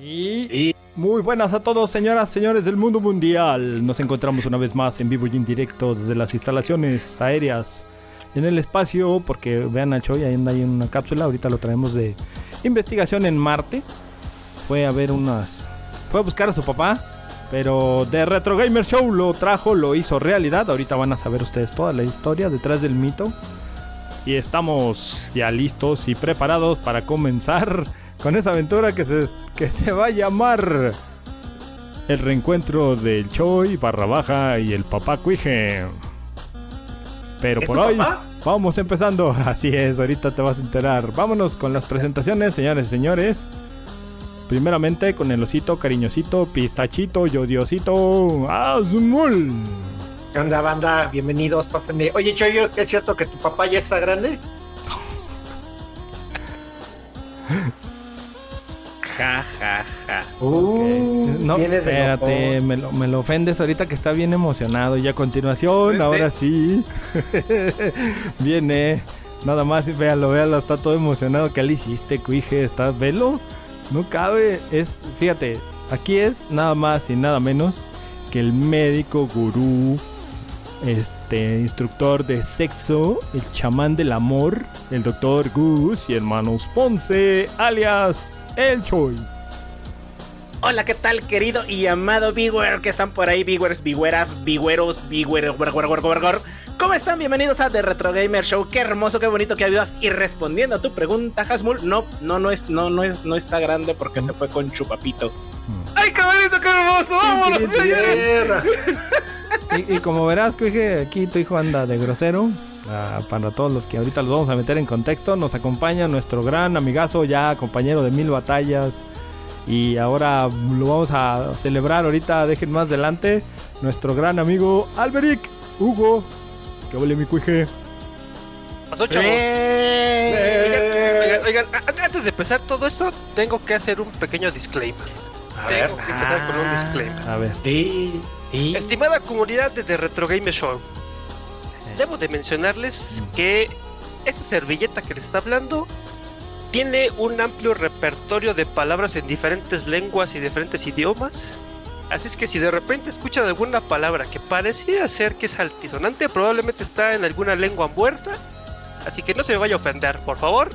Y muy buenas a todos, señoras, señores del mundo mundial. Nos encontramos una vez más en vivo y en directo desde las instalaciones aéreas en el espacio, porque vean a Choi, ahí anda ahí en una cápsula. Ahorita lo traemos de investigación en Marte. Fue a ver unas. Fue a buscar a su papá, pero de Retro Gamer Show lo trajo, lo hizo realidad. Ahorita van a saber ustedes toda la historia detrás del mito. Y estamos ya listos y preparados para comenzar con esa aventura que se, que se va a llamar El reencuentro del Choi, Barra Baja y el Papá Cuije. Pero ¿Es por tu hoy papá? vamos empezando. Así es, ahorita te vas a enterar. Vámonos con las presentaciones, señores y señores. Primeramente con el osito, cariñosito, pistachito, yodiosito, azul. ¿Qué onda, banda? Bienvenidos, pásenle. Oye, Choyo, ¿es cierto que tu papá ya está grande? Ja, ja, ja. Uh, no, vienes de espérate, enojón. me lo, me lo ofendes ahorita que está bien emocionado. Y a continuación, Vente. ahora sí, viene. Nada más, y véalo, véalo, está todo emocionado. ¿Qué le hiciste, cuije? ¿Está velo? No cabe. Es, fíjate, aquí es nada más y nada menos que el médico gurú, este instructor de sexo, el chamán del amor, el doctor Gus y hermanos Ponce, alias El Choy. Hola, ¿qué tal, querido y amado Beware? Que están por ahí, Bewers, Beweras, Beweros, Beware, guar, guar, guar, guar, guar. ¿Cómo están? Bienvenidos a The Retro Gamer Show. Qué hermoso, qué bonito que ayudas. Y respondiendo a tu pregunta, Hasmul, no, no, no es, no, no es, no está grande porque se fue con chupapito. ¡Ay, cabrito, qué hermoso! ¡Vámonos, señores! Tierra. Y, y como verás, Cuije, aquí tu hijo anda de grosero. Ah, para todos los que ahorita los vamos a meter en contexto, nos acompaña nuestro gran amigazo, ya compañero de mil batallas. Y ahora lo vamos a celebrar ahorita, dejen más adelante, nuestro gran amigo Alberic Hugo. ¿Qué huele mi cuije? Pasó, chavos. Oigan, oigan, oigan, a- antes de empezar todo esto, tengo que hacer un pequeño disclaimer. A ver. Ah. tengo que empezar con un disclaimer. A ver. Sí, sí. Estimada comunidad de The Retro Game Show, debo de mencionarles que esta servilleta que les está hablando tiene un amplio repertorio de palabras en diferentes lenguas y diferentes idiomas. Así es que si de repente escuchan alguna palabra que pareciera ser que es altisonante, probablemente está en alguna lengua muerta. Así que no se me vaya a ofender, por favor.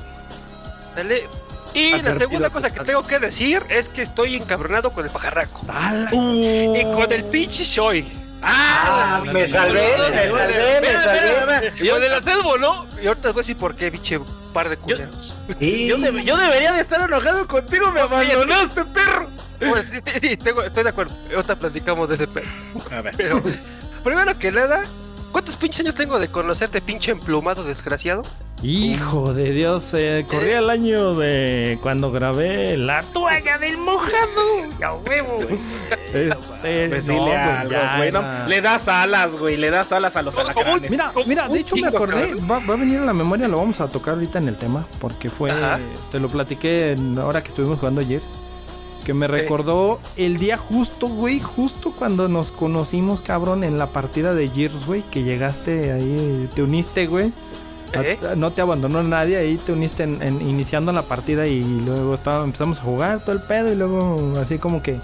Dale. Y la Advertidos segunda cosa que están. tengo que decir es que estoy encabronado con el pajarraco. ¡Ala! Uh. Y con el pinche Shoy. Ah, me salvé, me salvé, me salvé. Yo de la selva, ¿no? Y ahorita les voy a decir por qué, biche par de culeros. Sí. Yo, deb- yo debería de estar enojado contigo, me abandonaste, perro. Bueno, sí, sí, sí, tengo- estoy de acuerdo. Ahorita platicamos de ese pedo. A ver. Pero, primero que nada, ¿cuántos pinches años tengo de conocerte, pinche emplumado desgraciado? Hijo de Dios, eh, corría el año de cuando grabé la toalla del mojado. Ya huevo, güey. Este, Pues no, dile pues algo, ya güey. no, era- le das alas, güey. Le das alas a los Como- como un- alacranes. Mira, Con mira, de un hecho me chingo, acordé, cabrón. va, va a venir a la memoria, lo vamos a tocar ahorita en el tema, porque fue, Ajá. te lo platiqué en- ahora que estuvimos jugando ayer, Que me recordó el día justo, güey, justo cuando nos conocimos, cabrón, en la partida de Gears, güey, que llegaste ahí, te uniste, güey. A- ¿Eh? a- No te abandonó nadie, ahí te uniste en, en- iniciando la partida y luego estaba- empezamos a jugar todo el pedo y luego así como que,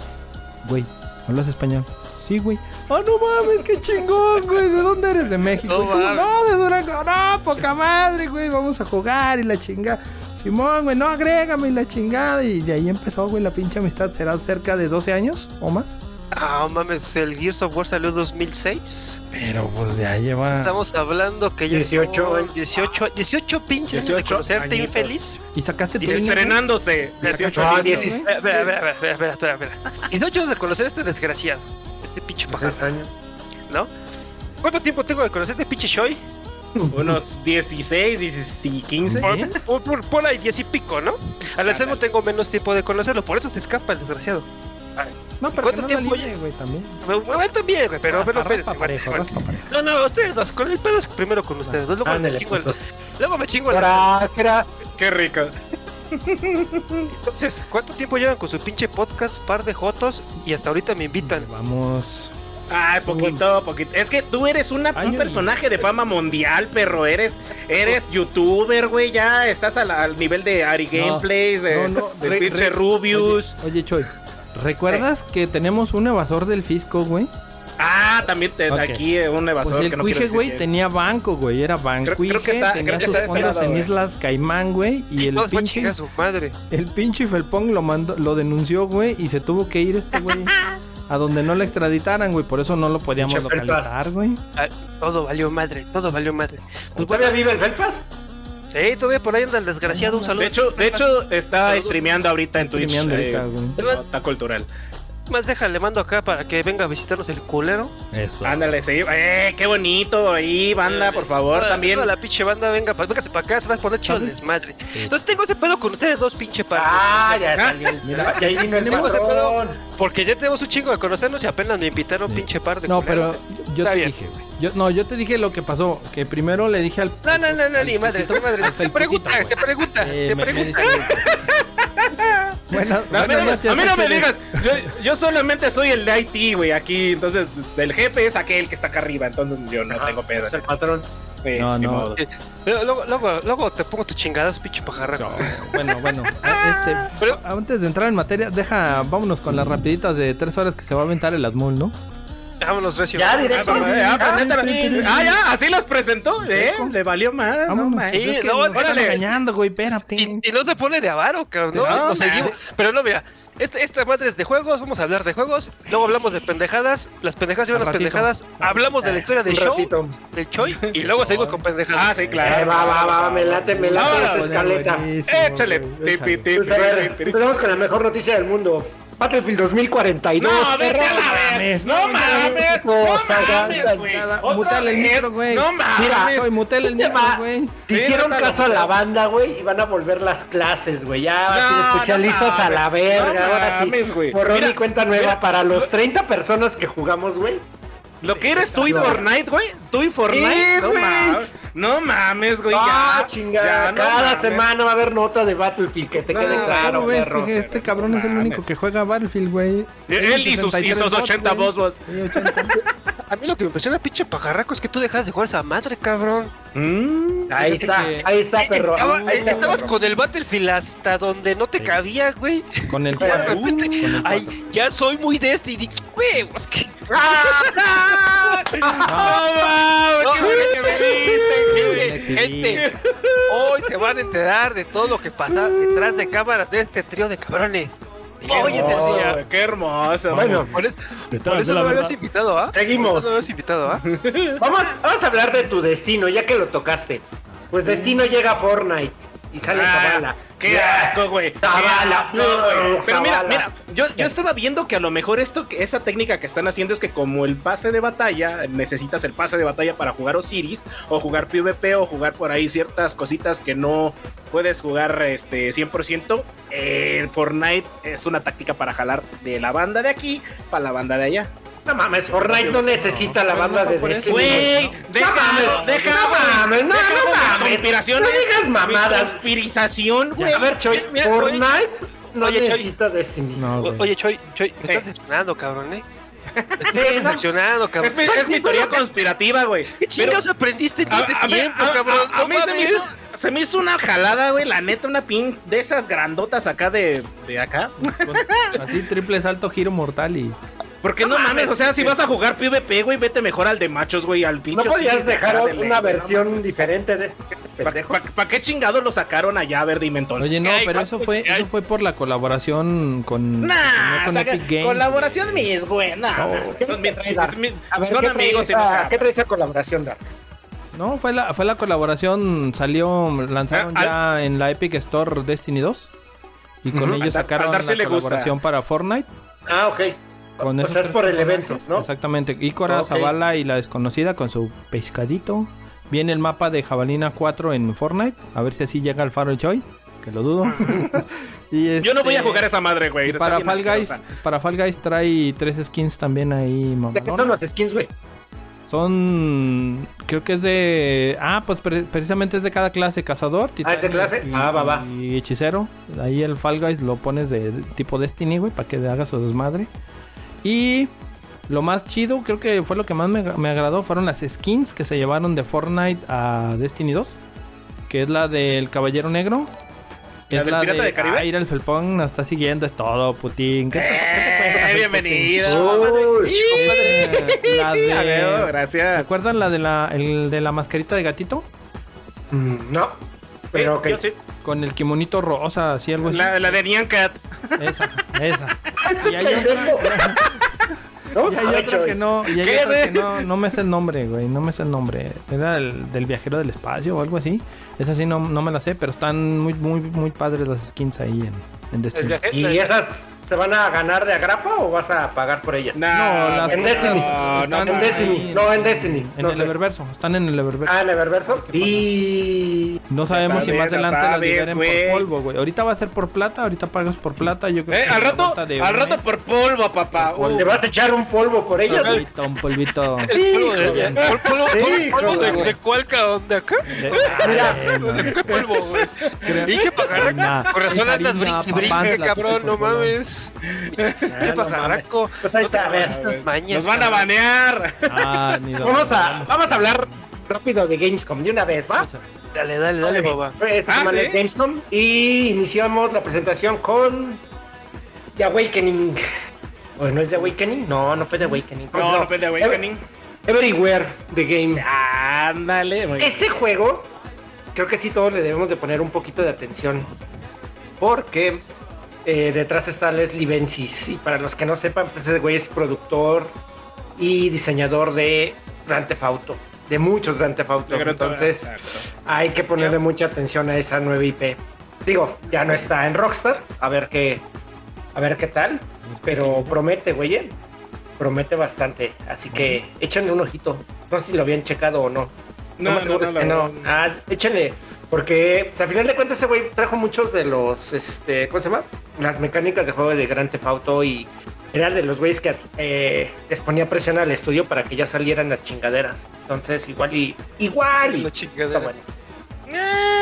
güey, ¿hablas español? Sí, güey. Ah, no mames, qué chingón, güey. ¿De dónde eres? De México. No ¿Y tú? mames. no, de Durango. No, poca madre, güey. Vamos a jugar y la chingada. Simón, güey, no, agrégame y la chingada. Y de ahí empezó, güey, la pinche amistad. ¿Será cerca de 12 años o más? Ah, mames, el Gears of War salió en 2006. Pero pues ya Ah. lleva. Estamos hablando que ya 18 son años. 18, 18 pinches años 18 de conocerte, añitos. infeliz. Y sacaste tu línea, güey? Estrenándose. 18 Ah, años. 16. Espera, espera, espera, espera, espera, espera, espera. 18 de conocer a este desgraciado, este pinche pájaro, años. ¿no? ¿Cuánto tiempo tengo de conocer a este pinche Shoy? Unos 16, 16, 15. Por, por, por- por ahí 10 y pico, ¿no? Al hacerlo tengo menos tiempo de conocerlo, por eso se escapa el desgraciado. No, pero ¿Cuánto que no tiempo la libre, güey, también? Bueno, bueno, también, güey, pero, pero, Raspa, pero, raspa parejo, raspa parejo. Ah, No, no, ustedes dos, con el pedo es primero con ustedes dos, luego me Ándale, chingo el- pues, putos. Luego me chingo el... Espera, espera. Qué rico. Entonces, ¿cuánto tiempo llevan con su pinche podcast, par de jotos? Y hasta ahorita me invitan. Vamos. Ay, poquito, poquito. Es que tú eres una, Ay, un ay. personaje de fama mundial, perro. Eres, eres youtuber, güey. Ya estás al, al nivel de Ari Gameplays, de, de re- re- pinche Rubius. Oye, oye, Choy, ¿recuerdas que tenemos un evasor del fisco, güey? Ah, también te, Ok. aquí eh, un evasor Pues que el no Cuije, quiero güey, decir quién. tenía banco, güey. Era banco. creo que está- creo tenía que sus está fondos esperado, en güey. Islas Caimán, güey. Y el Todos van a pinche, chingar a su madre. el pinche Felpong lo, mandó, lo denunció, güey, y se tuvo que ir este güey. A donde no lo extraditaran, güey. Por eso no lo podíamos Pinche Felpas. localizar, güey. Todo valió madre, todo valió madre. Pues bueno, ¿Todavía vive el Felpas? sí, todavía por ahí anda el desgraciado, un saludo. De hecho, de hecho está streameando ahorita en Twitch. Streameando eh, ahorita, güey. nota cultural. más déjale, mando acá para que venga a visitarnos el culero. Eso. Ándale, sí. Eh, qué bonito ahí, banda, por favor, Toda- también. toda la pinche banda, venga, pa- véngase para acá, se va a poner chido el desmadre. Entonces tengo ese pedo con ustedes dos, pinche par. Ah, ya salió. el- Mira, y ahí vino el tenemos el patrón. Porque ya tenemos un chingo de conocernos y apenas me invitaron, Sí. pinche par de No, pero culeros. eh, yo Está te bien. dije, güey. Yo- No, yo te dije lo que pasó. Que primero le dije al. No, no, no, no, ni madre, ni madre. Se el pregunta, poquito, se pregunta, Eh, se me- me pregunta. Buenas, No, a, mí no, buenas me- noches, a mí no me Cuije. digas, yo, yo solamente soy el de IT, güey, aquí, entonces el jefe es aquel que está acá arriba, entonces yo no Ajá, tengo pedo. Es el patrón. Eh, No, ni no. modo. Luego, luego, luego te pongo tus chingadas, pinche pajarraco. No, bueno, bueno. a- Ah. este, Pero- antes de entrar en materia, deja, vámonos con las rapiditas de tres horas que se va a aventar el Asmul, ¿no? Vámonos, recio. Ya, Ah, directo. pero, eh, ah, preséntame. sí. Ah, ya, así los presentó, ¿eh? Le valió más, no Vámonos. manches. Sí, Es que no, nos están órale. engañando, güey, espérate. Y, y no se pone de avaro, cabrón. No, No, Nos seguimos. Pero no, mira, este- esta madre es de juegos, vamos a hablar de juegos. Luego hablamos de pendejadas, las pendejadas llevan Al las ratito. Eh, pendejadas. Hablamos de la historia Un del show, ratito. del Choi, y luego seguimos con Ah, pendejadas. sí, Eh, claro. va, va, va, me late, me late Ahora, esa pues, escaleta. buenísimo, Échale. güey, Tipi, échale. tipi, Pues a ver, tipi, tipi. empezamos con la mejor noticia del mundo. Battlefield 2042. No, vete a la No ver. mames, No no mames, mames, no no mames, mames, güey. nada. Otra Mutale el vez, micro, güey. No Mira, mames. Soy motel el Te mismo, va- güey. Te hicieron Mira, caso a la mira. banda, güey, y van a volver las clases, güey. Ya van a ser No, especialistas no a la mames, verga. no ahora mames, sí. güey. Borrón Mira, y cuenta nueva mira, para los 30 personas que jugamos, güey. Lo que eres tú y Exacto. Fortnite, güey. Tú y Fortnite. Sí, no, güey. mames. no mames, güey. Ah, ya, chingada. ya, no Cada mames. semana va a haber nota de Battlefield, que te No, quede ¿cómo claro, ¿Cómo ves, perro. Cuije? este cabrón es el mames. único que juega Battlefield, güey. Él y sus- y sus 80 boss, boss. Sí, 80. A mí lo que me impresiona, pinche pajarraco, es que tú dejas de jugar esa madre, cabrón. Eh, Mm. Ahí Fíjate está, que- ahí está, Ah, perro. Estaba- ahí está, estabas perro. con el Battlefield hasta donde no te Sí. Uh, cabía, güey. Con el De cuadro. repente, con el ay, cuadro. ya soy muy Destiny. Güey, es que. ¡Ah, No, ¡Qué bueno que me Gente, viste! Sí. gente, hoy se van a enterar de todo lo que pasa detrás de cámaras de este trío de cabrones. Hoy Oye, es el día. decía, qué hermoso. Bueno, Por eso, Detrás por de eso la no me habías verdad. invitado, ¿ah? Seguimos. Por eso No me habías invitado, ¿ah? Vamos, vamos a hablar de tu destino, ya que lo tocaste. Pues destino llega a Fortnite y sale Mm. Ah, Zavala. Qué Ya. asco, güey. Qué Zavala, asco, güey. no, Pero mira, Zavala. mira, yo, yo estaba viendo que a lo mejor esto, que- esa técnica que están haciendo es que como el pase de batalla, necesitas el pase de batalla para jugar Osiris, o jugar PvP, o jugar por ahí ciertas cositas que no puedes jugar este 100%. eh, Fortnite es una táctica para jalar de la banda de aquí para la banda de allá. No mames, Fortnite no necesita la banda de Destiny. Güey, deja, mames, deja, no mames, no, deja no mis mames. conspiraciones, No digas mi mamadas. Conspiración, güey. A ver, Choy, Mira, mira, Fortnite No Oye, Chavi. necesito Destiny. No, O- güey. Oye, Choy, Choy, me estás Eh. decepcionando, cabrón, ¿eh? Me estás Eh, no. decepcionando, cabrón. Es mi, es mi teoría conspirativa, güey. ¿Qué Pero chingados aprendiste en a, todo este a mí- tiempo, a- cabrón? a- a No mí se me, mames. hizo, se me hizo una jalada, güey. La neta, una pin de esas grandotas acá de, de acá. Con- Así triple salto, giro mortal y. Porque no, mames, o sea, si vas a jugar PvP, güey, vete mejor al de machos, güey, al ¿No pinche. podías Sirius de dejar acá de una ley, güey, versión diferente de este ¿Para pendejo? qué chingado lo sacaron allá, a ver, dime entonces? Oye, no, hay pero cuatro eso fue, que hay. eso fue por la colaboración con. Nah, que tenía con saca- Epic Games. colaboración mis, güey, nah, No. nah, Son, mis- traes, Dar? mis- mis- A ver, son ¿qué amigos traes y no esa- se ¿qué trae esa colaboración, Dar? No, fue la, fue la colaboración. Salió, lanzaron Ah, al- ya en la Epic Store Destiny 2. Y con Ujú. ellos Al Dar- sacaron al Dar sí la le gusta. colaboración para Fortnite. Ah, ok. Con O esos sea, es tres por el personajes. evento, ¿no? Exactamente. Ícora, Ok. Zavala y la desconocida con su pescadito. Viene el mapa de Jabalina 4 en Fortnite. A ver si así llega al Faro Choi. Que lo dudo. y Yo no voy a este, jugar esa madre, güey. y está para bien Fall, Guys, asquerosa. para Fall Guys trae tres skins también ahí, ¿De qué son mamalona. los skins, güey? Son. Creo que es de. Ah, pues pre- precisamente es de cada clase: cazador, Ah, ¿es de clase? Ah, va, va. y hechicero. Ahí el Fall Guys lo pones de tipo Destiny, güey, para que haga su desmadre. Y lo más chido, creo que fue lo que más me, me agradó, fueron las skins que se llevaron de Fortnite a Destiny 2. Que es la del Caballero Negro. ¿La es del Pirata del Caribe? Ah, ir al felpón, nos está siguiendo, es todo, Putin. ¿Qué te- qué te Eh, cuentas, bienvenido. Uy, Putin? Eh, la A ver, de... ¿Se gracias. acuerdan la de la, el de la mascarita de gatito? mm, no. Pero pues, Eh, ok. yo sí. Con el kimonito rosa, así algo así. La, la de Nyan Cat. Esa, esa. Este Y hay otra- pendejo. ¿No? Y hay A ver, otro Choy. que no, y hay ¿Qué, otro güey? que no, no me sé el nombre, güey, no me sé el nombre. Era el del viajero del espacio o algo así. Esa sí no, no me la sé, pero están muy, muy, muy padres las skins ahí en, en El Destiny. viaje- ¿Y esas se van a ganar de agrapa o vas a pagar por ellas? No, las- en Destiny. No, no, Están en ahí Destiny. No, en Destiny. En no el sé. Eververso, están en el Eververso. Ah, en Eververso. Y. No sabemos si sabes, más ya adelante la sabes, liberen güey. por polvo, güey. Ahorita va a ser por plata, ahorita pagas por plata, yo creo Eh, que al la rato, vuelta de al un rato mes, por polvo, papá. Por Uh, ¿Te vas a echar un polvo por Un ellas? güey? polvito, un polvito. El polvo de- ¿Cuál polvo- Híjole, polvo de- güey. ¿De cuál cabrón? ¿De acá? Eh, Mira, ¿De qué polvo, güey? Pinche Harina, pajarraco. Con razón andas harina, brinque, papás, brinque, la cabrón, pues, puse no por favor. mames. Pinche Ah, no pajarraco. Pues ahí No te está, a ver. hagas estas mañas, nos van a cabrón. banear. Ah, ni lo- Vamos a, vamos a hablar rápido de Gamescom de una vez, ¿va? Dale, dale, dale, boba. Pues, Esta Ah, semana ¿sí? es Gamescom y iniciamos la presentación con The Awakening. ¿O no es The Awakening? No, no fue The Awakening. ¿Cómo se No, llama? no fue de Awakening. Ev- Everywhere The Game. Ándale, muy bien. Ese juego, creo que sí todos le debemos de poner un poquito de atención. Porque eh, detrás está Leslie Benzies. Y para los que no sepan, pues ese güey es productor y diseñador de Grand Theft Auto. De muchos Grand Theft Auto. Yo creo que- Entonces... Ah, exacto. Hay que ponerle mucha atención a esa nueva IP. Digo, ya no está en Rockstar. A ver qué. A ver qué tal. Pero promete, güey. eh. Promete bastante. Así que échenle un ojito. No sé si lo habían checado o no. No, No, más seguro no, es no, que la no. verdad, Ah, échenle. Porque pues, al final de cuentas ese güey trajo muchos de los. Este, ¿Cómo se llama? Las mecánicas de juego de Grand Theft Auto y. Era de los güeyes que eh, les ponía presión al estudio para que ya salieran las chingaderas. Entonces, igual y. Igual y. Las chingaderas. está bueno.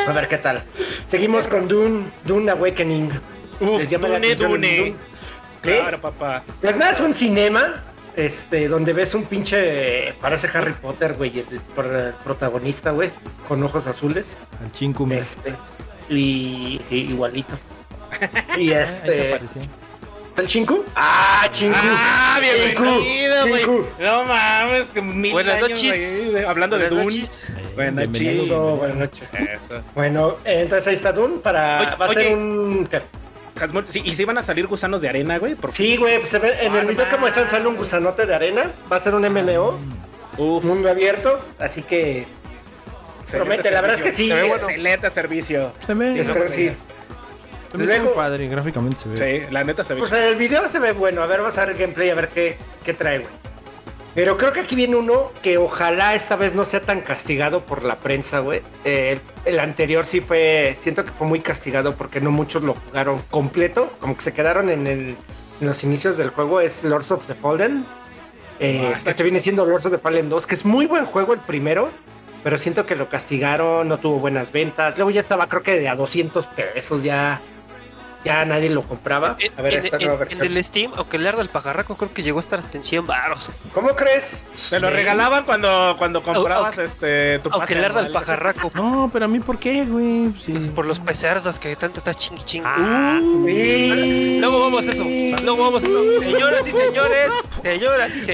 A ver qué tal. Seguimos con Dune, Dune Awakening. Uf, Les llama la Dune, atención el Dune. Dune. ¿Qué? Claro, papá. Pues nada, es un cinema este, donde ves un pinche. Parece Harry Potter, güey, el, por- el protagonista, güey, con ojos azules. Al chincume. Este. Y. Sí, igualito. Y Ahí se este. apareció. ¿Está el Chinku? ¡Ah, Chinku! Ah, bienvenido, Chinku, güey. Chinku. No mames, que mil Buenas años, noches. güey, de- hablando de Buenas Dune. noches. Buenas Bienvenido. noches. Eso, buenas noches. Eso. Bueno, eh, entonces ahí está Dune para. Oye, va a ser oye. un. ¿qué? Jasmine, sí, y si van a salir gusanos de arena, güey, por Sí, güey, pues se ve- en el Ah, video no que muestran mames. sale un gusanote de arena. Va a ser un MMO. Uf, mundo abierto, así que promete, la verdad es que sí, Se ve eh, bueno. Excelente servicio. Se ve, Sí, se creo ve que sí. muy Luego- padre, gráficamente se ve. Sí, la neta se ve. Pues el video se ve bueno, a ver, vamos a ver el gameplay, a ver qué, qué trae, güey. Pero creo que aquí viene uno que ojalá esta vez no sea tan castigado por la prensa, güey. Eh, el, el anterior sí fue, siento que fue muy castigado porque no muchos lo jugaron completo, como que se quedaron en, el, en los inicios del juego, es Lords of the Fallen. Eh, Ah, está este viene siendo Lords of the Fallen 2, que es muy buen juego el primero, pero siento que lo castigaron, no tuvo buenas ventas. Luego ya estaba creo que de a 200 pesos ya ya nadie lo compraba. En, A ver, en- esta en- nueva en versión. el Steam, aunque le arda el pajarraco, creo que llegó a estar hasta en 100 baros. ¿Cómo crees? Te lo regalaban cuando, cuando comprabas este, tu Aunque pase le arda el anual. pajarraco. No, pero a mí, ¿por qué, güey? Sí. Pues Por los pecerdas que tanto está chingui chingui. Ah, Y- No vamos a eso, no vamos a eso. Señoras y señores, señoras y Oye,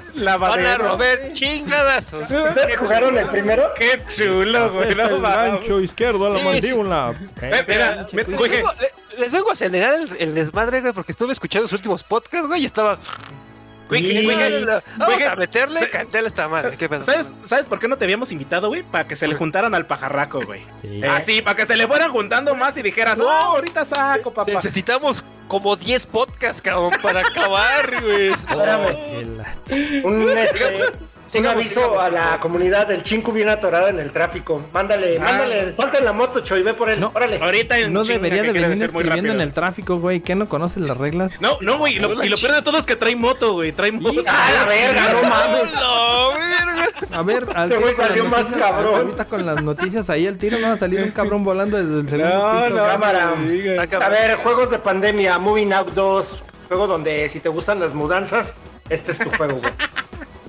señores, van a lavadero. robar chingadazos. ¿Ustedes que jugaron el primero? Qué chulo, güey. Acepta No, el gancho izquierdo a la Sí, sí. mandíbula. Eh, mira, me- Les Oye. vengo, le- les vengo a acelerar el, el desmadre, güey, porque estuve escuchando sus últimos podcasts, güey, y estaba. Güey, Sí. Venga, güey, la- la- Vamos güey, a meterle se- candela a esta madre. ¿Qué pedo? ¿Sabes, ¿Sabes por qué no te habíamos invitado, güey? Para que se le juntaran al pajarraco, güey. Eh, Sí. Así, para que se le fueran juntando más y dijeras, no, ahorita saco, papá. Necesitamos como 10 podcasts, cabrón, para acabar, güey. Espérame. Que la- Un, este, un sigamos, aviso sigamos. a la comunidad del Chinku bien atorado en el tráfico. Mándale, Ah. mándale, salta en la moto, Choy, ve por él. No. Órale. Ahorita en No chinga, debería que de quiere venir ser muy escribiendo en rápido. el tráfico, güey. ¿Qué no conoces las reglas? No, no, güey. Lo, y lo peor de todo es que trae moto, güey. Trae moto. ¡Ah, la verga! ¡No mames! No, verga. A ver, al Ese tiro güey con las salió más noticias- cabrón. Ahorita con las noticias ahí al tiro no va a salir un cabrón volando desde el segundo piso. cámara. Acá- A ver, juegos de pandemia, Moving Out 2, juego donde si te gustan las mudanzas, este es tu juego, güey.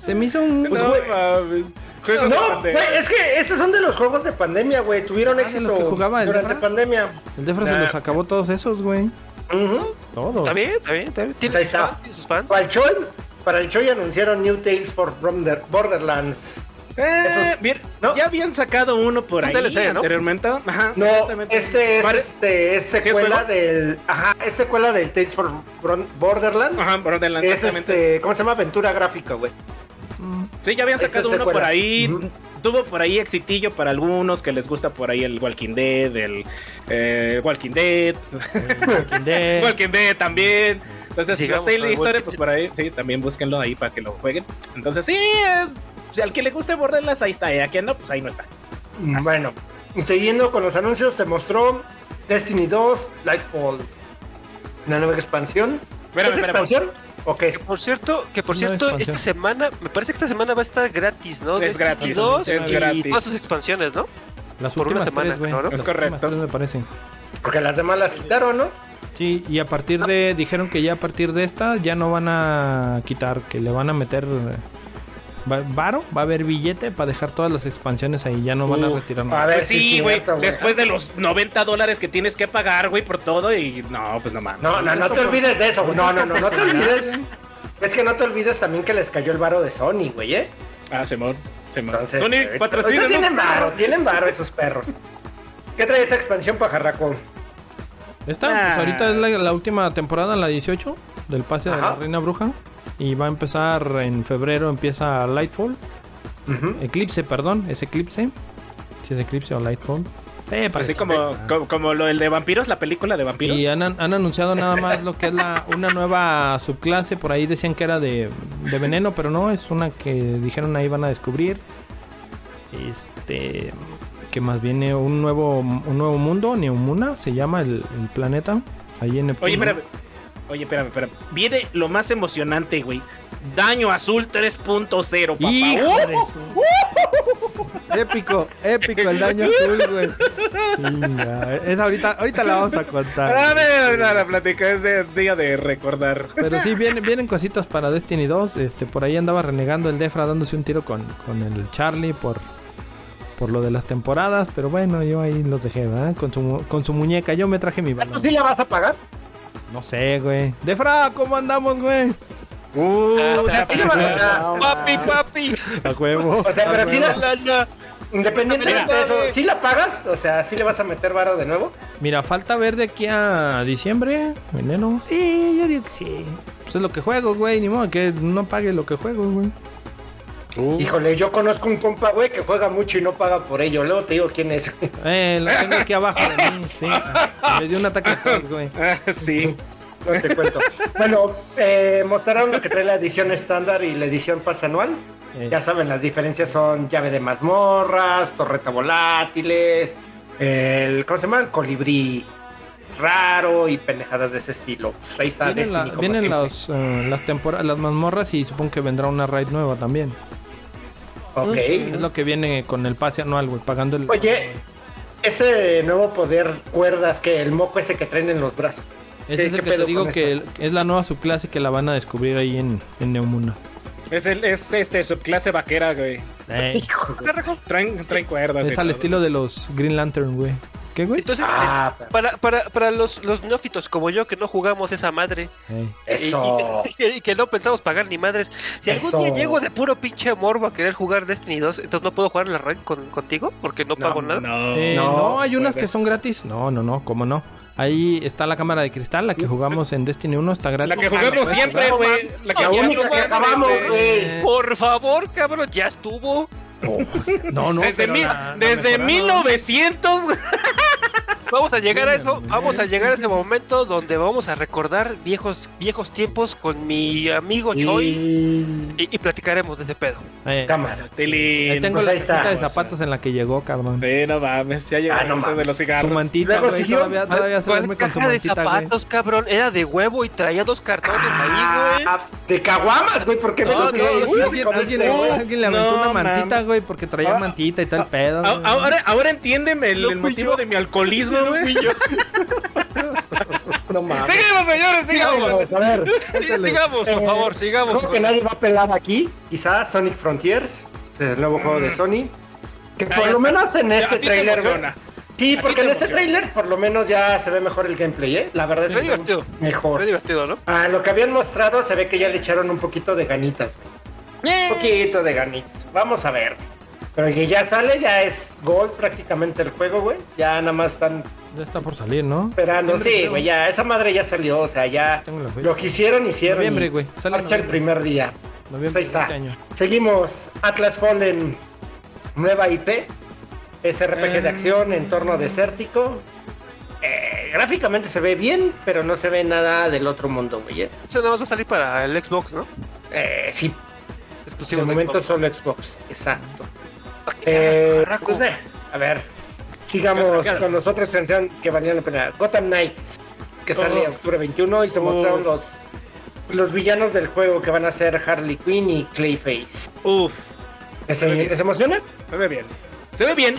Se me hizo un. No, mames. Juego No, de- güey, es que esos son de los juegos de pandemia, güey. Tuvieron Ah, de éxito los que jugaba el durante Efra. pandemia. El Defra se Nah. los acabó todos esos, güey. Ujú. Todos. Está bien, está bien, está bien. Tiene Pues ahí sus está. fans, tiene sus fans. Para el Choy, para el Choy anunciaron New Tales for Border- Borderlands. Eh, Esos- bien- ¿no? Ya habían sacado uno por Un ahí DLC, ¿no? anteriormente. Ajá, No, exactamente. este es, Pare- este, es es secuela juego? del. Ajá, es secuela del Tales for Bron- Borderlands. Ajá, Borderlands, Es exactamente. este, ¿cómo se llama? Aventura gráfica, güey. Sí, ya habían Esta es sacado uno secuela. por ahí. Ujú. Tuvo por ahí exitillo para algunos que les gusta por ahí el Walking Dead, el eh, Walking Dead, Walking Eh. Dead. Walking Dead también. Entonces, si Sigamos gustáis con la el historia, Walking pues Dead. por ahí, sí, también búsquenlo ahí para que lo jueguen. Entonces, sí, eh, si al que le guste Borderlands, ahí está. Y a quien no, pues ahí no está. Bueno, siguiendo con los anuncios, se mostró Destiny 2, Lightfall. Una nueva expansión. Espérame, ¿Es espérame. expansión? ¿O qué Que es? por cierto, que por No cierto, expansión. esta semana, me parece que esta semana va a estar gratis, ¿no? Es Destiny gratis, 2 es y gratis. todas sus expansiones, ¿no? Las Por una últimas semana, tres, güey. ¿no? Las Es últimas correcto. tres, me parece. Porque las demás las quitaron, ¿no? Sí, y a partir de. Dijeron que ya a partir de esta ya no van a quitar, que le van a meter. eh, va- Varo, va a haber billete para dejar todas las expansiones ahí. Ya no van a Uf, retirar a nada. ver, Pues sí, sí, güey. cierto, güey. después de los 90 dólares que tienes que pagar, güey, por todo. Y no, pues no mames. No, no, no te olvides de eso. güey. No, no, no, no te olvides. Es que no te olvides también que les cayó el varo de Sony, güey, ¿eh? Ah, Simón. Simón. Entonces, Sony, ahorita- ahorita patrocina. tienen varo, tienen varo esos perros. ¿Qué trae esta expansión, pajarraco? Esta, Ah. pues ahorita es la, la última temporada, la 18, del pase de la Ajá. Reina Bruja. Y va a empezar en febrero, empieza Lightfall. Ujú. Eclipse, perdón, es Eclipse. Si es Eclipse o Lightfall. Eh, Así parece. como, como, como lo el de vampiros, la película de vampiros. Y han, an- han anunciado nada más lo que es la, una nueva subclase. Por ahí decían que era de, de veneno, pero no, es una que dijeron ahí van a descubrir. Este. Que más viene un nuevo, un nuevo mundo, Neumuna se llama el, el planeta. Ahí en Neptuno. Oye, espérame. Oye, espérame, espérame. Viene lo más emocionante, güey. Daño azul 3.0, papá. ¡Hijo de ¡Uh! su- Épico, épico el daño azul, güey. Chinga, Es ahorita, ahorita la vamos a A contar. ver, no, la plática es de día de recordar. Pero sí, vienen, vienen cositas para Destiny 2. Este, por ahí andaba renegando el Defra dándose un tiro con, con el Charlie por, por lo de las temporadas. Pero bueno, yo ahí los dejé, ¿verdad? Con su, mu- con su muñeca. Yo me traje mi ¿Tú balón. sí la vas a pagar? No sé, güey. Defra, ¿cómo andamos, güey? Uh, Ah, O sea, sí la vas a ah, pagar. papi, papi. A huevo. O sea, pero sí La, la, la, la. independientemente de Mira. eso, ¿sí la pagas? O sea, ¿sí le vas a meter varo de nuevo? Mira, falta ver de aquí a diciembre, enero. Sí, yo digo que sí. Pues es lo que juego, güey. Ni modo que no pague lo que juego, güey. Híjole, yo conozco un compa, güey, que juega mucho y no paga por ello. Luego te digo quién es. güey. Eh, la tengo aquí abajo de mí, sí. Me dio un ataque de tos, güey. ah, sí. No te cuento. bueno, eh, mostraron lo que trae la edición estándar y la edición pase anual. Eh, Ya saben, las diferencias son llave de mazmorras, torreta volátiles, el, ¿cómo se llama? El colibrí raro y pendejadas de ese estilo. Pues ahí está vienen la- Destiny, como vienen siempre. los, eh, las temporadas, las mazmorras y supongo que vendrá una raid nueva también. Ok. Es lo que viene con el pase anual, güey, pagando el... Oye, ese nuevo poder cuerdas que el moco ese que traen en los brazos. Ese ¿Qué- es qué el que pedo te digo con que esto? el- es la nueva subclase que la van a descubrir ahí en, en Neumuna. Es, el, es este subclase vaquera, güey. Hijo. güey. Traen, traen cuerdas. es al estilo de los Green Lantern, güey. ¿Qué, güey? Entonces, Ah, eh, para, para, para los, los neófitos como yo que no jugamos esa madre Ey. Eso. y, y que no pensamos pagar ni madres, si algún Oh. Eso. día llego de puro pinche morbo a querer jugar Destiny 2, entonces no puedo jugar en la raid con- contigo porque no pago nada. No. Eh, no, No, hay unas puede. que son gratis. No, no, no, ¿cómo no? Ahí está la cámara de cristal, la que jugamos en Destiny 1, está gratis. Pues, La que jugamos siempre, no, güey. man. La La que No, ya jugamos única no que sé, siempre, acabamos, güey. eh, güey. Por favor, cabrón, ya estuvo. No, no, desde pero mil- la- la desde mejoraron. 1900, güey. Vamos a llegar a eso, vamos a llegar a ese momento donde vamos a recordar viejos viejos tiempos con mi amigo Choi Y... y, y platicaremos de ese pedo. Eh, Cámara. ahí tengo Pues la ahí está. cajita de zapatos en la que llegó, cabrón. Eh, no mames, ya llegamos Ah, no a de mames. los Su cigarros. mantita, Luego güey, siguió. todavía, Ah, todavía se ¿Cuál duerme con caja tu de mantita, güey. zapatos, cabrón, era de huevo y traía dos cartones ahí, güey. Ah, de caguamas, güey. ¿Por qué me No, lo No, no, Ey, no, sí, uy, alguien, alguien- comiste, este güey? alguien le aventó No, una mantita, mames. güey, porque traía Ah, mantita y tal pedo. A- güey. Ahora, ahora entiéndeme el, No el fui motivo yo. de mi alcoholismo, güey. No mames. Sigamos, señores, sigamos. Vamos, a ver. Sí, sigamos, por Eh, favor, sigamos. Creo que nadie va a pelar aquí. Quizás Sonic Frontiers. Este es el nuevo juego de Sony. Que por ya lo te- menos en ya, este a ti te trailer, güey. emociona. Sí, A ti porque te en este emociona. trailer por lo menos ya se ve mejor el gameplay, ¿eh? La verdad es Se que se ve ve divertido. mejor. Fue divertido, ¿no? A lo que habían mostrado se ve que ya le echaron un poquito de ganitas, güey. Un poquito de ganitas. Vamos a ver. Pero que ya sale, ya es gold prácticamente el juego, güey. Ya nada más están Ya está por salir, ¿no? esperando. Septiembre, Sí, creo. güey, ya. Esa madre ya salió. O sea, ya Tengo la fecha. lo que hicieron, hicieron. Noviembre, y güey, sale en marcha el noviembre. primer día. Noviembre Pues ahí de está. este año. Seguimos. Atlas Fallen. Nueva IP. SRPG Ah. de acción, entorno desértico. Eh, gráficamente se ve bien, pero no se ve nada del otro mundo, güey. eh. Eso nada más va a salir para el Xbox, ¿no? Eh, sí, Exclusivo de de momento Xbox. solo Xbox, exacto. Eh, Carajo. pues, eh, a ver, sigamos con los otros que sean- que valían la pena. Gotham Knights, que sale en Uf. octubre 21 y se mostraron Oh. Uf. los, los villanos del juego que van a ser Harley Quinn y Clayface. Uf, ¿Les, Muy bien. les emociona? se ve bien. Se ve bien.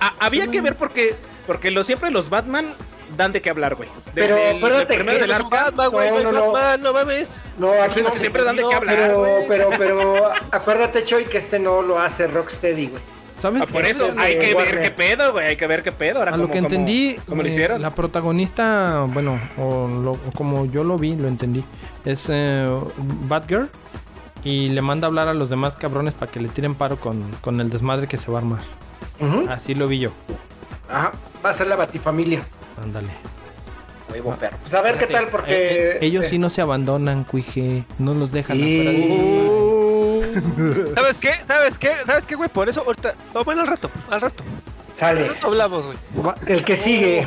A- había que ver porque, porque lo, siempre los Batman dan de qué hablar, güey. Pero Desde el- acuérdate el primero que del No hay arca. Batman, güey, no hay No, no, no. Batman, Ah, no mames. No, Pues es que siempre dan de qué hablar, Pero, güey. pero, pero acuérdate, Choy, que este no lo hace Rocksteady, güey. ¿Sabes? Ah, por Ese eso ah, es- hay de que ver Warner. qué pedo, güey. Hay que ver qué pedo. Ahora, A lo cómo- que cómo- entendí, cómo lo eh, hicieron? la protagonista, bueno, o, lo- o como yo lo vi, lo entendí, es eh, Batgirl y le manda a hablar a los demás cabrones para que le tiren paro con, con el desmadre que se va a armar. Ujú. Así lo vi yo. Ajá, va a ser la Batifamilia. Ándale. Huevo perro. Pues a ver qué tal, porque... Eh, eh, ellos eh, sí no se abandonan, cuije. No los dejan Sí. afuera de- Uh. ¿Sabes qué? ¿Sabes qué? ¿Sabes qué, güey? Por eso ahorita. No, bueno, al rato, al rato. Al Sale. rato hablamos, güey. El que sigue.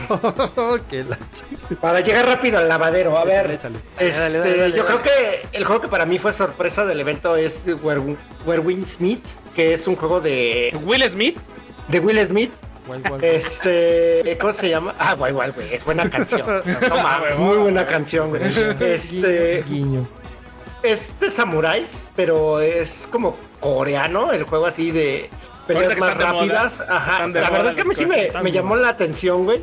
Para llegar rápido al lavadero, a ver. échale. este, Dale, dale, dale, yo dale. creo que el juego que para mí fue sorpresa del evento es Where, Where Wind Smith, que es un juego de, Will Smith. de Will Smith. Guay, guay, guay. Este, ¿cómo se llama? Ah, guay, guay, güey. Es buena canción. No mames, muy buena canción, güey. Este, Guiño. es de samuráis, pero es como coreano, el juego así de Ahorita peleas que más están de rápidas. moda. Ajá. Están de La moda verdad es que a mí las sí cosas. me, Están me de llamó la atención, güey.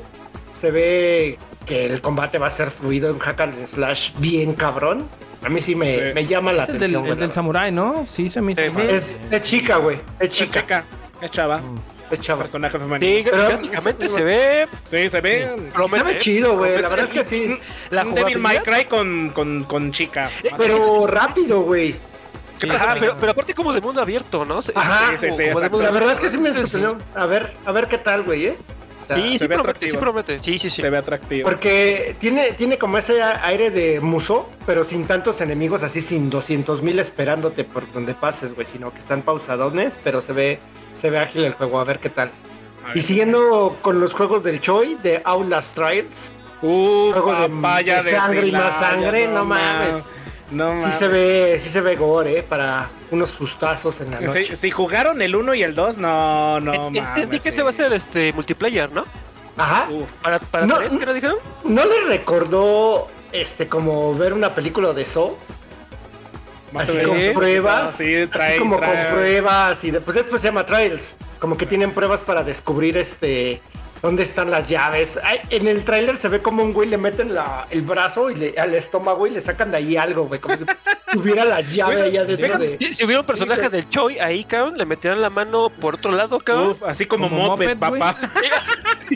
Se ve que el combate va a ser fluido en hack and slash bien cabrón. A mí sí me, Sí. me llama la Es el del, atención. el güey, del la samurái, ¿no? Sí, se me hizo. Ujú. verdad. padre. es, es chica, güey. Es Es chica. chica. Es chava. Es chava. Personaje Sí, femenino. Pero- gráficamente se ve. Sí, se ve. Se ve promete- chido, güey. La promete- verdad es que sí. La un Devil May jugabilidad- Cry con, con, con chica. Eh, Pero rápido, güey. Sí, Ajá, sí, pero, pero aparte como de mundo abierto, ¿no? Se- Ajá. Sí, sí, se- como de exacto. mundo La verdad es que sí me Entonces, sorprendió. A ver, a ver qué tal, güey, eh. O sea, Sí, Se sí ve promete, sí atractivo. promete. Sí, sí, sí. Se ve atractivo. Porque tiene, tiene como ese a- aire de muso, pero sin tantos enemigos, así sin 200 mil esperándote por donde pases, güey, sino que están pausadones, pero se ve, se ve ágil el juego, a ver qué tal. A Y ver. siguiendo con los juegos del Choi, de Outlast Trials, Uh, Juego de- papaya de de, sangre y Celaya, más sangre, no mames. No sí mames. se ve, sí se ve gore, eh, para unos sustazos en la noche. Si, si jugaron el 1 y el 2, no, no En- mames. Entendí que sí. se va a hacer este multiplayer, ¿no? Ajá. Uf. Para, para No, tres, ¿qué no dijeron? ¿No les recordó este como ver una película de Saw? Más así o menos. con pruebas. Sí, trae, así como trae- con pruebas y después esto se llama trials. Como que tienen pruebas para descubrir este ¿Dónde están las llaves? Ay, en el tráiler se ve como un güey le meten la- el brazo y le, al estómago y le sacan de ahí algo, güey. Como si tuviera la llave Bueno, ahí adentro de... Si, si hubiera un personaje del Choi ahí, cabrón, le meterán la mano por otro lado, cabrón. Uf, así como, Como moped, moped, güey. papá.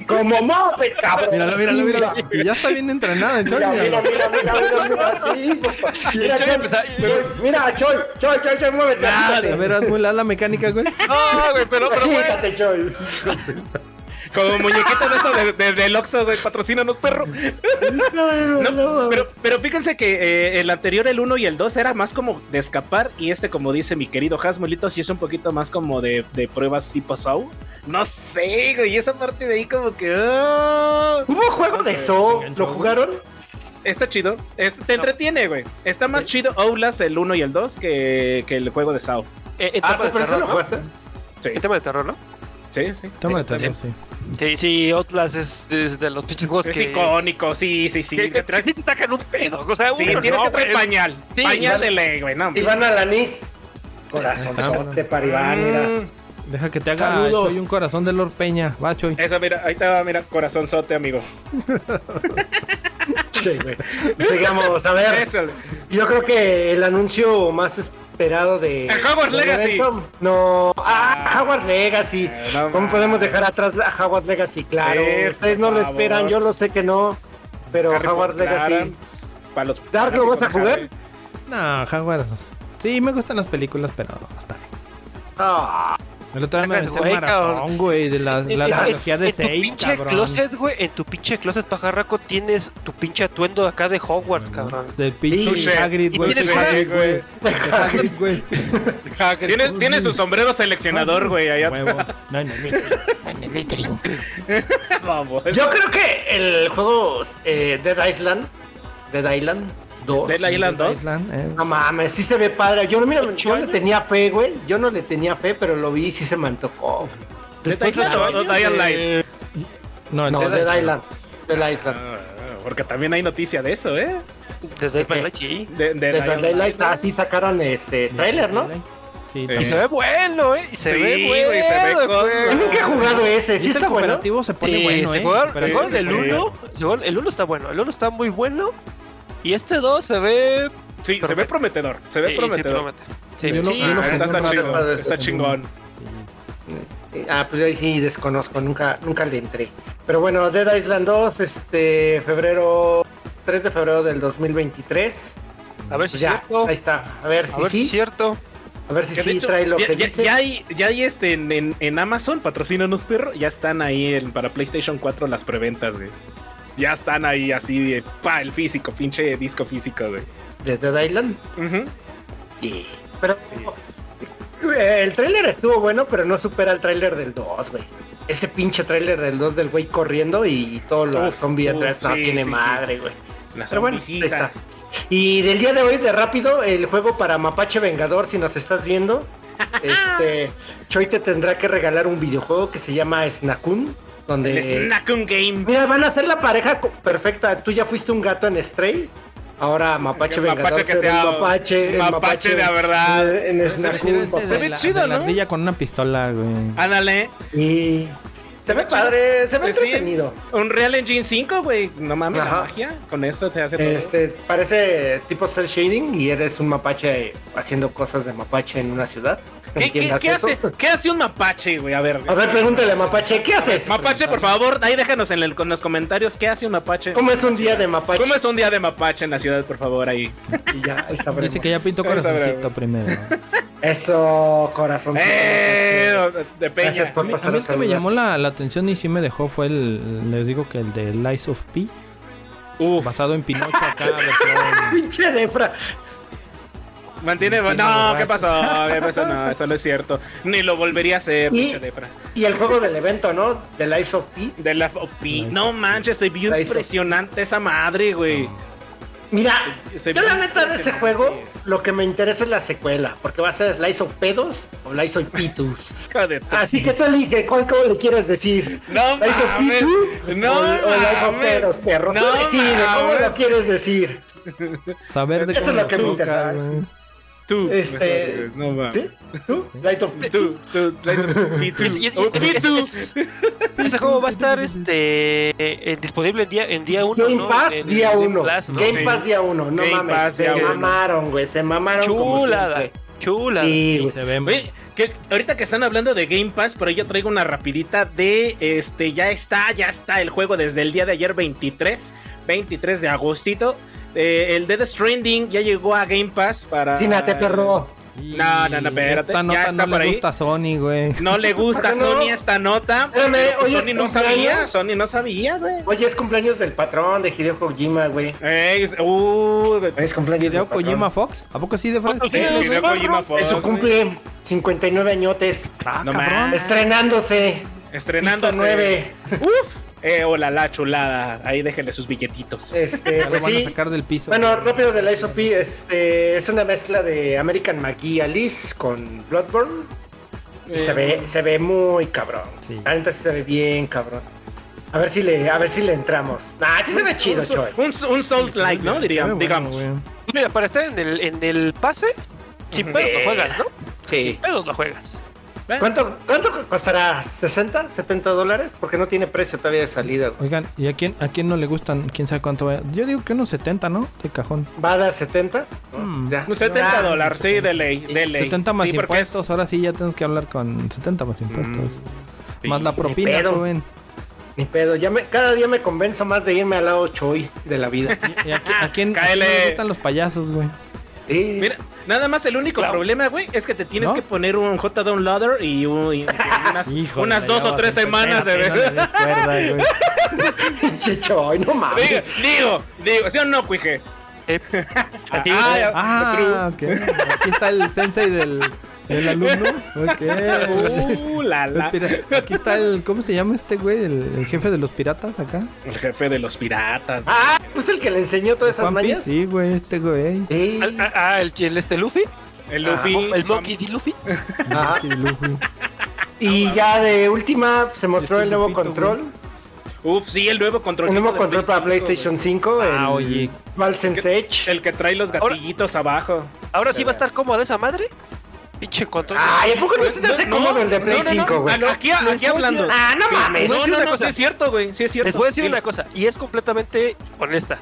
¡Como moped, cabrón! Míralo, míralo, Sí, míralo. güey. Y ya está bien entrenado, entonces. Mira, mira, míralo. mira, mira, mira, mira, sí, papá. Y el Mira, Choy Choy, empezó- Choy, Mira, Choy, Choy, Choy, Choy, muévete. A agítate. ver, hazme la mecánica, güey. No, güey, pero, pero, güey. Agítate, Choy. Como muñequito de eso de, de, del Oxxo, güey, patrocínanos, perro. No, pero, pero fíjense que eh, el anterior, el 1 y el 2, era más como de escapar. Y este, como dice mi querido Hasmolito, sí es un poquito más como de, de pruebas tipo Saw. No sé, güey, esa parte de ahí como que... ah, ¿Hubo juego de eso? ¿Lo jugaron? está chido. Es- te entretiene, güey. Está más chido Outlast, el 1 y el 2, que, que el juego de Saw. eh, En Ah, este tema de pero eso terror, lo ¿no? jugaste. Sí, En tema de terror, ¿no? sí, sí. Toma de Sí, terror, sí. Sí, sí, Outlast es, es de los pinches juegos Es que... icónico, sí, sí, sí. que- que- Te traes- que te sacan un pedo. O sea, Sí, uno tienes no, que traer güey. pañal. Sí, pañal vale. de ley, güey. No, hombre. Iván Alanis. Corazón, Ah, bueno. de para Iván, mira. Mm, Deja que te haga Saludos. Choy un corazón de Lord Peña. Va, Choy. Eh. Esa, mira, ahí te va, mira, corazón sote, amigo. Sí, güey. Sigamos, a ver. Eso. Yo creo que el anuncio más esperado de. El Hogwarts del Legacy. evento- No, ah, Ah. Hogwarts Legacy. Eh, no ¿Cómo mames. podemos dejar atrás la Hogwarts Legacy? Claro, Sí, ustedes no por lo favor. esperan, yo lo sé que no. Pero Harry Hogwarts Potter, Legacy. pues, Adams, Para los Dark, ¿lo vas a jugar? Harry. No, Jaguars. Sí, me gustan las películas, pero hasta ahí. Ah, El otro día me Saca el aventé el güey, cabrón. maratón, güey, de la, la En- en- trilogía de en tu 6, pinche cabrón. closet, güey, en tu pinche closet pajarraco tienes tu pinche atuendo acá de Hogwarts, cabrón. Del pinche Sí. Hagrid, Y güey. tienes de Hagrid, una- Ah, güey. De Hagrid, güey. Tiene, tiene su sombrero seleccionador, güey, allá. Huevo. No, no, no. Vamos. yo creo que el juego eh, Dead Island. Dead Island 2. Dead Island 2. Island, eh. No mames, sí se ve padre. Yo, mira, ¿Ocho yo le años? tenía fe, güey. Yo no le tenía fe, pero lo vi y sí se me antojó. Después de Dead ocho Island o años, Dying eh, Light? No, No, entonces- Dead Island. Dead Island. Ah, Porque también hay noticia de eso, ¿eh? de Dead by Light, sí. De, de Dead Dying by Daylight. Ah, sí sacaron este trailer, ¿no? Sí, Eh, Y se ve bueno, eh. Y se Sí, ve güey, bueno. se ve con- güey. Yo nunca he jugado ese. Sí ¿Sí está el bueno. cooperativo se pone Sí, bueno, se eh. juega- Pero se juega sí, el sí. 1. se juega- El 1 está bueno. El 1 está muy bueno. Y este 2 se ve. Sí, se ve prometedor. Se sí, ve sí, prometedor. promete. Sí, Yo lo- sí, yo lo sí. Ah, está, está Prometedor. chingón. Está chingón. Ah, pues yo ahí sí desconozco. Nunca, nunca le entré. Pero bueno, Dead Island 2, este, febrero, 3 de febrero del 2023. A ver Pues si es ya, cierto. ahí está. A ver A si ver si es sí. cierto. A ver si Que de sí hecho, trae lo ya, que ya- dice. ya hay, ya hay este en, en, en Amazon, patrocínanos perro, ya están ahí en- para PlayStation 4 las preventas, güey. Ya están ahí así de pa el físico, pinche disco físico, güey. De Dead Island. Ujú. Sí. Pero el tráiler estuvo bueno, pero no supera el tráiler del 2, güey. Ese pinche tráiler del 2 del güey corriendo y todo lo Uf, zombie uf, atrás no sí, tiene sí, sí. madre, güey. La Pero bueno, ahí zombiciza. está. Y del día de hoy, de rápido, el juego para Mapache Vengador, si nos estás viendo, este, Choi te tendrá que regalar un videojuego que se llama Snakun, donde... El Snack on Game. Mira, van a ser la pareja co- perfecta. Tú ya fuiste un gato en Stray. Ahora Mapache El Vengador. mapache que será sea el mapache, el mapache de la verdad. eh, En, Snackun, Ese de papá. ve la- chido, de la ¿no? ardilla con una pistola, güey. Ándale. Y se ve padre, se ve Pues Sí. entretenido. Un Real Engine 5, güey. No mames, la Ajá. magia. Con eso se hace todo. Este, parece tipo cel shading y eres un mapache haciendo cosas de mapache en una ciudad. ¿Qué, qué- ¿Entiendas qué eso? hace, ¿Qué hace un mapache, güey? A ver. A ver, pregúntale a mapache, ¿qué haces? mapache, por favor, ahí déjanos en, el- con los comentarios qué hace un mapache. ¿Cómo es un día de mapache? ¿Cómo es un día de mapache en la ciudad, por favor, ahí? Y ya, ahí sabremos. Dice que ya pintó Ahí sabrá, corazoncito primero. Eso, corazón. ¡Eh! De peña. Gracias por A pasar a mí el que me saludar. llamó la, la atención y sí me dejó fue el, les digo que el de Lies of P, Uf. basado en Pinocho acá. versión- Pinche Defra. Mantiene. Mantiene No, borracho. ¿qué pasó? ¿Qué pasó? No, eso no es cierto. Ni lo volvería a hacer, Y- pinche lepra. Y el juego del evento, ¿no? Del Ice of P. De la OP. No manches, se vio La hizo. impresionante esa madre, güey. Mira, Se- se yo vio la neta de ese impresionante. juego, lo que me interesa es la secuela, porque va a ser Lies of Pedos o Lies of Pitus. Hija de tu- Así que tú elige, ¿cuál cómo le quieres decir? No ¿Lies of mames, Pitu no o, o Lies of mames, Pedos, perro? no tú decide, ¿cómo lo mames. quieres decir? Saber de Eso es cómo lo que me toca, interesa. güey. Tú. Este- No va. ¿Sí? ¿Tú? Light of Tú, tú, traes un Y pitu. es- y es- y Un es- y es- pitu. es- Ese juego va a estar este, eh, disponible en día, en día 1. Game Pass día 1. Game Sí. Pass día 1, no Game mames. Pass se día uno. mamaron, güey. Se mamaron. como Chulada, siempre. chulada. Sí, Y güey. se ve Oye, que ahorita que están hablando de Game Pass, por ahí yo traigo una rapidita de este, ya está, ya está el juego desde el día de ayer 23, 23 de agostito. Eh, el Dead Stranding ya llegó a Game Pass para... Cínate, perro. No, no, no, espérate, Esta nota ya está no por le ahí. gusta a Sony, güey. No le gusta a ¿Por qué no? Sony esta nota. Espérame, pero pues hoy es Sony no cumpleaños. sabía, Sony no sabía, güey. Oye, es cumpleaños del patrón de Hideo Kojima, güey. Ey, es- uh, Es cumpleaños ¿Video del patrón. Kojima Fox? ¿A poco sí de frente? Sí, el video Kojima Fox, Eso güey. cumple 59 añotes. Ah, No cabrón. mames. Estrenándose. Estrenando Pista nueve. Uf. Eh, hola, la chulada. Ahí déjenle sus billetitos. Este, Ya lo pues van a sí. sacar del piso. Bueno, rápido de la ISOP, este es una mezcla de American McGee Alice con Bloodborne. Y se ve, se ve muy cabrón. Eh. Sí. La neta sí se ve bien cabrón. A ver si le, a ver si le entramos. Ah, sí se ve chido, un, Choy. un, un Souls like, ¿no? Se ve Diría- bueno, digamos. güey. Mira, para estar en el, en el pase, sin Ujú. pedos no juegas, ¿no? Sí. Pedos no juegas. ¿Cuánto, ¿Cuánto costará? ¿60? ¿70 dólares? Porque no tiene precio todavía de salida. güey. Oigan, ¿y a quién, a quién no le gustan? ¿Quién sabe cuánto va? Yo digo que unos 70, ¿no? De cajón. ¿Va a dar 70? Mm. Ya. Un 70 Ah, dólares, sí, de ley, de ley. 70 más Sí, porque impuestos. es- Mm, Ahora sí ya tenemos que hablar con 70 más impuestos. sí. Más la propina, pedo. joven. Ni pedo. Ya me, cada día me convenzo más de irme al lado Choy de la vida. ¿Y a, qui- a quién, a quién Cáele. no le gustan los payasos, güey? Sí. Mira, nada más el único Claro. problema, güey, es que te tienes ¿No? que poner un J Downloader y, un- y unas, Híjole, unas ya dos vas o a tres empezar semanas eh. de apenas ver. le des cuerda, güey. Pinche Choy, no mames. Digo, digo, digo, ¿sí o no, cuije? Eh, a ti, Ah, ya. Ah, ok. Aquí está el sensei del, del alumno. Ok. Uh, la, la. Mira, Aquí está el. ¿Cómo se llama este güey? El, el jefe de los piratas acá. El jefe de los piratas. Ah, pues el que le enseñó todas esas Juan Pi, mañas. Sí, güey, este güey. Sí. al- a- a- el, el este Luffy, el Luffy. el Monkey D. Luffy. Ajá. Pinche Luffy. Y ya de última se mostró Este el nuevo Lupito, control. Uf, sí, el nuevo control. Un nuevo control para PlayStation 5. Ah, el oye. Balsen's Edge. El que trae los Ahora- gatillitos abajo. Ahora sí va a estar cómoda esa madre. Pinche control. Ah, Ay, ¿a poco no se te hace cómodo el de Play Pues, no, no, no. 5, güey? A- Aquí, aquí hablando. Ah, no Sí. mames. No, Les voy a no, decir no, una sí cosa. es cierto, güey. Sí es cierto. Les voy a decir Dilo. una cosa, y es completamente honesta.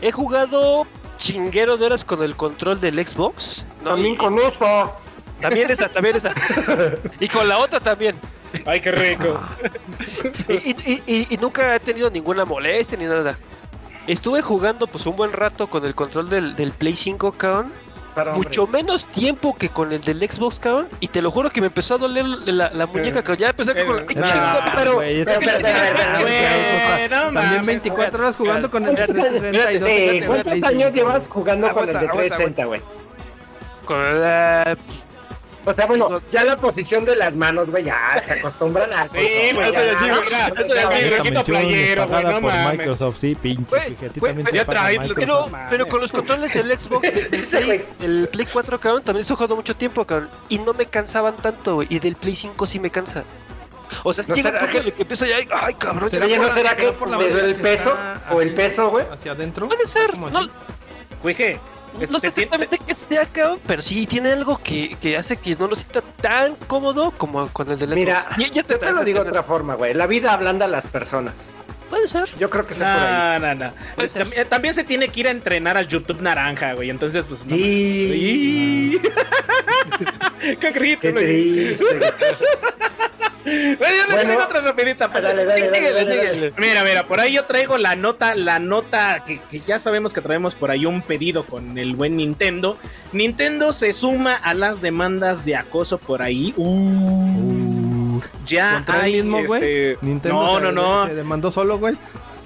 He jugado chinguero de horas con el control del Xbox. ¿no? También Y- con eso. también esa, también esa. Y con la otra también. Ay, qué rico. Y, y- y- y nunca he tenido ninguna molestia ni nada. Estuve jugando pues un buen rato con el control del, del Play 5, cabrón. Para hombre. Mucho menos tiempo que con el del Xbox, cabrón. Y te lo juro que me empezó a doler la, la muñeca, cabrón. Ya empecé con la Eh, pinche nah. doble- Pero, güey, es pero, que- pero, pero, es que- pero, güey, Güey, no mames, También 24 horas jugando con el ¿Cuántos años- 360 y dos espérate, con el ¿Cuántos PlayStation, años güey. llevas jugando con el de Aguanta, aguanta, 360, güey? con eh, la- O sea, bueno, ya la posición de las manos, güey, ya se acostumbran a. Sí, güey, ya, pero sí, ¿no? güey, mira, Ya, ya, eso ya me- ya, Pero Esta quito mención playero, es pagada güey, no por mames. Microsoft, sí, pinche. Güey, fíjate, a ti güey, también ya te paga trae, lo Microsoft. Pero, mames. pero con los controles del Xbox, del, del Ese güey. Play, del Play 4, cabrón, también estoy jugando mucho tiempo, cabrón. Y no me cansaban tanto, güey. Y del Play 5 sí me cansa. O sea, ¿No llega un será punto en que- el que empiezo ya, ay, cabrón. ya Pero Oye, ¿no será que por le duele el peso? ¿O el peso, güey? Hacia adentro. Puede ser, Como no, así. Cuije. no sé este, te- exactamente qué sea, cabrón, pero sí tiene algo que, que hace que no lo sienta tan cómodo como con el del Xbox. Mira, Ya- ya Yo te lo digo de otra otra forma, güey. La vida ablanda a las personas. Puede ser. Yo creo que es por ahí. No, no, no. Puede ser. Eh, También, también se tiene que ir a entrenar al YouTube naranja, güey. Entonces, pues no. mames. Sí, Y- Qué qué ridículo. triste. güey. Bueno, yo les Bueno. traigo otra rapidita. Ah, pues. dale, dale, dale, dale, dale. Mira, mira, por ahí yo traigo la nota, la nota que, que ya sabemos que traemos por ahí un pedido con el buen Nintendo. Nintendo se suma a las demandas de acoso por ahí. Uh, ya ¿Contra él hay mismo, güey? este, Nintendo no, se- no, no. Se demandó solo, güey.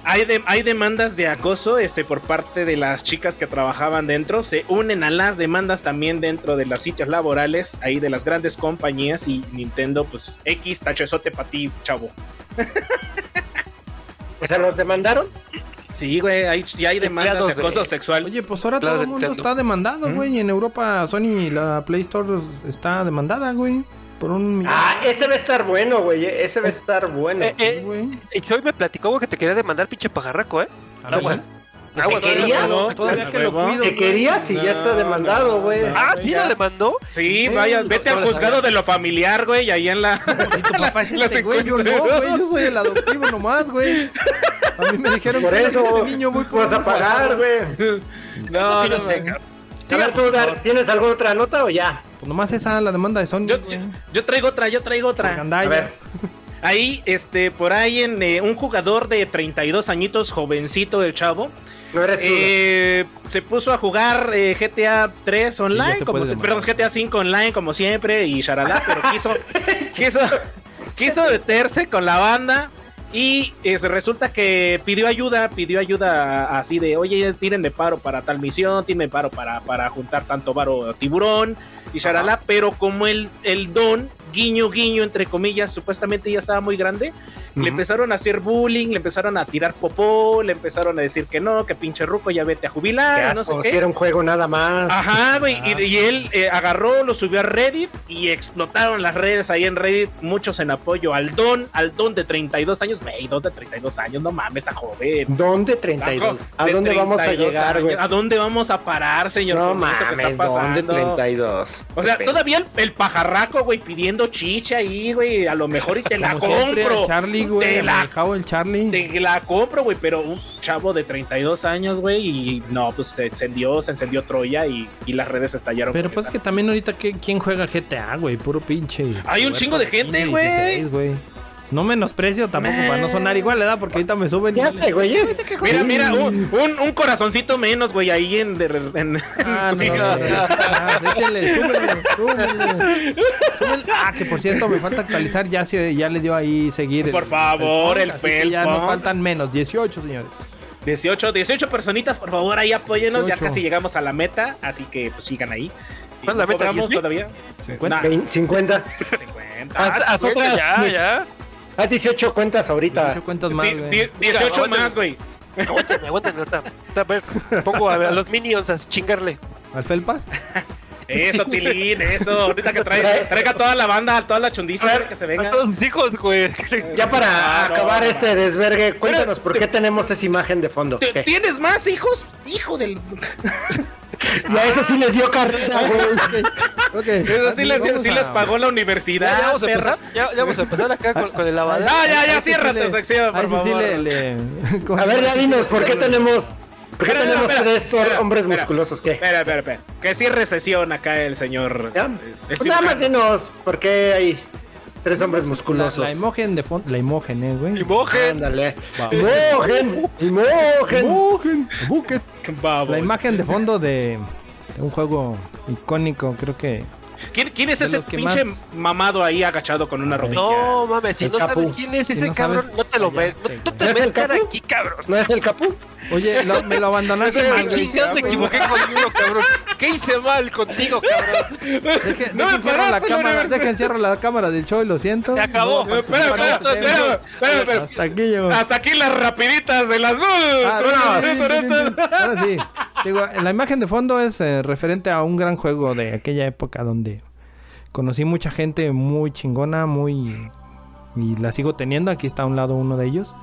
Hay, de- hay demandas de acoso este, por parte de las chicas que trabajaban dentro. Se unen a las demandas también dentro de los sitios laborales, ahí de las grandes compañías y Nintendo, pues X, tachezote para ti, chavo. O sea, ¿nos demandaron? Sí, güey, hay, ya hay demandas de Empleados de- acoso sexual. Oye, pues ahora Claro, todo de el mundo Nintendo. está ¿Mm? demandado, güey. En Europa, Sony, la Play Store está demandada, güey. Por un millón. Ah, ese va a estar bueno, güey. eh. Ese va a estar bueno. Eh, eh, güey. y hoy me platicó güey, que te quería demandar pinche pajarraco, ¿eh? Ándale. bueno. Agua, ¿Te quería? no, No, todavía que lo huevo. cuido. ¿Te güey. querías? Y ya está No, demandado, no, güey. no. Ah, sí, Ya. lo demandó. Sí, vaya, Sí, vete al doctora, juzgado de lo familiar, güey, y ahí en la. Y tu papá es Las este, güey, yo no, encuentro. güey, yo soy el adoptivo nomás, güey. A mí me dijeron Por que eso este niño muy vas a pagar, güey. No, No, yo no, sé, no. cabrón. A ver, Siga, tú, por Dar, favor. ¿tienes alguna otra nota o ya? Pues nomás esa, la demanda de Sony. Yo, güey. yo, yo traigo otra, yo traigo Por otra. gandalla. A ver. Ahí, este, por ahí en eh, un jugador de 32 añitos, jovencito el chavo, No eres tú. eh, se puso a jugar eh, GTA 3 Sí, ya online, se como puede si- demandar. perdón, GTA 5 online como siempre y charalá, pero quiso, quiso, quiso meterse con la banda y es- resulta que pidió ayuda, pidió ayuda así de, oye, tírenme paro para tal misión, tírenme paro para, para juntar tanto varo tiburón y charalá, pero como el, el don, guiño, guiño, entre comillas, supuestamente ya estaba muy grande, le empezaron a hacer bullying, le empezaron a tirar popó, le empezaron a decir que no, que pinche ruco, ya vete a Ah, Qué jubilar, y no sé asco, qué. Ah, si era un juego nada más. Ajá, güey. Ah. Y, y él eh, agarró, lo subió a Reddit y explotaron las redes ahí en Reddit. Muchos en apoyo al Don, al Don de 32 años. Güey, Don de 32 años, no mames, está joven. ¿Dónde 32? ¿A De dónde vamos a 32 llegar, güey? años. ¿A dónde vamos a parar, señor? No con eso que está mames, ¿dónde pasando? 32? O sea, Qué pena. todavía el, el pajarraco, güey, pidiendo chicha ahí, güey. A lo mejor y te la Como siempre, compro. al Charlie, güey. Te al la cabo el Charlie. Te la compro, güey, pero un chavo de 32 años, güey, y no, pues se encendió, se encendió Troya y, y las redes estallaron. Pero con pues esa- que también ahorita, ¿qué- ¿quién juega GTA, güey? Puro pinche. Hay un chingo de gente, güey. 16, güey. No menosprecio tampoco Man. para no sonar igual, ¿verdad? Porque ahorita me suben. Ya sé, güey. ya- Mira, mira, un, un, un corazoncito menos, güey, ahí en... de- en- en Ah, no, no, no, no. Ah, déjenle, súbenle, súbenle. Súbenle. Ah, que por cierto, me falta actualizar. Ya, se- ya le dio ahí seguir. Por favor, el así que Ya Felpon. nos faltan menos, 18, señores. 18, 18 personitas, por favor, ahí apóyenos. Ya 18. casi llegamos a la meta, así que pues sigan ahí. ¿Cuál es la meta, ¿Cobramos Gisli? todavía? 50. Nah, 20, 50. 50. Haz, haz Bueno, otras. pues. Ya, diez- ya. Haz 18 cuentas ahorita. 18 cuentas más, Di- güey. di- 18 más, güey. Aguántame, aguántame ahorita. A ver, pongo a, a los minions a chingarle. ¿Al Felpas? Eso, Tilín, eso. Ahorita que trae, traiga toda la banda, toda la chundiza güey, que se venga. A todos mis hijos, güey. Ya para Ah, no, acabar no. este desvergue, cuéntanos por qué tenemos esa imagen de fondo. ¿Te- ¿Qué? ¿Tienes más hijos? Hijo del. Y a eso sí les dio carrera, güey. Ok. Pues, Eso sí les, Vamos sí a- les pagó la Ya, ya universidad. vamos a Ah, perra. empezar. Ya, ya vamos a empezar acá con, con el lavadero. Ah, ya, ya, Ahí sí cierra sí tu le- sección, por ahí sí sí favor. le- le- ¿cómo A se ver, llama? ya dinos, ¿por qué tenemos, por qué Espera, espera, tenemos espera, tres hor- espera, hombres espera. musculosos? ¿Qué? Espera, espera, espera. Que cierre sesión acá el señor. eh, ¿Ya? el Pues nada más cirujano. dinos, ¿por qué hay tres hombres musculosos? La, la imagen de fondo. La imagen, eh, güey. Y mojen. Ándale. Va. Mojen, mojen. Imagen, bucket. Vamos. La imagen de fondo de, de un juego icónico, creo que. ¿Quién, quién es de ese los que pinche más- mamado ahí agachado con una rodilla? No, mames, si El no sabes Capu. quién es Si ese no cabrón, sabes, no te lo ves. fallaste, No, no güey. te ¿No es el metas Capu? aquí, cabrón. ¿No es el capú? Oye, lo- me lo abandonaste. Ah, mal, güey. chingados, me equivoqué contigo, cabrón. ¿Qué hice mal contigo, cabrón? Deje- No deje cierro me paraste, la no cámara, me- dejen cierro la cámara del show, lo siento. Se acabó. No, Espera, espera, espera, espera, espera, espera. Hasta aquí llegó. Hasta aquí las rapiditas de las. Ah, no, sí, sí, sí, ¡Vámonos! sí. Ahora sí. Digo, la imagen de fondo es eh, referente a un gran juego de aquella época donde conocí mucha gente muy chingona, muy y la sigo teniendo. Aquí está a un lado uno de ellos.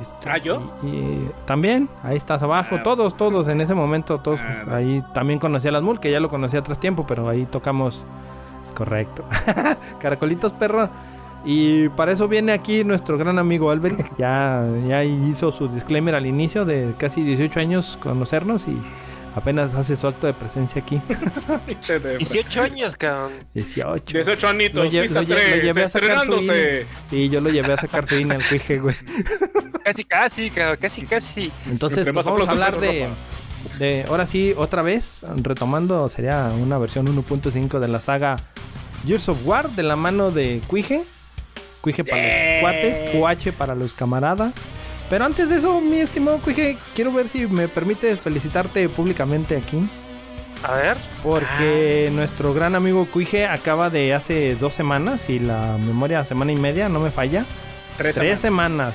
Este, ¿Ah, yo? Y, y también, ahí estás abajo, Ah, todos, todos, en ese momento, todos. Ah, pues, no. ahí también conocí a las Mul, que ya lo conocía tras tiempo, pero ahí tocamos. Es correcto. Caracolitos, perro. Y para eso viene aquí nuestro gran amigo Albert, que ya, ya hizo su disclaimer al inicio de casi 18 años conocernos y apenas hace su acto de presencia aquí. Pinche de- 18 años, cabrón. 18. 18 Lo anitos, lle- pista lo lle- lo 3, llevé a sacar su INE. estrenándose. Sí, yo lo llevé a sacar su INE al cuije, güey. Casi, casi, cabrón. Casi, casi. Entonces, Entre pues, más vamos a aplausos, hablar de, de- Ahora sí, otra vez, retomando, sería una versión 1.5 de la saga Gears of War de la mano de Cuije. Cuije para Yeah. los cuates, Cuache para los camaradas. Pero antes de eso, mi estimado Cuije, quiero ver si me permites felicitarte públicamente aquí. A ver. Porque Ah. nuestro gran amigo Cuije acaba de hace dos semanas, y la memoria semana y media no me falla, Tres tres semanas. semanas.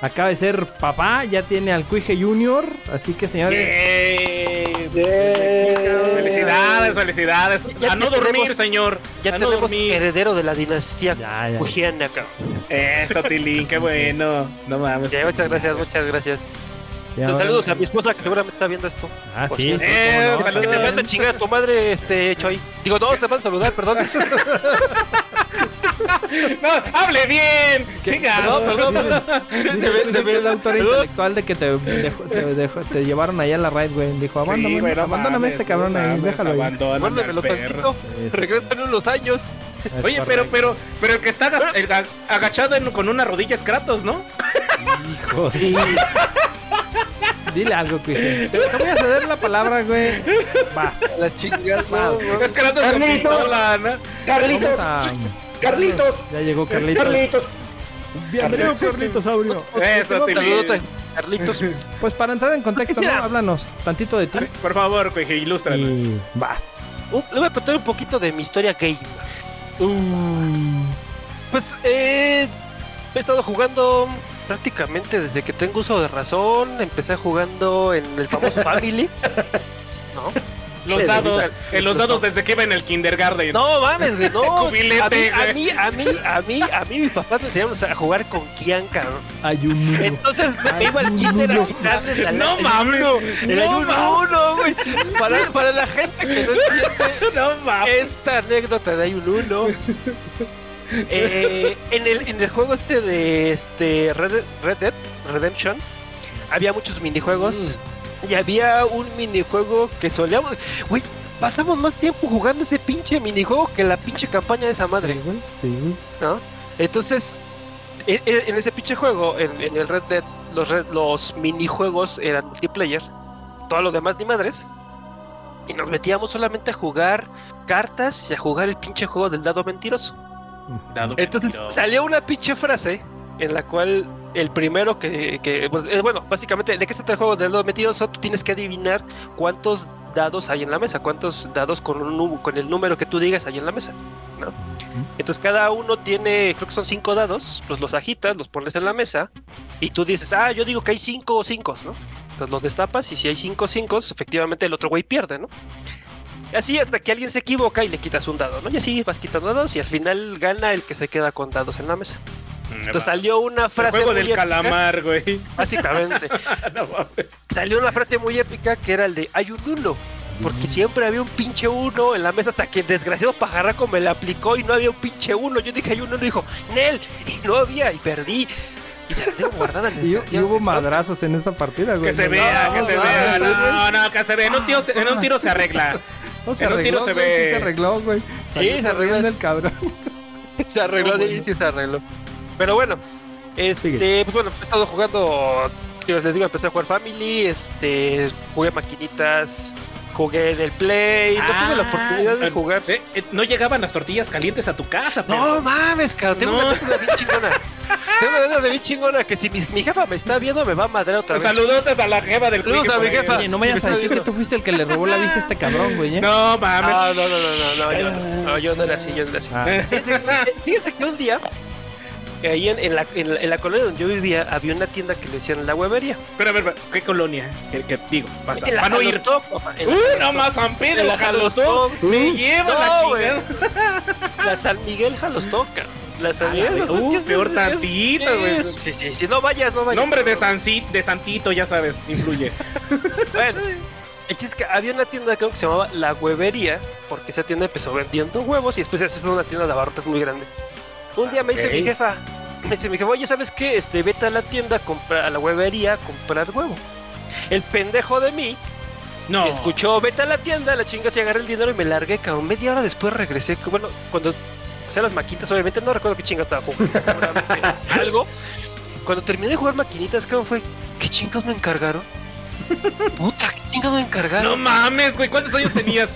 Acaba de ser papá, ya tiene al Cuije Junior, así que señores, Yay. Felicidades. Felicidades, felicidades. Ya a no te dormir, tenemos- señor. Ya a no tenemos dormir. heredero de la dinastía Ya, ya. Cujiana, cabrón. Eso, Tilín, qué bueno. No mames. Ya, muchas gracias, muchas gracias. Y ahora- Saludos a mi esposa que seguramente está viendo esto. Ah, Por sí. cierto. sí, Eh, cómo no. Te saludos. manda chingar a tu madre, este, Choy. Digo, no, te van a saludar, perdón. No, hable bien. Chica. Perdón, perdón. Dice- Te- te- dice el autor te- intelectual de que te, dejó- te, dejó- te llevaron allá a la raid, güey. Dijo, abandóname, Sí, güey, no abandóname a este mames, cabrón no ahí, mames, déjalo ahí. Abandóname al Guárdamelo perro. tantito. Regresan en unos años. Es Oye, pero, correcto. pero, pero el que está agas- el ag- agachado en- con una rodilla es Kratos, ¿no? Hijo de- Dile algo, Cristian. Te, te voy a ceder la palabra, güey. Vas. La chingada. Es Kratos con Carlitos. pistola, ¿no? Carlitos, Vamos a... Carlitos, Ya llegó Carlitos. Carlitos. Bienvenido, Carlitos. Carlitos Saurio. Eso, Saludos, Tilín. Carlitos. Pues para entrar en contexto, ¿no? háblanos tantito de ti. Por favor, Cueje, ilústranos. Y vas. Uh, le voy a contar un poquito de mi historia gay. Mm. Pues eh, he estado jugando prácticamente desde que tengo uso de razón. Empecé jugando en el famoso Family. ¿No? Los Sí, dados, ahorita- en los dados desde que iba en el kindergarten. No mames, güey, no. Cubilete, a, mí, a mí, a mí, a mí, a mí, mis papás me enseñaron a jugar con Kian, cabrón. Hay un Eh, nudo. Entonces me, me iba al kinder a quitarles la No el mames, uno, El no ayuno uno, güey. Para, para la gente que no entiende, No mames. Esta anécdota de hay un uno. Eh, en, el, en el juego este de este Red, Dead- Red Dead Redemption había muchos minijuegos y había un minijuego que solíamos. Güey, pasamos más tiempo jugando ese pinche minijuego que la pinche campaña de esa madre, Sí, güey. Sí, güey. ¿no? Entonces, e- e- en ese pinche juego, en, en el Red Dead, los, red- los minijuegos eran multiplayer, todos los demás ni madres. Y nos metíamos solamente a jugar cartas y a jugar el pinche juego del dado mentiroso. Dado Entonces mentiroso. salió una pinche frase en la cual el primero que, que, pues, eh, bueno, básicamente, ¿de qué está el juego del dado mentiroso? Tú tienes que adivinar cuántos dados hay en la mesa, cuántos dados con, un nu- con el número que tú digas hay en la mesa, ¿no? Entonces cada uno tiene, creo que son cinco dados, pues los agitas, los pones en la mesa y tú dices, ah, yo digo que hay cinco o cinco, ¿no? Entonces los destapas y si hay cinco cinco, efectivamente el otro güey pierde, ¿no? Y Así hasta que alguien se equivoca y le quitas un dado, ¿no? Y así vas quitando dados y al final gana el que se queda con dados en la mesa. Entonces salió una Mm, El frase juego muy del épica, calamar, güey. básicamente. No mames. salió una frase muy épica que era el de hay un uno. Mm. Porque siempre había un pinche uno en la mesa hasta que el desgraciado pajarraco me la aplicó y no había un pinche uno. Yo dije hay un uno y dijo, Nel, y no había, y perdí. Y se la tengo guardada el Y, y desgraciado. hubo madrazos en esa partida, güey. Que se vea, que se no, vea. no, Ah. No, no, que se vea. En un, tío se- en un tiro se arregla. No se En un arregló, tiro se güey, ve. sí se arregló, güey. Salió se arregló corriendo eso. el cabrón. Se arregló, No, de bueno. sí se arregló. Pero bueno, este, pues bueno, he estado jugando, digo, les digo, empecé a jugar Family, este, jugué maquinitas, jugué en el Play, no tuve la oportunidad de Ah, jugar. eh, eh, no llegaban las tortillas calientes a tu casa, No pero. mames, cabrón, tengo No. una deuda bien chingona. tengo una deuda bien chingona que si mi, mi jefa me está viendo me va a madrear otra vez. Saludotes a la jeva del Saludos Cueje a por mi ahí. jefa. Oye, no vayas a decir que tú fuiste el que le robó la bici a este cabrón, güey, ¿eh? No mames. Ah, no, no, no, no, no, yo, no, yo no era así, yo no era así. Ah. Eh, Fíjate que un día, ahí en, en la, en, la- en la colonia donde yo vivía, había una tienda que le decían la huevería. Pero a ver, ¿qué colonia? Que, que digo, pasa. En la Para no ir. Jalostop, papá, en la ¡Uh, Jalostop. no más San En Pedro! la Jalostó. Jalostop, Me lleva la No, güey. Pues chingada. la San Miguel Jalostoca. La San Ah, Miguel la vez. Jalostoc, Uh, ¿qué es- peor es- tantito, güey. es- Sí, sí, sí, no vayas, no vayas. Nombre de Sanci- de Santito, ya sabes, influye. Bueno, el chiste es que había una tienda creo que se llamaba La Huevería, porque esa tienda empezó vendiendo huevos y después se fue una tienda de abarrotes muy grande. Un día me dice Ok. mi jefa, me dice mi jefa, oye, ¿sabes qué? Este, vete a la tienda, a comprar, a la huevería, a comprar huevo. El pendejo de mí No. escuchó, vete a la tienda, la chinga se agarré el dinero y me largué, cabrón. Media hora después regresé, que bueno, cuando hacía las maquinitas, obviamente no recuerdo qué chinga estaba jugando, seguramente algo. Cuando terminé de jugar maquinitas, cabrón, fue, ¿qué chingas me encargaron? Puta, ¿qué chingas me encargaron? No mames, güey. ¿Cuántos años tenías?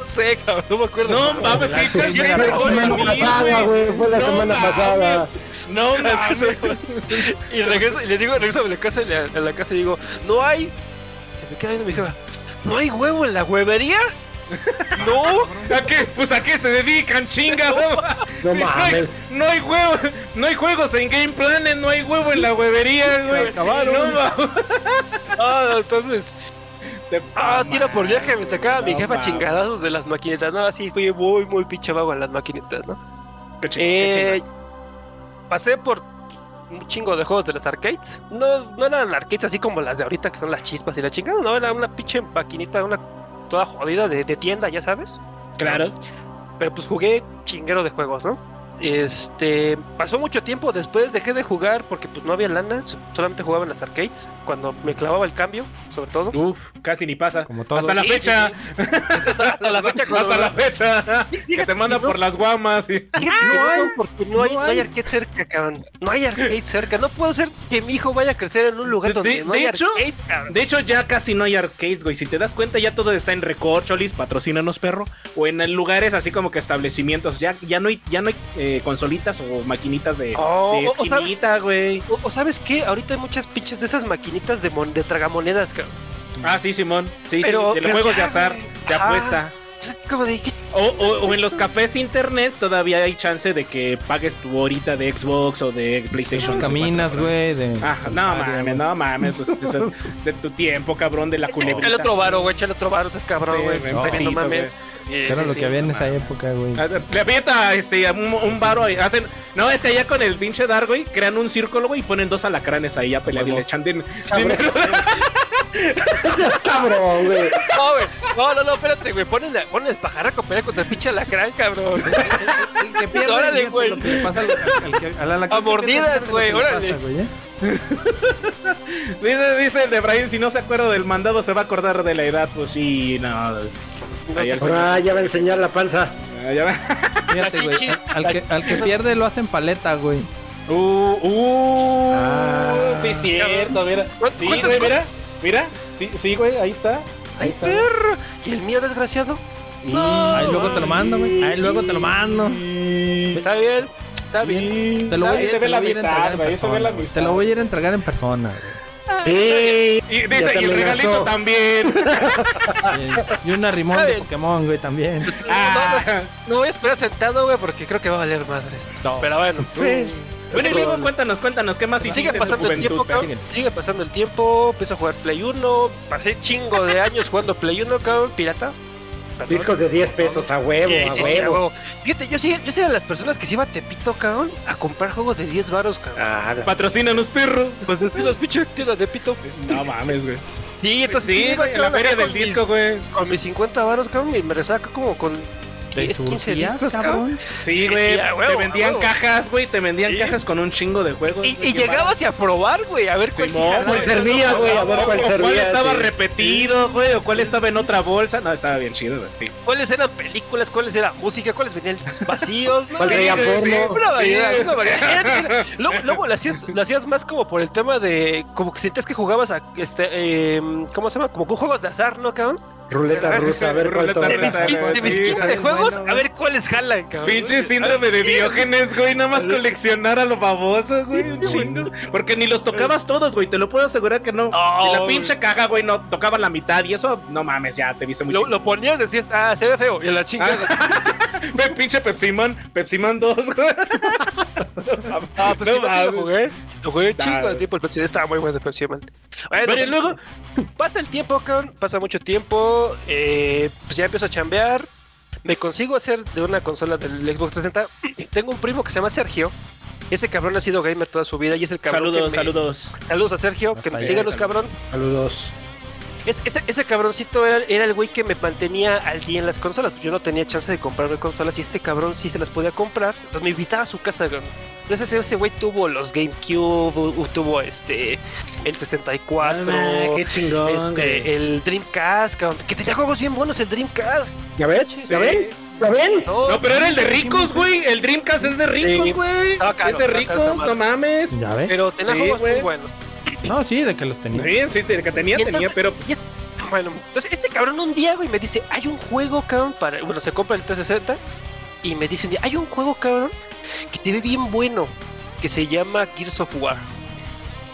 No sé, cabrón, no me acuerdo. No mames, pinches semana gente Fue la semana juvenil, pasada, güey. güey. Fue la No semana mames. pasada. No mames. y regreso, y le digo, regreso a la casa, y le- a la casa y digo, no hay. Se me queda viendo mi jefa, ¿no hay huevo en la huevería? no. ¿A qué? Pues a qué se dedican, chinga. güey? No Sí, hay, mames. no hay huevo, no hay juegos en Game Planet, no hay huevo en la huevería, güey. acabaron. No mames. Ah, entonces, Te Ah, mamas, tira por viaje, me güey, sacaba mi no jefa mames. chingadazos de las maquinitas. No, así fui muy, muy pinche vago en las maquinitas, ¿no? Qué ching- qué Eh, pasé por un chingo de juegos de las arcades. No, no eran arcades así como las de ahorita, que son las chispas y la chingada. No, era una pinche maquinita, una toda jodida de, de tienda, ya sabes. Claro. Pero pues jugué chinguero de juegos, ¿no? Este, pasó mucho tiempo después, dejé de jugar porque pues no había lana, so- solamente jugaba en las arcades, cuando me clavaba el cambio, sobre todo. Uf, casi ni pasa. Como todo. Hasta la Sí, fecha. Hasta la fecha, cuando- Hasta la fecha. Fíjate, Que te manda no, por las guamas. y- no hay, porque no hay, no hay arcade cerca, cabrón. No hay arcade cerca. No puedo ser que mi hijo vaya a crecer en un lugar De- donde de- no de hay hecho, arcades, cabrón. De hecho, ya casi no hay arcades, güey. Si te das cuenta, ya todo está en recorcholis, patrocínanos, perro. O en lugares así como que establecimientos. Ya, ya no hay, ya no hay eh, consolitas o maquinitas de, Oh, de o- o sea- esquinita, güey. O, o sabes qué, ahorita hay muchas pinches de esas maquinitas de, mon- de tragamonedas, cabrón. Ah, sí, Simón. Sí, Pero- sí. De los pero juegos de ya, azar, güey. de Ajá. apuesta. Entonces, como de, ¿qué O, o- o en los cafés internet todavía hay chance de que pagues tu horita de Xbox o de PlayStation. Pues caminas, güey. De... Ajá, Ah, no mames, no mames, pues eso, de tu tiempo, cabrón, de la El culebrita. otro varo, güey, échale otro varo, seas cabrón, Sí, güey. güey, no, pesito, no mames. Sí, Era sí, lo sí. que había en esa época, güey. Ah, Le aprieta este, un, un varo y hacen. No, es que allá con el pinche dar, güey, crean un círculo, güey, y ponen dos alacranes ahí a pelear y le echan din- dinero. Gracias, cabrón, güey. No, güey. No, no, no, espérate, güey. Ponen, la- ponen el pajarraco, pelea contra el pinche alacrán, cabrón. El que pierde, Órale, fíjate güey. lo que le pasa al- al- al que- al alacrán que A pierde, mordidas, fíjate lo güey, que le pasa, órale. güey, ¿eh? Dice, dice el de Brian: si no se acuerda del mandado, se va a acordar de la edad. Pues sí, no. Ahí el señor- Ahora ya va a enseñar la panza. Ah, ya va. Fíjate, güey, chichis, Al que, al que pierde lo hacen paleta, güey. Uh, uh, Ah. sí, cierto, mira. ¿Cuántos- Sí, cuántos- güey, mira. Mira. Sí, sí, güey, ahí está. Ahí Ay, está. perro. ¿Y el mío, desgraciado? No. Ahí luego te lo mando, güey. Ahí luego te lo mando. Está bien, está bien. Te lo voy, Ahí a- se ve te la lo voy a ir a amistad, entregar en güey, ahí se ve la persona, güey. amistad. Te lo voy a ir a entregar en persona. güey. Sí. Y Ya dice, te y el amenazó. regalito también. Y un arrimón Está de bien. Pokémon, güey, también. Pues, no, Ah. no, no voy a esperar sentado, güey, porque creo que va a valer madre esto. Pero bueno. Sí. Bueno, y luego cuéntanos, cuéntanos, ¿qué más Y hiciste sigue en tu pasando el tiempo, juventud, cabrón. Pepe? Sigue pasando el tiempo. Empiezo a jugar Play 1. Pasé chingo de años jugando Play 1, cabrón. Pirata. Perdón. Discos de 10 pesos, a huevo, Sí, a sí, sí, a huevo. huevo. Fíjate, yo sí, yo sí era de las personas que se iba a Tepito, cabrón, a comprar juegos de 10 varos, cabrón. Ah, la- Patrocínanos, perro. Pues de las pinches tiendas de Tepito. No mames, güey. Sí, entonces Sí, iba, güey, en la cabrón, feria acá del con mis- disco, güey. Con mis 50 varos, cabrón, y me resaca como con 10, 15 surtías, discos, cabrón. Sí, Sí, güey. a huevo, Te a vendían huevo. cajas, güey. Te vendían Sí. cajas con un chingo de juegos. Y, güey, y qué llegabas y a probar, güey, a ver cuál Simón, jalaba, güey, cuál servía, no, güey, a ver no, cuál barato. O cuál servía, estaba sí. repetido, güey, o cuál estaba en otra bolsa. No, estaba bien chido, güey. Sí. cuáles eran películas, cuáles eran música, cuáles venían vacíos, ¿no? ¿Cuál traía Sí, porno? sí, una variedad, Sí. una variedad. Era- era- Luego, luego lo, hacías, lo hacías más como por el tema de. Como que sentías que jugabas a. Este, eh, ¿Cómo se llama? Como con juegos de azar, ¿no, cabrón? Ruleta rusa, a ver cuál Ruleta toca. Te rusa. vestías- güey, te sí, vestías de salen juegos bueno, a ver cuáles jalan, cabrón. Pinche síndrome de Diógenes, güey. Nada más coleccionar a lo baboso, güey. un Chingo. Porque ni los tocabas todos, güey. Te lo puedo asegurar que no. No, En la güey. pinche caja, güey, no tocaban la mitad. Y eso, no mames, ya te viste muy Lo, chingón. lo ponías, decías, ah, se ve feo. Y a la Ah. chingada. Ve, pinche Pepsiman, Pepsiman 2, güey. Ah, pero sí, No sí lo mames. jugué. Lo jugué Nah, chingo de güey. tiempo. El Pepsi Man estaba muy bueno el Pepsi Man. Bueno, Pero y luego, Pasa el tiempo, cabrón, pasa mucho tiempo, eh, pues ya empiezo a chambear, me consigo hacer de una consola del Xbox 360. Tengo un primo que se llama Sergio, ese cabrón ha sido gamer toda su vida y es el cabrón saludos, que me- saludos. Saludos a Sergio, que me allá, sigan los saludos. cabrón. Saludos. Es- ese, ese cabroncito era, era el güey que me mantenía al día en las consolas. Yo no tenía chance de comprarme consolas y este cabrón sí se las podía comprar. Entonces me invitaba a su casa, cabrón. Entonces ese güey tuvo los GameCube, u- tuvo este el 64, Ah, qué chingón. güey. este, el Dreamcast, cabrón, que tenía juegos bien buenos el Dreamcast. ¿Ya ves? ¿Ya ven? ¿Ya ven? No, No, pero era el de ricos, güey. El Dreamcast es de ricos, Sí. güey. Estaba caro, es de estaba caro esa ricos, madre. no mames. Ya ves. pero tenía Sí, juegos güey. muy buenos. No, sí, de que los tenía. Sí, sí, sí, el que tenía, Y tenía, entonces- pero. Bueno, entonces este cabrón un día, güey, me dice, hay un juego, cabrón, para... Bueno, se compra el 360 y me dice un día, hay un juego, cabrón, que te ve bien bueno, que se llama Gears of War.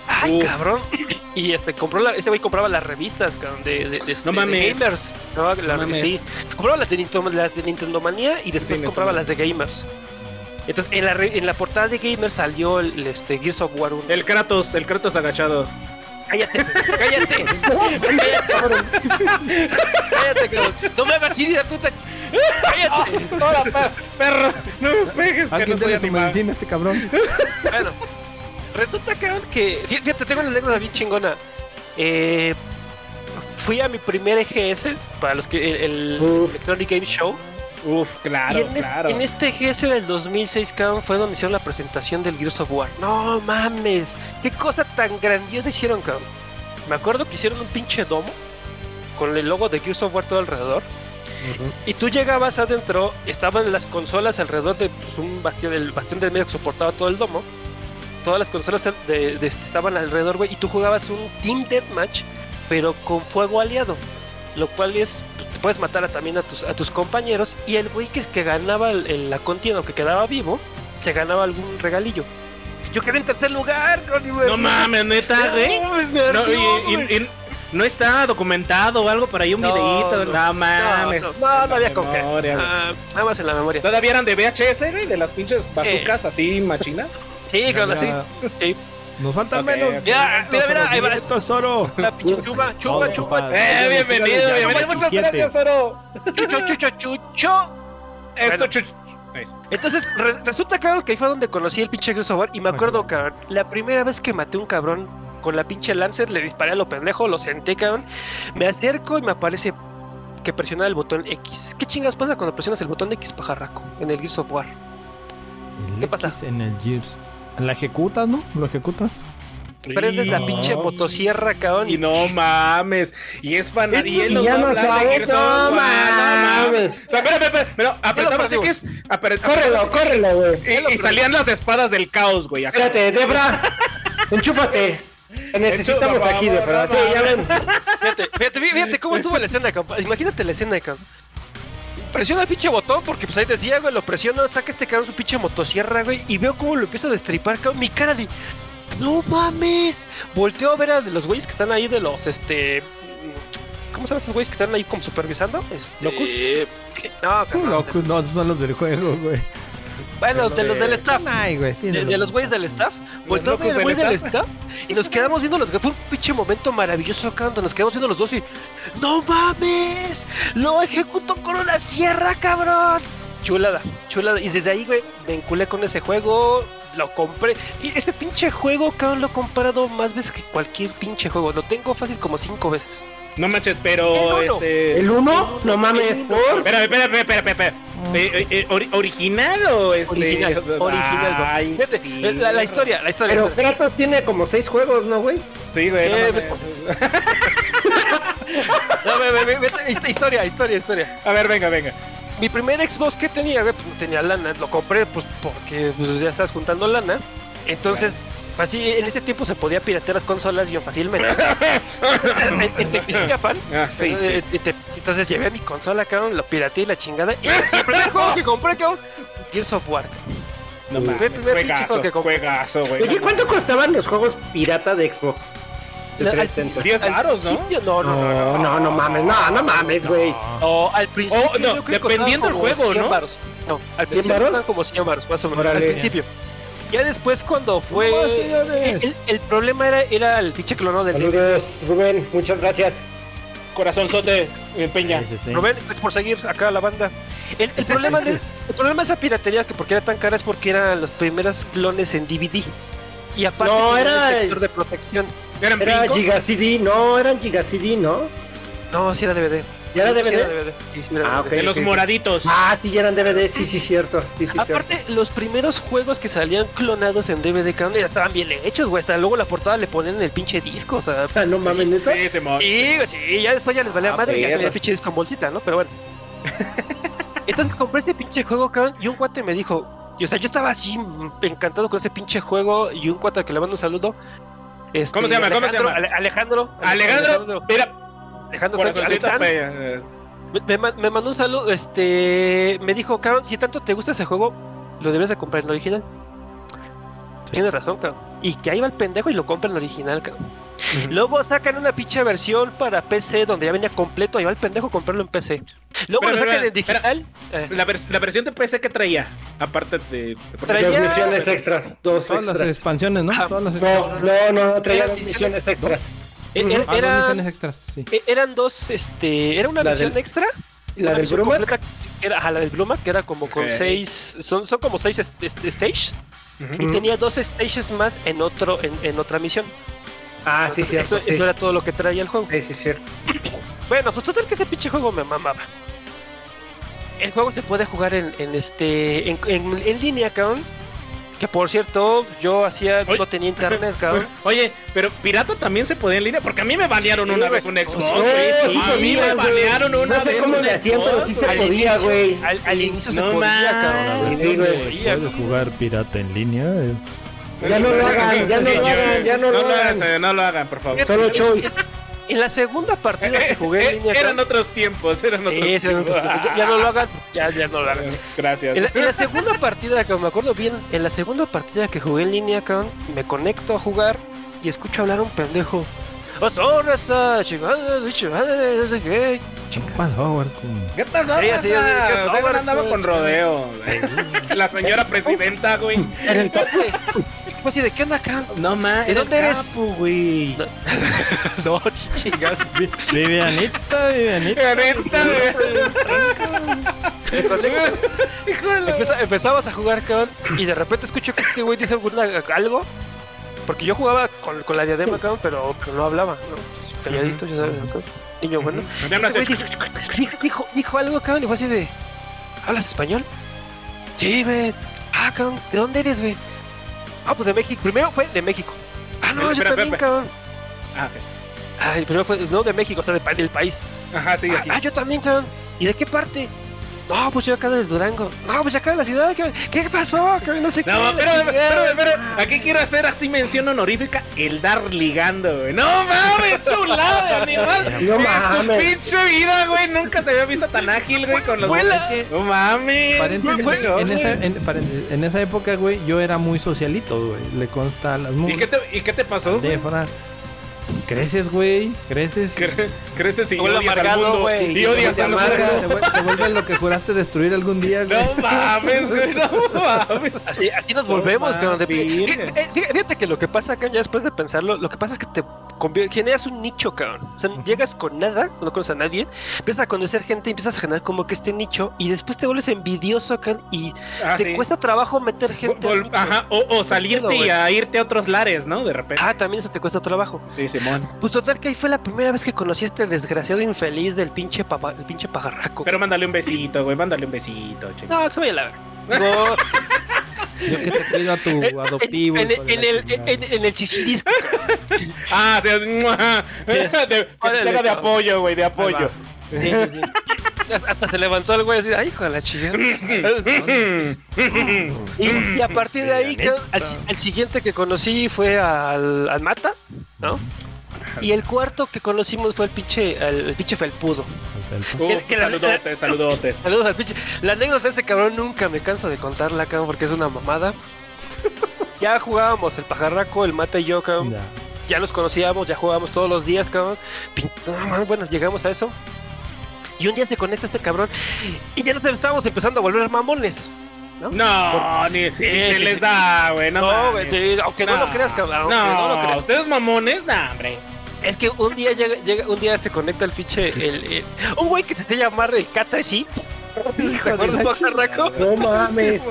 Ay, Uf. cabrón. Y este, compró la, ese güey compraba las revistas, cabrón, de, de- de, este, de mames. gamers. No, la- mames. sí. Compraba las de, Nintendo, las de Nintendo Manía y después Sí, compraba Nintendo. las de gamers. Entonces, en la, re- en la portada de gamers salió el este, Gears of War 1. El Kratos, el Kratos agachado. Cállate, cállate. cállate, cabrón. cállate, cabrón. No me hagas ir y tú te... Cállate. Perro, no me pegues, que Alguien no soy tiene su animal. medicina, este cabrón. Bueno. Resulta, cabrón, que. fí- Fíjate, tengo una anécdota bien chingona. Eh, fui a mi primer EGS, para los que. El, el Uf. Electronic Game Show. Uf, claro, y en, es- claro. en este EGS del 2006, cabrón, fue donde hicieron la presentación del Gears of War. No mames, qué cosa tan grandiosa hicieron, cabrón. Me acuerdo que hicieron un pinche domo con el logo de Gears of War todo alrededor. Y tú llegabas adentro, estaban las consolas alrededor de pues, un bastión, el bastión del medio que soportaba todo el domo. Todas las consolas de- de- estaban alrededor, güey, y tú jugabas un Team Deathmatch, pero con fuego aliado. Lo cual es, pues, puedes matar a- también a tus, a tus compañeros. Y el güey que, que ganaba el- el- la contienda o que quedaba vivo, se ganaba algún regalillo. Yo quedé en tercer lugar, con No mames, neta, güey. No, y- y- y- no está documentado o algo por ahí, un No, videíto. No, no. No, no, ah, mames. no, no había con qué. Memoria, güey. Ah, nada más en la memoria. ¿Todavía eran de VHS, güey? De las pinches bazucas así Eh, machinas. Sí, con así. sí. Nos faltan Ok, menos. ok. Mira, mira, mira, ahí va. Esto es oro. La pinche chupa, chupa, Todo, chupa. compadre. ¡Eh, bienvenido, Ya, bienvenido! ya, ¡Muchas siete. gracias, Oro! Chucho, chucho, chucho. Eso, Bueno. chuch- Eso. Entonces, re- resulta, cabrón, que ahí fue donde conocí el pinche Gears of War. Y me acuerdo, cabrón, la primera vez que maté un cabrón con la pinche Lancer, le disparé a lo pendejo, lo senté, cabrón. Me acerco y me aparece que presionaba el botón X. ¿Qué chingas pasa cuando presionas el botón X, pajarraco? En el Gears of War. ¿Qué pasa? X En el Gears. La ejecutas, ¿no? Lo ejecutas. Prendes la Y- pinche motosierra, cabrón. Y no mames. Y es fan. Y él nos ya va a no hablar de sabes, Gears of War, no No mames. mames. O sea, espera, espera, espera. Pero apretamos perdimos. X. apre- Córrelo, apretamos X, córrelo, güey. Eh, Eh, Y, y salían las espadas del caos, güey. acá. Espérate, Debra. Enchúfate. Te necesitamos Enchufa, aquí, por Debra. Sí, favor, ya ven. Fíjate, fíjate, fí- fíjate cómo estuvo la escena, compa. Imagínate la escena, cabrón. Presiona el pinche botón, porque pues ahí decía, güey, lo presiono, saca este cabrón su pinche motosierra, güey, y veo cómo lo empieza a destripar, cabrón. Mi cara de. ¡No mames! Volteo a ver a de los güeyes que están ahí, de los, este. ¿Cómo se llaman estos güeyes que están ahí como supervisando? Este... ¿Locus? No, cabrón. Locus, no, esos son los del juego, güey. Bueno, de los del staff. Ay, güey, sí, De, esos de son los güeyes del staff, voltó a ver locos al güey del del staff y nos quedamos viendo los fue un pinche momento maravilloso acá donde nos quedamos viendo los dos y ¡No mames! ¡Lo ejecuto con una sierra, cabrón! Chulada, chulada. Y desde ahí, güey, me enculé con ese juego, lo compré. Y ese pinche juego, cabrón, lo he comprado más veces que cualquier pinche juego. Lo tengo fácil como cinco veces. No manches, El uno. pero. Este... ¿El uno? No mames. ¿por? Espera, espera, espera, espera, espera. Eh, eh, eh, ori- ¿Original o este? Ah. Original, original, güey. Ay, Fíjate, la, la historia, la historia. Pero Kratos tiene como seis juegos, ¿no, güey? Sí, güey. no Eh, mames. No, ve, ve, ve, ve, historia, historia, historia. A ver, venga, venga. Mi primer Xbox que tenía, güey, pues no tenía lana, lo compré pues porque pues, ya estás juntando lana. Entonces, pues, así en este tiempo se podía piratear las consolas bien fácilmente. Eh, en, en Tepisquiapan, Ah, sí, eh, sí. eh, Tepisqui- entonces llevé mi consola, cabrón, lo pirateé y la chingada. Y así, el primer juego que compré, cabrón, Gears of War. No Fue el mames. primer pinche Juegazo, juego que compré. juegazo, güey. Oye, ¿cuánto costaban los juegos pirata de Xbox? De La- al 300. 10 Al varos, ¿no? principio, ¿no? No, No, no, no, no mames. No, no mames, güey. no, al principio. Oh, no, yo creo que dependiendo del costaban como juego, 100 ¿no? varos. No, al principio varos? costaban como 100 varos, más o menos. Órale. Al principio. Ya después, cuando fue. Más, señores. Eh, El, el problema era, era el pinche clonado del DVD. Saludos, Rubén. Muchas gracias. Corazón sote, eh, Eh. Peña. Sí, sí, sí. Rubén, gracias por seguir acá a la banda. El, el problema de, el problema de esa piratería, que porque era tan cara, es porque eran los primeros clones en DVD. Y aparte, No, tenían era el el- sector de protección. ¿Eran Era pinco? Giga CD. No, eran Giga CD, ¿no? No, sí era DVD. ¿Ya era Sí, sí DVD? Sí, sí era Ah, DVD. De los Ok, ok. moraditos. Ah, sí, ya eran DVD. Sí, sí, cierto. Sí, sí, cierto. Aparte, los primeros juegos que salían clonados en DVD, cabrón, ya estaban bien hechos, güey. Hasta luego la portada le ponían en el pinche disco, o sea. Ah, No mames, neta. Sí, se mo- Sí, güey, sí, ya después ya les valía Ah, madre y ya perro. tenía el pinche disco en bolsita, ¿no? Pero bueno. Entonces compré este pinche juego, cabrón, y un cuate me dijo, y o sea, yo estaba así mm, encantado con ese pinche juego, y un cuate al que le mando un saludo. este, ¿Cómo se llama? ¿Cómo se Alejandro, llama? Ale- Alejandro. Alejandro, mira, Alejandro Sánchez, corazoncito Alejandro. Peña. eh, Me- Me, man- me mandó un saludo, este, me dijo, cabrón, si tanto te gusta ese juego, lo debes de comprar en el original. Tienes razón, cabrón. Y que ahí va el pendejo y lo compra en el original, cabrón. Luego sacan una pinche versión para PC donde ya venía completo, ahí va el pendejo a comprarlo en PC. Luego Espera, lo sacan espera, en digital. eh, La, vers- la versión de PC que traía, aparte de... de- Traía- Dos misiones extras. Dos Todas las extras. expansiones, ¿no? Ah, Todas las No, expansiones. no, no. Traía Eran dos misiones misiones- extras. er- er- Ah, era- dos misiones extras, sí. e- eran dos, este, era una La versión del- extra. ¿La una del versión Brumac? completa, que Era, ajá, la del Bruma, que era como con Ok. seis, son, son como seis est- est- stage. Y tenía dos stages más en otro en, en otra misión. Ah, sí, Entonces, cierto, eso, sí. eso era todo lo que traía el juego. Sí, sí, cierto. Bueno, pues total que ese pinche juego me mamaba. El juego se puede jugar en, en este en, en- en línea, cabrón. Que por cierto, yo hacía Oye. no tenía internet, cabrón. Oye, pero pirata también se podía en línea porque a mí me banearon una vez un Xbox. No, güey. sí a mí podía, güey. me banearon una No sé vez cómo un le hacían, Xbox, pero sí se güey. podía, güey. Al, al inicio se No podía, cabrón. Al mames, inicio se güey. podía, ¿Puedes jugar pirata en línea? eh? Ya no lo hagan, ya no lo hagan, ya no lo hagan. hagan, no lo hagan, por favor. Solo Choy. En la segunda partida que jugué en Eh, línea, eran cabrón, otros tiempos, eran otros sí, eran otros tiempos. Ya- ya no lo hagan, ya, ya no lo hagan. Gracias. En la, en la segunda partida, que me acuerdo bien, en la segunda partida que jugué en línea, cabrón, me conecto a jugar y escucho hablar a un pendejo. "Ah, son esa chingada, bicho, madre, no sé qué". ¿Qué pasó, güey? Con- ¿Qué pasó? Sí, raza? así es, ¿qué pasó, Ustedes güey? andaban con rodeo. güey. La señora presidenta, güey. Fue así de qué onda acá? No mames. ¿De dónde eres? güey. No, chingas. Vivianita, Vivianita. Gerenta, güey. Me conecto. Empeza- empezabas a jugar, cabrón, y de repente escucho que este güey dice alguna- algo. Porque yo jugaba con, con la diadema, cabrón, pero pero no hablaba, ¿no? Calladito, ya sabes, acá. Niño bueno. Este Ya no Ese sé. Dijo, dijo, dijo algo, cabrón, y fue así de. ¿Hablas español? Sí, güey. Ah, cabrón, ¿de dónde eres, güey? Ah, pues de México. Primero fue de México. Ah, no, Espera, yo espera, también, espera. cabrón. Ah, ok. Ay, primero fue, no, de México, o sea, de pa- del país. Ajá, sí, Ah, aquí. ah, yo también, cabrón. ¿Y de qué parte? No, pues yo acá de Durango. No, pues yo acá de la ciudad, cabrón. ¿Qué pasó, cabrón? No sé qué. No, la espérame, chingada. espérame, espérame. Aquí quiero hacer así mención honorífica el dar ligando, güey. No mames, chulada de animal. No En mames. su pinche vida, güey. Nunca se había visto tan ágil, güey, con los. Vuela. No mames. Paréntesis, Fue- en, esa, en, paréntesis, en esa época, güey, yo era muy socialito, güey. Le consta a las ¿Y qué mujeres. pues, te, y qué te pasó? güey? Creces, güey. Creces. y- Cre- Creces y Huele odias al amargado, mundo. güey. Y odias Te al vuelve- mundo. te vuel- te vuelve lo que juraste destruir algún día, güey. No mames, güey, no mames. Así, así nos volvemos, No, cabrón. de- papi. Fíjate eh, fíjate que lo que pasa, cabrón, ya después de pensarlo, lo que pasa es que te convier- generas un nicho, cabrón. O sea, llegas con nada, no conoces a nadie, empiezas a conocer gente, empiezas a generar como que este nicho, y después te vuelves envidioso, cabrón, y Ah, te sí. cuesta trabajo meter gente. al Vol- ah. nicho. Ajá, o, o salirte güey. y a irte a otros lares, ¿no? De repente. Ah, también eso te cuesta trabajo. Sí, Simón. Pues total que ahí fue la primera vez que conocí a este desgraciado infeliz del pinche, papa- el pinche pajarraco. Pero mándale un besito, güey, mándale un besito, che. No, que se vaya a la verga. Digo, Yo que te cuido a tu adoptivo. en, hijo en- de en la el, en, chingada. en el sicilismo. Ah, sí, ¡mua! De- que se Órale, te haga de cabrón. apoyo, güey, de Ahí apoyo. va. Sí, sí, sí. Hasta- Hasta se levantó el güey así, ay, hijo de la chingada. y, y a partir de ahí, creo, al, si- al siguiente que conocí fue al, al Mata, ¿no? Y el cuarto que conocimos fue el pinche, el, el pinche Felpudo. pues, Uf, que la- saludotes, saludotes. Saludos al pinche. La anécdota de ese cabrón nunca me canso de contarla, cabrón, porque es una mamada. Ya jugábamos el pajarraco, el Mata y yo, cabrón. Ya. ya los conocíamos, ya jugábamos todos los días, cabrón. Pin- no, man, bueno, llegamos a eso. Y un día se conecta este cabrón y ya nos estábamos empezando a volver mamones. No, ni, ni se sí, les sí. da, güey, no. No, mames. güey, sí, aunque no, lo creas, cabrón. aunque No, No, lo creas. ustedes mamones, nah, hombre. Es que un día llega, llega- un día se conecta el fiche, el, el- un güey que se hacía llamar el Catra, sí. ¿Te acuerdas, pajarraco? No mames.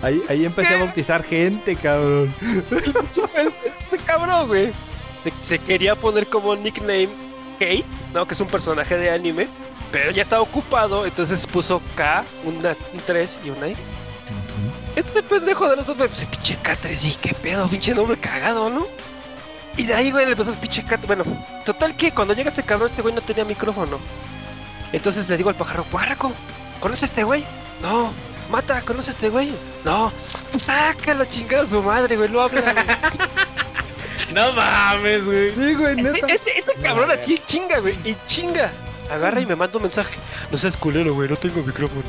Ahí, ahí empecé a bautizar gente, cabrón. Este cabrón, güey. Se, se quería poner como nickname Kei, ¿no? Que es un personaje de anime. Pero ya estaba ocupado, entonces puso K, una- un 3 y una I. Este pendejo de nosotros, pues pinche K3, y qué pedo, pinche nombre cagado, ¿no? Y de ahí, güey, le empezó pinche K. Bueno, total que cuando llega este cabrón, este güey no tenía micrófono. Entonces le digo al pájaro, Guarraco, ¿conoce a este güey? No. Mata, ¿conoce a este güey? No. Pues sácalo, chingada su madre, güey, lo habla, güey. No mames, güey. Sí, güey, neta. Este, este cabrón así chinga, güey, y chinga. Agarra y me manda un mensaje. No seas culero, güey, no tengo micrófono.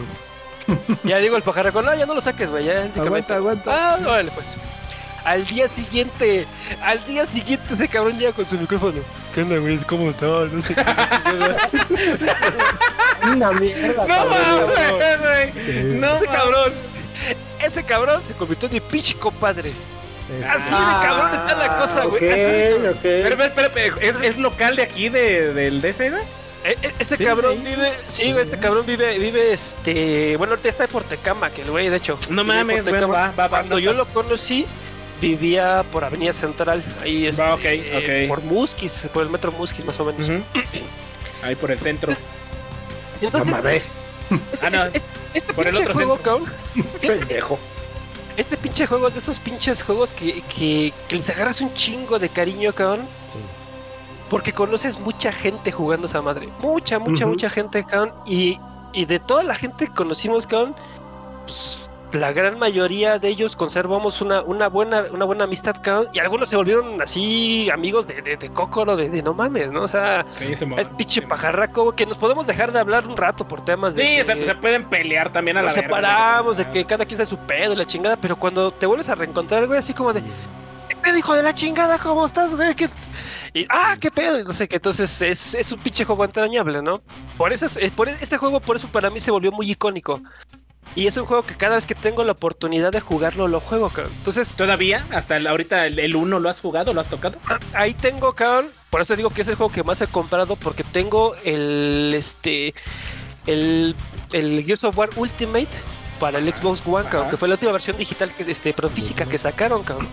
ya digo al pajarraco, no, ya no lo saques, güey, ya sí que Aguanta, vete". aguanta. Ah, órale, pues. Al día siguiente, al día siguiente ese cabrón llega con su micrófono. ¿Qué onda, güey? ¿Cómo estás? No sé qué. Una mierda. No cabrón. mames, güey. No ese mames. cabrón. Ese cabrón se convirtió en mi pinche compadre. este, Así de Ah, cabrón está la cosa, güey. ok, así. ok. Pero, pero, pero, pero, ¿es, es local de aquí, de, del DF, güey? Eh, eh, Este cabrón vive, sí, güey, este cabrón vive, vive, este, bueno, ahorita está por Tecama, que el güey, de hecho. No vive por mames, güey, Tecama. va, va, va, Cuando no yo está- lo conocí, vivía por Avenida Central, ahí es, Va, ok, ok. por Musquis, por el metro Musquis, más o menos. Ujú. Ahí por el centro. Entonces, No mames, ese- Ah, no. ese- este, este Por el pinche otro juego, centro. cabrón, pendejo. Este pinche juego es de esos pinches juegos que, que, que les agarras un chingo de cariño, cabrón. Porque conoces mucha gente jugando esa madre. Mucha, mucha, Ujú. mucha gente, cabrón. Y, y de toda la gente que conocimos, cabrón, pues, la gran mayoría de ellos conservamos una, una, buena, una buena amistad, cabrón. Y algunos se volvieron así amigos de, de, de cócoro, de, de no mames, ¿no? O sea, Sí, ese mo- es pinche pajarraco que nos podemos dejar de hablar un rato por temas de... Sí, de- se, se pueden pelear también a la nos verga, güey. separamos de que cada quien está de su pedo y la chingada, pero cuando te vuelves a reencontrar, güey, así como de, ¿qué pedo, hijo de la chingada? ¿Cómo estás, güey? ¿Qué- Y, ah, qué pedo, y no sé qué. Entonces es, es un pinche juego entrañable, ¿no? Por eso, es- eh, por e- ese juego, por eso para mí se volvió muy icónico. Y es un juego que cada vez que tengo la oportunidad de jugarlo, lo juego, cabrón. Entonces, ¿Todavía? ¿Hasta el- ahorita el, el uno lo has jugado? ¿Lo has tocado? a- ahí tengo, cabrón. Por eso te digo que es el juego que más he comprado, porque tengo el, este, el, el Gears of War Ultimate para el Xbox One, cabrón, Ajá. que fue la última versión digital, que, este, pero física que sacaron, cabrón.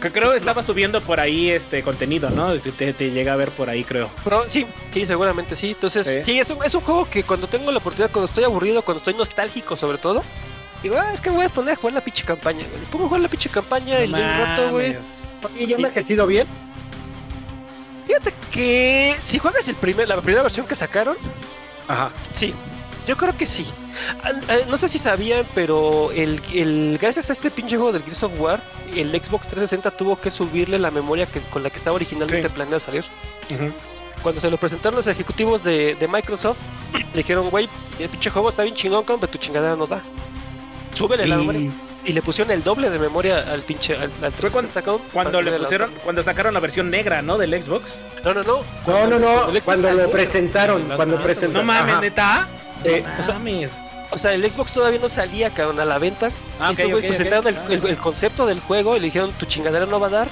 Que creo que estaba subiendo por ahí este contenido, ¿no? Te, te llega a ver por ahí, creo. Pero sí, sí, seguramente sí. Entonces, Sí. sí, es, un, es un juego que cuando tengo la oportunidad, cuando estoy aburrido, cuando estoy nostálgico, sobre todo, digo, ah, es que me voy a poner a jugar la pinche campaña, güey. Le Pongo a jugar la pinche campaña y le doy un rato, güey. Mames. Y yo me he crecido bien. Fíjate que si juegas el primer, la primera versión que sacaron, Ajá. Sí, yo creo que sí. Ah, ah, No sé si sabían, pero el, el- gracias a este pinche juego del Gears of War, el Xbox 360 tuvo que subirle la memoria que, con la que estaba originalmente Sí. planeado salir. Cuando se lo presentaron los ejecutivos de, de Microsoft, dijeron, güey, el pinche juego está bien chingón, cabrón, pero tu chingadera no da. Súbele la memoria. Y le pusieron el doble de memoria al pinche al, al Fue 360, cabrón, Cuando para le darle la pusieron, cuando sacaron la versión negra, ¿no? Del Xbox. otra. No, no, no. No, no, el no. Xbox Cuando salió, lo presentaron, Las cuando manos, No presentaron. mames, Ajá. neta. Eh, Sí, No o sea- mames. O sea, el Xbox todavía no salía, cabrón, a la venta. Ah, ok, Y estos ok, güeyes ok. presentaron el- Ah, el, el concepto del juego y le dijeron tu chingadera no va a dar.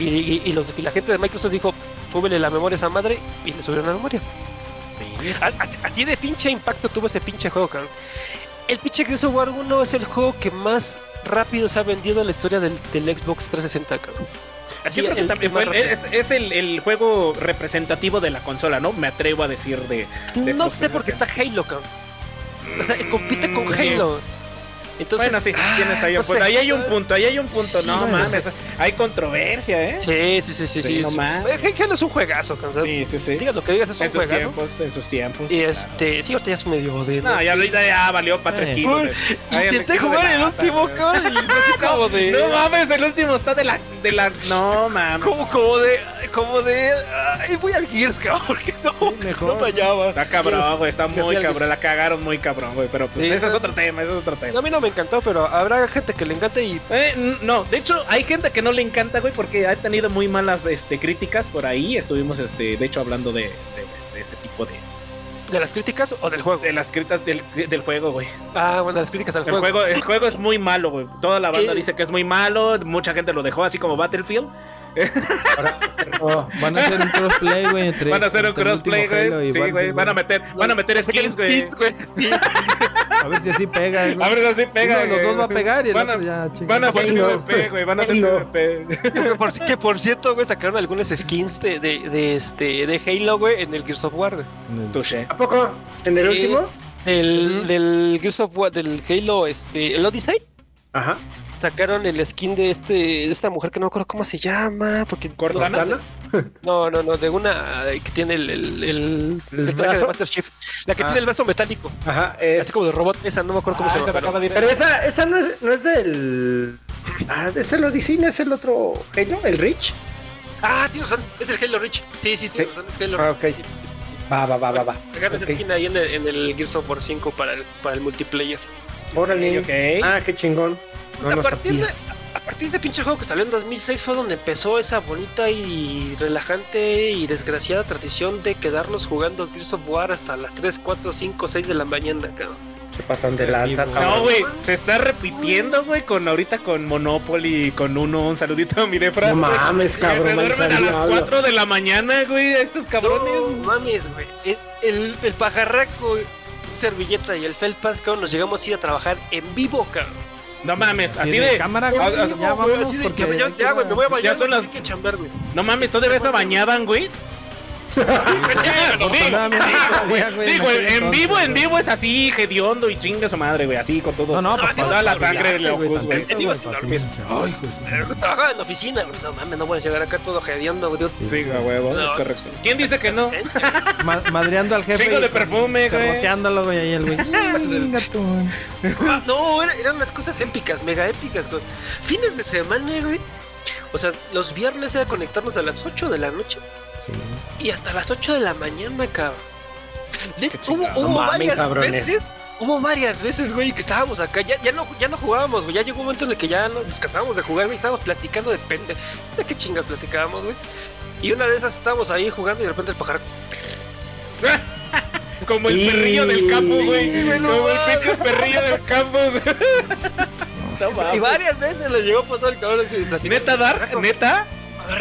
Y, y- y los, y la gente de Microsoft dijo, súbele la memoria a esa madre y le subieron la memoria. ¿A, a- a ti de pinche impacto tuvo ese pinche juego, cabrón. El pinche Gears of War 1 es el juego que más rápido se ha vendido en la historia del, del Xbox 360, cabrón. Ah, Yo creo que el también más fue el- rápido. es, es el, el juego representativo de la consola, ¿no? Me atrevo a decir de. de No Xbox sé por qué está Halo, cabrón. O sea, compite con Mm, sí. Halo. Entonces, bueno, sí, ah, tienes ahí un no punto. sé. Ahí hay un punto, ahí hay un punto. Sí, no no mames, sé. hay controversia, ¿eh? Sí, sí, sí, sí. Sí, sí, no sí. mames. Oye, Halo es un juegazo, cansado. Sí, sí, sí. Digas lo que digas, es un En sus juegazo. tiempos, en sus tiempos. Y claro. este, sí, ahorita ya es medio de. No, ya, ahorita ya valió para tres Eh. kilos. Uy, eh. Ay, Intenté Enriquito de jugar la el Mata, último, güey. cabrón, y fue así como de. No mames, el último está de la. De la no mames. Como, como de. Como de. Ay, voy al Gears, cabrón, porque no. mejor. No tallaba. Está cabrón, güey. Está fui muy al cabrón. Gears. La cagaron muy cabrón, güey. Pero pues Sí. ese es otro tema, ese es otro tema. A mí no me encantó, pero habrá gente que le encante y. Eh, n- no, de hecho hay gente que no le encanta, güey, porque ha tenido muy malas este, críticas por ahí. Estuvimos, este, de hecho, hablando de, de- de ese tipo de, ¿De las críticas o del juego? de las críticas del, del juego, güey. Ah, bueno, las críticas al El juego. juego, el juego es muy malo, güey. Toda la banda Eh. dice que es muy malo, mucha gente lo dejó así como Battlefield. Oh, van a hacer un crossplay, güey. entre- Van a hacer un entre el último crossplay, Halo y güey. Sí, Battlefield, güey. Van a meter, van a meter skins, güey. Sí, A ver si así pega, güey. A ver, así pega. Uno de los güey. dos va a pegar y el Van a- otro ya, chinga. Van a hacer Halo. PvP, güey. Van a hacer Halo. PvP. que, por, que por cierto, güey, sacaron algunas skins de, de, de, este, de Halo, güey, en el Gears of War, güey. Touché. ¿A poco? ¿En el Sí. último? Del, Ujú. del Gears of War, del Halo, este, el Odyssey. Ajá. sacaron el skin de este de esta mujer que no me acuerdo cómo se llama porque Cortana. ¿Cortana? no no no de una eh, que tiene el el, el- ¿El el traje de brazo? Master Chief la que Ah. tiene el brazo metálico Ajá. eh, así como de robot esa no me acuerdo cómo Ah, se esa llama me acaba pero, de ir. Pero esa, esa no, es, no es del. Ah, es el Odyssey, no es el otro Halo, el Rich. ah tienes razón es el Halo Reach sí sí tienes razón es Halo Ah, Reach. ok. Sí, sí, sí. Va, va, va, va, va. Sacaron esa Ok. skin ahí en el, en el Gears of War 5 para el, para el multiplayer Órale. Ok. Ah, qué chingón. No Pues a lo partir de sabía. a partir de pinche juego que salió en 2006 fue donde empezó esa bonita y relajante y desgraciada tradición de quedarnos jugando Gears of War hasta las 3, 4, 5, 6 de la mañana, cabrón. Se pasan de lanza. No, No, cabrón. güey, se está repitiendo, güey, con ahorita con Monopoly, con uno, un saludito a mi defra. No güey, mames, que cabrón. se manzana, duermen a las diablo. 4 de la mañana, güey, estos cabrones. No mames, güey. Eh, el, el pajarraco, servilleta y el felpas, cabrón, nos llegamos a ir a trabajar en vivo, cabrón. No mames, Así así de. cámara, En ah, vivo, ya güey, vámonos, así de porque que ya, ya, güey, me voy a bañar, son güey, las- tengo que chambear, güey. No mames, todavía se bañaban, güey. afortunadamente, todavía, güey, Digo, en aquel en vivo, entonces, en güey. vivo es así, hediondo y chinga su madre, güey, así con todo. No, Ah, no, pues, con toda la no, sangre de olvidate, güey, locos, güey. también. En vivo es dormir. Ay, güey. Pero Trabajaba en la oficina, güey. No mames, no voy a llegar acá todo gediando, güey. Sí, güey, huevo, No. es correcto. ¿Quién dice que no? Esencia, Ma- madreando al jefe. Chingo de y perfume, güey. Cerroteándolo, güey, ahí el güey. Ay, venga tú. güey. No, era- eran las cosas épicas, mega épicas, güey. Fines de semana, güey. O sea, los viernes era conectarnos a las 8 de la noche Sí. y hasta las 8 de la mañana, cabrón. Ne- hubo chingado. hubo No mames, varias cabrones. veces, hubo varias veces, güey, que estábamos acá, ya, ya no, ya no jugábamos, güey, ya llegó un momento en el que ya no- nos cansábamos de jugar, güey, estábamos platicando de pende, de qué chingas platicábamos, güey. Y una de esas estábamos ahí jugando y de repente el pájaro Como el perrillo del campo, güey. Sí, no Como el mames. pinche perrillo del campo, güey. No Y mames. varias veces le llegó a pasar el cabrón que platicó. Neta, Dark, neta.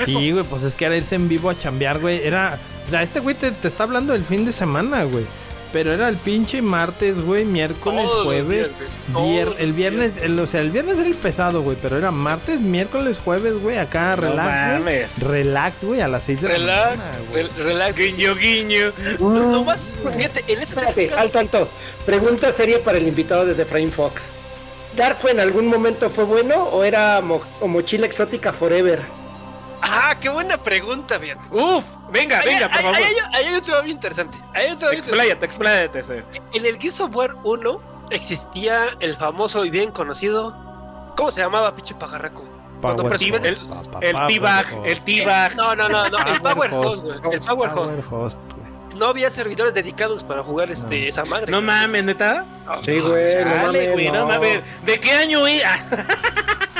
Sí, güey, pues es que era irse en vivo a chambear, güey. Era. O sea, este güey te, te está hablando del fin de semana, güey. Pero era el pinche martes, güey, miércoles, Todos los jueves. días, güey. Todos vier- los el viernes, el- o sea, el viernes era el pesado, güey, pero era martes, miércoles, jueves, güey, acá relax, güey. mames. Relax, güey, a las 6 de la Relax, mañana, güey. rel- relax. Guiño, guiño. Lo lo más, fíjate, en ese Mm. Espérate, alto, alto. Pregunta seria para el invitado de The Frame Fox. ¿Darko en algún momento fue bueno o era mo- o mochila exótica forever? Ah, qué buena pregunta, fíjate. Uf, venga, Ahí- Ah, venga, por ahí- favor. Ahí ahí hay un tema bien interesante. Ahí hay un tema bien Expláyate, expláyate. sí. interesante. En el Gears of War 1 existía el famoso y bien conocido. ¿Cómo se llamaba, pinche pajarraco? Cuando Power percibes el. host, pa- pa- El power T-Bag, host. el T-Bag. No, no, no, no, Ah, el Power Host, host, güey, El Power Host. Power host, güey. No había servidores dedicados para jugar este, esa madre. No güey. mames, neta. Ah, Sí, güey, no Dale, mames, güey, no no. mames. ¿De qué año, güey? Ah,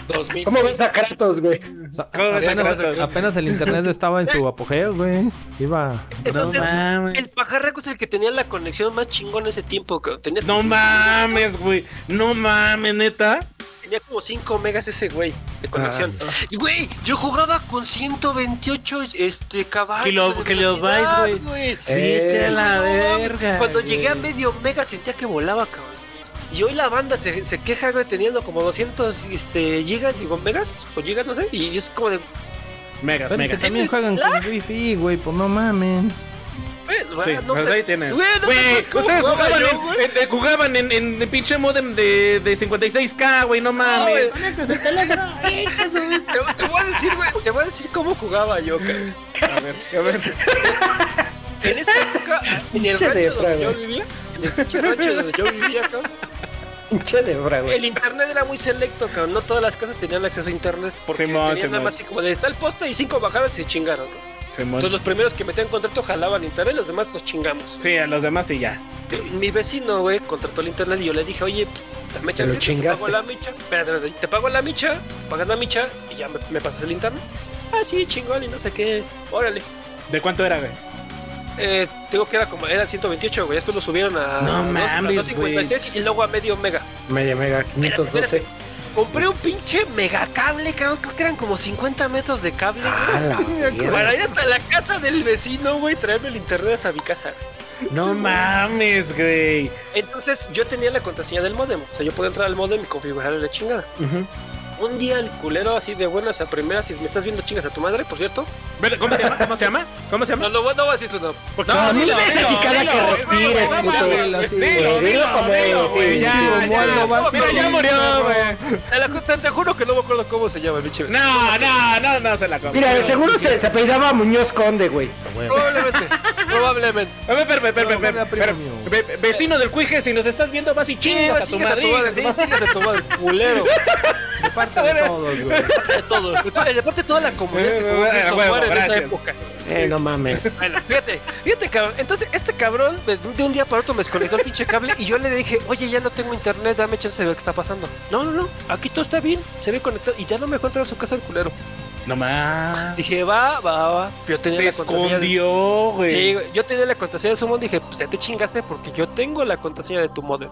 2000. ¿Cómo ves a Kratos, güey? O sea, ¿Cómo ves a apenas, Kratos? apenas el internet estaba en su apogeo, güey. Iba. No Entonces, El mames. pajarraco es el que tenía la conexión más chingón en ese tiempo. cabrón. Tenías No como- mames, güey. No mames, neta. Tenía como 5 megas ese güey de conexión. Ah, Y güey, yo jugaba con 128 este, caballos. Kilo- de kilobytes, velocidad, güey. Eh, Vete a la No mames, verga. Cuando güey. llegué a medio mega sentía que volaba, cabrón. Y hoy la banda se, se queja, güey, teniendo como 200 este, gigas, digo, megas, o gigas, no sé. Y es como de. Megas, Pero es que megas. también ¿Ese juegan es con wifi, güey, pues no mamen. eh, Sí, ah, no pues te- ahí tienen. Güey, no Güey, mames, ¿cómo ustedes jugaba jugaban, yo, en, güey? en- en- jugaban en, en- en pinche modem de, de 56k, güey, no mames. No, güey. Te, te voy a decir, güey, te voy a decir cómo jugaba yo, cabrón. a ver, a ver. En esa época, en el Pinche rancho donde yo depravado. vivía, en el pinche rancho donde yo vivía, cabrón, Pinche debra, güey. el internet era muy selecto, cabrón. No todas las casas tenían acceso a internet, porque Simón, tenían nada Simón. más así como de está el poste y cinco bajadas y se chingaron, ¿no? Simón. Entonces los primeros que metían contrato jalaban internet, los demás nos chingamos. Sí, a los demás sí ya. Mi vecino, güey, contrató el internet y yo le dije, oye, dame Te lo chance, te pago chingaste. la micha. Espérate, espérate, te pago la micha, te pagas la micha y ya me, me pasas el internet. Ah, sí, chingón y no sé qué. Órale. ¿De cuánto era, güey? Eh, tengo que era como, eran 128, güey. Después lo subieron a, No a dos- a mames, 256 y luego a medio mega. Media mega, 512. Compré un pinche megacable, cabrón. Creo que eran como 50 metros de cable. Ah, la verga. Para ir hasta la casa del vecino, güey, traerme el internet hasta mi casa. No mames, güey. Entonces yo tenía la contraseña del modem. O sea, yo podía entrar al modem y configurarle la chingada. Un día el culero así de buenas a primeras, si me estás viendo chingas a tu madre, por cierto. Pero, ¿Cómo se llama? ¿Cómo se llama? ¿Cómo se No, llama? no, no voy a decir eso, no. Porque- No, mil dilo, veces dilo, y cada dilo, que dilo, respires, no puto. mames, Sí, Dilo, güey, dilo dilo, como dilo, es, güey. sí, Ya, como ya. lo vas Mira, ya comiendo, murió, güey. Te, la- te- te juro que no me acuerdo cómo se llama el bicho. No, no, no, no se la come. Mira, de seguro se, se apellidaba Muñoz Conde, güey. Probablemente, probablemente. A ver, per, per, per, per, No, guarda, per, per, primo mío. ve- ve- vecino del Cuije, si nos estás viendo, vas y chingas a tu Chingas madre. sí, chingas a tu madre, culero. De parte de todos, güey. de todo. De parte de toda la comunidad que Eh, jugó eh, Gears of huevo, War en esa gracias. época. Eh, no mames. Bueno, fíjate, fíjate, cabrón. Entonces, este cabrón de de un día para otro me desconectó el pinche cable y yo le dije, oye, ya no tengo internet, dame chance de ver qué está pasando. No, no, no, aquí todo está bien, se ve conectado y ya no me encuentra a su casa el culero. No mames. Dije, va, va, va. Yo tenía Se la contraseña. De... escondió, Sí, güey. güey, yo tenía la contraseña de su modem. Dije, pues ya te chingaste porque yo tengo la contraseña de tu modem.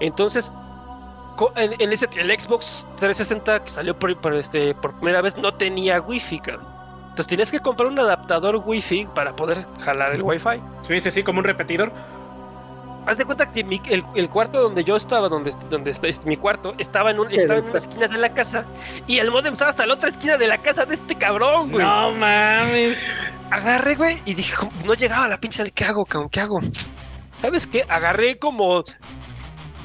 Entonces, co- en, en ese, el Xbox 360 que salió por, por este, por primera vez no tenía wifi, cabrón. Entonces tenías que comprar un adaptador Wi-Fi para poder jalar el Wi-Fi. Sí, sí, sí, como un repetidor. Haz de cuenta que mi- el, el cuarto donde yo estaba, donde, donde está, es mi cuarto, estaba en, un, estaba en una esquina de la casa y el modem estaba hasta la otra esquina de la casa de este cabrón, güey. No mames. Agarré, güey, y dije, "Como no llegaba la pinche de qué hago, cabrón, qué hago. ¿Sabes qué? Agarré como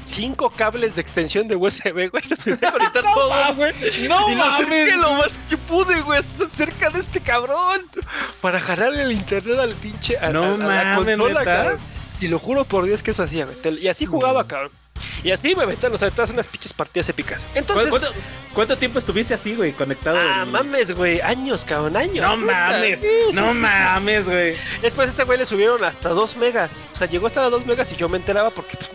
cinco cables de extensión de USB, güey, los empecé a conectar todos, güey. No y lo acerqué mames. lo más que pude, güey, hasta cerca de este cabrón. Para jalarle el internet al pinche. A, No a- a mames, la consola, ¿neta? cabrón. Y lo juro por Dios que eso hacía, güey. Te- Y así jugaba, cabrón. Y así me aventan, o sea, todas unas pinches partidas épicas. Entonces, ¿Cuánto, cuánto tiempo estuviste así, güey, conectado? ah, en- mames, güey, años, cabrón, años. No puta. mames. Sí, sí, No sí. mames, güey. Pues Después a este güey le subieron hasta 2 megas. O sea, llegó hasta las 2 megas y yo me enteraba porque.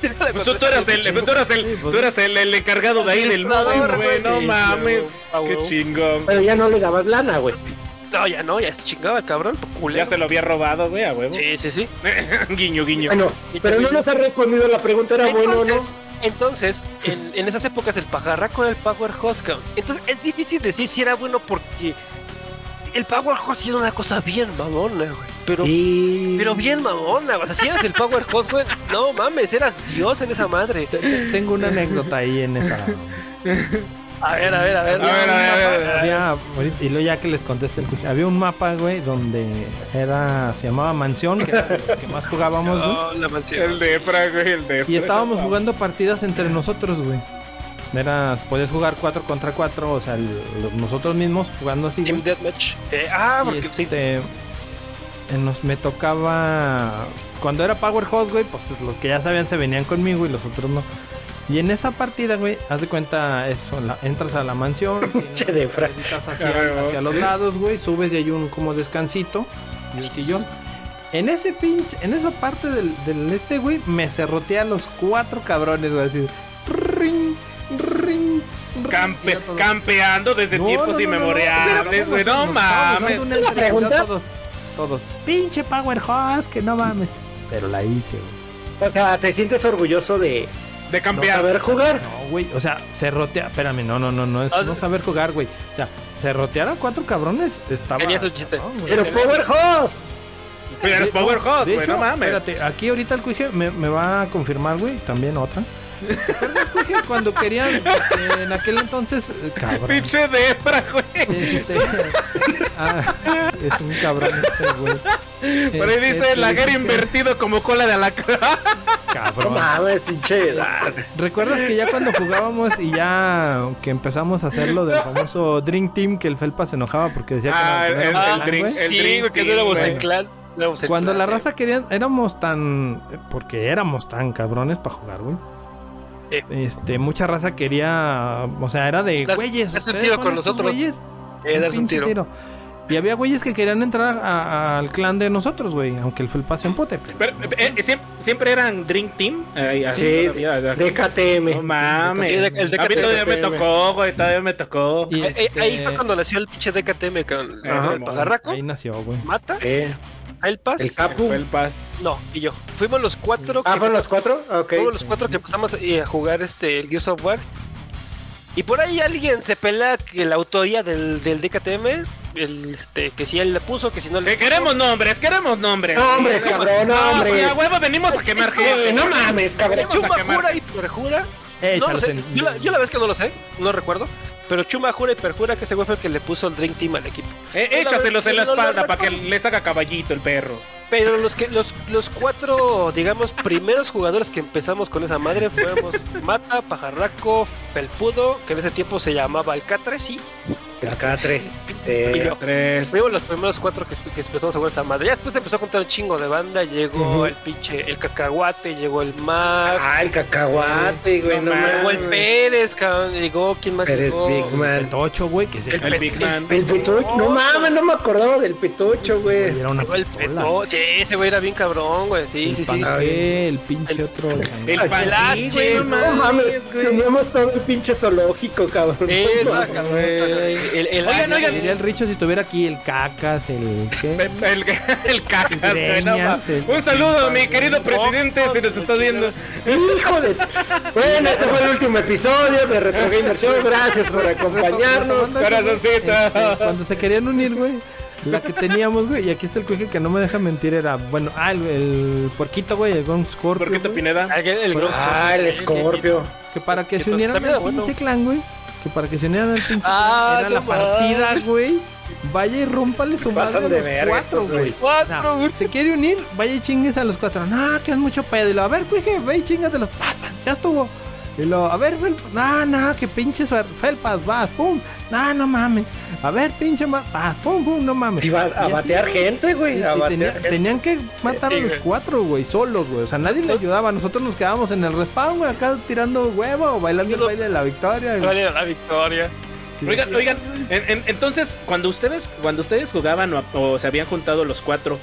Pues tú, tú eras el, tú eras el, pues tú eras el, el encargado de ahí del modem, güey. No mames. Qué chingón. Pero ya no le dabas lana, güey. No, ya no, ya se chingaba el cabrón, por culero. Ya se lo había robado, güey, a huevo. Sí, sí, sí. guiño, guiño. Bueno, pero no nos ha respondido la pregunta, era Ah, bueno o no. Entonces, entonces en, en esas épocas el pajarraco era el Power Host, cabrón. Entonces es difícil decir si era bueno porque el Power Host era una cosa bien mamona, güey. Pero, Y... pero bien mamona, o sea, si eras el Power Host, güey, no mames, eras Dios en esa madre. Te- te- Tengo una anécdota ahí en esa. A ver, a ver, a ver. A ver, a ver, a ver. Había- y luego ya que les conteste el cuchillo, había un mapa, güey, donde era, se llamaba Mansión, que era de los que más jugábamos, güey. Oh, la mansión. El de Efra, güey, el de Efra. Y estábamos jugando partidas entre nosotros, güey. Era, podías jugar 4 contra 4, o sea, el- los- nosotros mismos jugando así, Team güey. Deathmatch. Eh, ah, Y porque sí. este, eh, nos, me tocaba, cuando era Power Host, güey, pues los que ya sabían se venían conmigo y los otros no. Y en esa partida, güey, haz de cuenta eso, la- entras a la mansión, tienes Che de fra- Estás Ah, hacia, huevo. hacia los lados, güey, subes y hay un como descansito y un sillón. En ese pinche, en esa parte del, del este, güey, me cerrotea a los cuatro cabrones, güey, así. Ring, ring, ring, y Campe- yo todo- campeando desde No, tiempos no, no, no, no, inmemoriales, pero güey. No, nos estábamos mames. dando una entrevista pregunta? Todos, todos. Pinche Power Host, que no mames. Pero la hice, güey. O sea, ¿te sientes orgulloso de De no campear. saber jugar? No, güey, o sea, cerrotea. Espérame, no, no, no, no es Ah, no sí. saber jugar, güey. O sea, cerrotearon cuatro cabrones. Estaba. Tenía su chiste. No, güey. Pero Power Host. Pero De- eres Power Host, De güey. hecho, No mames. espérate, aquí ahorita el cuije me, me va a confirmar, güey, también otra. ¿Recuerdas, cuije, cuando querían, eh, en aquel entonces, eh, cabrón, Pinche de Efra, güey. este, ah, es un cabrón este, güey. Este, Por ahí dice lagar invertido como cola de alacrán. No Cabrón. mames, pinche. ah, ¿Recuerdas que ya cuando jugábamos y ya que empezamos a hacer lo del famoso Drink Team, que el Felpa se enojaba porque decía que Ah, era el- clan, el güey? drink- el Sí, güey, que no éramos güey. el clan. no éramos el Cuando clan, la sí. raza querían, éramos tan. Porque éramos tan cabrones para jugar, güey. Sí. Este, mucha raza quería. O sea, era de Das- güeyes. das un ¿ustedes tiro son con estos nosotros. güeyes? Eh, Un darse un pinche tiro. tiro. Y había güeyes que querían entrar a- a- al clan de nosotros, güey. Aunque el felpa se empote. Pero, eh, eh, siem- siempre eran Drink Team. Ay, así Sí, todavía, acá. de No KTM. mames. El de- el de a mí todavía me KTM. tocó, güey. Todavía me tocó. Y, Eh, eh, este, Ahí fue cuando nació el pinche DKTM con Ajá. el pajarraco. Ahí nació, güey. Mata, Eh, el pas. el Que Capu. Fue el pas. No, y yo. Fuimos los cuatro. Ah, que ¿fueron los empezamos- cuatro? Ok. fuimos los cuatro que empezamos eh, a jugar este el Gears of War. Y por ahí alguien se pelea que la autoría del, del DKTM, el, este, que si él le puso, que si no le Que puso. queremos nombres, queremos nombres. Nombres, cabrón, No, sí, nombres. a huevo venimos a quemar Eh, gente. no mames, cabrón. Vamos a Chuma quemar. jura y perjura. Eh, No lo sé, Charles, Yo, la, yo la vez que no lo sé, no recuerdo. Pero Chuma jura y perjura que ese güey fue el que le puso el Dream Team al equipo. Eh, échaselos en la No, no, no, espalda no, para que no. les haga caballito el perro. Pero los que los, los cuatro, digamos, primeros jugadores que empezamos con esa madre fuimos Mata, Pajarraco, Pelpudo, que en ese tiempo se llamaba Alcatres, sí. El K3. Y Eh, yo. Tres. Fuimos los primeros cuatro que, que empezamos a jugar esa madre. Ya después empezó a contar un chingo de banda. Llegó el pinche, el cacahuate, llegó el Mac, ah, el cacahuate, güey. No, No mames. llegó Ah, mames. el Pérez, cabrón, llegó, ¿quién más Eres llegó? Big Man. El tocho, güey, que se El El Big Man. El pitucho. No mames, no me acordaba del pitucho, güey. era una Llegó el pistola. Peto. Sí, ese güey era bien cabrón, güey. Sí, el sí, sí. Panqué, Ah, bien. el pinche El- otro. El Ay, Panquí, güey, no No mames, mames, güey. teníamos todo el pinche zoológico, cabrón. Eh, No no, mames. cabrón, cabrón. el, el Oigan, año- oigan. Diría el Richo si estuviera aquí el cacas, el qué. El, el, el cacas, güey, no Greñas, mames. el- Un saludo, mi querido presidente, si nos está viendo. Hijo de. Bueno, este fue el último episodio de Retro Gamer Show. Gracias por acompañarnos. Este, Corazoncito. cuando se querían unir, güey. La que teníamos, güey. Y aquí está el cuije que no me deja mentir. Era, bueno, ah, el, el porquito, güey. El Gon Scorpio. ¿Por qué te güey, Pineda? el- el Gross Ah, el Corp. Scorpio. Que para que Que se unieran al también pinche era bueno. clan, güey. Que para que se unieran al pinche Ah, clan. Era no la partida, güey. Vaya y rómpale su madre. Pasan a de los verga cuatro, estos, güey. O sea, Cuatro, güey. se quiere unir, vaya y chingues a los cuatro. No, que es mucho pedo. Y lo, a ver, cuije, ve y chingas de los patas. Ya estuvo. Y lo, a ver, Felpas. No, no, que pinches Fer- felpas, vas, pum. No, no mames. A ver, pinche ma- vas, pum, pum, no mames. Iba Y a así, batear güey. gente, Y- güey. y A tenía- batear gente. tenían que matar a Sí, los güey. cuatro, güey, solos, güey. O sea, nadie le ayudaba. Nosotros nos quedábamos en el respawn, güey, acá tirando huevo, bailando Yo el lo- baile de la victoria. güey. Vale, la victoria. Sí. Oigan, oigan, en- en- entonces, cuando ustedes, cuando ustedes jugaban o, o se habían juntado los cuatro,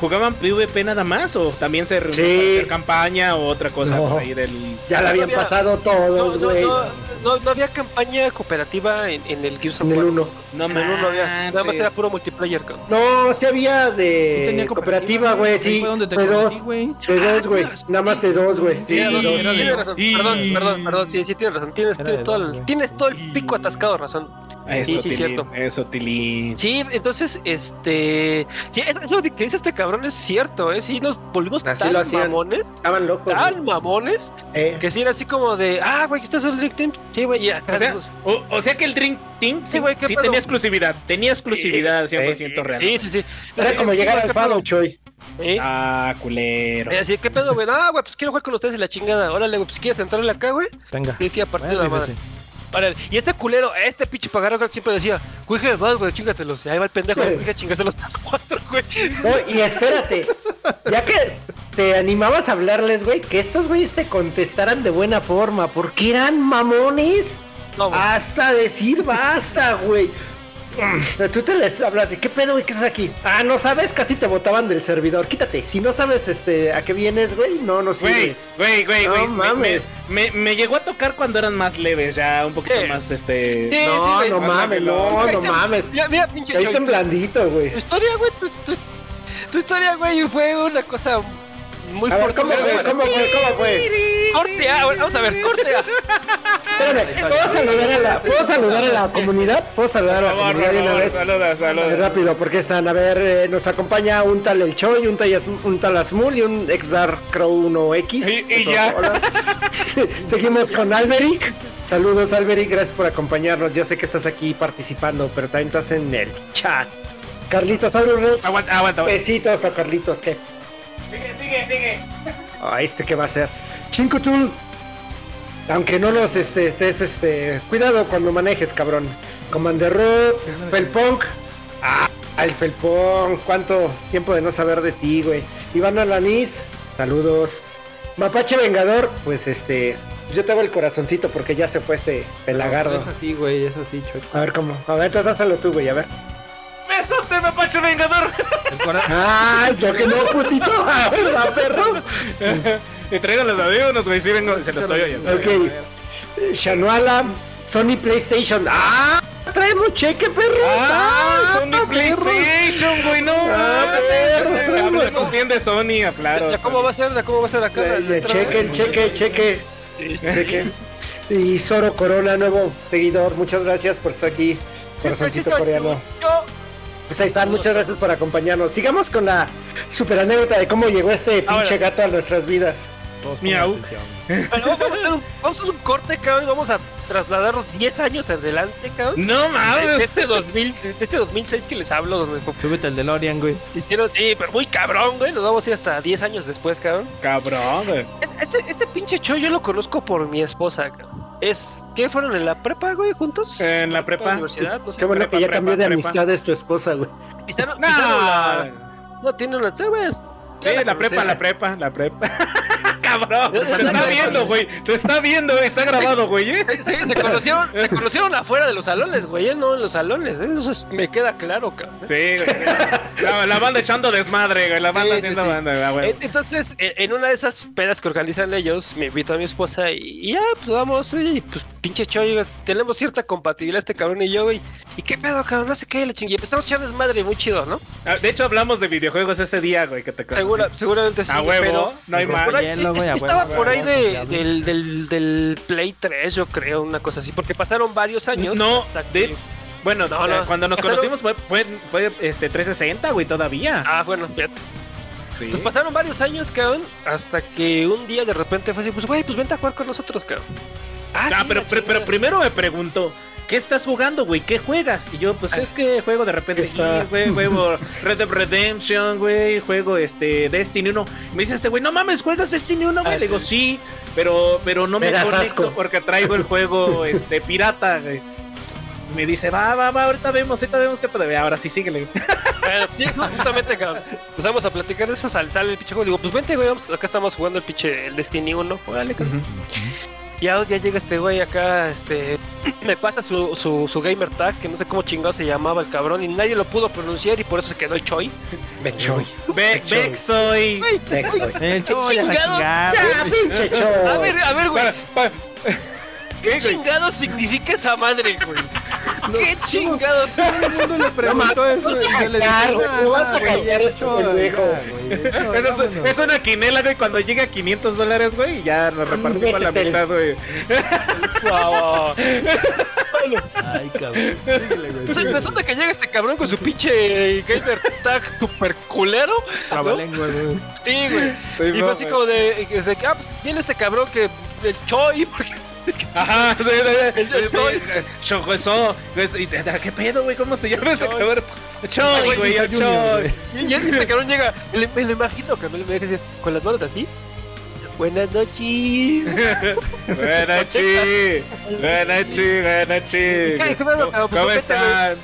¿jugaban PvP nada más? ¿O también se reunían Sí. para hacer campaña o otra cosa No. por ahí del. Ya la habían Todavía- pasado No, todos, no, güey. no, no, no había campaña cooperativa en, en el Gears of En el War. uno. No En el uno no había. Nada más manches. era puro multiplayer, cabrón. No, sí había Sí de tenía cooperativa, güey, Eh, Ahí sí. fue donde te De conocí, dos, güey. de dos, güey. Nada más de dos, güey. Sí, Ah, Sí, de tienes dos. razón, tienes razón. Sí. Perdón, perdón, perdón. Sí, sí, tienes razón. Tienes, Era tienes de todo, dos, el, güey. tienes todo el pico atascado, razón. Eso, Sí, sí, Tilín, cierto. Eso, Tilín. Sí, entonces, este. Sí, eso, eso que dice este cabrón es cierto, ¿eh? Sí, nos volvimos Así lo tan hacían. mamones, Estaban locos. tan güey. mamones, Eh, que sí era así como de, ah, güey, que estás en el Dream Team. Sí, güey, ya. O sea, O, o sea que el Drink Team sí, Sí, güey, ¿qué sí pedo? tenía exclusividad. Tenía exclusividad 100% real. Sí, sí, sí. Era como llegar al Fado, Choy. ¿Eh? Ah, culero. Eh, Así, ¿qué pedo, güey? Ah, güey, pues quiero jugar con ustedes y la chingada. Órale, güey, pues quieres entrarle acá, güey. Venga. Tienes que ir a partir de Bueno, la madre. fíjate. Órale. Y este culero, este pinche pagarro que siempre decía, cuije, vas, güey, chingatelos. Y ahí va el pendejo, Sí. cuije, chingatelos. Cuatro, güey. No, y espérate, ya que te animabas a hablarles, güey, que estos güeyes te contestaran de buena forma, porque eran mamones. No, Ah, güey. Hasta decir basta, güey. Tú te les hablas de qué pedo, güey, qué es aquí. Ah, no sabes, casi te botaban del servidor. Quítate, si no sabes este a qué vienes, güey, no, no Güey, sirves. güey, güey, No güey. me- mames. Me, me- me llegó a tocar cuando eran más leves, ya un poquito Sí. más este. Sí, sí, No, güey. no mames, no, no mames. Mira, mira, pinche Caíste en Choy, blandito, güey. Tu historia, güey, pues, tu, tu- tu historia, güey, fue una cosa muy A ver, ¿cómo fortuita fue? para- ¿Cómo fue? ¿Cómo fue? Corte A, güey, vamos a ver, corte A. Espérame, ¿puedo saludar a la, ¿puedo saludar a la comunidad? ¿Puedo saludar a la Por favor, comunidad por de una favor, vez? saluda, Eh, saluda. Rápido, porque están, a ver, eh, nos acompaña un tal El Choy, un, tal un tal Asmul y un ex Dark Crow 1X. Y- y Eso, ya. hola. Seguimos con Alberic. Saludos, Alberic, gracias por acompañarnos. Yo sé que estás aquí participando, pero también estás en el chat. Carlitos, abre un Rex. Aguanta, aguanta. aguanta. Besitos a Carlitos, ¿qué? Sigue, sigue, sigue. Ah, ¿este qué va a ser? Chinkutul. Aunque no nos este, estés, este. Cuidado cuando manejes, cabrón. Commander Root, Felpunk. Ah, el Felpunk. Cuánto tiempo de no saber de ti, güey. Iván Alanis, saludos. Mapache Vengador, pues este. Yo te hago el corazoncito porque ya se fue este pelagardo. Es así, güey, es así, chueco. A ver cómo. A ver, entonces hazlo tú, güey, a ver. Besote, mapacho vengador. El cora- ¡Ah! ¡Yo que no, putito! ¡Ah, ¿verdad, perro! Y traigan los audífonos, güey. Sí, vengo, se los estoy oyendo. Ok. Shanuala, Sony PlayStation. ¡Ah! Traemos cheque, perro. Ah, Sony perros! PlayStation, güey, no. Ah, perros, mames. traemos. Hablemos bien de Sony, aclaro. Ya, ¿Cómo va a ser? Ya, ¿Cómo va a ser acá? Este, Eh, eh, Cheque, cheque, cheque. cheque. Y Zoro Corona, nuevo seguidor. Muchas gracias por estar aquí, corazoncito este, coreano. Pues ahí están, muchas gracias por acompañarnos. Sigamos con la super anécdota de cómo llegó este pinche gato a nuestras vidas. Todos pongan Miau. atención. Bueno, vamos, a hacer un, vamos a hacer un corte, cabrón. y Vamos a trasladarnos 10 años adelante, cabrón. No Desde mames. este, 2000, desde este 2006 que les hablo, donde Súbete el DeLorean, güey. hicieron, sí, pero muy cabrón, güey. Nos vamos a ir hasta 10 años después, cabrón. Cabrón, güey. Este, este pinche show yo lo conozco por mi esposa, cabrón. Es, ¿Qué fueron en la prepa, güey, juntos? En la Eh, prepa. universidad, no sé. Qué bueno prepa, que ya prepa, cambió de prepa. amistades tu esposa, güey. Pisaron- No. pisaron la- No tiene una. Sí, Sí, la prepa, la prepa, la prepa. cabrón. Te está viendo, güey. Te está viendo, güey. Está grabado, güey. ¿eh? Se, se- se conocieron, se conocieron afuera de los salones, güey, eh, no en los salones. eh, Eso es- me queda claro, cabrón. eh. Sí, güey. La, la banda echando desmadre, güey. La banda Sí, sí, haciendo sí. banda, güey, ah, güey. Eh, Entonces, eh, en una de esas pedas que organizan ellos, me invitó a mi esposa y y ya, pues vamos, y pues pinche Choy, güey, tenemos cierta compatibilidad este cabrón y yo, güey. ¿Y qué pedo, cabrón? No sé qué, le chingue. Empezamos a echar desmadre, muy chido, ¿no? Ah, De hecho, hablamos de videojuegos ese día, güey, que te conocí. Segura- seguramente sí, A güey, huevo, pero... no hay Por más. Por ahí, Hielo, es- güey, a estaba huevo, por a ahí huevo, de, diablo. del, del, del Play 3, yo creo, una cosa así, porque pasaron varios años. No, hasta de- que- Bueno, No, eh, no. cuando nos Hasta luego. conocimos fue, fue, fue, este 360, güey, todavía. Ah, bueno, fíjate. Sí. Pues pasaron varios años, cabrón, hasta que un día de repente fue así, pues güey, pues vente a jugar con nosotros, cabrón. Ah, sí, pero, pero, la pero chingada. primero me preguntó, ¿qué estás jugando, güey? ¿Qué juegas? Y yo, pues es que juego de repente, Está- Gears, güey, juego Red Dead Redemption, güey, juego este Destiny 1. Me dice este güey, no mames, ¿juegas Destiny 1, güey? Ah, Le digo, sí, pero, pero no Me me, das conecto asco. porque traigo el juego este pirata, güey. Y Me dice, va, va, va, ahorita vemos, ahorita vemos qué puede. Ahora sí, síguele. Bueno, sí, justamente, cabrón. Pues vamos a platicar de eso, sal, sale el pinche juego. Digo, pues vente, güey, vamos, acá estamos jugando el pinche el Destiny 1, órale, cabrón. Ya, ya llega este güey acá, este. Me pasa su, su, su gamer tag, que no sé cómo chingado se llamaba el cabrón, y nadie lo pudo pronunciar y por eso se quedó el Choi. Me choy. Ve- Chau. Vexoy. Nexoy. El Choy, a la chingados! chingada. Pinche choy. A ver, a ver, güey. Para- para- ¿Qué, ¿Qué güey? chingado significa esa madre, güey? ¿Qué chingados es Todo el eso? mundo le preguntó eso. y yo le dije, Claro, "Ah, ¿cómo vas a güey, cambiar el este Choy, pendejo?" ya, güey, el Choy, Eso es, vámonos. es una quinela, güey. Cuando llega a 500 dólares, güey, y ya nos repartimos la Métetelo. mitad, güey. Wow. Ay, cabrón. Síguele, güey, O sea, síguele. resulta que llega este cabrón con su pinche gamer tag super culero. Trabalengua, güey. Sí, güey. Sí, Y fue así güey. como de, es de que, ah, pues tiene este cabrón que. El Choi, porque. Ajá, sí, sí, pues, oh, El Choy. Chocoso. ¿Qué pedo, güey? ¿Cómo se llama ese Choy. cabrón? Choy, güey, el Junior, Choy. güey. Y y este cabrón llega. Me, me lo imagino, que me lo imagino con las manos así. Buenas noches. Buena chi. Buena chi, buena chi. Ay, qué bueno, ¿Cómo- pues, ¿Cómo vete, están?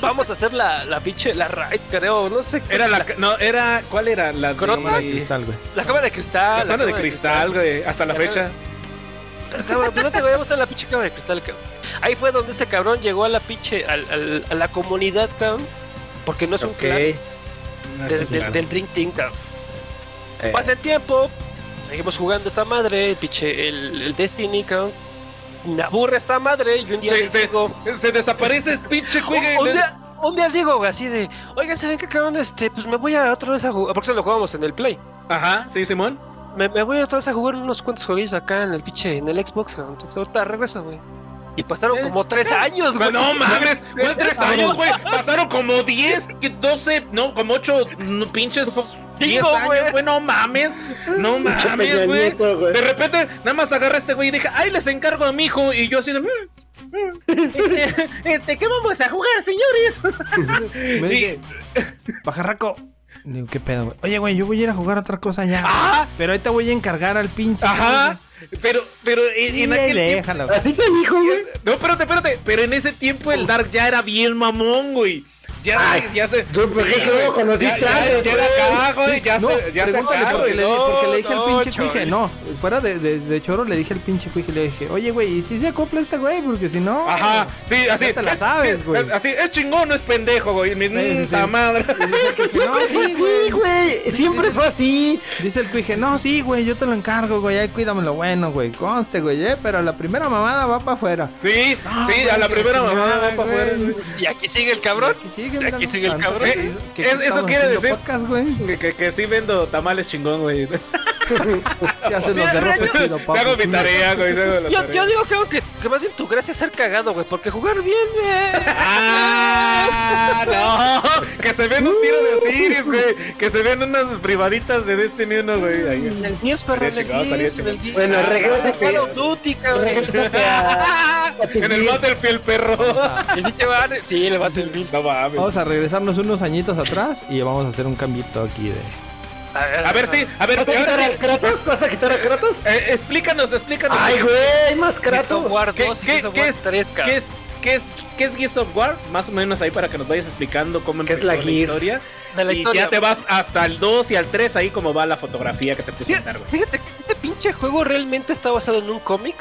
Vamos a hacer la, la pinche. La raid, creo. No sé. Era la. No, era. ¿Cuál era? La de- ¿Crota? Cámara de cristal, güey. La cámara de La cristal. mano de cristal, güey. Hasta la La fecha. Cámara, pues, vete, güey, vamos a la pinche cámara de cristal, cabrón. Ahí fue donde este cabrón llegó a la pinche. al- al- a la comunidad, cabrón. Porque no es un clan. Ok. No sé, del, del, claro. del Ring Team, cabrón. Pasa el tiempo, seguimos jugando esta madre, el pinche, el, el Destiny, cabrón. Me aburre esta madre y un día Se, les se, digo... se desaparece este pinche juego. y un, un le- día, un día digo güey, así de... Oigan, ¿saben qué, cabrón? Este, pues me voy a otra vez a jugar... Porque se lo jugamos en el Play. Ajá, sí, Simón. Me, me voy otra vez a jugar unos cuantos juegos acá en el pinche, en el Xbox, cabrón. Entonces ahorita regreso, güey. Y Eh. pasaron como tres años, güey. Pues Ah, No mames, ¿cuál tres años, güey? Pasaron como 10, que 12, no, como 8 pinches 10 años, güey, no mames. No Pinche Peña mames, güey. Nieto, Ah, güey. De repente, nada más agarra este güey y dije, ay, les encargo a mi hijo. Y yo así de. "Mm, mm, Este, este, ¿Qué vamos a jugar, señores? Me Y- dice, pajarraco. Digo, qué pedo, güey. Oye, güey, yo voy a ir a jugar otra cosa ya. Ajá, Pero ahorita voy a encargar al pinche. ajá. Pero, pero en, Y en aquel tiempo. déjalo. Así te dijo, güey. No, espérate, espérate. Pero en ese tiempo el Dark ya era bien mamón, güey. Ya, Ay, ya se. Dude, ¿por qué sí, que luego conociste ya, ya, antes, ya era güey? acá, güey. Ya no, se. Ya se pregúntale, acá, porque, güey. le, porque le dije al no, pinche Choy. cuije, no, fuera de, de, de choro le dije al pinche cuije, le dije, oye güey, ¿y si se acopla este güey? Porque si no... Ajá, sí, así. te la es- sabes, sí, güey. es- Así, es chingón, no es pendejo, güey. Mi sí, puta sí. madre. Es que Siempre fue así, güey. Siempre fue así. Dice el cuije, no, sí, güey, yo te lo encargo, güey, ahí cuídamelo, bueno, güey, conste, güey, eh, pero la primera mamada va para afuera. Sí, No, Ah, sí, güey, a la que primera chingada, mamada va para güey. afuera. güey. Y aquí sigue el cabrón. Aquí sigue, Aquí mira, sigue el tanto cabrón. que- que Eh, aquí eso estamos quiere haciendo decir- podcast, güey. Que, que, que sí vendo tamales chingón, güey. Ya se nos Mira, derropa mira, yo- chido, Se hago mi papi. tarea, güey. se hago la Yo, tarea. yo digo, creo que, que más en tu gracia es ser cagado, güey, porque jugar bien, güey. ¡Ah! ¡No! Que se vean un tiro Uh. de Osiris, güey. Que se vean unas privaditas de Destiny 1, güey. Ahí. En el 10, perro, en Estaría chingado, el estaría 10, en el chingado. 10. Bueno, regrésate. Call of Duty, cabrón. Regrésate a- a tu Ah, En el Gears. Battlefield, perro. El pinche bar- Sí, le bate el bill. No mames. Vamos a regresarnos unos añitos atrás y vamos a hacer un cambiito aquí de... A ver, sí, a ver, ¿Vas a quitar ahora sí. al Kratos? ¿Vas a quitar a Kratos? Eh, explícanos, explícanos. Ay, güey, hay más Kratos. Kratos. War ¿Qué, 2 y qué- Gears of qué War es, 3, qué cabrón. es, qué es ¿Qué es Gears of War? Más o menos ahí para que nos vayas explicando cómo ¿Qué es empezó la la, Gears? historia. De la y historia. ya te vas hasta el 2 y al 3, ahí como va la fotografía que te puse a dar, güey. Fíjate que este pinche juego realmente está basado en un cómic.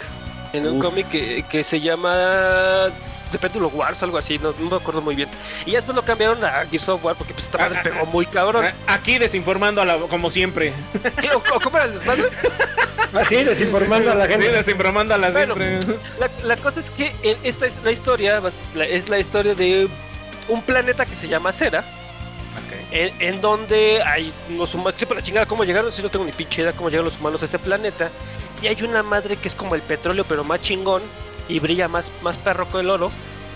En un Uf. cómic que, que se llama The Pendulum Wars, algo así, no, no me acuerdo muy bien. Y ya después lo cambiaron a Gears of War porque pues esta madre Ah, pegó muy cabrón. Aquí desinformando a la- como siempre. Sí, ¿O, o cómo era el desmadre? Así, desinformando a la Sí, gente. desinformando a la Bueno. pues, siempre. La, la cosa es que eh, esta es la historia, bas- la- es la historia de un planeta que se llama Cera, Ok. en, en donde hay unos humanos, sepa la chingada cómo llegaron, si no tengo ni pinche idea cómo llegaron los humanos a este planeta, y hay una madre que es como el petróleo pero más chingón y brilla más, más perro que el oro,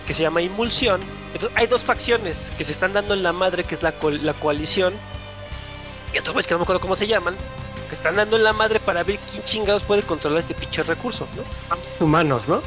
que se llama Emulsión. Entonces hay dos facciones que se están dando en la madre, que es la, coal- la coalición, y otros güeyes que no me acuerdo cómo se llaman, que están dando en la madre para ver quién chingados puede controlar este pinche recurso, ¿no? Humanos, ¿no?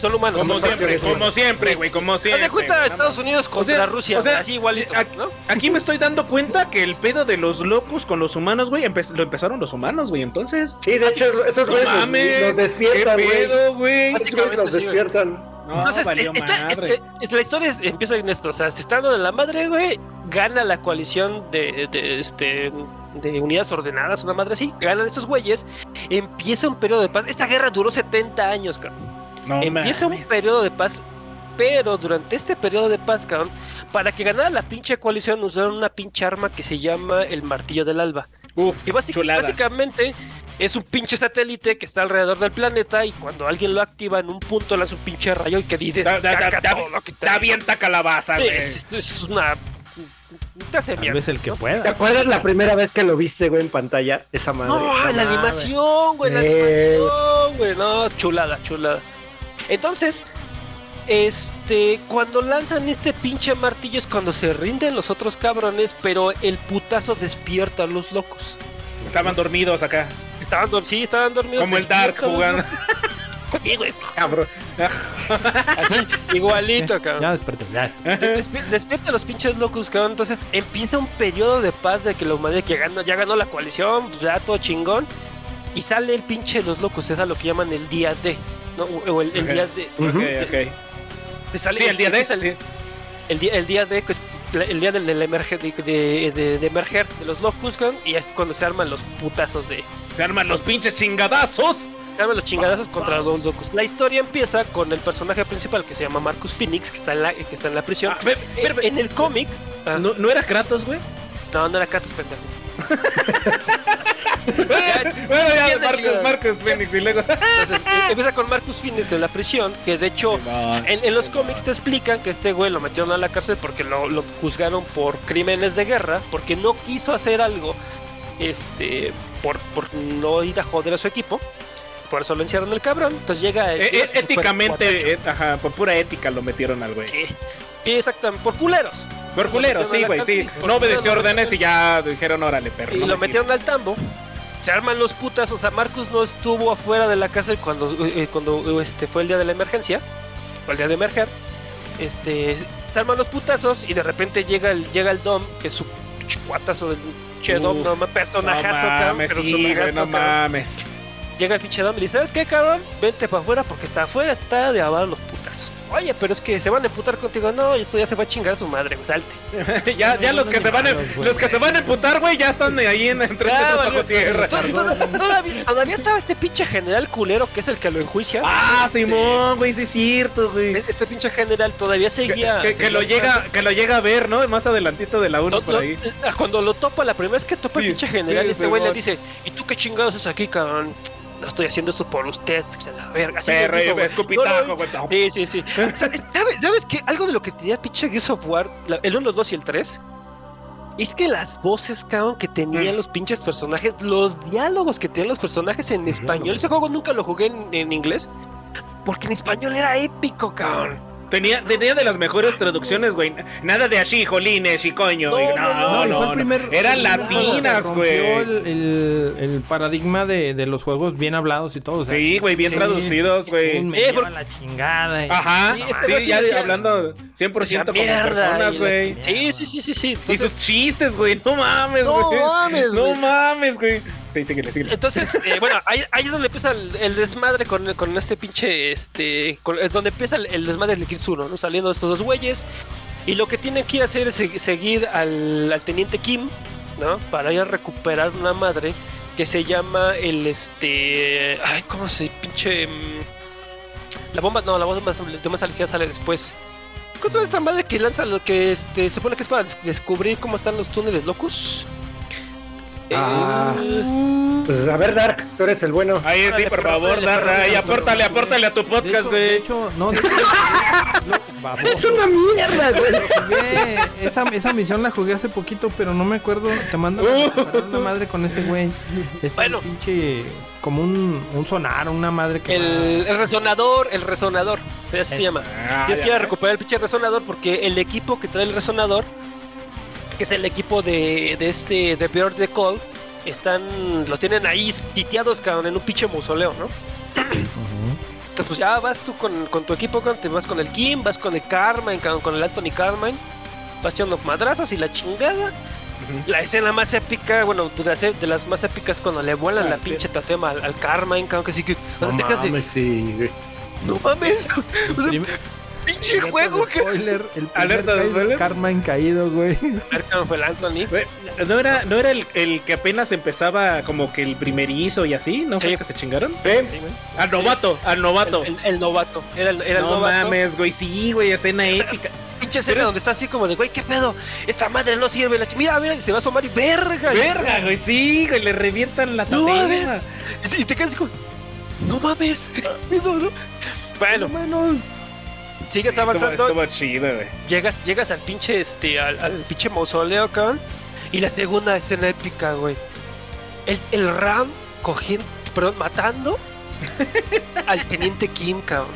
Son humanos. pues, Como son siempre, facciones, güey. como siempre, güey, como Haz siempre. de cuenta güey, Estados Unidos contra sea, Rusia, o sea, eh, así igualito, aquí- ¿no? Aquí me estoy dando cuenta que el pedo de los locos con los humanos, güey, empe- lo empezaron los humanos, güey, entonces. Sí, de hecho, esos No güeyes los- mames, los despiertan, ¿Qué güey. pedo, güey? Esos güeyes los Básicamente sí, güey. despiertan. No, Pues, Entonces, valió es- esta- madre. este- es- la historia es- empieza en esto, o sea, se está dando de la madre, güey, gana la coalición de, de, este de unidades ordenadas, una madre así, ganan estos güeyes, empieza un periodo de paz. Esta guerra duró 70 años, cabrón. No este, Empieza un mames. periodo de paz, pero durante este periodo de paz, cabrón, para que ganara la pinche coalición usaron una pinche arma que se llama el martillo del alba. Uf, Y básica- chulada. básicamente es un pinche satélite que está alrededor del planeta y cuando alguien lo activa en un punto lanza un pinche rayo y que dices Da- da- da- da- Te avienta calabaza, güey. es, es una te hace Tal mierda. vez el que ¿Te pueda. acuerdas la primera vez que lo viste, güey, en pantalla? Esa madre. No, la mames. animación, güey, la Sí. animación, güey, no, chulada, chulada. Entonces, este, cuando lanzan este pinche martillo es cuando se rinden los otros cabrones, pero el putazo despierta a los locos. Estaban dormidos acá. Estaban, dor- sí, estaban dormidos. Como el Dark despierta a los jugando. locos. Sí, güey, Cabrón. Así, igualito, cabrón. Ya desperté, ya. Despi- despierta a los pinches locos, cabrón. Entonces empieza un periodo de paz de que la humanidad que ganó, ya ganó la coalición, pues, ya todo chingón. Y sale el pinche de los locos, es a lo que llaman el día D. ¿no? O o el, el Ok. día D. Ok, Ujú. ok. Te sale- Sí, el día de empieza El, el día, el día D, que es la- el día del, del emerge, de, de- de- de emerger de los locos, cabrón. Y es cuando se arman los putazos de, Se arman los pinches chingadazos. Dame los chingadazos contra los locos. La historia empieza con el personaje principal que se llama Marcus Phoenix, que está en la, que está en la prisión. Eh, Ah, ve- ve- ve- en el cómic. Ah, ¿No, ¿No era Kratos, güey? no, no era Kratos, pendejo. bueno, ya, ya, Marcos, ya. Marcos Phoenix y luego. Entonces, em- empieza con Marcus Phoenix en la prisión, que de hecho. En, en los cómics te explican que este güey lo metieron a la cárcel porque lo, lo juzgaron por crímenes de guerra, porque no quiso hacer algo, este, por, por no ir a joder a su equipo. Por eso lo encierran el cabrón. Entonces llega el- Eh, eh, super- éticamente, eh, ajá, por pura ética lo metieron al güey. Sí. Sí, exactamente. Por culeros. Por culero, Lo metieron sí, a la güey, sí. cárcel y por No obedeció culero lo órdenes y metieron- ya dijeron, órale, perro. Y no lo me metieron al tambo. Se arman los putas. O sea, Marcus no estuvo afuera de la cárcel cuando, eh, cuando eh, este, fue el día de la emergencia. O el día de emerger. Este, se arman los putazos y de repente llega el, llega el Dom, que es su chuatazo del che Dom, Uf, no, sirve. personajazo, no cabrón, mames, pero sí, güey, personajazo, no cabrón. mames. Llega el pinche Dom y le dice, ¿sabes qué, cabrón? Vente para afuera porque está afuera, está de abajo los putazos. Oye, pero es que se van a emputar contigo. No, esto ya se va a chingar a su madre, güey, salte. ya ya los que se van a, malos, güey. los que se van a emputar, güey, ya están ahí en entre Ya, bajo valió. tierra. Tod- tod- Todavía, todavía estaba este pinche general culero que es el que lo enjuicia. Ah, Simón, güey, sí es cierto, güey. E- Este pinche general todavía Que, seguía. que- que lo seguía- llega, que lo llega a ver, ¿no? Más adelantito de la Lo- 1 por lo- ahí. eh, cuando lo topa, la primera vez que topa Sí, el pinche general, sí, este güey le Simón. dice: ¿Y tú qué chingados es aquí, cabrón? No estoy haciendo esto por usted, que se la verga. Así le Perro, dijo, güey, güey. escupitajo, No, güey. no, Sí, sí, sí. O sea, ¿Sabes, ¿Sabes qué? Algo de lo que tenía pinche Gears of War, la- el 1, los 2 y el 3, es que las voces, cabrón, que tenían los pinches personajes, los diálogos que tenían los personajes en español. Ese juego nunca lo jugué en, en inglés, porque en español era épico, cabrón. Tenía, tenía de las mejores traducciones, güey. Nada de así, jolines y coño. No, y No, y no, no, no, fue el no. primer- Eran el primer juego que latinas, rompió güey. El, el- el paradigma de, de los juegos bien hablados y todo. o sea, Sí, güey, bien sí, traducidos, un güey. Eh, Ah, me Sí, lleva porque- la chingada. y- Ajá. Sí, Sí, este güey sí ya decía- hablando 100% como Decía, "Mierda", personas, y- güey. Sí, sí, sí, sí, sí. Y Entonces- sus chistes, güey. No mames, No güey. mames, No güey. mames, güey. Sí, síguele, síguele. Entonces, eh, bueno, ahí, ahí es donde empieza el, el desmadre con, con este pinche. Este, con- es donde empieza el, el desmadre del Kitsuno, ¿no? Saliendo estos dos güeyes. Y lo que tienen que ir a hacer es se- seguir al, al teniente Kim, ¿no? Para ir a recuperar una madre que se llama el este. Ay, ¿cómo se pinche. mm, La bomba, no, la bomba de más alejada sale después. ¿Cómo se llama esta madre que lanza lo que este, se supone que es para des- descubrir cómo están los túneles locos? Ah. El- Pues a ver, Dark, tú eres el bueno. Ahí sí, Órale, por pero, favor, órale, Darra. pero, ahí, órale, apórtale, pero, apórtale a tu De podcast, hecho, de güey. hecho, no. de hecho- no, baboso. Es una mierda, güey. Jugué- esa, esa misión la jugué hace poquito, pero no me acuerdo. Te mando a una madre con ese güey. Es Uh. Bueno. un pinche. Como un, un sonar, una madre que. El, el resonador, el resonador, se, así Eso. se llama. Tienes que ir a recuperar el pinche resonador porque el equipo que trae el resonador, que es el equipo de, de este, de Bird the Call, están, los tienen ahí sitiados, cabrón, en un pinche mausoleo, ¿no? Entonces, pues ya vas tú con, con tu equipo, con, te vas con el Kim, vas con el Carmen, cabrón, con el Anthony Carmen, vas echando madrazos y la chingada. La escena más épica, bueno, de las, de las más épicas cuando le vuelan la pinche tatema al, al Carmen, cabrón, que sí que... No dejas de- mames, sí, güey. no mames. O sea, Prim- pinche juego que. Spoiler, el primer Alerta de Karma- spoiler. Karma en caído, güey. Arkham fue el Anthony. Güey, ¿No era, no era el, el que apenas empezaba como que el primerizo y así? ¿No fue Sí. el que se chingaron? Ven, Sí, güey. Al novato, al novato. El, el- el novato. Era el, era el no novato. mames, güey. Sí, güey, escena épica. Pinche escena donde está así como de, güey, qué pedo. Esta madre no sirve. La ch- mira, mira, y se va a asomar y verga. y- Verga, güey. Sí, güey, le revientan la No tabela. mames. Y te- Y te quedas así como, no mames. No, no. Bueno, menos. sigues Estuvo- avanzando. Estuvo chido, güey. Llegas, llegas al pinche este, al, al pinche mausoleo, cabrón. Y la segunda escena épica, güey. El, el Ram cogiendo, perdón, matando al teniente Kim, cabrón.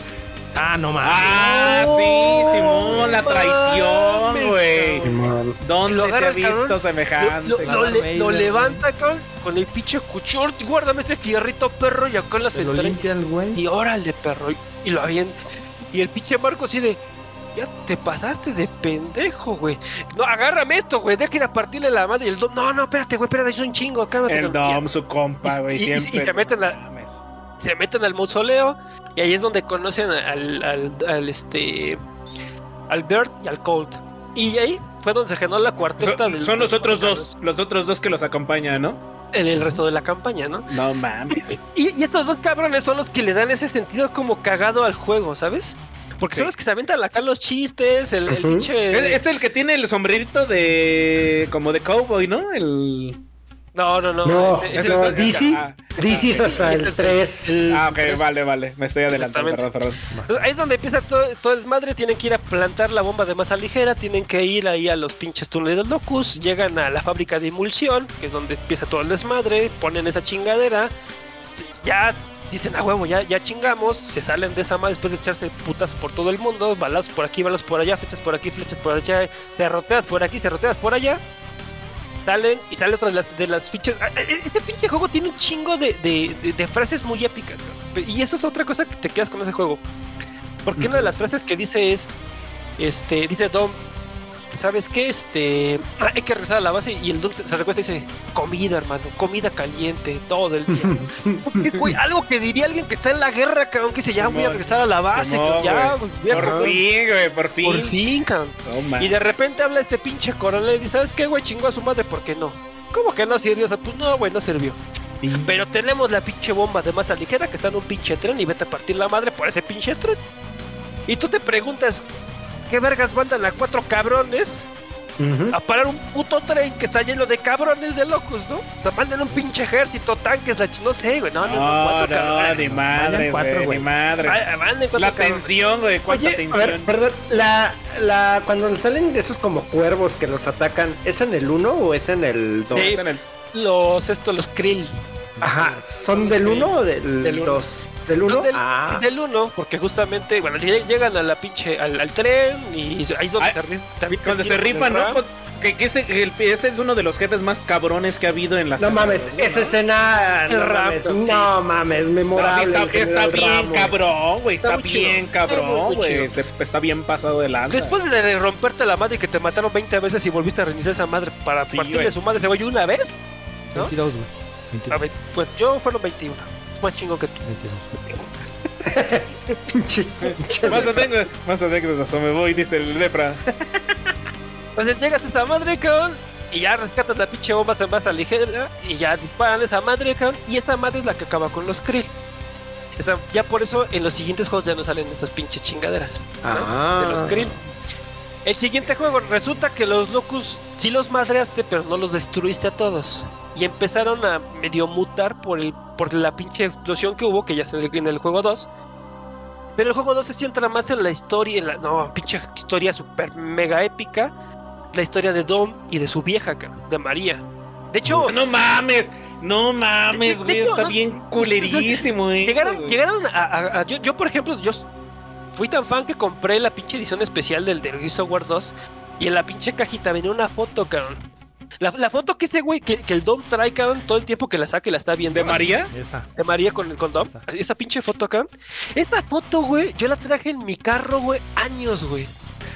Ah, no mames. Ah, No sí, Simón, la traición, mames, güey. cabrón. Lo ¿Dónde se agarra ha el cabrón, visto Lo, semejante? lo- güey? lo le- Vader, lo güey. levanta, cabrón, con el pinche cuchillo. Guárdame este fierrito, perro, y acá en la Se lo central. limpia el güey. Y órale, perro. y- Y lo avienta. Y el pinche Marco así de. Ya te pasaste de pendejo, güey. No, agárrame esto, güey. Deja ir a partirle la madre. Y el Dom, no, no, espérate, güey, espérate, es un chingo. cálmate, El cabrón". Dom, su compa, Y- güey, y- y- y siempre. se meten la- Mames. Ya, Se meten al mausoleo. Y ahí es donde conocen al, al, al, este. Al Bird y al Colt. Y ahí fue donde se generó la cuarteta Son, del. son los del- otros dos, los otros dos que los acompañan, ¿no? En el resto de la campaña, ¿no? No mames. Y, y estos dos cabrones son los que le dan ese sentido como cagado al juego, ¿sabes? Porque Sí. son los que se aventan acá los chistes, el, el Ujú. Es, pinche... es el que tiene el sombrerito de. como de cowboy, ¿no? El. No, no, no. No, ese- ese no, es el- dice- ¿DC? Ah, This is hasta este el es 3. ah, ok, Entonces- vale, vale. Me estoy adelantando, perdón, Exactamente. perdón. Entonces, ahí es donde empieza todo, todo el desmadre. Tienen que ir a plantar la bomba de masa ligera. Tienen que ir ahí a los pinches túneles locus. Llegan a la fábrica de emulsión, que es donde empieza todo el desmadre. Ponen esa chingadera. Ya dicen, ah, huevo, ya, ya chingamos. Se salen de esa madre después de echarse putas por todo el mundo. Balazos por aquí, balazos por allá, flechas por aquí, flechas por allá. Derroteas por aquí, derroteas por allá. Salen y sale otra de las, de las fichas. Ah, eh, Este pinche juego tiene un chingo de, de- de- de frases muy épicas. cabrón. Y eso es otra cosa que te quedas con ese juego. Porque una de las frases que dice es, este, dice Dom, ¿sabes qué? Este, ah, hay que regresar a la base y el Dom se, se recuesta y dice, comida, hermano, comida caliente, todo el día. es que, güey, algo que diría alguien que está en la guerra, cabrón, que dice, ya voy a Simón, regresar a la base, Simón, cabrón, ya, güey, voy a Por comer". fin, güey, por fin. por fin, cabrón. No mames. Y de repente habla este pinche coronel y dice, ¿sabes qué, güey? Chingó a su madre, ¿por qué no? ¿Cómo que no sirvió? O sea, pues no, güey, no sirvió. Pero tenemos la pinche bomba de masa ligera que está en un pinche tren y vete a partir la madre por ese pinche tren. Y tú te preguntas, ¿qué vergas mandan a cuatro cabrones a parar un puto tren que está lleno de cabrones de locos, no? O sea, mandan un pinche ejército, tanques, la ch- no sé, güey, no, no, no, No, cuatro no, cabrones. ni madres, Vayan cuatro, güey, güey. ni madres. Ah, manden cuatro La cabrones. tensión, güey, cuánta Oye, a tensión. ver, perdón, la, la, cuando salen esos como cuervos que los atacan, ¿es en el 1 o es en el 2? Sí. Está en el- Los, estos, los krill. Ajá, ¿son del 1 o Del del uno. 2? ¿Del 1? No, del, Ah, del uno, porque justamente, bueno, lleg- llegan a la pinche, al, al tren y ahí es donde Ay, se rif- te avientan Cuando se tiro con rifan, el ¿no? Ram. Con- Que, que ese, el- ese es uno de los jefes más cabrones que ha habido en la no saga, mames, güey, esa ¿no? escena. El No mames, Rambo, sí. no mames, No, memorable. sí, está, el general está bien Ramos. cabrón, güey. Está, Está muy chido, bien está muy, cabrón, muy güey. chido. se- Está bien pasado de lanza. Después de romperte la madre y que te mataron 20 veces y volviste a reiniciar esa madre para Sí, partirle güey. su madre, se güey, una vez. ¿No? 22, güey. A ver, pues yo fueron 21. Es más chingo que tú. 22. Más anécdotas, más anécdotas, o me voy, dice el lepra. Entonces llegas a esa madre, cabrón, y ya rescatas la pinche bomba se más ligera, y ya disparan a esa madre, cabrón, y esa madre es la que acaba con los Krill. Esa- ya por eso en los siguientes juegos ya no salen esas pinches chingaderas de los Krill. El siguiente juego resulta que los Locus sí los madreaste, pero no los destruiste a todos. Y empezaron a medio mutar por el por la pinche explosión que hubo, que ya se en el, en el juego 2. Pero el juego 2 se centra más en la historia, en la, no, pinche historia super mega épica. La historia de Dom y de su vieja, cabrón, de María. De hecho, No mames, no mames, De- de güey, hecho, está no- bien culerísimo, eso, Llegaron, güey. llegaron a, a- a- yo, yo, por ejemplo, yo s- fui tan fan que compré la pinche edición especial del del Gears of War 2 y en la pinche cajita venía una foto, cabrón. La, la foto que este güey, que, que el Dom trae, cabrón, todo el tiempo que la saca y la está viendo. ¿De así, María? Esa. De María con, con Dom. Esa. Esa. pinche foto, cabrón. Esta foto, güey, yo la traje en mi carro, güey, años, güey.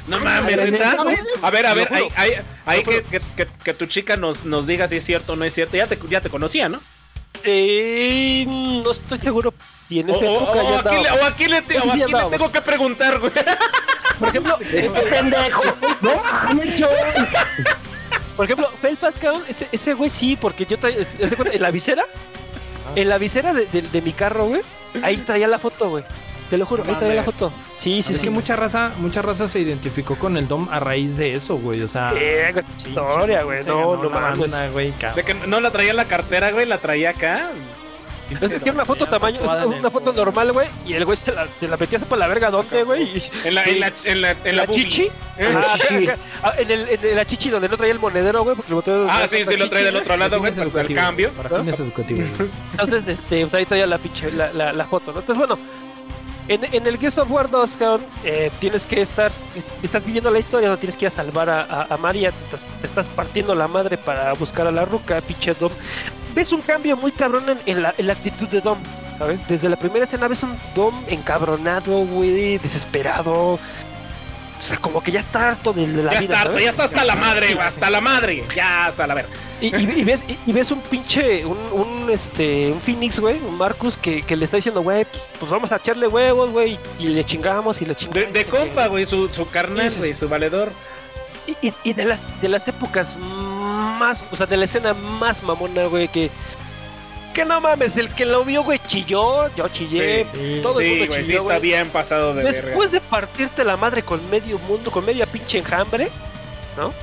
No mames, ¿neta? güey. A ver, a Te lo ver, hay, juro. hay, hay Te lo que, que- que- que tu chica nos, nos diga si es cierto o no es cierto. Ya te, ya te conocía, ¿no? Eh, no estoy seguro. Y en O, esa o- época o ya Oh, aquí, le, andaba. o aquí le te- o Sí, ya aquí le andábamos. tengo que preguntar, güey. Por ejemplo, Este pendejo. No, han hecho. Por ejemplo, Felpas, cabrón, ese, ese güey sí, porque yo traía, ¿te das cuenta? En la visera, en la visera de, de- de mi carro, güey, ahí traía la foto, güey. Te lo juro, ahí traía la Mames. foto. Sí, sí, es sí. que mucha raza, mucha raza se identificó con el Dom a raíz de eso, güey. O sea, Eh, güey, qué historia, güey. se No, ganó no la mames. banda, güey, cabrón. De que no la traía en la cartera, güey, la traía acá. Entonces quiero una foto tamaño, tatuada en una el foto culo. normal, güey, y el güey se la, se la metía para la verga dónde, güey. Y- En la, en la, en la, en la ¿La boobie. chichi? Eh. Ajá, La chichi. acá, acá, en, el, en la chichi donde no traía el monedero, güey, porque el monedero Ah, traía sí, la sí, lo trae chichi, del güey. otro lado, güey, Para fines para el educativos, cambio. Para fines educativos. güey. Entonces, este, pues ahí traía la pinche, la, la, la foto, ¿no? Entonces, bueno, en, en el Gears of War 2, cabrón, eh, tienes que estar, es- estás viviendo la historia, no tienes que ir a salvar a, a, a María, te estás, te estás partiendo la madre para buscar a la ruca, pinche Dom. Ves un cambio muy cabrón en, en la, en la actitud de Dom, ¿sabes? Desde la primera escena ves un Dom encabronado, güey, desesperado. O sea, como que ya está harto de la Ya vida. está, ¿sabes? harto, ya está hasta la madre, güey, hasta la madre. Ya, hasta la ver. Y, y- y ves, y, y ves un pinche, un, un, este, un Phoenix, güey, un Marcus que, que le está diciendo, güey, pues, pues vamos a echarle huevos, güey, y le chingamos y le chingamos. De, de compa, güey, su, su carnal, Sí, sí, güey, su valedor. Y, y- y de, las, de las épocas más, o sea, de la escena más mamona, güey, que... Que no mames, el que lo vio, güey, chilló, yo chillé, Sí. todo el Sí, mundo güey, sí chilló, está güey. bien pasado de verga. Después de partirte la madre con medio mundo, con media pinche enjambre, ¿no?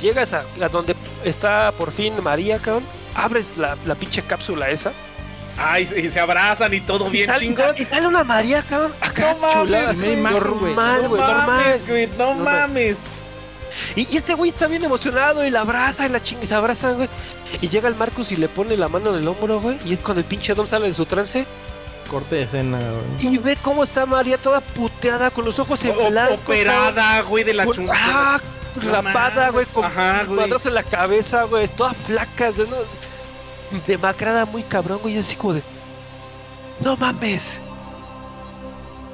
Llegas a, a donde está por fin María, cabrón, abres la, la pinche cápsula esa. Ay, y se abrazan y todo bien sale- chingón. Y sale una María, cabrón. Acá No mames, chulada, no hay así, imagen, güey. normal, güey, normal. mames, güey, no No mames. Y, y este güey está bien emocionado y la abraza y la chinga y se abrazan, güey. Y llega el Marcus y le pone la mano en el hombro, güey. Y es cuando el pinche Don sale de su trance Corte de escena, güey. y ve cómo está María toda puteada con los ojos en O- blanco. cabrón, operada, güey, de la con- chungada. ah, rapada, güey, con Ajá, Ah, güey. cuadros en la cabeza, güey. Toda flaca, de- no- demacrada muy cabrón, güey. y Así como de. No mames.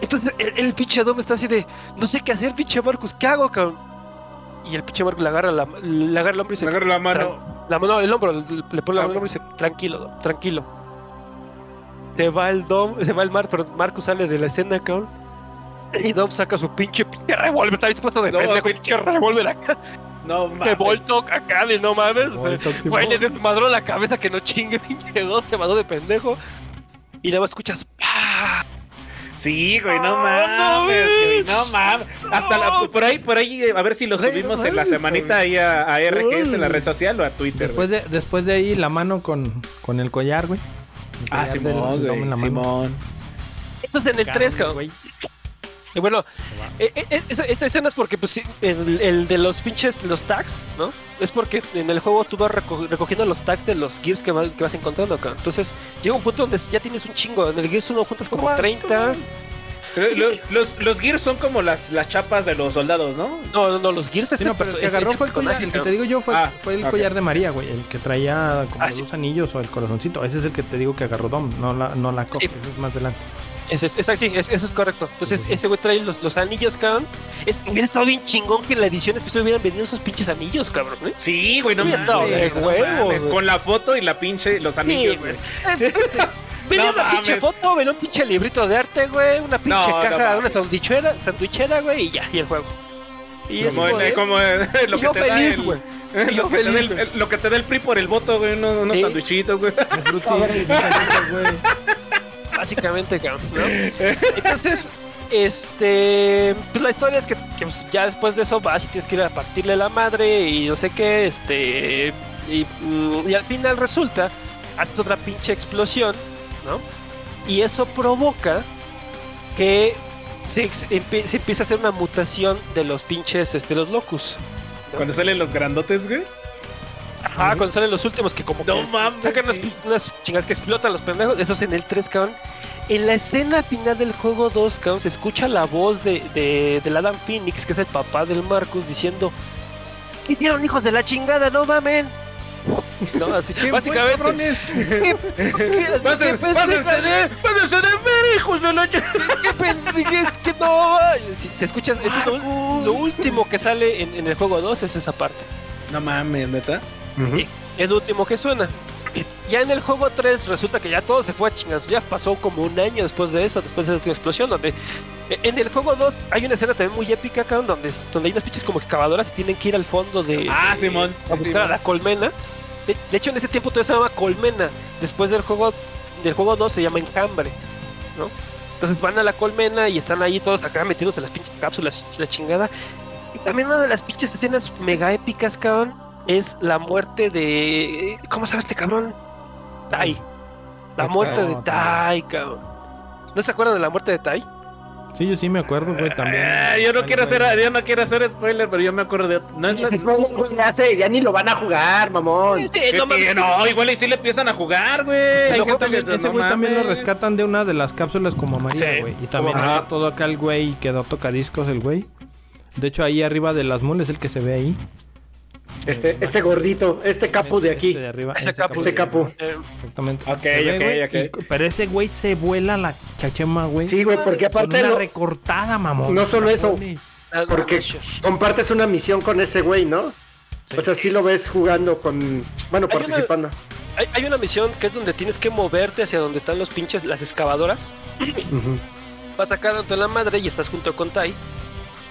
Entonces el, el pinche Dom está así de. No sé qué hacer, pinche Marcus. ¿Qué hago, cabrón? Y el pinche Marcus le agarra, la, le agarra el hombro y se. Me agarro la mano. La mano, el hombro, le, le pone la Ah, mano al hombro y dice, tranquilo, Dom, tranquilo. Se va el Dom, se va el Mar, pero Marcus sale de la escena, cabrón. Y Dom saca su pinche pinche revólver, está dispuesto de No, pendejo, güey. pinche revólver acá, No de mames. volto acá, de no mames. Oye, tóxico. Güey, le desmadró la cabeza que no chingue, pinche Dom, se mandó de pendejo. Y nada más escuchas, ¡pah! Sí, güey, no Ah, mames, no, güey, güey. no mames. Hasta la- por ahí, por ahí, eh, a ver si lo Güey, no subimos en la mames, semanita ahí a, a RGS, en la red social o a Twitter. güey. Después de, después de ahí la mano con, con el collar, güey. El Ah, collar del Simón, Dom en güey, la mano. Simón. Esto es en el 3, cabrón. güey. Y bueno, eh, eh, eh, esa, esa escena es porque pues, sí, el, el de los pinches, los tags, ¿no? Es porque en el juego tú vas reco- recogiendo los tags de los gears que, va- que vas encontrando acá. Entonces llega un punto donde ya tienes un chingo. En el gears uno juntas como 30. Pero lo- Los, los Gears son como las, las chapas de los soldados, ¿no? No, no, no, los gears es Sí, no, pero el que agarró fue el collar. El que te digo yo fue, Ah, fue el ok. collar de María, güey. El que traía como Ah, los sí. dos anillos o el corazoncito. Ese es el que te digo que agarró Dom, no la, no la copa. Sí. Ese es más adelante. Es, es, es- sí, es- eso es correcto. Entonces, ese güey trae los, los anillos, cabrón. Es, hubiera estado bien chingón que en la edición especial hubieran vendido esos pinches anillos, cabrón. ¿eh? Sí, güey, no Sí, mames. no, de no huevo, mames, güey. Con la foto y la pinche, los Sí, anillos, güey. güey. Eh, Ven No una pinche mames. foto, ven un pinche librito de arte, güey. Una pinche no caja, una mames. sanduichera, sanduichera, güey, y ya, y el juego. Y es Como, como en- de- como en- lo y que yo te da feliz, el- güey. Y Lo yo que, te da feliz, el, el- lo que te da el PRI por el voto, güey, unos, unos Sí. sandwichitos, güey. Básicamente, cabrón, ¿no? Entonces, este. Pues la historia es que, que, pues, ya después de eso vas y tienes que ir a partirle la madre y no sé qué, este. Y, mm, y al final resulta, haces otra pinche explosión, ¿no? Y eso provoca que se, ex- empie- se empiece a hacer una mutación de los pinches, este, los locus. Cuando salen los grandotes, güey. Ajá, Ah, cuando salen los últimos que como que mames. sacan unas, pi- unas chingadas que explotan los pendejos, esos en el 3, cabrón. En la escena final del juego 2, cabrón, se escucha la voz de, de, del Adam Phoenix, que es el papá del Marcus, diciendo: ¿Qué hicieron, hijos de la chingada? ¡No mamen! No, así que básicamente. Pásen- pásense de, pásense de ver, hijos de la ch- ¡Qué pendejez que no! Sí, se escucha, eso es lo, ul- lo último que sale en, en el juego 2 es esa parte. No mames, neta. Es lo último que suena. Ya en el juego 3 resulta que ya todo se fue a chingados. Ya pasó como un año después de eso, después de esa explosión, donde... eh, En el juego 2 hay una escena también muy épica, cabrón, donde, es- donde hay unas pinches como excavadoras y tienen que ir al fondo de... Ah, de- Simón. A Sí, buscar a Simón. la colmena. De, de hecho, en ese tiempo todavía se llamaba colmena. Después del juego del juego 2 se llama enjambre, ¿no? Entonces van a la colmena y están ahí todos acá metiéndose en las pinches cápsulas, la chingada. Y también una de las pinches escenas mega épicas, cabrón, es la muerte de. ¿Cómo sabe este cabrón? Tai. La Tai, muerte de no, Tai, cabrón. ¿No se acuerdan de la muerte de Tai? Sí, yo sí me acuerdo, güey, también. Eh, yo no quiero hacer, yo no quiero hacer spoiler, pero yo me acuerdo de. No es la- Ese spoiler, güey, ya sé, ya ni lo van a jugar, mamón. Sí, ¿Qué no mames, Pues tiene? no, igual y sí le empiezan a jugar, güey. Ese Hay güey gente también, que- ese no güey también lo mames. rescatan de una de las cápsulas como amarilla, Sí. güey. Y también Ajá. era todo acá el güey quedó tocadiscos el güey. De hecho, ahí arriba de las mulas es el que se ve ahí. Este, este gordito, este capo de aquí. Este de arriba. Ese capo. Este capo. Eh, Exactamente. Ok, Se ve, ok, güey, ok. y- pero ese güey se vuela la chachema, güey. Sí, güey, porque Con aparte una lo- recortada, mamón. no solo eso. ah, no, no, Porque no, no, no. compartes una misión con ese güey, ¿no? O sea, sí lo ves jugando con. Bueno, Hay una- participando. Hay, hay una misión que es donde tienes que moverte hacia donde están los pinches, las excavadoras. Vas acá dándote la madre y estás junto con Tai.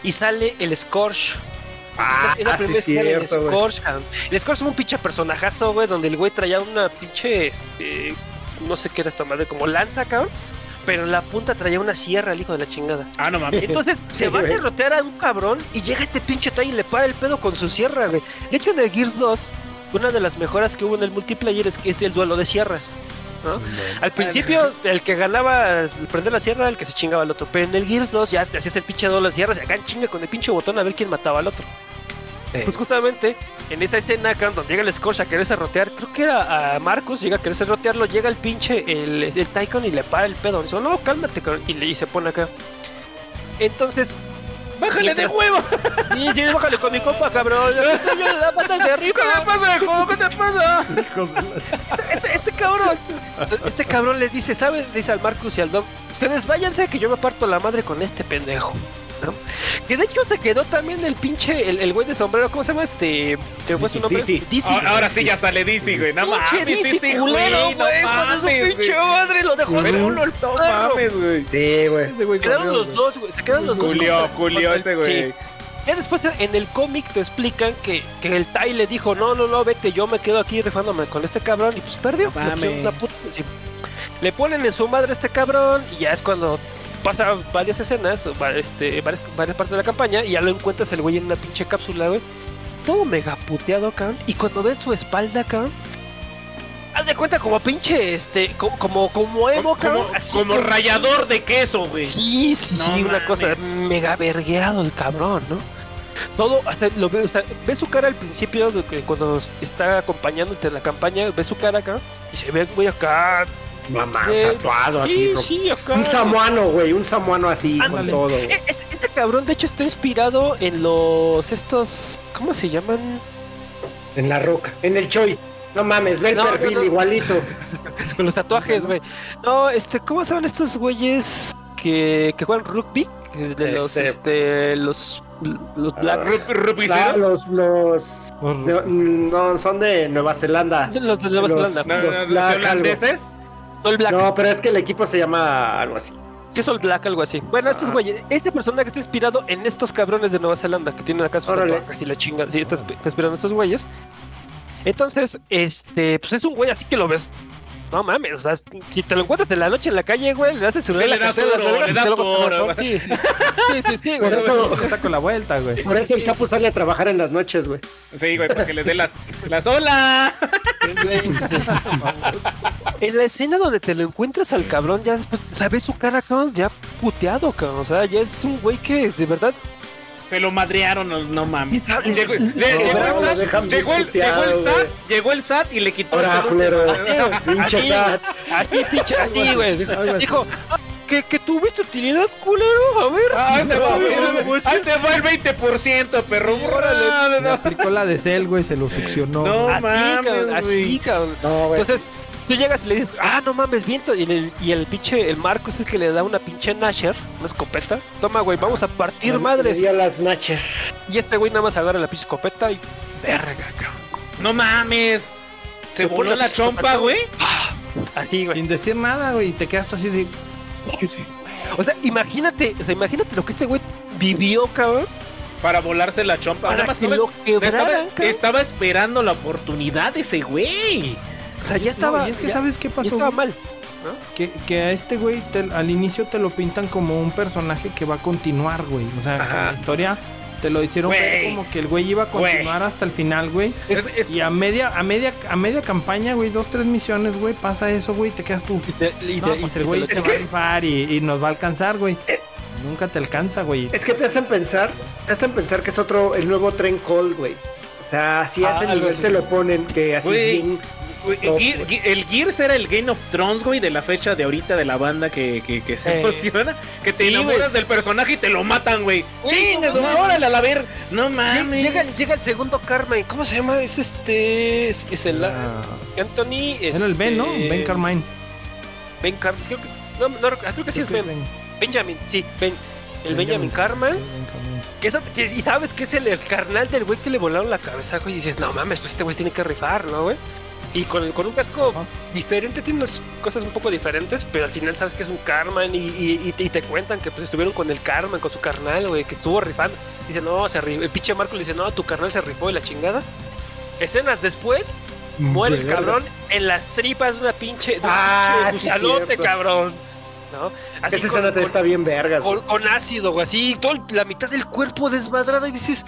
Y sale el Scorch. Ah, es la sí, primera vez que sale el cierto, güey. Scorch. cabrón. El Scorch es un pinche personajazo, güey, donde el güey traía una pinche. eh, no sé qué era esta madre, como lanza, cabrón. Pero en la punta traía una sierra, el hijo de la chingada. Ah, no mames. Entonces Sí, se va a güey. derrotear a un cabrón y llega este pinche Tai y le para el pedo con su sierra, güey. De hecho, en el Gears 2, una de las mejoras que hubo en el multiplayer es que es el duelo de sierras. ¿no? Al principio, el que ganaba eh, prender la sierra, el que se chingaba al otro. Pero en el Gears 2 ya te hacías el pinche duelo de sierras y acá en chinga con el pinche botón a ver quién mataba al otro. Pues justamente en esa escena acá donde llega el Scorch a quererse rotear, creo que era a Marcus, llega a quererse rotearlo, llega el pinche, el, el Tycoon y le para el pedo. Dice, no, cálmate, cabrón", y, le- y se pone acá. Entonces, ¡Bájale de huevo! sí, sí, bájale con mi compa, cabrón. La patas de arriba. ¿Qué te pasa, hijo? ¿Qué te pasa? Este, este cabrón. Este cabrón les dice, ¿sabes? Dice al Marcus y al Dom, ustedes váyanse que yo me parto la madre con este pendejo. ¿no? Que de hecho se quedó también el pinche, el el güey de sombrero, ¿cómo se llama este? ¿Te fue su nombre? Dizzy. Dizzy. Ahora, ahora sí ya sale DC, güey. No Pinche mames, Dizzy sí, culero, güey, güey. No hijo de mames, su pinche güey. madre, lo dejó Pero- solo el No perro. mames, güey. Sí, güey. Se quedaron los dos, güey. Se quedaron los dos. Culió, contra- culió contra el- ese, güey. sí. Ya después en el cómic te explican que, que el Tai le dijo, no, no, no, vete, yo me quedo aquí rifándome con este cabrón. Y pues perdió. No Le pusieron una mames. puta- sí. Le ponen en su madre a este cabrón y ya es cuando pasa varias escenas, va- este, varias, varias partes de la campaña y ya lo encuentras el güey en una pinche cápsula, güey. Todo mega puteado, cabrón. Y cuando ves su espalda, cabrón. Haz de cuenta como pinche, este, co- como, como emo, cabrón. Como, así como que- rallador de queso, güey. Sí, sí, No sí, una mames. cosa mega vergueado el cabrón, ¿no? Todo, hasta lo ve, o sea, ve su cara al principio de que cuando está acompañándote en la campaña, ve su cara acá y se ve muy acá. Mamá, Sí. tatuado así. Sí, rom- sí, acá. Un samuano, güey. Un samuano así, con Ándale. todo. E- Este, este cabrón, de hecho, está inspirado en los estos, ¿cómo se llaman? En la roca. En el choy. No mames, ve el No, no, perfil no. igualito. Con los tatuajes, güey. No, este, ¿cómo se llaman estos güeyes que, que juegan rugby? Que De los, Este- este, los, los Black. Rup- Ah, ¿Rupiceros? los, los. No, mm, no, son de Nueva Zelanda. Los de Nueva ah, Los- Zelanda. No, no, los no, los Black holandeses. No, el Black. No, pero es que el equipo se llama algo así. Que es All Black, algo así. Bueno, estos Ah. Ajá. güeyes, este personaje está inspirado en estos cabrones de Nueva Zelanda que tienen acá sus Órale. tatuajes y la chinga. Sí, está, está inspirado en estos güeyes. Entonces, este, pues es un güey así que lo ves. No mames, o sea, si te lo encuentras de la noche en la calle, güey, le das el celular Sí, en la le das cartera, duro, le le y das te lo botas a la duro. porra. Sí, sí, sí, sí, sí, güey. Por eso, Le saco la vuelta, güey. por eso el capo sale a trabajar en las noches, güey. Sí, güey, porque le dé las, las hola. En la escena donde te lo encuentras al cabrón, ya después, o sea, ves su cara, cabrón, ya puteado, cabrón. O sea, ya es un güey que de verdad Se lo madrearon, no, no mames. Llegó, le- No, llegó el lo SAT, dejan bien llegó el, llegó el puteado, SAT, güey. llegó el SAT y le quitó Ahora, este- culero. Así, Pinche así, SAT. así, pinche, así, güey. Dijo, "Ah, ¿que, que tuviste utilidad, culero? A ver. Ah, Ahí te va, A ver, mira, güey. ahí te va el 20%, perro. Ah, Le Órale. No, aplicó la de Cell, güey, se lo succionó. No. así, mames, cabrón, güey. así, cabrón. No, güey. Entonces, tú llegas y le dices, ah, no mames, viento. Y el, y el pinche, el Marco es el que le da una pinche Nasher, una escopeta. Toma, güey, vamos a partir madres. Y a las nachas. Y este güey nada más agarra la pinche escopeta y. Verga, cabrón. no mames. Se Se voló pone la la chompa, pistola. güey. Así, güey. Sin decir nada, güey, y te quedas tú así de... O sea, imagínate, o sea, imagínate lo que este güey vivió, cabrón. Para volarse la chompa. Para Nada más que sabes- lo estaba, quebraran, cabrón. estaba esperando la oportunidad de ese güey. O sea, ya estaba. No, y es que, ya- ¿sabes qué ya pasó? estaba güey? mal. Que, que a este güey te- al inicio te lo pintan como un personaje que va a continuar, güey. O sea, Ajá. la historia te lo hicieron Güey. ver como que el güey iba a continuar hasta el final, güey. Es- es- Y a media, a media, a media campaña, güey, dos, tres misiones, güey, pasa eso, güey, te quedas tú. Y te- y No, te- y pues te el güey lo- se va a rifar y, y nos va a alcanzar, güey. Nunca te alcanza, güey. Es que te hacen pensar, te hacen pensar que es otro, el nuevo tren Cold, güey. O sea, así Ah, hacen algo nivel así. te lo ponen, que así Güey. bien. Güey, No, Ge- Ge- el Gears era el Game of Thrones, güey, de la fecha de ahorita de la banda que, que- que se Eh. emociona. Que te Sí, enamoras güey. del personaje y te lo matan, güey. Uy, ¡Chingas, no güey! mames. ¡Órale, a la ver! ¡No Llega, mames! llega el- llega el segundo Carmen. ¿Cómo se llama? Es este. Es, es el. Ah. Anthony. Bueno, el Ben, ¿no? este, Ben Carmine. Ben Carmine. Creo que, no, no, creo que sí es Ben. Benjamin. Sí, Ben. El Benjamin, Carmen. Que, eso- que- y sabes que es el, el carnal del güey que le volaron la cabeza, güey. Y dices, no mames, pues este güey tiene que rifar, ¿no, güey? Y con, el- con un casco Ajá. diferente, tiene unas cosas un poco diferentes, pero al final sabes que es un Carmen y, y- y te, y te cuentan que pues, estuvieron con el Carmen, con su carnal, güey, que estuvo rifando. Dice, no, se rifó. El pinche Marco le dice, no, tu carnal se rifó y la chingada. Escenas después, muere el cabrón en las tripas de una pinche. De un Ah, pinche sí, gusanote, cierto. cabrón. ¿No? Así Esa con- escena te con- está bien vergas. con, con ácido, güey, así, todo el- la mitad del cuerpo desmadrada y dices.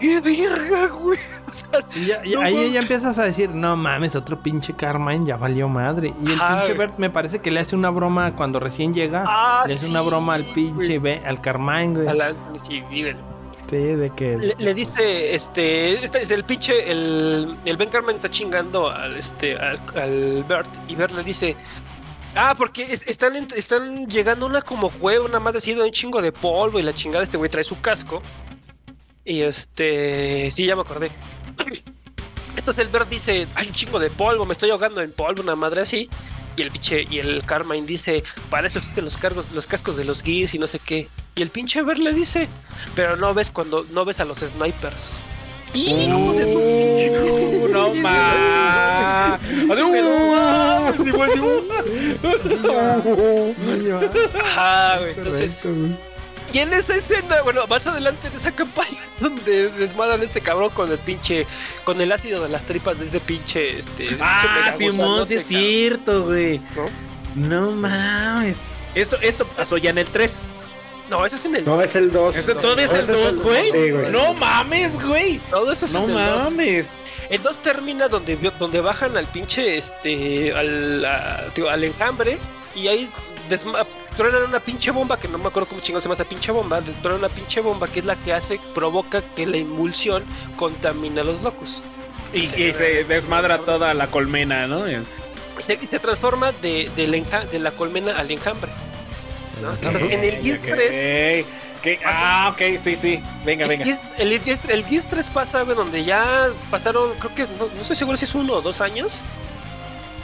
¡Qué verga, güey! O sea, Y ya- y No ahí mames. ya empiezas a decir, no mames, otro pinche Carmine ya valió madre. Y el Ajá, pinche güey. Bert me parece que le hace una broma cuando recién llega. ah, le hace sí, una broma al pinche güey. Ben- al Carmine, güey. A la- sí, güey. Sí, de que. Le, le dice, este, este es el pinche, el, el Ben Carmen está chingando al, este, al, al Bert y Bert le dice, ah, porque es- están, en- están llegando una como cueva, una más así, de un chingo de polvo y la chingada, este güey trae su casco y este, sí, ya me acordé. Entonces el Bert dice, hay un chingo de polvo, me estoy ahogando en polvo, una madre así. Y el pinche, y el Carmine dice, para eso existen los cargos, los cascos de los guis y no sé qué. Y el pinche Bert le dice, pero no ves cuando no ves a los snipers. Hijo de tu pinche. Uh, no mames. Ajá, Ah, güey. Entonces, y en esa escena, bueno, más adelante en esa campaña es donde desmadran a este cabrón con el pinche, con el ácido de las tripas de ese pinche, este. Ah, Simón, pinche sí megagusanote, es cierto, güey. No mames. Esto, esto pasó ya en el 3. cabrón. No, eso es en el. No, es el 2. Este todavía es No, el ese es 2, el- güey. sí, güey. No mames, güey. Todo eso Este es No en el dos. mames. El 2 termina donde, donde bajan al pinche, este, al, a- digo, al enjambre y ahí desma- truenan una pinche bomba, que no me acuerdo cómo chingón se llama esa pinche bomba, de- truenan una pinche bomba que es la que hace, provoca que la emulsión contamina a los locos. Y, y se desmadra toda la colmena, ¿no? Se, se transforma de, del enja- de la colmena al enjambre. ¿no? Entonces, en el Gears 3, Ey, Ok, ah, ok, sí, sí. Venga, El venga. Gears- El Gears- el Gears 3 pasa, güey, donde ya pasaron, creo que, no, no estoy seguro si es uno o dos años.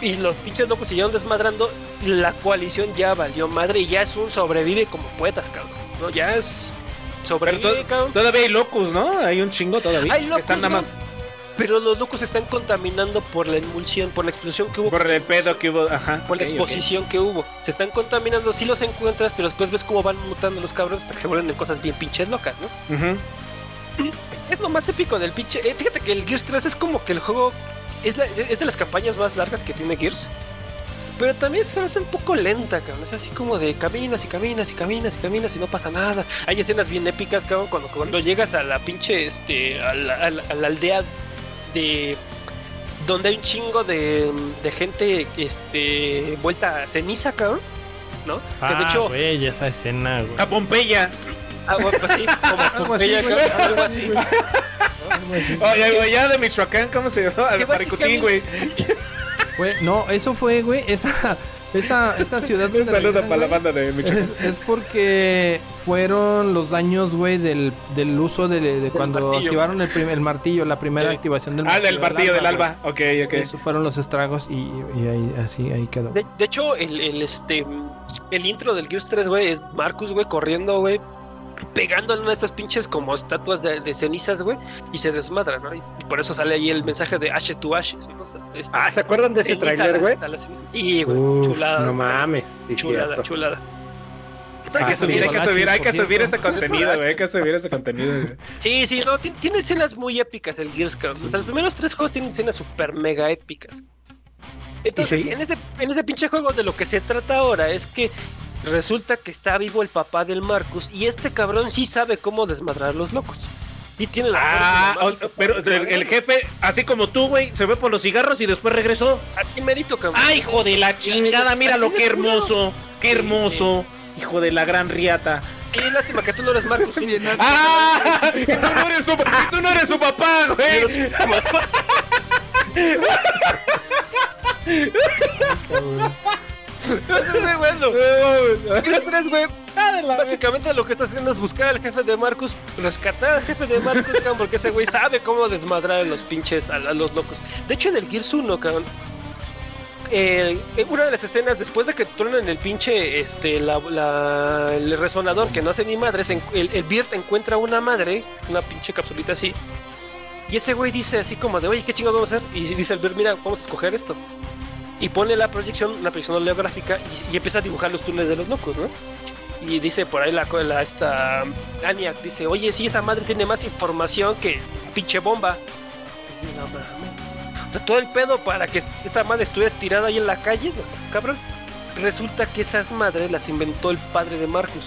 Y los pinches locos siguieron desmadrando. y La coalición ya valió madre y ya es un sobrevive como puedas, cabrón. ¿no? Ya es Pero sobrevive, to- cabrón. todavía hay locus, ¿no? Hay un chingo todavía. Hay que locus, Están nada más Pero los locos se están contaminando por la emulsión, por la explosión que hubo por el pedo que hubo. Ajá. por la ok, ok. exposición que hubo. Se están contaminando, sí los encuentras, pero después ves cómo van mutando los cabros hasta que se vuelven en cosas bien pinches locas, ¿no? Ujú. Es lo más épico del pinche. eh, fíjate que el Gears 3 es como que el juego. Es, la- es de las campañas más largas que tiene Gears. Pero también se hace un poco lenta, cabrón. Es así como de caminas y caminas y caminas y caminas y no pasa nada. Hay escenas bien épicas, cabrón, cuando, cuando llegas a la pinche, este, a la, a la- a la aldea de... Donde hay un chingo de, de gente, este, vuelta a ceniza, cabrón. ¿No? que de hecho, Ah, güey, esa escena, güey. A Pompeya. ah, bueno, pues sí, como Pompeya, güey. cabrón, algo así. Oye, güey, ya de Michoacán, ¿cómo se llama? Al Que Paricutín, güey. Fue- no, eso fue, güey, esa, esa, esa ciudad. Un donde saludo regresan, para la güey, banda de Michoacán. Es, es porque fueron los daños, güey, del, del uso de, de cuando martillo. activaron el, prim- el martillo, la primera Sí. activación del Ah, del martillo del güey. alba. Ok, ok. Eso fueron los estragos y, y ahí, así, ahí quedó. De, de hecho, el, el, este, el intro del Gears 3, güey, es Marcus, güey, corriendo, güey, pegando en una de esas pinches como estatuas de, de cenizas, güey, y se desmadra, ¿no? Y por eso sale ahí el mensaje de Ashe to Ashes, ¿no? O sea, este, Ah, ¿se acuerdan de ese cenita trailer, a güey? la- a las cenizas. Sí, güey, Uf, chulada. No güey, mames. sí, Chulada, cierto. chulada. Hay que Ah, subir, hay que subir, hay que por subir cierto. ese contenido, güey. Hay que subir ese contenido, güey. Sí, sí, no, ti- tiene escenas muy épicas el Gears, cabrón. O sea, los primeros tres juegos tienen escenas super mega épicas. Entonces, Y sí. en, este, en este pinche juego de lo que se trata ahora es que resulta que está vivo el papá del Marcus y este cabrón sí sabe cómo desmadrar a los locos. Y tiene la Ah, fórmula mágica o- pero para el, el desmadrarlos. jefe, así como tú, güey, se ve por los cigarros y después regresó. Así merito, cabrón. ¡Ay, hijo de la chingada! Míralo, Así de qué culero. hermoso. ¡Qué hermoso! Hijo de la gran riata. Sí, lástima que tú no eres Marcus. sí. ¡Ah! Tú no eres su, tú no eres su papá, güey. Entonces, bueno, Gears 3, güey, Básicamente lo que está haciendo es buscar al jefe de Marcus, rescatar al jefe de Marcus, cabrón, porque ese güey sabe cómo desmadrar a los pinches, a, a los locos. De hecho, en el Gears 1, cabrón, eh, en una de las escenas, después de que tronan el pinche, este, la, la- el resonador que no hace ni madres, en- el, el Birt encuentra una madre, una pinche capsulita así, y ese güey dice así como de, oye, ¿qué chingados vamos a hacer? Y dice el Birt, mira, vamos a escoger esto. Y pone la proyección, la proyección oleográfica, y, y empieza a dibujar los túneles de los locos, ¿no? Y dice por ahí la, co- la esta Aniak, dice, oye, si esa madre tiene más información que pinche bomba. Y dice, "No mames". O sea, todo el pedo para que esa madre estuviera tirada ahí en la calle, no seas cabrón. Resulta que esas madres las inventó el padre de Marcus.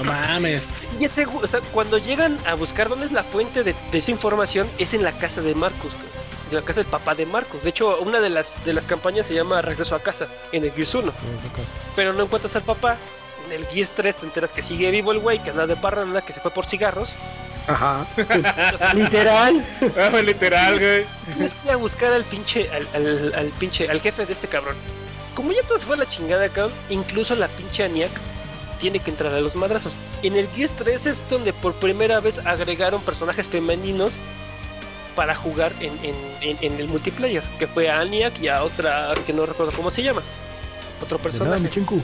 No mames. Y ese, güey- o sea, cuando llegan a buscar dónde es la fuente de, de esa información, es en la casa de Marcus, güey. De la casa del papá de Marcus. De hecho, una de las, de las campañas se llama Regreso a casa, en el Gears 1. Pero no encuentras al papá. En el Gears 3 te enteras que sigue vivo el güey, que anda de parranda, que se fue por cigarros. Ajá. Literal. Ah, güey, literal, güey. Tienes que ir a buscar al pinche, al, al, al pinche, al jefe de este cabrón. Como ya todo se fue a la chingada, cabrón, incluso la pinche Aniak tiene que entrar a los madrazos. En el 10-3 es donde por primera vez agregaron personajes femeninos para jugar en, en, en- en el multiplayer, que fue a Aniak y a otra que no recuerdo cómo se llama. Otro De nada, mi personaje. chinku.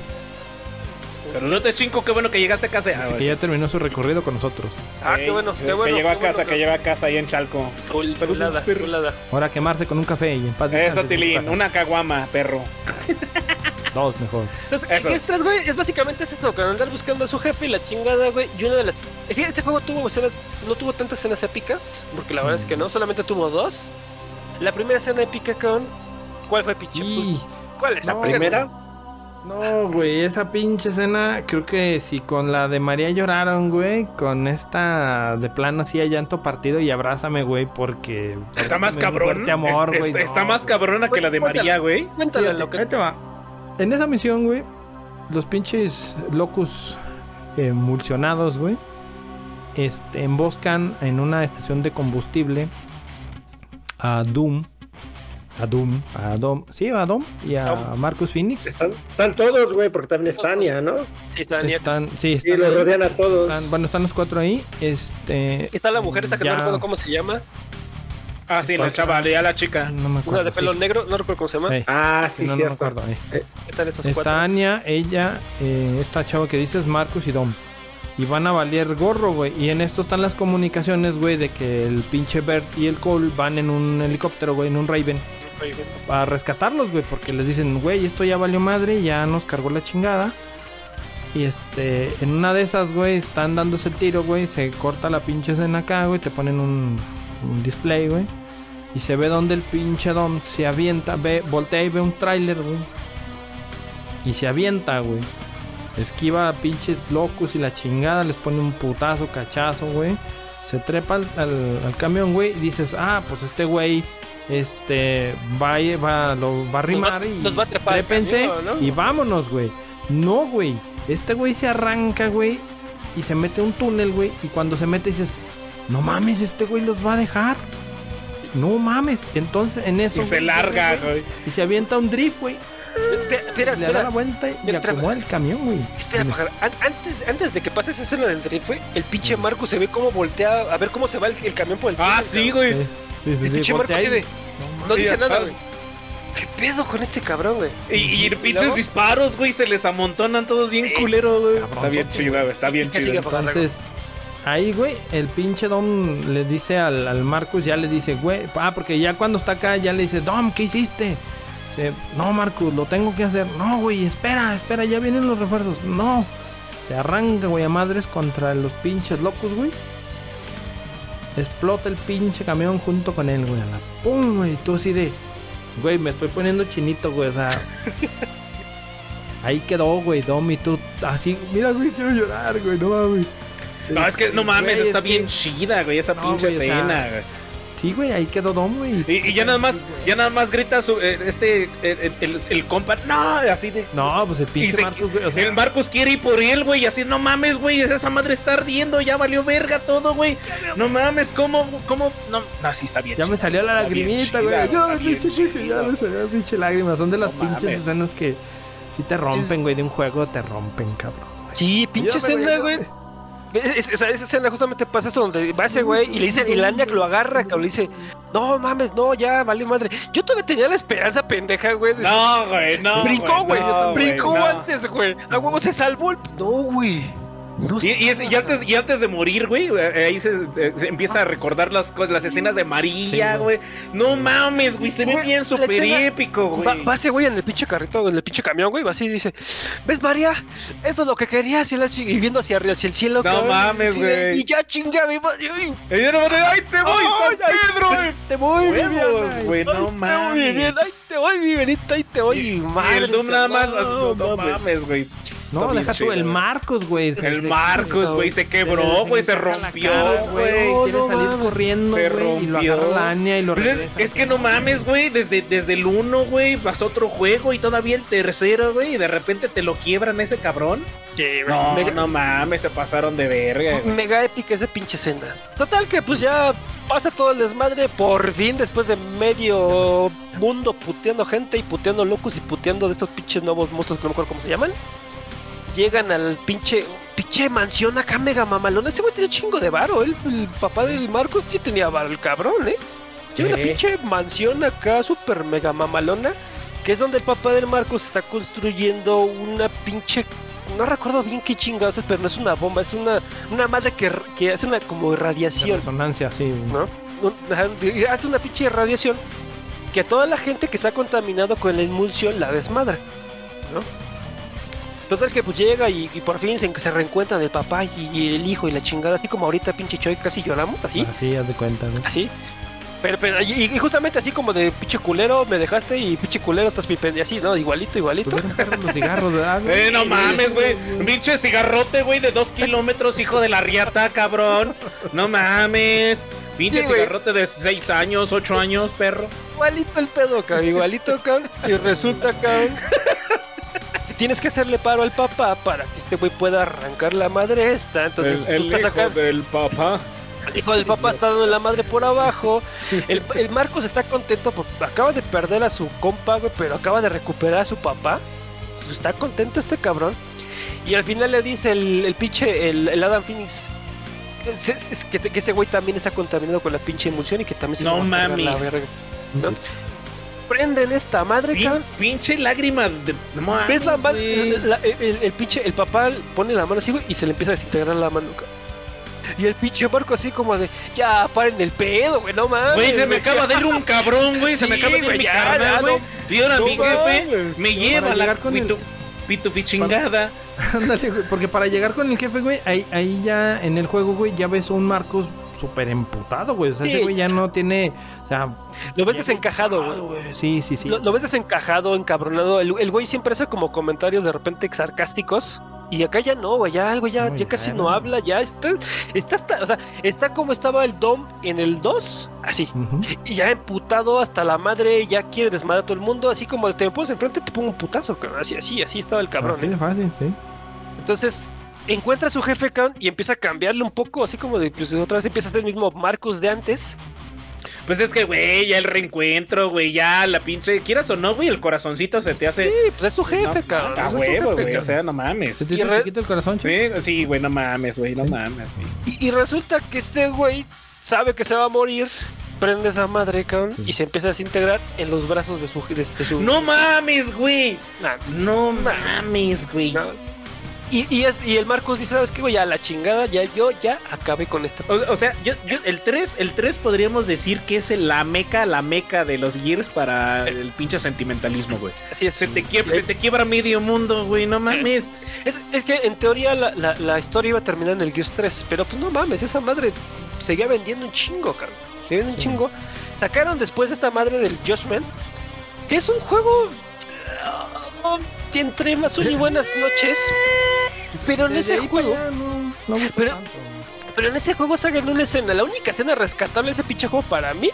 Saludotes, chinco. Qué bueno que llegaste a casa. Ah, Así que güey. ya terminó su recorrido con nosotros. Ah, qué bueno, Que qué bueno. llegó a qué bueno, casa, que llegó a casa ahí en Chalco. Chul- Saludos, Chulada, perro. chulada. Ahora a quemarse con un café y en paz. Eso, descanse, Tilín. descansa. Una caguama, perro. Dos mejor. Entonces, Eso. el Gears 3, güey, es básicamente es eso, que andar buscando a su jefe y la chingada, güey. Y una de las. Fíjate, este juego tuvo escenas. No tuvo tantas escenas épicas, porque la verdad es que no, solamente tuvo dos. La primera escena épica, cabrón. ¿Cuál fue, pinche? Pues, Y- ¿Cuál es? La Díganme. primera. No, güey, esa pinche escena, creo que si con la de María lloraron, güey, con esta de plano así a llanto partido y abrázame, güey, porque... Está más abrázame, cabrón. fuerte amor, Es- güey, es- no, Está más güey. cabrona que la de Cuéntala. María, güey. Cuéntale lo que. Ahí te va. En esa misión, güey, los pinches locus emulsionados, güey, este, emboscan en una estación de combustible a Doom, a Doom, a Dom, sí, a Dom y a Dom. Marcus Phoenix. Están, están todos, güey, porque también está Anya, ¿no? Sí, está Anya. Están, sí, Sí, están los ahí. rodean a todos. Están- bueno, están los cuatro ahí. Este, Está la mujer esta que ya- no recuerdo cómo se llama. Ah, sí, la chava, ya la chica. no me acuerdo, Una de pelo sí. negro, no recuerdo cómo se llama. Ey, Ah, sí, sí, no, no me cierto. acuerdo. ey. Están esas cuatro. Está Anya, ella, eh, esta chava que dices, Marcus y Dom. Y van a valer gorro, güey. Y en esto están las comunicaciones, güey, de que el pinche Bert y el Cole van en un helicóptero, güey, en un Raven. Oye, güey. a rescatarlos, güey, porque les dicen, güey, esto ya valió madre, ya nos cargó la chingada. Y este, en una de esas, güey, están dándose el tiro, güey, se corta la pinche escena acá, güey, te ponen un, un display, güey. Y se ve donde el pinche Dom se avienta, ve, voltea y ve un tráiler, güey. Y se avienta, güey. Esquiva a pinches locos y la chingada, les pone un putazo, cachazo, güey. Se trepa al, al- al camión, güey, y dices, ah, pues este güey, este, va, a ir- va, lo, va a rimar y nos va a trepar al trépense camión, ¿no? y vámonos, güey. No, güey, este güey se arranca, güey, y se mete a un túnel, güey, y cuando se mete dices, no mames, este güey los va a dejar. No mames, entonces en eso... Y se güey, larga, güey, güey. Y se avienta un drift, güey. Espera, espera, Le da la espera. vuelta y espera, espera. acomoda el camión, güey. Espera, pájaro. An- antes, antes de que pase esa escena del drift, güey, el pinche Marco se ve cómo voltea a ver cómo se va el, el camión por el Ah, túnel, sí, cabrón. güey. Sí, sí, sí, El sí, pinche Marco voltea este así y- de. No dice Sí, nada, ah, güey. ¿Qué pedo con este cabrón, güey? Y, y pinches luego? disparos, güey, se les amontonan todos bien Sí, culero, güey. cabrón, Está bien sí, chido, güey, está bien Ya sigue chido. apagando, Entonces, ahí, güey, el pinche Dom le dice al, al Marcus, ya le dice, güey, ah, porque ya cuando está acá, ya le dice, Dom, ¿qué hiciste? Dice, no, Marcus, lo tengo que hacer. No, güey, espera, espera, ya vienen los refuerzos. No. Se arranca, güey, a madres contra los pinches locos, güey. Explota el pinche camión junto con él, güey. a la pum, güey. Tú así de, güey, me estoy poniendo chinito, güey, o sea. Ahí quedó, güey, Dom y tú así, mira, güey, quiero llorar, güey, no mames. No, es que no mames, Güey, está es bien que- chida, güey, esa No, pinche güey, o sea, escena, güey. Sí, güey, ahí quedó Dom, güey. Y, y ya nada más, ya nada más grita su, eh, este, eh, el, el, el compa, no, así de... No, pues el Y pinche se- Marcus, güey. o sea, el Marcus quiere ir por él, güey, y así, no mames, güey, esa madre está ardiendo, ya valió verga todo, güey. No mames, ¿cómo, cómo? No, no, sí está bien. ya me chido. salió la Está bien lagrimita, chida, güey. güey, Ya, está bien pinche, chida. que ya me salió la pinche lágrima. Son de las No pinches mames. escenas que sí te rompen, güey, de un juego te rompen, cabrón. güey. Sí, pinche Ya me escena, dolió, güey. Es- es- o sea, esa escena justamente pasa eso donde va ese güey y le dice, y la Anya que lo agarra, cabrón, le dice, no mames, no, ya, vale madre. Yo todavía tenía la esperanza pendeja, güey. de- No, güey, no. brincó, güey, no, brincó no. antes, güey. A huevo se salvó el. No, güey. No Y, y es- y antes, y antes de morir, güey, eh, ahí se, eh, se Ah, empieza a recordar las cosas, las escenas de María, Sí, güey. No mames, güey, se ve Güey, bien la súper escena- épico, Va, güey. va ese güey en el pinche carrito, en el pinche camión, güey, va así y dice, ¿ves María? Esto es lo que querías y la sigue viendo hacia arriba, hacia el cielo. No cabrón, mames, así de, güey. Y ya chinga, mi madre, ay, Y yo no, ¡Ay, te voy, San Ay, ay, Pedro! güey! Te voy, ¡Huevos, güey! ay, No Te voy, mames. bien, ay, te voy, mi Benito, ahí te voy, Y- mi Y madre. el Doom nada más. No, cabrón, no mames. mames, güey. Está No, bien deja tú chido, el güey. Marcos, güey. se- El se- Marcos, güey, se quebró, güey, se rompió, güey. Quiere salir corriendo, Se güey. Y lo rompió. agarra la Anya y lo Pues es, regresa. es que no mames, güey. Desde, desde el 1, güey, pasó otro juego y todavía el tercero, güey. Y de repente te lo quiebran a ese cabrón. Sí, No, mega, no mames, se pasaron de verga, güey. mega épica esa pinche escena. Total que pues ya pasa todo el desmadre por fin después de medio mundo puteando gente y puteando locos y puteando de estos pinches nuevos monstruos que no me acuerdo cómo se llaman. Llegan al pinche pinche mansión acá mega mamalón. Ese güey tiene un chingo de varo. El, el papá del Marcos sí tenía varo, el cabrón, ¿eh? Tiene una Sí. pinche mansión acá super mega mamalona. Que es donde el papá del Marcos está construyendo una pinche... No recuerdo bien qué chingados es, pero no es una bomba, es una, una madre que, que hace una como De radiación. resonancia, sí. güey. ¿no? Un- ajá, de- Hace una pinche radiación que a toda la gente que se ha contaminado con la emulsión la desmadra, ¿no? Total que pues llega y, y por fin se, se reencuentran el papá y, y el hijo y la chingada, así como ahorita pinche Choy casi lloramos, así, Así, haz de cuenta, güey. así. Pero, pero y, y justamente así como de pinche culero me dejaste y pinche culero estás mi pende- así, ¿no? Igualito, igualito. Pues eran perros los cigarros, ¿verdad? güey? Eh, no mames, güey. Pinche cigarrote, güey, de dos kilómetros, hijo de la riata, cabrón. No mames. Pinche Sí, güey. cigarrote de seis años, ocho años, perro. Igualito el pedo, cabrón. Igualito, cabrón. Y resulta, cabrón. que Tienes que hacerle paro al papá para que este güey pueda arrancar la madre esta. Entonces, tú estás acá- del papá. El hijo del papá está dando la madre por abajo. El, el Marcos está contento porque acaba de perder a su compa, güey, pero acaba de recuperar a su papá. Está contento este cabrón. Y al final le dice el, el pinche, el, el Adam Phoenix. Es, es- es que, que ese güey también está contaminado con la pinche emulsión y que también se No lo va a cargar la mames. verga, ¿no? Prenden esta madre, cabrón. Pin- pinche lágrima de. No mames, ¿Ves la mano? güey. la- la- el, el pinche, el papá pone la mano así, güey, y se le empieza a desintegrar la mano. ca- Y el pinche Marco así como de, ya, paren el pedo, güey, no mames. Güey, se me güey, acaba de ir un cabrón, güey. se me Sí, acaba de ir güey, mi ya, carnal, ya, güey. Y ahora no mi jefe mames. me lleva para la llegar con el- pitu, pitufi chingada. Ándale, güey, porque para llegar con el jefe, güey, ahí, ahí ya en el juego, güey, ya ves un Marcos súper emputado, güey. O sea, Sí. ese güey ya no tiene. O sea, ah, ya. Lo ves desencajado, güey. sí, sí, sí. Lo, lo ves desencajado, encabronado. El, el güey siempre hace como comentarios de repente sarcásticos. Y acá ya no, güey, ya, el güey, ya, No, ya ya, casi no. no habla, ya está, está hasta, o sea, está como estaba el Dom en el 2, así, Ujú. Y ya emputado hasta la madre, ya quiere desmadrar a todo el mundo, así como te me pones enfrente, te pongo un putazo, cabrón. Así, así, así estaba el cabrón. Así ¿eh? de fácil, sí. Entonces, encuentra a su jefe cabrón, y empieza a cambiarle un poco, así como de, pues otra vez empieza a ser el mismo Marcos de antes. Pues es que, güey, ya el reencuentro, güey, ya la pinche. Quieras o no, güey, el corazoncito se te hace. Sí, pues es tu jefe, No, cabrón. a es su huevo, jefe, güey. cabrón. O sea, no mames. Se te Y hizo re- chiquito el corazón, chico. Sí, sí, güey, no mames, güey, no mames. güey. Y, y resulta que este güey sabe que se va a morir, prende esa madre, cabrón, Sí. y se empieza a desintegrar en los brazos de su. De, de su No mames, güey. Nah, No mames, güey. no. Y, y, es- y el Marcos dice, ¿sabes qué, güey? Ya la chingada, ya yo ya acabé con esta O, o sea, yo, yo- el 3, el 3 podríamos decir que es el- la meca, la meca de los Gears para Eh. el pinche sentimentalismo, güey. Así es. Se te, Sí, quiebra, se te quiebra medio mundo, güey, no mames. es, es que en teoría la, la- la historia iba a terminar en el Gears 3, pero pues no mames, esa madre seguía vendiendo un chingo, cabrón. Seguía vendiendo un chingo. Sacaron después esta madre del Judgment, que es un juego ah, entre más y buenas noches. Pero en ese juego, pero, pero en ese juego sacan una escena. La única escena rescatable de ese pinche juego para mí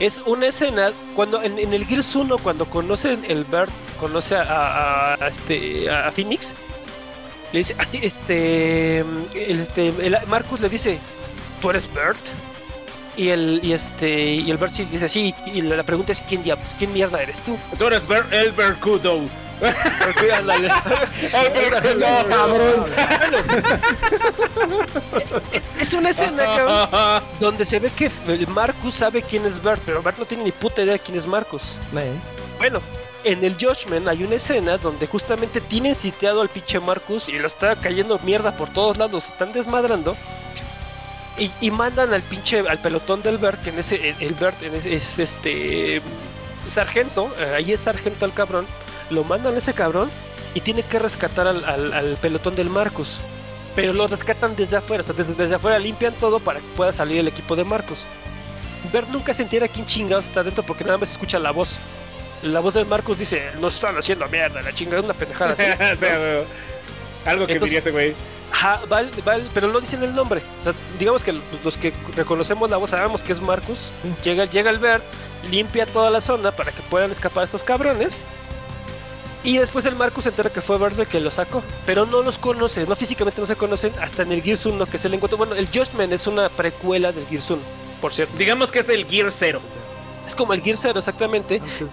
es una escena cuando en, en el Gears 1, cuando conocen el Bert, conoce a, a- a- a este, a a Phoenix, le dice, así, este, mm, el- este, el- Marcus le dice, ¿tú eres Bert? Y el, y este, y el Bert sí dice, sí, y la, la pregunta es, ¿quién, diab- ¿quién mierda eres tú? Tú eres Ber- el Berkudo. Porque, ándale. El Berkudo. Es- es una escena, cabrón. donde se ve que el Marcus sabe quién es Bert, pero Bert no tiene ni puta idea de quién es Marcus. Eh, Bueno, en el Judgment hay una escena donde justamente tienen sitiado al pinche Marcus y lo está cayendo mierda por todos lados, están desmadrando. Y, y mandan al pinche al pelotón del Bert, que en ese el- el Bert en ese- es este sargento, eh, ahí es sargento el cabrón, lo mandan a ese cabrón y tiene que rescatar al, al- al pelotón del Marcus. Pero lo rescatan desde afuera, o sea, desde, desde afuera limpian todo para que pueda salir el equipo de Marcus. Bert nunca se entera quién chingados está dentro porque nada más escucha la voz. La voz del Marcus dice, nos están haciendo mierda, la chingada una pendejada así. O sea, güey, Algo que Entonces- diría ese güey. Ajá, va el- va el- pero no dicen el nombre. O sea, digamos que los que reconocemos la voz sabemos que es Marcus. Sí. Llega, llega el Bert, limpia toda la zona para que puedan escapar estos cabrones. Y después el Marcus se entera que fue Bert el que lo sacó. Pero no los conoce, no físicamente no se conocen hasta en el Gears 1 que se le encuentra. Bueno, el Judgment es una precuela del Gears 1, por cierto. Digamos que es el Gear 0. Es como el Gears 0 exactamente. antes, sí.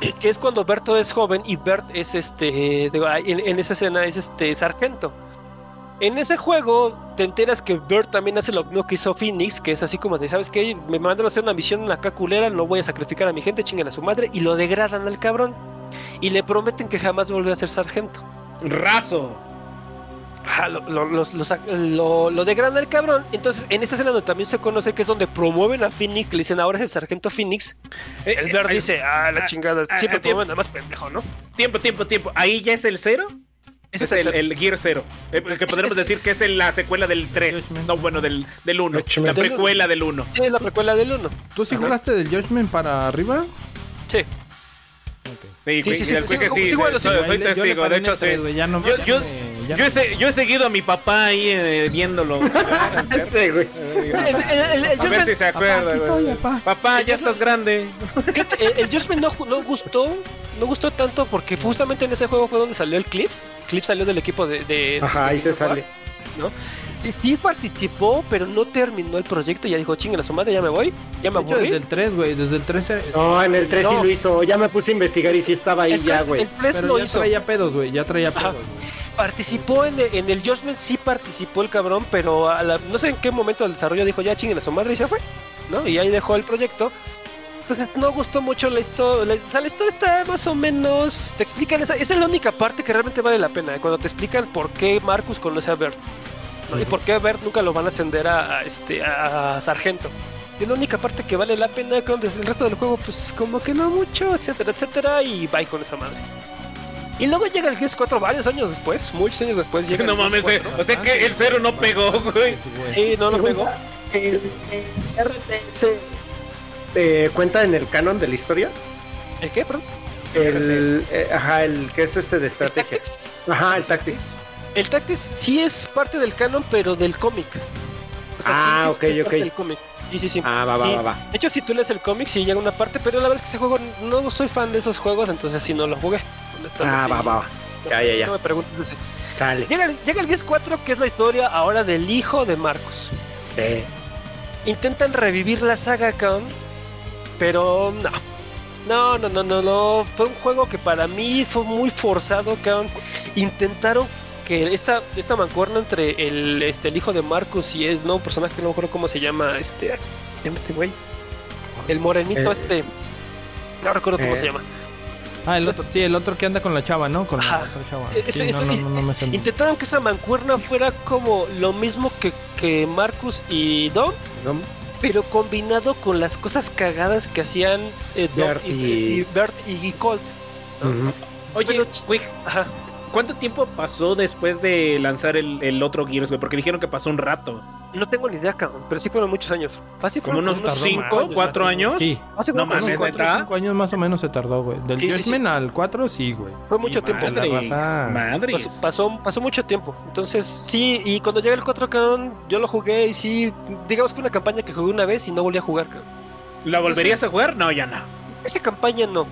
Eh, que es cuando Berto es joven y Bert es este eh, digo, ah, en, en esa escena es este sargento. En ese juego te enteras que Bert también hace lo mismo que hizo Phoenix, que es así como de, ¿sabes qué? Me mandaron a hacer una misión acá culera, no voy a sacrificar a mi gente, chingan a su madre, y lo degradan al cabrón. Y le prometen que jamás volverá a ser sargento. Raso. Ajá, lo, lo- los- los sac- lo- lo degradan al cabrón. Entonces, en esta escena donde también se conoce que es donde promueven a Phoenix, le dicen ahora es el sargento Phoenix. Eh, El eh, Bert ay, dice, ah, la ah, chingada, ah, siempre ah, tiempo. promueven, nada más pendejo, ¿no? Tiempo, tiempo, tiempo. Ahí ya es el 0. Ese es el, el Gear 0. que podremos es- decir que es el- la secuela del 3. No, bueno, del, del 1. La Judgment. precuela del 1. Sí, es la precuela del 1. ¿Tú sí jugaste del Judgment para arriba? Sí. Sí, güey, Sí, sí, sí, del sí, que sí, sí, sí, bueno, de- sí, soy- Yo soy le- yo le testigo. paré De en hecho, el tres, sí. güey, ya no- Yo, ya yo- me- ya yo no- he, se- yo he seguido a mi papá ahí eh, viéndolo. A Ese, güey. El, el, el, el ver si Judgment- se acuerda. Papá, aquí estoy, güey. papá. Papá, ya estás grande. fíjate, el- el Judgment no, ju- no gustó. No gustó tanto porque Eh, justamente en ese juego fue donde salió el Cliff. Cliff salió del equipo de. de- Ajá, ahí se sale. sí participó, pero no terminó el proyecto. Ya dijo, chingue a su madre, ya me voy, ya me De hecho, aburrí. desde el 3, güey. Desde el 3. eh, No, en el 3 sí No. lo hizo. Ya me puse a investigar y sí estaba ahí El ya, 3, güey. el 3 pero lo ya hizo. traía pedos, güey. Ya traía pedos. güey. Participó en, el- en el Judgment, sí participó el cabrón, pero a la- no sé en qué momento del desarrollo dijo, ya chinguen a su madre y se fue, ¿no? Y ahí dejó el proyecto. Entonces no gustó mucho la historia. La, o sea, la historia está más o menos. Te explican esa. Esa es la única parte que realmente vale la pena. ¿eh? Cuando te explican por qué Marcus conoce a Bert. ¿no? Y por qué a Bert nunca lo van a ascender a, a este a, a sargento. Y es la única parte que vale la pena. Cuando el resto del juego, pues como que no mucho, etcétera, etcétera. Y bye con esa madre. Y luego llega el Gears 4 varios años después, muchos años después llega. No el Gears mames, eh, 4. o sea que el cero no pegó, güey. Sí, no lo pegó. El, RTS. Eh, ¿Cuenta en el canon de la historia? ¿El qué, perdón? El, eh, ajá, el que es este de estrategia. Tactics. Ajá, el táctico. El Tactics sí es parte del canon, pero del cómic. O sí, Ah, sí, ok, sí es parte ok. del cómic. Sí, sí, sí. Ah, va, va, Sí. va, va. De hecho, si tú lees el cómic, sí llega una parte, pero la verdad es que ese juego no soy fan de esos juegos, entonces sí no lo jugué. honestamente. Ah, va, va, va. Y- Ya, ya, ya. No me preguntes ese. Sale. Llega, el- llega el 10-4, que es la historia ahora del hijo de Marcos. Eh, Intentan revivir la saga, cabrón, pero no. No, no, no, no, no. Fue un juego que para mí fue muy forzado, cabrón. Intentaron que esta, esta mancuerna entre el, este, el hijo de Marcus y el nuevo personaje que no me acuerdo cómo se llama, este, ay, ¿cómo se llama este güey. El morenito Eh, este. No recuerdo cómo eh. se llama. Ah, el otro, sí, el otro que anda con la chava, ¿no? Con Ajá. la otra chava. Ese- Sí, ese- no, ese- no, no, no me suena. Intentaron que esa mancuerna fuera como lo mismo que, que Marcus y Dom, ¿no? pero combinado con las cosas cagadas que hacían eh, Dom Bert y, y- y Bert y Colt. Ujú. Oye, Pero ch- güey, Ajá. ¿cuánto tiempo pasó después de lanzar el, el otro Gears, güey? Porque dijeron que pasó un rato. No tengo ni idea, cabrón, pero sí fueron muchos años. Fácil, Como fueron unos Tardó más, 5, güey, 4 así, güey. años. Sí. Ah, seguro No que Unos mames, cuatro, ¿neta? cinco años más o menos se tardó, güey. Del Sí, sí, sí. Judgment al 4, sí, güey. Fue mucho tiempo. Madres, raza. Pasó, madres. pasó, pasó mucho tiempo. Entonces, sí, y cuando llega el 4 cabrón, yo lo jugué y sí, digamos que una campaña que jugué una vez y no volví a jugar, cabrón. ¿La volverías Entonces- a jugar? No, ya no. Esa campaña no.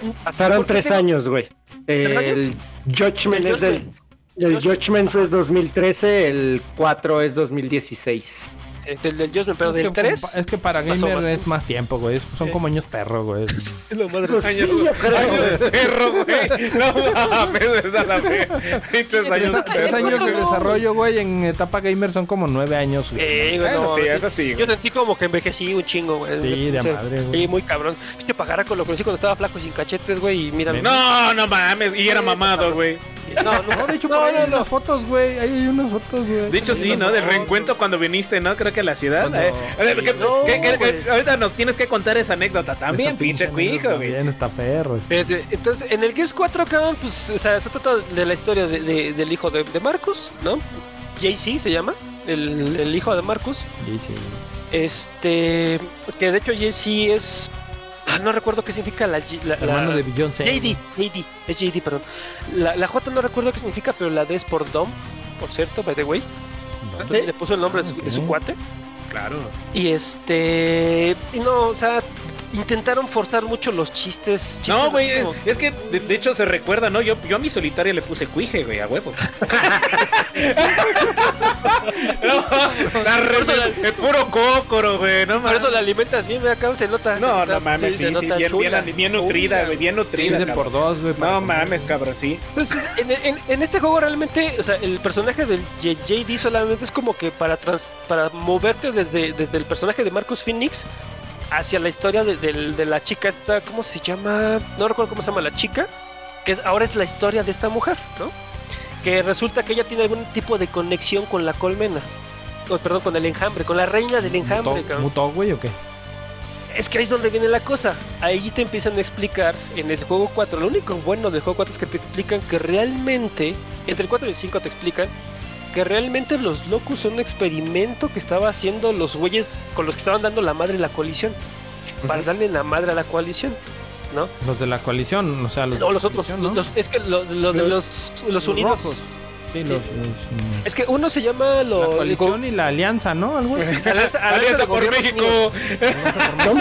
Mm, Pasaron ¿Por qué tres tengo- años, güey. ¿Tres años? El Judgment El es del. El Judgment fue 2013, el 4 es 2016. eh, Del, del Dios, pero Es del que- 3. Es que para pasó gamer bastante. es más tiempo, güey. Es- Son como años perro, güey. Lo madre. Pues sí, yo creo. Perro, güey. No mames, es a la verga. Pinches Tres años. tres años de desarrollo, güey. En etapa gamer son como nueve años, güey. Eh, güey, Bueno, no, sí, sí. es así. Yo sentí como que envejecí un chingo, güey. Sí, de O sea, madre, güey. Sí, muy cabrón. Pinche pajaraco lo conocí cuando estaba flaco y sin cachetes, güey, y mírame. No, no mames. Y era mamado, güey. no, no. No, de hecho, No, por ahí no, hay no. unas fotos, güey. Ahí hay unas fotos, güey. De hecho, sí, ¿no? Del reencuentro cuando viniste, ¿no? Creo que a la ciudad. Cuando- eh. A ver, ¿qué- No, qué- qué- güey. qué- ahorita nos tienes que contar esa anécdota también, Esa pinche cuijo, güey. También está perro. sí. Ese- Este, entonces, en el Gears 4, cabrón, pues o sea, se trata de la historia de- de- del hijo de, de Marcus, ¿no? JC se llama, el, el hijo de Marcus. Sí, sí. Este, que de hecho JC es... ah, No recuerdo qué significa la... G- la- la- Hermano de Beyoncé. JD, JD, es JD, perdón. La, la J no recuerdo qué significa, pero la D es por Dom, por cierto, by the way. ¿Dónde? Le puso el nombre de su, de su Ok. cuate. Claro. Y este... Y no, o sea, intentaron forzar mucho los chistes. chistes No, güey, es, como- es que de, de hecho se recuerda, ¿no? Yo, yo a mi solitaria le puse cuije, güey, a huevo. no, la re- Por eso la- el puro cócoro, güey, no Por eso mames. la alimentas bien, ve acá se nota. se No, nota- no mames, sí, se sí, nota bien, bien, chula. bien nutrida, Chula. güey, bien nutrida. Divide por cabrón. dos, güey. para No comer. mames, cabrón, sí. Entonces, en, en- en este juego realmente, o sea, el personaje del J- JD solamente es como que para trans- para moverte desde, desde el personaje de Marcus Phoenix hacia la historia de, del- de la chica esta, ¿cómo se llama? No recuerdo cómo se llama la chica, que es- ahora es la historia de esta mujer, ¿no? Que resulta que ella tiene algún tipo de conexión con la colmena. Oh, perdón, con el enjambre, con la reina del enjambre, ¿Mutó, cabrón. mutó, güey, o qué? Es que ahí es donde viene la cosa. Ahí te empiezan a explicar en el juego 4. Lo único bueno del juego 4 es que te explican que realmente, entre el 4 y el 5 te explican que realmente los locus son un experimento que estaba haciendo los güeyes con los que estaban dando la madre la coalición. Para darle la madre a la coalición. Los de la coalición, o sea, los. de O la los otros. coalición, ¿no? los- es que lo, lo de los, los unidos. rojos. Sí, los. los, Es que uno se llama mm, la lo, coalición y la alianza, ¿no? Algo así. pues, Alianza, Alianza de por Gobiernos México. Unidos.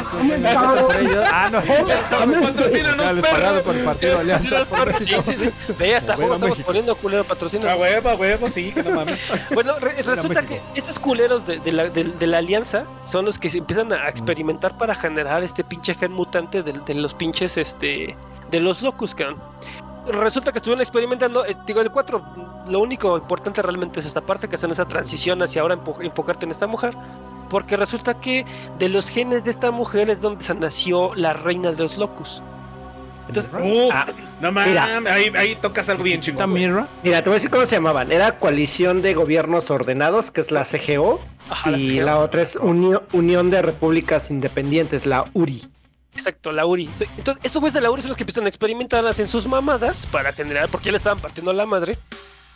ah, no. Patrocínanos, Sale pagado perro. por el partido Alianza. Sí, sí, sí. Ve, hasta Bueno, juego estamos México. Ah, poniendo culero patrocinio. A huevo, a huevo, sí, que no mames. Bueno, re- resulta que México. estos culeros de, de la, de- de la alianza son los que se empiezan a experimentar para generar este pinche gen mutante de, de los pinches, este, de los locus, cabrón. Resulta que estuvieron experimentando, eh, digo, el 4, lo único importante realmente es esta parte, que hacen esa transición hacia ahora empo- enfocarte en esta mujer, porque resulta que de los genes de esta mujer es donde se nació la reina de los locus. Entonces, Uf, Ah, no mames. mira. Ahí, ahí tocas algo bien chingón. güey. Mirra. Mira, te voy a decir cómo se llamaban. Era Coalición de Gobiernos Ordenados, que es la CGO, ajá, las y que- la otra es Uni- Unión de Repúblicas Independientes, la URI. Exacto, la URI. Sí, Entonces, estos güeyes de la URI son los que empiezan a experimentarlas en sus mamadas para generar, porque ya le estaban partiendo la madre,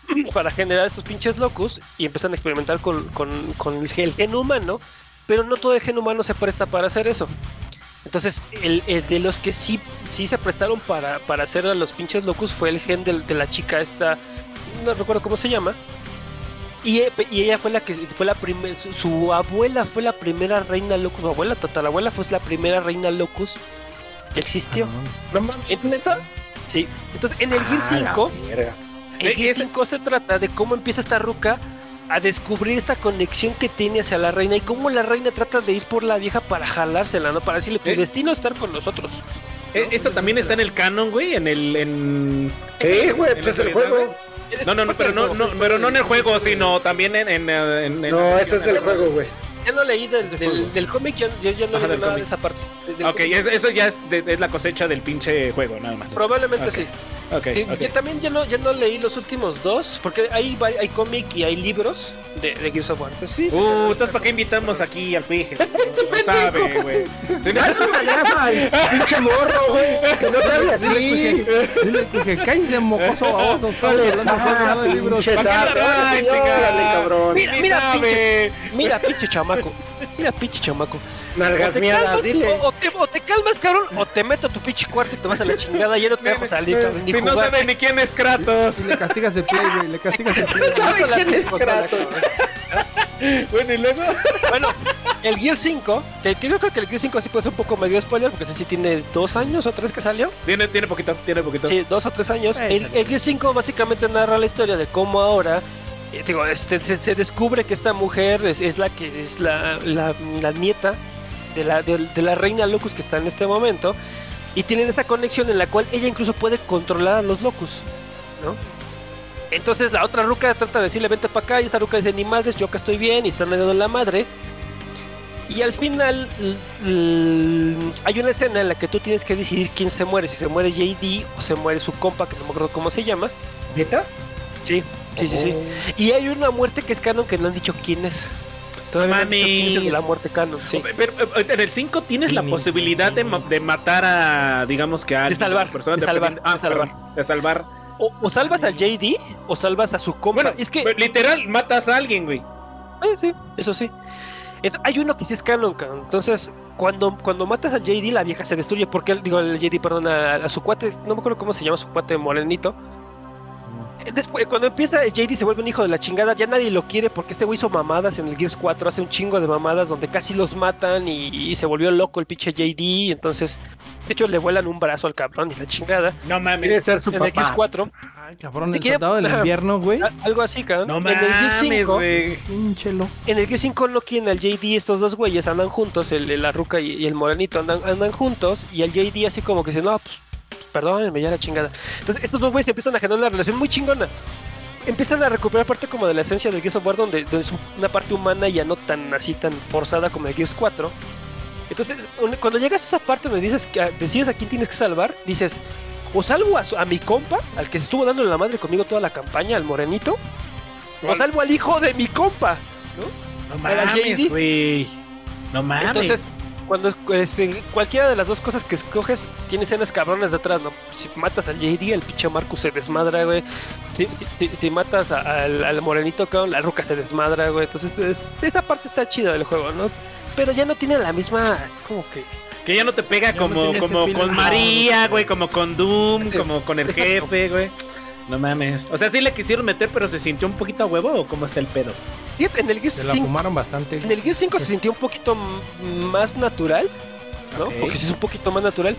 para generar estos pinches locos y empiezan a experimentar con, con- con el, gen- gen humano, pero no todo el gen humano se presta para hacer eso. Entonces, el, el de los que sí, sí se prestaron para, para hacer a los pinches locos fue el gen del- de, la chica esta, no recuerdo cómo se llama. Y, e- y ella fue la que fue la primera, su, su abuela fue la primera reina locus, su abuela, tatarabuela fue la primera reina locus que existió. Ah, No mames, Sí. Entonces, en el Gear Ah, 5, Eh, el Gear ese- 5 se trata de cómo empieza esta ruca a descubrir esta conexión que tiene hacia la reina y cómo la reina trata de ir por la vieja para jalársela, ¿no? Para decirle, tu Eh. destino es estar con nosotros. Eh, Eso también está en el canon, güey, en el... En... Sí, güey, ¿En pues la el actualidad, juego. No, no, no, pero no, no, pero no en el juego, sino también en... en, eh, en- en- No, eso es del juego, güey. Ya no leí del, del, del cómic, yo, yo ya no Ajá, leí del nada de cómic. esa parte. de- del Ok, cómic. es- eso ya es, de- es la cosecha del pinche juego, nada más. Probablemente Ok, sí. Ok, Sí, ok. Yo también ya no, ya no leí los últimos dos, porque hay, va- hay cómic y hay libros de, de Gears of War. Entonces, sí, sí, Uh, entonces, ¿para qué invitamos aquí al pije? güey? No sabe, güey. Si no- Pinche morro, güey. Que no sabe así. Dile que cállese, mocoso baboso. Estamos hablando de juegos, no de libros. Pinche sapo. Ay, Órale, chingada. cabrón. Sí, Mira, ni mira, sabe. Mira, pinche chamaco. Mira, pinche chamaco. O Nalgas te, miadas, calmas, dile. o, o te, o te calmas, cabrón, o te meto a tu pinche cuarto y te vas a la chingada y ya no te dejo salir, cabrón, ni Si no jugar. sabe ni quién es Kratos. Y le castigas el play, güey. Le castigas el play. Te meto la quién es pinche consola, Kratos. cabrón. Bueno, y luego... Bueno, el Gear 5, que que yo creo que el Gear 5 sí puede ser un poco medio spoiler, porque ese sí tiene dos años o tres que salió. Tiene, tiene poquito, tiene poquito. Sí, dos o tres años. El, el Gear 5 básicamente narra la historia de cómo ahora. eh, Digo, este, se, se descubre que esta mujer es, es la que es la, la- la nieta de la, de, de la reina Locus que está en este momento. Y tienen esta conexión en la cual ella incluso puede controlar a los Locus. ¿no? Entonces la otra ruca trata de decirle vente para acá y esta ruca dice ni madres, yo acá estoy bien y están dando la madre. Y al final l- l- hay una escena en la que tú tienes que decidir quién se muere, si se muere JD o se muere su compa, que no me acuerdo cómo se llama. ¿Neta? Sí, sí, sí, sí. Y hay una muerte que es canon que no han dicho quién es. Todavía no han dicho quién es el de la Mames. muerte canon, sí. Pero eh, en el 5 tienes la posibilidad de, ma- de matar a, digamos que a alguien, salvar, a las personas, de salvar, dependiendo- ah, de salvar. perdón, de salvar. O, o salvas al JD o salvas a su compa. Bueno, es que pero literal, matas a alguien, güey. Eh, sí, eso sí. Ent- hay uno que sí es canon, cabrón. Entonces, cuando, cuando matas al JD, la vieja se destruye. Porque, él- digo, al JD, perdón, a, a su cuate, no me acuerdo cómo se llama su cuate morenito. Mm. Eh, Después, cuando empieza el JD se vuelve un hijo de la chingada, ya nadie lo quiere porque este güey hizo mamadas en el Gears 4, hace un chingo de mamadas donde casi los matan y, y se volvió loco el pinche JD, entonces, de hecho le vuelan un brazo al cabrón y la chingada. No Quiere mames. ser su En el Gears papá. 4, Ay, cabrón, Si el quiere- Ah, soldado del invierno, güey. a- algo así, cabrón. No en el Gears mames, 5, güey. Pinche loco. En el G5 Loki, en el JD, estos dos güeyes andan juntos, el, el- la ruca y, y el morenito andan, andan juntos, y el JD así como que dice, no, pues, perdónenme, ya la chingada. Entonces, estos dos güeyes empiezan a generar una relación muy chingona. Empiezan a recuperar parte como de la esencia del Gears of War, donde, donde es una parte humana y ya no tan así, tan forzada como el Gears 4. Entonces, un- cuando llegas a esa parte donde dices que, decides a quién tienes que salvar, dices, o salvo a, su- a mi compa, al que se estuvo dando la madre conmigo toda la campaña, al morenito, o salvo al hijo de mi compa. No a la mames, JD. güey. No mames. Entonces, cuando este, cualquiera de las dos cosas que escoges, tiene escenas cabronas detrás, ¿no? Si matas al JD, el pinche Marcus se desmadra, güey. Si, si- si- si matas a- al, al morenito, cabrón, la ruca se desmadra, güey. Entonces, es- esa parte está chida del juego, ¿no? Pero ya no tiene la misma, como que... que ya no te pega Ya no como, tiene ese como feeling. con No, María, güey, como con Doom, como con el Exacto. jefe, güey. No mames. O sea, sí le quisieron meter, pero se sintió un poquito a huevo o cómo está el pedo. Fíjate, en el Gears Se la 5, fumaron bastante. en el Gears 5 se sintió un poquito m- más natural, ¿no? Ok. Porque sí es un poquito más natural.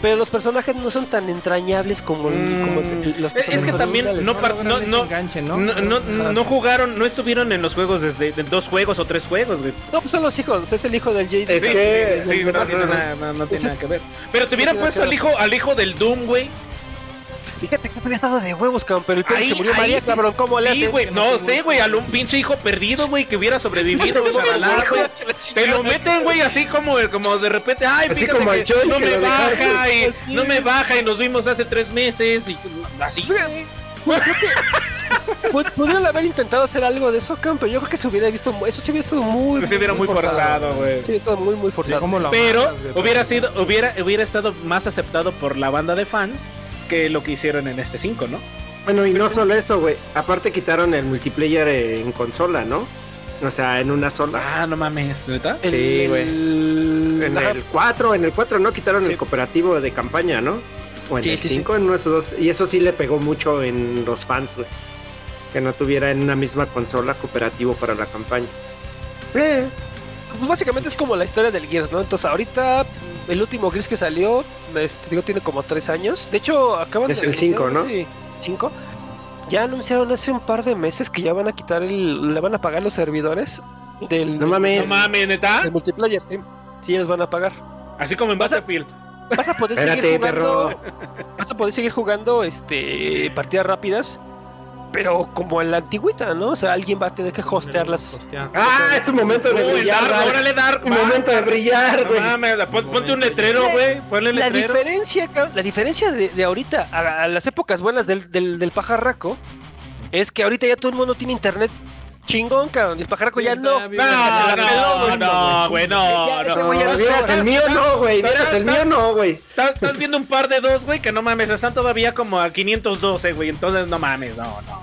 Pero los personajes no son tan entrañables como, Mm. como los Es- es que personajes también originales, no, par- no, logran ese no, enganche, no, ¿no? no, Ajá. no jugaron, no estuvieron en los juegos desde de dos juegos o tres juegos, güey. No, pues son los hijos, es el hijo del Jade. Es del- que- del- Sí, del no, Mark. tiene nada- no- no tiene Ese Pues es- nada que ver. Pero te hubieran tiene puesto nada al que hijo, al hijo del Doom, güey. Fíjate que habría estado de huevos, cabrón, pero el pedo Ahí- se murió ahí María, sí. cabrón, ¿cómo le Sí, haces? güey. No sé, güey. A un pinche hijo perdido, güey, que hubiera sobrevivido, chavalá, güey. Te lo meten, güey, así como, como de repente, ay, Así fíjate como que al Joy no que me lo dejaste. baja y Así no me es. baja y nos vimos hace tres meses y así. Pod- Podrían haber intentado hacer algo de eso, cabrón, pero yo creo que se hubiera visto, mu- eso se hubiera estado muy, Se hubiera muy forzado, güey. Sí, estado muy, muy Sí, forzado. ¿cómo lo Pero amarras, güey? hubiera sido, hubiera, hubiera estado más aceptado por la banda de fans que lo que hicieron en este 5, ¿no? Bueno, y no solo eso, güey. Aparte quitaron el multiplayer eh, en consola, ¿no? O sea, en una sola. Ah, no mames, ¿neta? El- Sí, güey. En Ajá. el 4, en el 4 no quitaron el cooperativo de campaña, ¿no? O en Sí, el sí, sí. 5, en uno de esos dos. Y eso sí le pegó mucho en los fans, güey. Que no tuviera en una misma consola cooperativo para la campaña. Eh, Pues básicamente es como la historia del Gears, ¿no? Entonces ahorita mm, el último Gears que salió, este, digo, tiene como tres años. De hecho, acaban Es de... el cinco, ¿no? Sí, cinco. Ya anunciaron hace un par de meses que ya van a quitar el... Le van a pagar los servidores del... No mames. No mames, ¿neta? del multiplayer, sí. Sí, los van a pagar. Así como en O sea, Battlefield. Vas a poder espérate, seguir jugando... perro. Vas a poder seguir jugando este, partidas rápidas, pero como en la antigüita, ¿no? O sea, alguien va a tener que hostearlas Hostia. Ah, es tu momento de Uy, el brillar, Dark, Dark. órale, Dark. Tu va. momento de brillar, No güey. mames, pon- ponte un letrero, güey. Ponle el La letrero. diferencia, cabrón, la diferencia de, de ahorita a, a las épocas buenas del, del, del pajarraco es que ahorita ya todo el mundo tiene internet chingón, cabrón. y El pajarraco ya no. No, no, no, güey, no, Ya, ese no. güey ya No, no vieras está- el mío no, güey. Vieras el mío no, güey. Estás estás viendo un par de dos, güey, que no mames, están todavía como a 512, güey. Entonces no mames, no, no.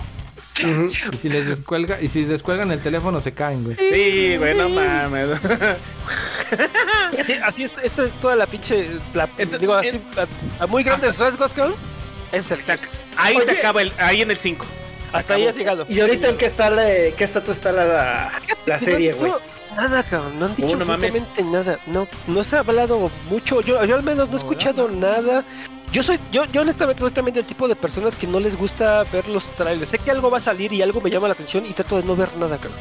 Ujú. Y si les descuelga, y si descuelgan el teléfono se caen, güey. Sí, güey, no mames. Así, así es, esta es toda la pinche. la- Ento- digo, así, a, a muy grandes rasgos, cabrón. Ese es el Exacto. Gears. Ahí se Oye. acaba el, ahí en el 5. Hasta ahí has llegado. Y ahorita en qué está la, qué estatus está la- la, la Que serie, no han güey. dicho Nada, cabrón, no han dicho Oh, no mames. absolutamente nada. No, no se ha hablado mucho. Yo, yo al menos no he escuchado nada. Yo soy, yo, yo honestamente soy también del tipo de personas que no les gusta ver los trailers. Sé que algo va a salir y algo me llama la atención y trato de no ver nada, cabrón.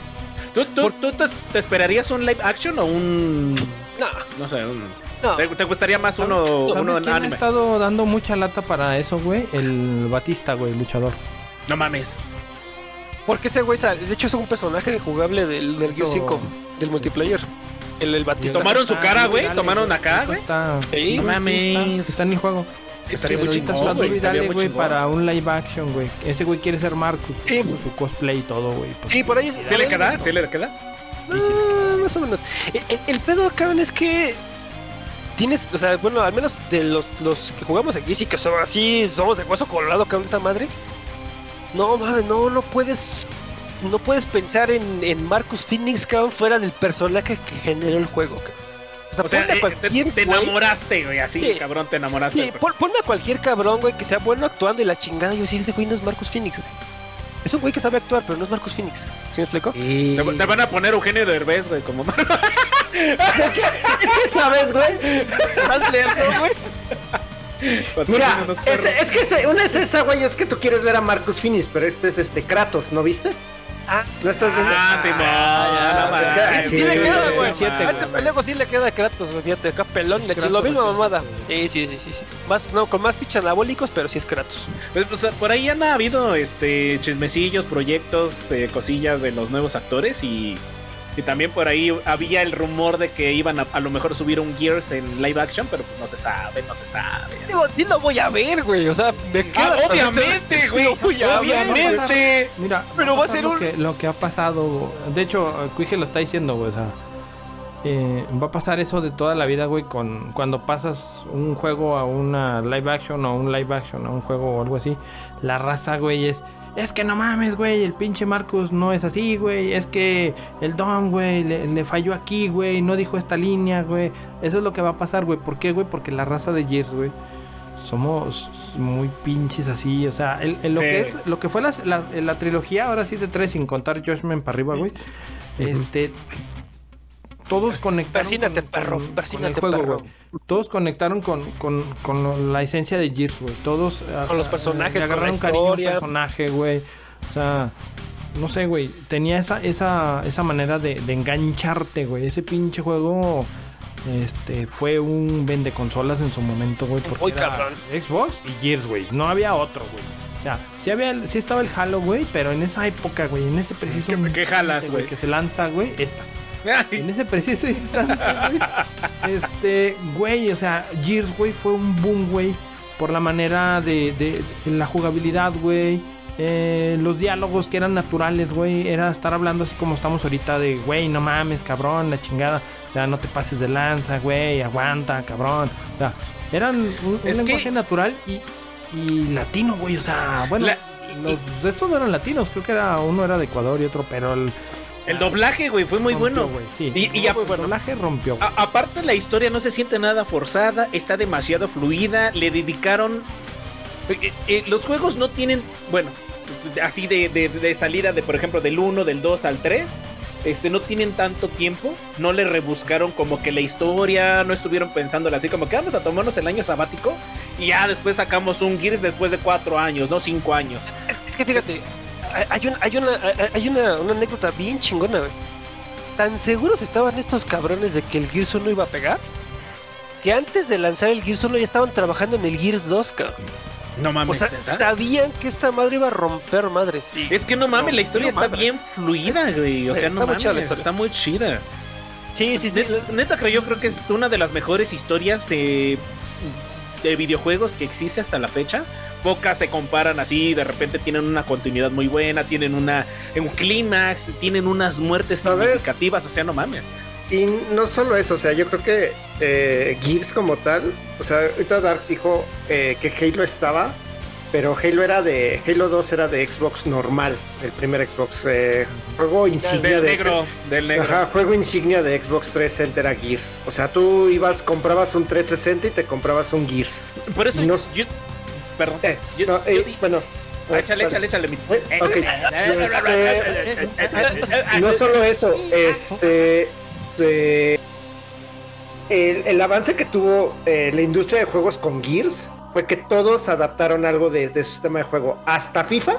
¿Tú, tú, tú te, te esperarías un live action o un. No, No sé, un- no. ¿Te, te gustaría más uno, ¿Sabes uno en quién ha anime? estado dando mucha lata para eso, güey? El Batista, güey, luchador. No mames. Porque ese güey, sal- de hecho, es un personaje jugable del, del Gears Eso- 5, del multiplayer. El, el Batista. Tomaron su cara, güey, Dale, tomaron güey, acá, güey. Está... Sí, güey, sí, no está- mames. Está en el juego. Estaría Pero muy ahorita chingón, está güey. muy Estaría dale, muy güey, chingón. para un live action, güey. Ese güey quiere ser Marcus. Sí. con Su cosplay y todo, güey. pues, Sí, por ahí. ¿Se le queda? ¿Se le queda? Ah, más o menos. E- e- El, pedo, cabrón, es que tienes, o sea, bueno, al menos de los, los que jugamos aquí, sí que son así, somos de hueso colorado, cabrón, de esa madre. No, mames, no, no puedes, no puedes pensar en, en Marcus Phoenix, cabrón, fuera del personaje que generó el juego, cabrón. O sea, O sea, ponle a eh, te, cualquier te güey- enamoraste, pues. güey, así, Sí. cabrón, te enamoraste. Sí, güey. pon- ponme a cualquier cabrón, güey, que sea bueno actuando y la chingada. Yo sí, ese güey no es Marcus Phoenix, güey. Es un güey que sabe actuar, pero no es Marcus Phoenix. ¿Sí me explico? Y- Te, te van a poner Eugenio Derbez, güey, como Es que, es que sabes, güey. Más lento, güey. Mira, es, es que se- una es esa, güey, es que tú quieres ver a Marcus Finis, pero este es este Kratos, ¿no viste? Ah. ¿No estás viendo? Ah, sí, no, ya, no pues, mames, claro, Sí, sí, le queda, güey. siete, Ah, te- Luego sí le queda a Kratos, güey, fíjate, acá pelón, le Kratos, lo mismo güey. mamada. Sí, sí, sí, sí, sí. Más, no, con más pinches anabólicos, pero sí es Kratos. Pues, pues, por ahí han habido este chismecillos, proyectos, eh, cosillas de los nuevos actores y, y también por ahí había el rumor de que iban a, a lo mejor subir un Gears en live action, pero pues no se sabe, no se sabe. Digo, sí lo voy a ver, güey, o sea, me queda... Ah, obviamente, Sí güey, lo voy a ver. obviamente. Mira, Pero va a pasar ser lo un- que, lo que ha pasado. güey. De hecho, eh, Cuije lo está diciendo, güey. O sea, eh, va a pasar eso de toda la vida, güey. Con cuando pasas un juego a una live action o un live action a un juego o algo así, la raza, güey, es es que no mames, güey, el pinche Marcus no es así, güey. Es que el Dom, güey, le, le falló aquí, güey. No dijo esta línea, güey. Eso es lo que va a pasar, güey. ¿Por qué, güey? Porque la raza de Gears, güey, somos muy pinches así. O sea, el- el lo, Sí. que es, lo que fue las- la, la trilogía, ahora sí de tres, sin contar Judgment para arriba, güey. Este. Todos conectaron. Persínate, perro, con el persínate, juego, perro. güey. Todos conectaron con, con, con lo- la esencia de Gears, güey. Todos. ah, Con los ah, personajes, le con la agarraron cariño al historia. personaje, güey. O sea. No sé, güey. Tenía esa, esa, esa manera de, de engancharte, güey. Ese pinche juego. Este fue un vende consolas en su momento, güey. Porque Uy, era cabrón. Xbox y Gears, güey. No había otro, güey. O sea, sí, había, el- sí estaba el Halo, güey, pero en esa época, güey, en ese preciso ¿Qué- qué jalas, instante, güey? Que se lanza, güey, esta. En ese preciso instante, güey. Este, güey, o sea, Gears, güey, fue un boom, güey. Por la manera de, de- de la jugabilidad, güey. eh, los diálogos que eran naturales, güey. Era estar hablando así como estamos ahorita de, güey, no mames, cabrón, la chingada. O sea, no te pases de lanza, güey, aguanta, cabrón. O sea, eran un, un Es que- lenguaje natural y, y latino, güey. O sea, bueno, La- los, estos no eran latinos. Creo que era uno era de Ecuador y otro, pero el... El doblaje, güey, fue muy rompió, bueno. güey. Sí, Y- y No, a- Ah, güey, el doblaje rompió. güey. A- aparte la historia no se siente nada forzada, está demasiado fluida, le dedicaron... eh, eh, los juegos no tienen, bueno, así de, de- de salida de, por ejemplo, del 1, del 2 al 3, este, no tienen tanto tiempo, no le rebuscaron como que la historia, no estuvieron pensándola así como que vamos a tomarnos el año sabático y ya después sacamos un Gears después de 4 años, no 5 años. Es que fíjate, hay- hay una, hay una, hay una, una anécdota bien chingona, güey. Tan seguros estaban estos cabrones de que el Gears 1 iba a pegar, que antes de lanzar el Gears 1 ya estaban trabajando en el Gears 2, cabrón. No O mames. sea, ¿neta? sabían que esta madre iba a romper madres. es que no mames, No, la historia no está mames. bien fluida, güey. O sea, Está no muy mames, chida la historia. está muy chida. Sí, sí, sí. Ne- Neta creo yo creo que es una de las mejores historias eh, de videojuegos que existe hasta la fecha. Pocas se comparan así, de repente tienen una continuidad muy buena, tienen una un clímax, tienen unas muertes ¿Sabes? significativas, o sea, no mames. Y no solo eso, o sea, yo creo que eh, Gears como tal, o sea, ahorita Dark dijo eh, que Halo estaba, pero Halo era de, Halo 2 era de Xbox normal, el primer Xbox, eh, juego insignia de, del Ajá, juego insignia de Xbox 360 era Gears. O sea, tú ibas, comprabas un 360 y te comprabas un Gears. Por eso No- yo perdón. Eh, yo- no, yo eh, di- bueno. Ah, échale, échale, échale, mi- eh, Eh, ok. Este, no solo eso, ah, este de- el, el avance que tuvo eh, la industria de juegos con Gears fue que todos adaptaron algo de, de su sistema de juego. Hasta FIFA,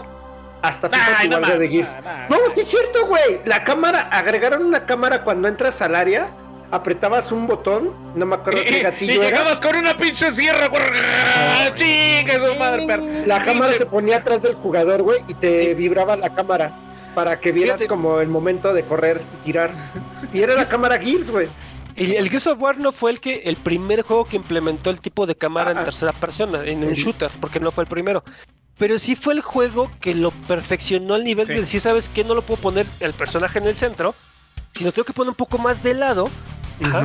hasta FIFA Ay, tuvo no algo de mames, Ah, Gears. nah, nah. No, sí es cierto, güey. La cámara, agregaron una cámara cuando entras al área, apretabas un botón, no me acuerdo qué gatillo era. con una pinche sierra. Ah, Chingue su madre, perro. La cámara Pinche- se ponía atrás del jugador, güey, y te vibraba la cámara para que vieras Fíjate. como el momento de correr y tirar. Y era la cámara Gears, güey. El, el Gears of War no fue el que el primer juego que implementó el tipo de cámara Ah, ah. en tercera persona, en un El- shooter, porque no fue el primero. Pero sí fue el juego que lo perfeccionó al nivel Sí. de decir, ¿sabes qué? No lo puedo poner el personaje en el centro, sino tengo que poner un poco más de lado ajá,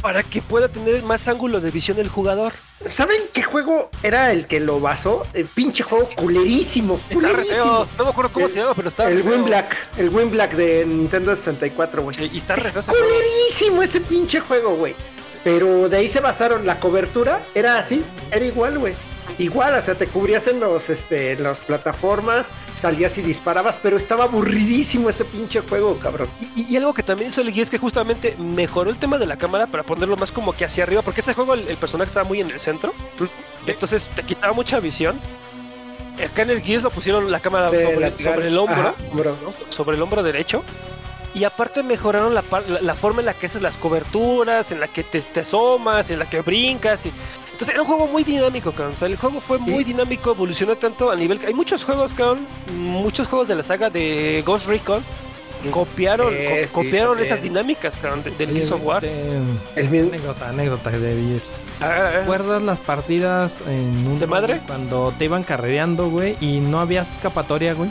para que pueda tener más ángulo de visión el jugador. ¿Saben qué juego era el que lo basó? El pinche juego culerísimo, Está re culerísimo. feo. No me acuerdo cómo El- se llama, pero está. El re feo. Win Black, el Win Black de Nintendo 64, güey. Sí, y está re feo Es ese juego. culerísimo ese pinche juego, güey. Pero de ahí se basaron, la cobertura era así, era igual, güey. Igual, o sea, te cubrías en los, este, en las plataformas, salías y disparabas, pero estaba aburridísimo ese pinche juego, cabrón. Y, y algo que también hizo el guía es que justamente mejoró el tema de la cámara para ponerlo más como que hacia arriba, porque ese juego el, el personaje estaba muy en el centro, entonces te quitaba mucha visión. Acá en el Gears lo pusieron la cámara De sobre, lateral. sobre el hombro, Ajá, hombro. ¿no? sobre el hombro derecho, y aparte mejoraron la, par- la- la forma en la que haces las coberturas, en la que te, te asomas, en la que brincas. y- Entonces era un juego muy dinámico, cabrón. O sea, el juego fue muy dinámico, evolucionó tanto a nivel que hay muchos juegos, cabrón, muchos juegos de la saga de Ghost Recon copiaron, Eh, co- sí, copiaron también. esas dinámicas, cabrón, de- del Oye, Gears of War. este, El mismo- Anécdota, anécdota de Gears. A ver, a ver. ¿Recuerdas las partidas en un ¿De madre? Cuando te iban carrereando, güey, y no había escapatoria, güey.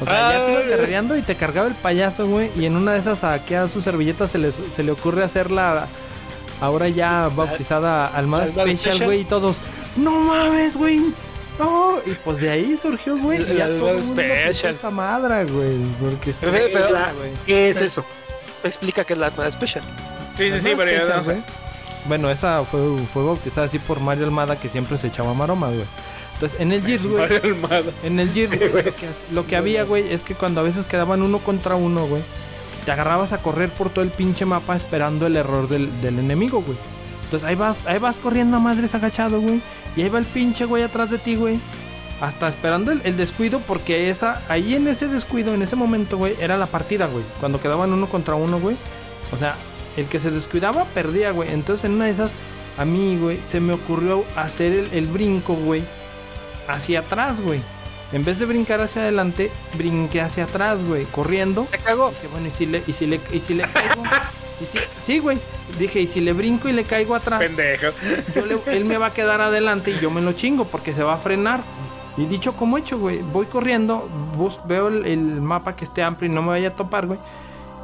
O sea, ya te iban Ah. carrereando y te cargaba el payaso, güey. Y en una de esas aquí a su servilleta se le, se le ocurre hacerla ahora Ah, ya bautizada Almada Almada Special, Special. güey. Y todos, ¡no mames, güey! ¡No! Y pues de ahí surgió, güey. Y ya Almada todo el mundo quitó Special. esa madre, güey. Porque está- Pero, pero- güey. ¿Qué es eso? Explica que es la Atma Special. Sí, sí, sí, Almada pero ya Special, no sé. güey. Bueno, esa fue, fue bautizada así por Mario Almada, que siempre se echaba maromas, güey. Entonces, en el Gears, güey. En el Gears, güey, lo que, lo que había, güey, es que cuando a veces quedaban uno contra uno, güey, te agarrabas a correr por todo el pinche mapa esperando el error del, del enemigo, güey. Entonces ahí vas, ahí vas corriendo a madres agachado, güey. Y ahí va el pinche güey atrás de ti, güey. Hasta esperando el, el descuido, porque esa, ahí en ese descuido, en ese momento, güey, era la partida, güey. Cuando quedaban uno contra uno, güey. O sea, el que se descuidaba perdía, güey. Entonces en una de esas, a mí, güey, se me ocurrió hacer el, el brinco, güey. Hacia atrás, güey. En vez de brincar hacia adelante, brinqué hacia atrás, güey. Corriendo. Te cagó. Dije, bueno, y si le, y si le, y si le caigo. Y si- sí, güey. Dije, y si le brinco y le caigo atrás, Pendejo. yo le- él me va a quedar adelante y yo me lo chingo porque se va a frenar. Y dicho como hecho, güey. Voy corriendo, bus- veo el, el mapa que esté amplio y no me vaya a topar, güey.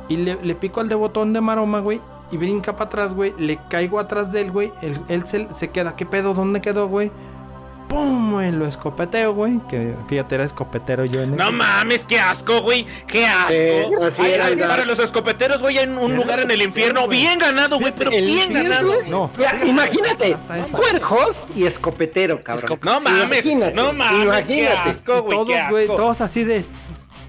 Y le, le pico al de botón de maroma, güey. Y brinca para atrás, güey. Le caigo atrás de él, güey. Él, él se, se queda. ¿Qué pedo? ¿Dónde quedó, güey? ¡Pum! güey, Lo escopeteo, güey. Que fíjate, era escopetero yo en No mames, qué asco, güey. Qué asco. Eh, así Ay, era, ay, era. para los escopeteros, güey, en un lugar en el infierno. Bien ganado, güey, pero bien ganado. No. Mira, imagínate, Hasta esa. Power Host y escopetero, cabrón. No mames, Imagínate, no mames, imagínate. qué asco, güey, todos, qué güey, asco. todos así de.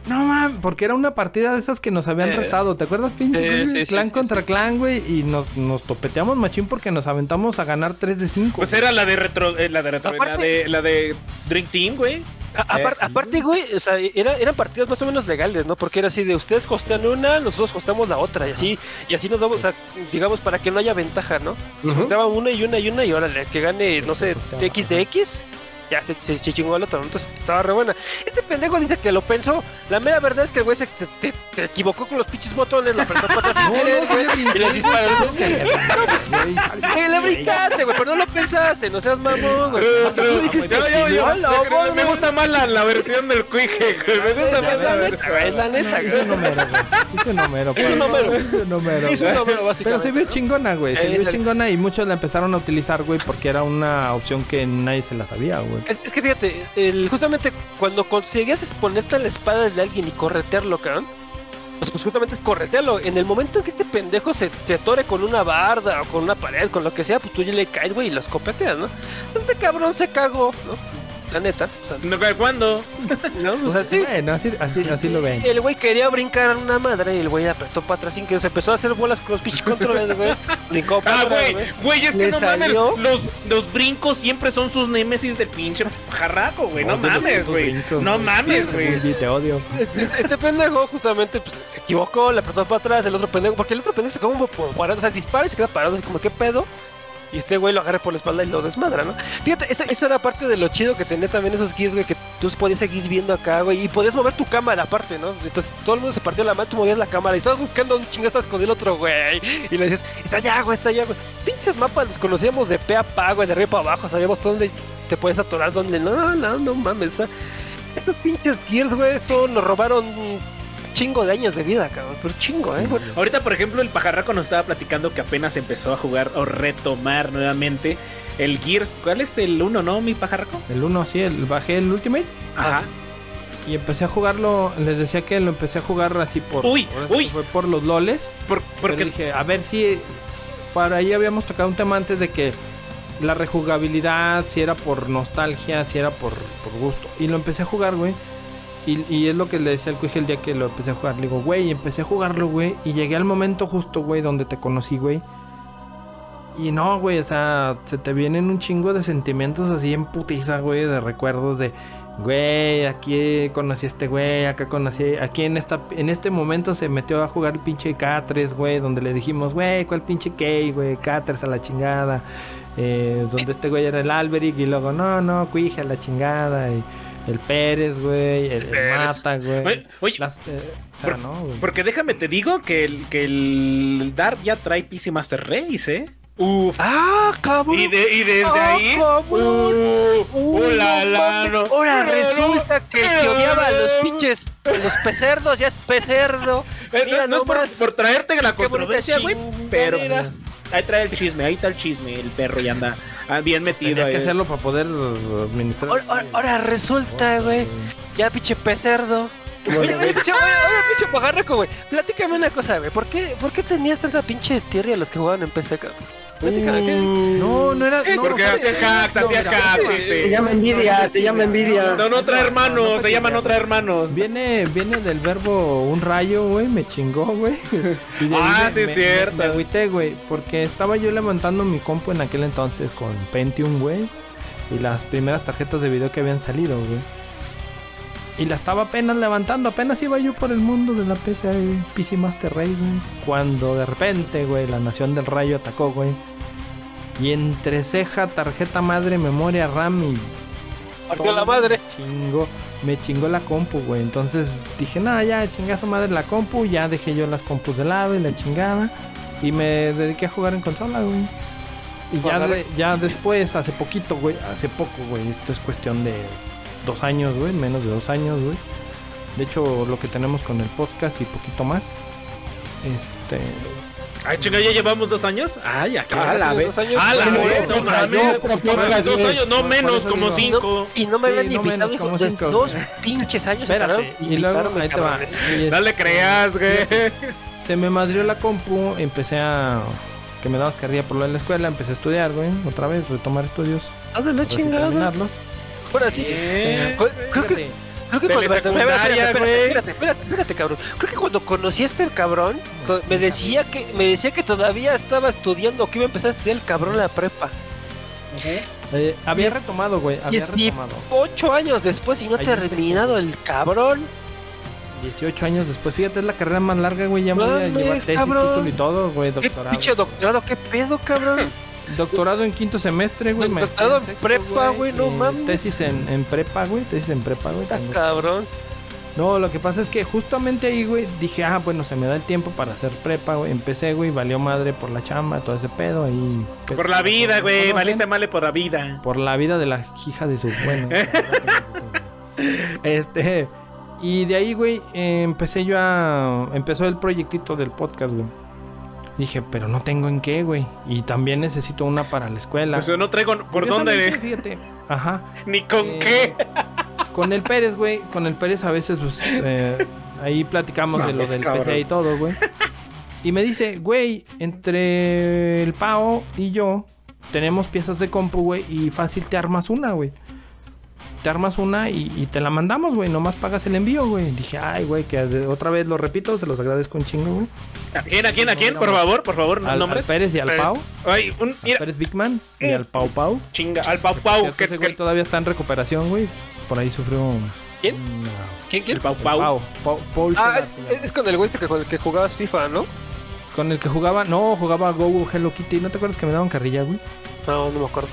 No mames, porque era una partida de esas que nos habían Eh, retado. ¿Te acuerdas, pinche? eh, sí, sí, clan sí, contra clan, güey. Y nos, nos topeteamos machín porque nos aventamos a ganar 3 de 5. Pues era la de retro, eh, la de retro, la Aparte- de, la de Drink Team, güey. A- apar- aparte, güey, o sea, era- eran partidas más o menos legales, ¿no? Porque era así de ustedes costean una, nosotros costeamos la otra, y así, y así nos vamos a, digamos, para que no haya ventaja, ¿no? Se Ujú. costeaba una y una y una, y órale, que gane, no sé, costeaba, de X de X, ya se, se, se chingó al otro, ¿no? entonces estaba re buena. Este pendejo dice que lo pensó, la mera verdad es que el güey se te, te- te equivocó con los pinches botones, lo apretó para atrás, No, no, güey, sí le y brinqué, le disparó. No, pues, güey. te le brincaste, güey, pero no lo pensaste, no seas mamón, güey. Hasta tú dijiste, Yo- yo- yo- "Hola, yo creo- vos, me gusta más la, la versión del Quije, güey. Me gusta más es la la versión. neta, güey, es la neta, Hice un güey. número, güey. Hice un número. Hice güey. un número. Hice un número, Es güey. un número, Pero se básicamente. vio chingona, güey. Se Eh, vio es el- chingona y muchos la empezaron a utilizar, güey, porque era una opción que nadie se la sabía, güey. Es, es que fíjate, el- justamente cuando conseguías exponerte a la espada de alguien y corretearlo, cabrón. Pues, pues justamente es corretearlo. En el momento en que este pendejo se, se atore con una barda o con una pared, con lo que sea, pues tú ya le caes, güey, y lo escopeteas, ¿no? Este cabrón se cagó, ¿no? La neta. O sea, No, ¿Cuándo? ¿no? O sea, sí. Bueno, así, así, así lo ven. El güey quería brincar a una madre y el güey apretó para atrás sin que se empezó a hacer bolas con los pinches controles, güey. Brincó para Ah, atrás, güey, güey, es que Le no mames. salió. Los, los brincos siempre son sus némesis del pinche jarraco, güey. No, Oh, de los mames, putos güey. brincos, No mames, güey. Bully, Te odio. Este, este pendejo justamente pues, se equivocó, le apretó para atrás el otro pendejo, porque el otro pendejo se quedó como por- parado, o sea, dispara y se queda parado, es como, ¿qué pedo? Y este güey lo agarra por la espalda y lo desmadra, ¿no? Fíjate, esa, esa era parte de lo chido que tenía también esos guías, güey, que tú podías seguir viendo acá, güey, y podías mover tu cámara aparte, ¿no? Entonces todo el mundo se partió la mano, tú movías la cámara y estabas buscando un chingo, estás con el otro, güey, y le decías, está allá, güey, está allá, güey. Pinches mapas los conocíamos de pe a pa, güey, de arriba para abajo, sabíamos dónde te puedes atorar, dónde, no, no, no mames, esa- esos pinches guilds, güey, eso nos robaron un chingo de años de vida, cabrón. Pero chingo, ¿eh? güey. Ahorita, por ejemplo, el pajarraco nos estaba platicando que apenas empezó a jugar o retomar nuevamente el Gears. ¿Cuál es el uno, no, mi pajarraco? El 1, sí, el, bajé el Ultimate. Ajá. Y empecé a jugarlo, les decía que lo empecé a jugar así por... Uy, ahora sí uy. Fue por los loles. Por- Porque porque dije, a ver si... Para ahí habíamos tocado un tema antes de que la rejugabilidad, si era por nostalgia, si era por, por gusto. Y lo empecé a jugar, güey. Y, y es lo que le decía al Cuije el día que lo empecé a jugar. Le digo, güey, empecé a jugarlo, güey. Y llegué al momento justo, güey, donde te conocí, güey. Y no, güey, o sea, se te vienen un chingo de sentimientos así en putiza, güey, de recuerdos de, güey, aquí conocí a este güey, acá conocí, aquí en esta en este momento se metió a jugar el pinche K3, güey, donde le dijimos, güey, ¿cuál pinche K, güey? K3 a la chingada. Eh, donde este güey era el Alberic y luego, no, no, cuija a la chingada. Y el Pérez, güey, el, el Pérez. Mata, güey. Oye, oye, Las- eh, o sea, por- no, güey. Porque déjame te digo que el, que el Dark ya trae PC Master Race, ¿eh? Uf. ¡Ah, cabrón! Y, de- y desde ¡Ah, ahí. cabrón! Uh, Uy, uh, la, no la, mames. no. Ahora No, resulta que el que odiaba a los pinches, a los pecerdos, ya es pecerdo. Eh, Mira no, no es por, nomás. por traerte la Qué bonita controversia, güey. chingadera. Pero ahí trae el chisme, ahí está el chisme. El perro ya anda ah, bien metido. Tenía que eh. hacerlo para poder administrar. Ahora, ahora- ahora resulta, güey, ya pinche pecerdo. Oye, oye, pinche, oye, oye, pinche pajarraco, güey. Platícame una cosa, güey. ¿Por qué, ¿Por qué tenías tanta pinche tierra a los que jugaban en PC, cabrón? Platícala, ¿qué? No, no era. No, Porque fue- hacía hacks, hacía mira, hacks, sí, Se sí. llama envidia, se llama envidia. No, no trae hermanos, se llaman no trae hermanos. Viene, viene del verbo un rayo, güey, me chingó, güey. Y de ahí Ah, sí, me- es me- cierto. Me, agüité, güey, porque estaba yo levantando mi compu en aquel entonces con Pentium, güey, y las primeras tarjetas de video que habían salido, güey. Y la estaba apenas levantando, apenas iba yo por el mundo de la PC, PC Master Race, güey. Cuando de repente, güey, la nación del rayo atacó, güey. Y entre ceja, tarjeta madre, memoria, RAM y Partió la madre. me chingó, me chingó la compu, güey. Entonces dije, nada, ya chinga su madre la compu. Ya dejé yo las compus de lado y la chingada. Y me dediqué a jugar en consola, güey. Y ya, de- ya después, hace poquito, güey, hace poco, güey. Esto es cuestión de dos años, güey, menos de dos años, güey. De hecho, lo que tenemos con el podcast y poquito más. Este. Ay, chinga, ya llevamos dos años. Ay, acá. Ah, la tiene vez. dos años. A la Sí, vez, no, no no, mames. pues, no, Dos años, no Por- por menos, eso como digo. cinco. Y no me Sí, habían no invitado, menos, hijo, como de cinco. dos pinches años. se Espérate, tardaron en y luego invitarme, ahí te va. cabrones. Y este- No le creas, güey. Se me madrió la compu, empecé a... Que me dabas carrilla por lo de la escuela, empecé a estudiar, güey, otra vez, retomar estudios. Ah, de la para así chingada. terminarlos. Ahora sí. Eh, Creo Pues, creo que Fíjate, Creo que cuando Telesecundaria, espérate, güey. espérate, espérate, espérate, espérate, cabrón. Creo que cuando conocí a este cabrón, co- me decía que me decía que todavía estaba estudiando, que iba a empezar a estudiar el cabrón la prepa. eh, había retomado, güey, había es mi- retomado. Ocho años después y no ha Ahí terminado el cabrón. 18 años después, fíjate, es la carrera más larga, güey, ya me voy a Mames, llevar tesis, cabrón. título y todo, güey, ¿Qué doctorado. pinche doctorado? ¿Qué pedo, cabrón? Doctorado en quinto semestre, güey. No, maestría doctorado en sexto, prepa, güey, no eh, mames. Tesis en, en prepa, güey, tesis en prepa, güey. Está tengo. cabrón. No, lo que pasa es que justamente ahí, güey, dije, ah, bueno, se me da el tiempo para hacer prepa, güey. Empecé, güey, valió madre por la chamba, todo ese pedo ahí. pues, Por la vida, güey. ¿Conocen? Valiste male por la vida. Por la vida de la hija de su. Bueno. este. Y de ahí, güey, eh, empecé yo a. Empezó el proyectito del podcast, güey. Dije, pero no tengo en qué, güey. Y también necesito una para la escuela. Eso Pues, no traigo por Curiosamente, dónde, Fíjate. Ajá. ni con Eh, qué. Con el Pérez, güey. Con el Pérez a veces, pues, eh, ahí platicamos de lo Mames, del cabrón. PC y todo, güey. Y me dice, güey, entre el Pao y yo tenemos piezas de compu, güey, y fácil te armas una, güey. Te armas una y, y te la mandamos, güey. Nomás pagas el envío, güey. Dije, ay, güey, que de- otra vez lo repito, se los agradezco un chingo, güey. ¿A quién, a quién, a quién? Por favor, por favor, Al, al nombres. Pérez y al Pérez. Pau. Ay, un, Al mira, Pérez Bigman y al Pau Pau. chinga, al Pau Oh, Por Pau. cierto, Que, ese que- güey todavía está en recuperación, güey. Por ahí sufrió. un- ¿Quién? una- ¿Quién el quién? Pau Pau. Pau. Pau- Paul Ah, Solar se llama. es, es con el güey este que con el que jugabas FIFA, ¿no? Con el que jugaba, no, jugaba Go Hello Kitty. ¿No te acuerdas que me daban carrilla, güey? No, no me acuerdo.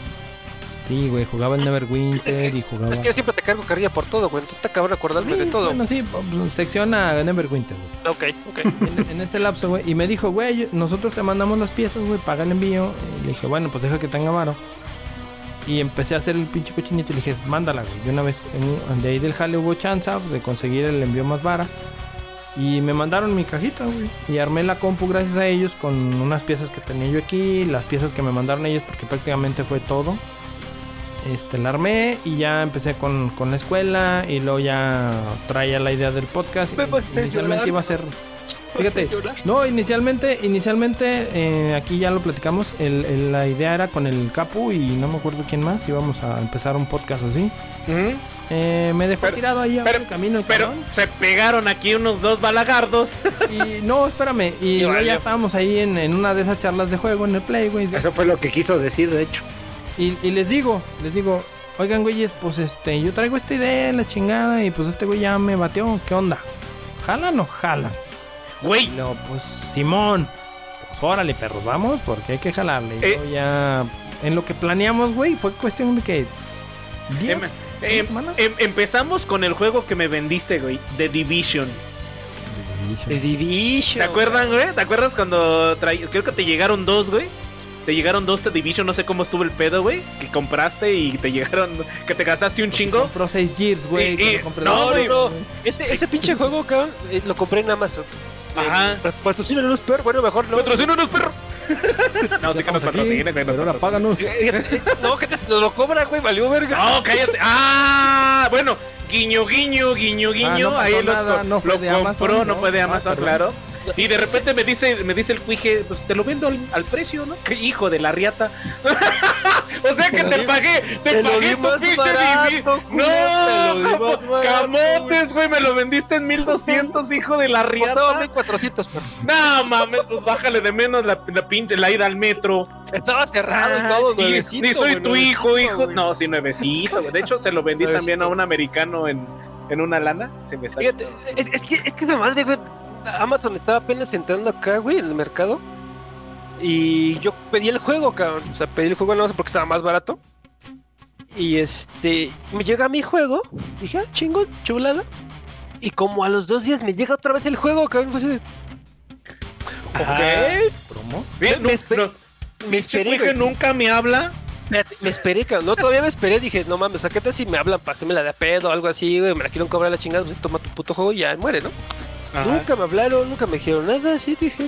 Sí, güey, jugaba el Neverwinter Es que- y jugaba. Es que yo siempre te cargo carrilla por todo, güey. Entonces está cabrón acordarme de Ah, Sí, todo. Ah, Bueno, sí, pues, sección a Neverwinter, güey. Ok, ok. En, en ese lapso, güey. Y me dijo, güey, nosotros te mandamos las piezas, güey, paga el envío. Y le dije, bueno, pues deja que tenga varo. Y empecé a hacer el pinche cochinito y le dije, mándala, güey. De una vez, en- de ahí del jale hubo chance de conseguir el envío más vara. Y me mandaron mi cajita, güey. Y armé la compu gracias a ellos con unas piezas que tenía yo aquí, las piezas que me mandaron ellos, porque prácticamente fue todo. Este, la armé y ya empecé con, con la escuela y luego ya traía la idea del podcast. Me vas a hacer Inicialmente llorar. iba a ser... Vas Fíjate, a llorar. no, inicialmente, inicialmente eh, aquí ya lo platicamos, el- el- la idea era con el Capu y no me acuerdo quién más, íbamos a empezar un podcast así. Ujú. Eh, me dejó Pero- tirado ahí a pero- medio camino el Pero cabrón. se pegaron aquí unos dos balagardos. Y no, espérame, y Y luego valió. ya estábamos ahí en, en una de esas charlas de juego en el Play, güey. Eso fue lo que quiso decir, de hecho. Y, y les digo, les digo, oigan, güeyes, pues este, yo traigo esta idea, la chingada, y pues este güey ya me bateó, ¿qué onda? ¿Jalan o jalan? Güey, Y luego, pues, Simón, pues órale, perros, vamos, porque hay que jalarle. Y Eh. luego ya, en lo que planeamos, güey, fue cuestión de que. ¿Diez? Em, ¿Una Eh, em, semana? em- empezamos con el juego que me vendiste, güey, The Division. The Division. ¿Te acuerdan, güey? ¿Te acuerdas cuando traí- creo que te llegaron dos, güey? Te llegaron dos The Division, no sé cómo estuvo el pedo, güey, que compraste y te llegaron que te gastaste un chingo. Compró 6 years, güey. Y- que y- lo compré no, la- güey. No, no, Ese, ese pinche juego, cabrón, eh, lo compré en Amazon. Ajá. Eh, Patrocina los peor, bueno, mejor no. Patrocínanos, perro. No, sé que nos Estamos aquí, patrocina, güey, nos pero ahora patrocina. páganos. Eh, No, que te, lo cobra, güey, valió verga. No, Oh, cállate. Ah, bueno, guiño, guiño, guiño, guiño. Ah, no pasó Ahí los nada, co- no fue lo de compró, Amazon, no ¿no? fue de Ah, Amazon, perdón. claro. Y de repente me dice, me dice el cuije, pues te lo vendo al, al precio, ¿no? ¡Qué hijo de la riata! o sea que te pagué, te Te lo pagué di tu más pinche barato, divi- culo, te lo di ¡No! más cam- barato, ¡Camotes, güey! Me lo vendiste en 1200, hijo de la Pues Costaba riata. 1400, pero No mames, pues bájale de menos la, la pinche la ida al metro. estaba cerrado y Ah, todo, ni- nuevecito, Ni soy güey, tu nuevecito, hijo, hijo. güey. No, sí, nuevecito. güey. De hecho, se lo vendí Nuevecito. también a un americano en, en una lana. Se me está. Fíjate, es, es que, es que la madre, güey. Amazon estaba apenas entrando acá, güey, en el mercado. Y yo pedí el juego, cabrón. O sea, pedí el juego en Amazon porque estaba más barato. Y este, me llega mi juego. Dije, ah, chingón, chulada. Y como a los dos días me llega otra vez el juego, cabrón. Fue así de, Ajá. Bien, Me espe- me Pinche esperé, cuije güey. nunca me habla. Espérate, me esperé, cabrón. No, todavía me esperé. Dije, no mames, ¿a qué tal si me hablan para hacerme la de a pedo o algo así, güey? Me la quieren cobrar la chingada. Pues toma tu puto juego y ya muere, ¿no? Nunca me hablaron, nunca me dijeron nada, así dije,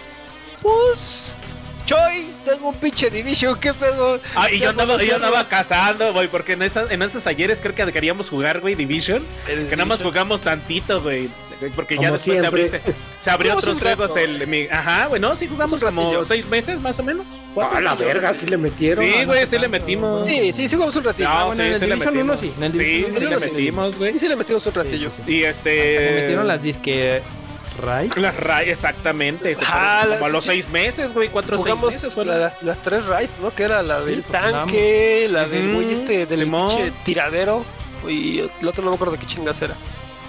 pues, Choy, tengo un pinche division, qué pedo. Ah, y yo Ya andaba, cuando yo cierro- andaba cazando, güey, porque en, esas, en esos ayeres creo que queríamos jugar, güey, Division. Que nada más jugamos tantito, güey. Porque ya Como después se, siempre. abrió- se- se abrió Jugamos otros un rato. juegos. El, mi- ajá, güey, no, sí jugamos Un como ratillo. seis meses más o menos. A cuatro. la verga, si le metieron. Sí, güey, sí le tanto, metimos. Sí, sí, ah, sí, jugamos un ratillo. No, bueno, sí, en el sí le Division metimos. uno sí, en Sí, el Division sí uno le sí. metimos, güey. Sí, sí le metimos un ratillo. Y Me este. metieron las disque Ray. las rayas, exactamente. güey, Ah, como las- a los sí. seis meses, güey, cuatro o seis Jugamos meses. fue la- las, las tres raids, ¿no? Que era la del pues, tanque, la del Ujú, güey este, del Simón. pinche tiradero, y el otro no me acuerdo qué chingas era.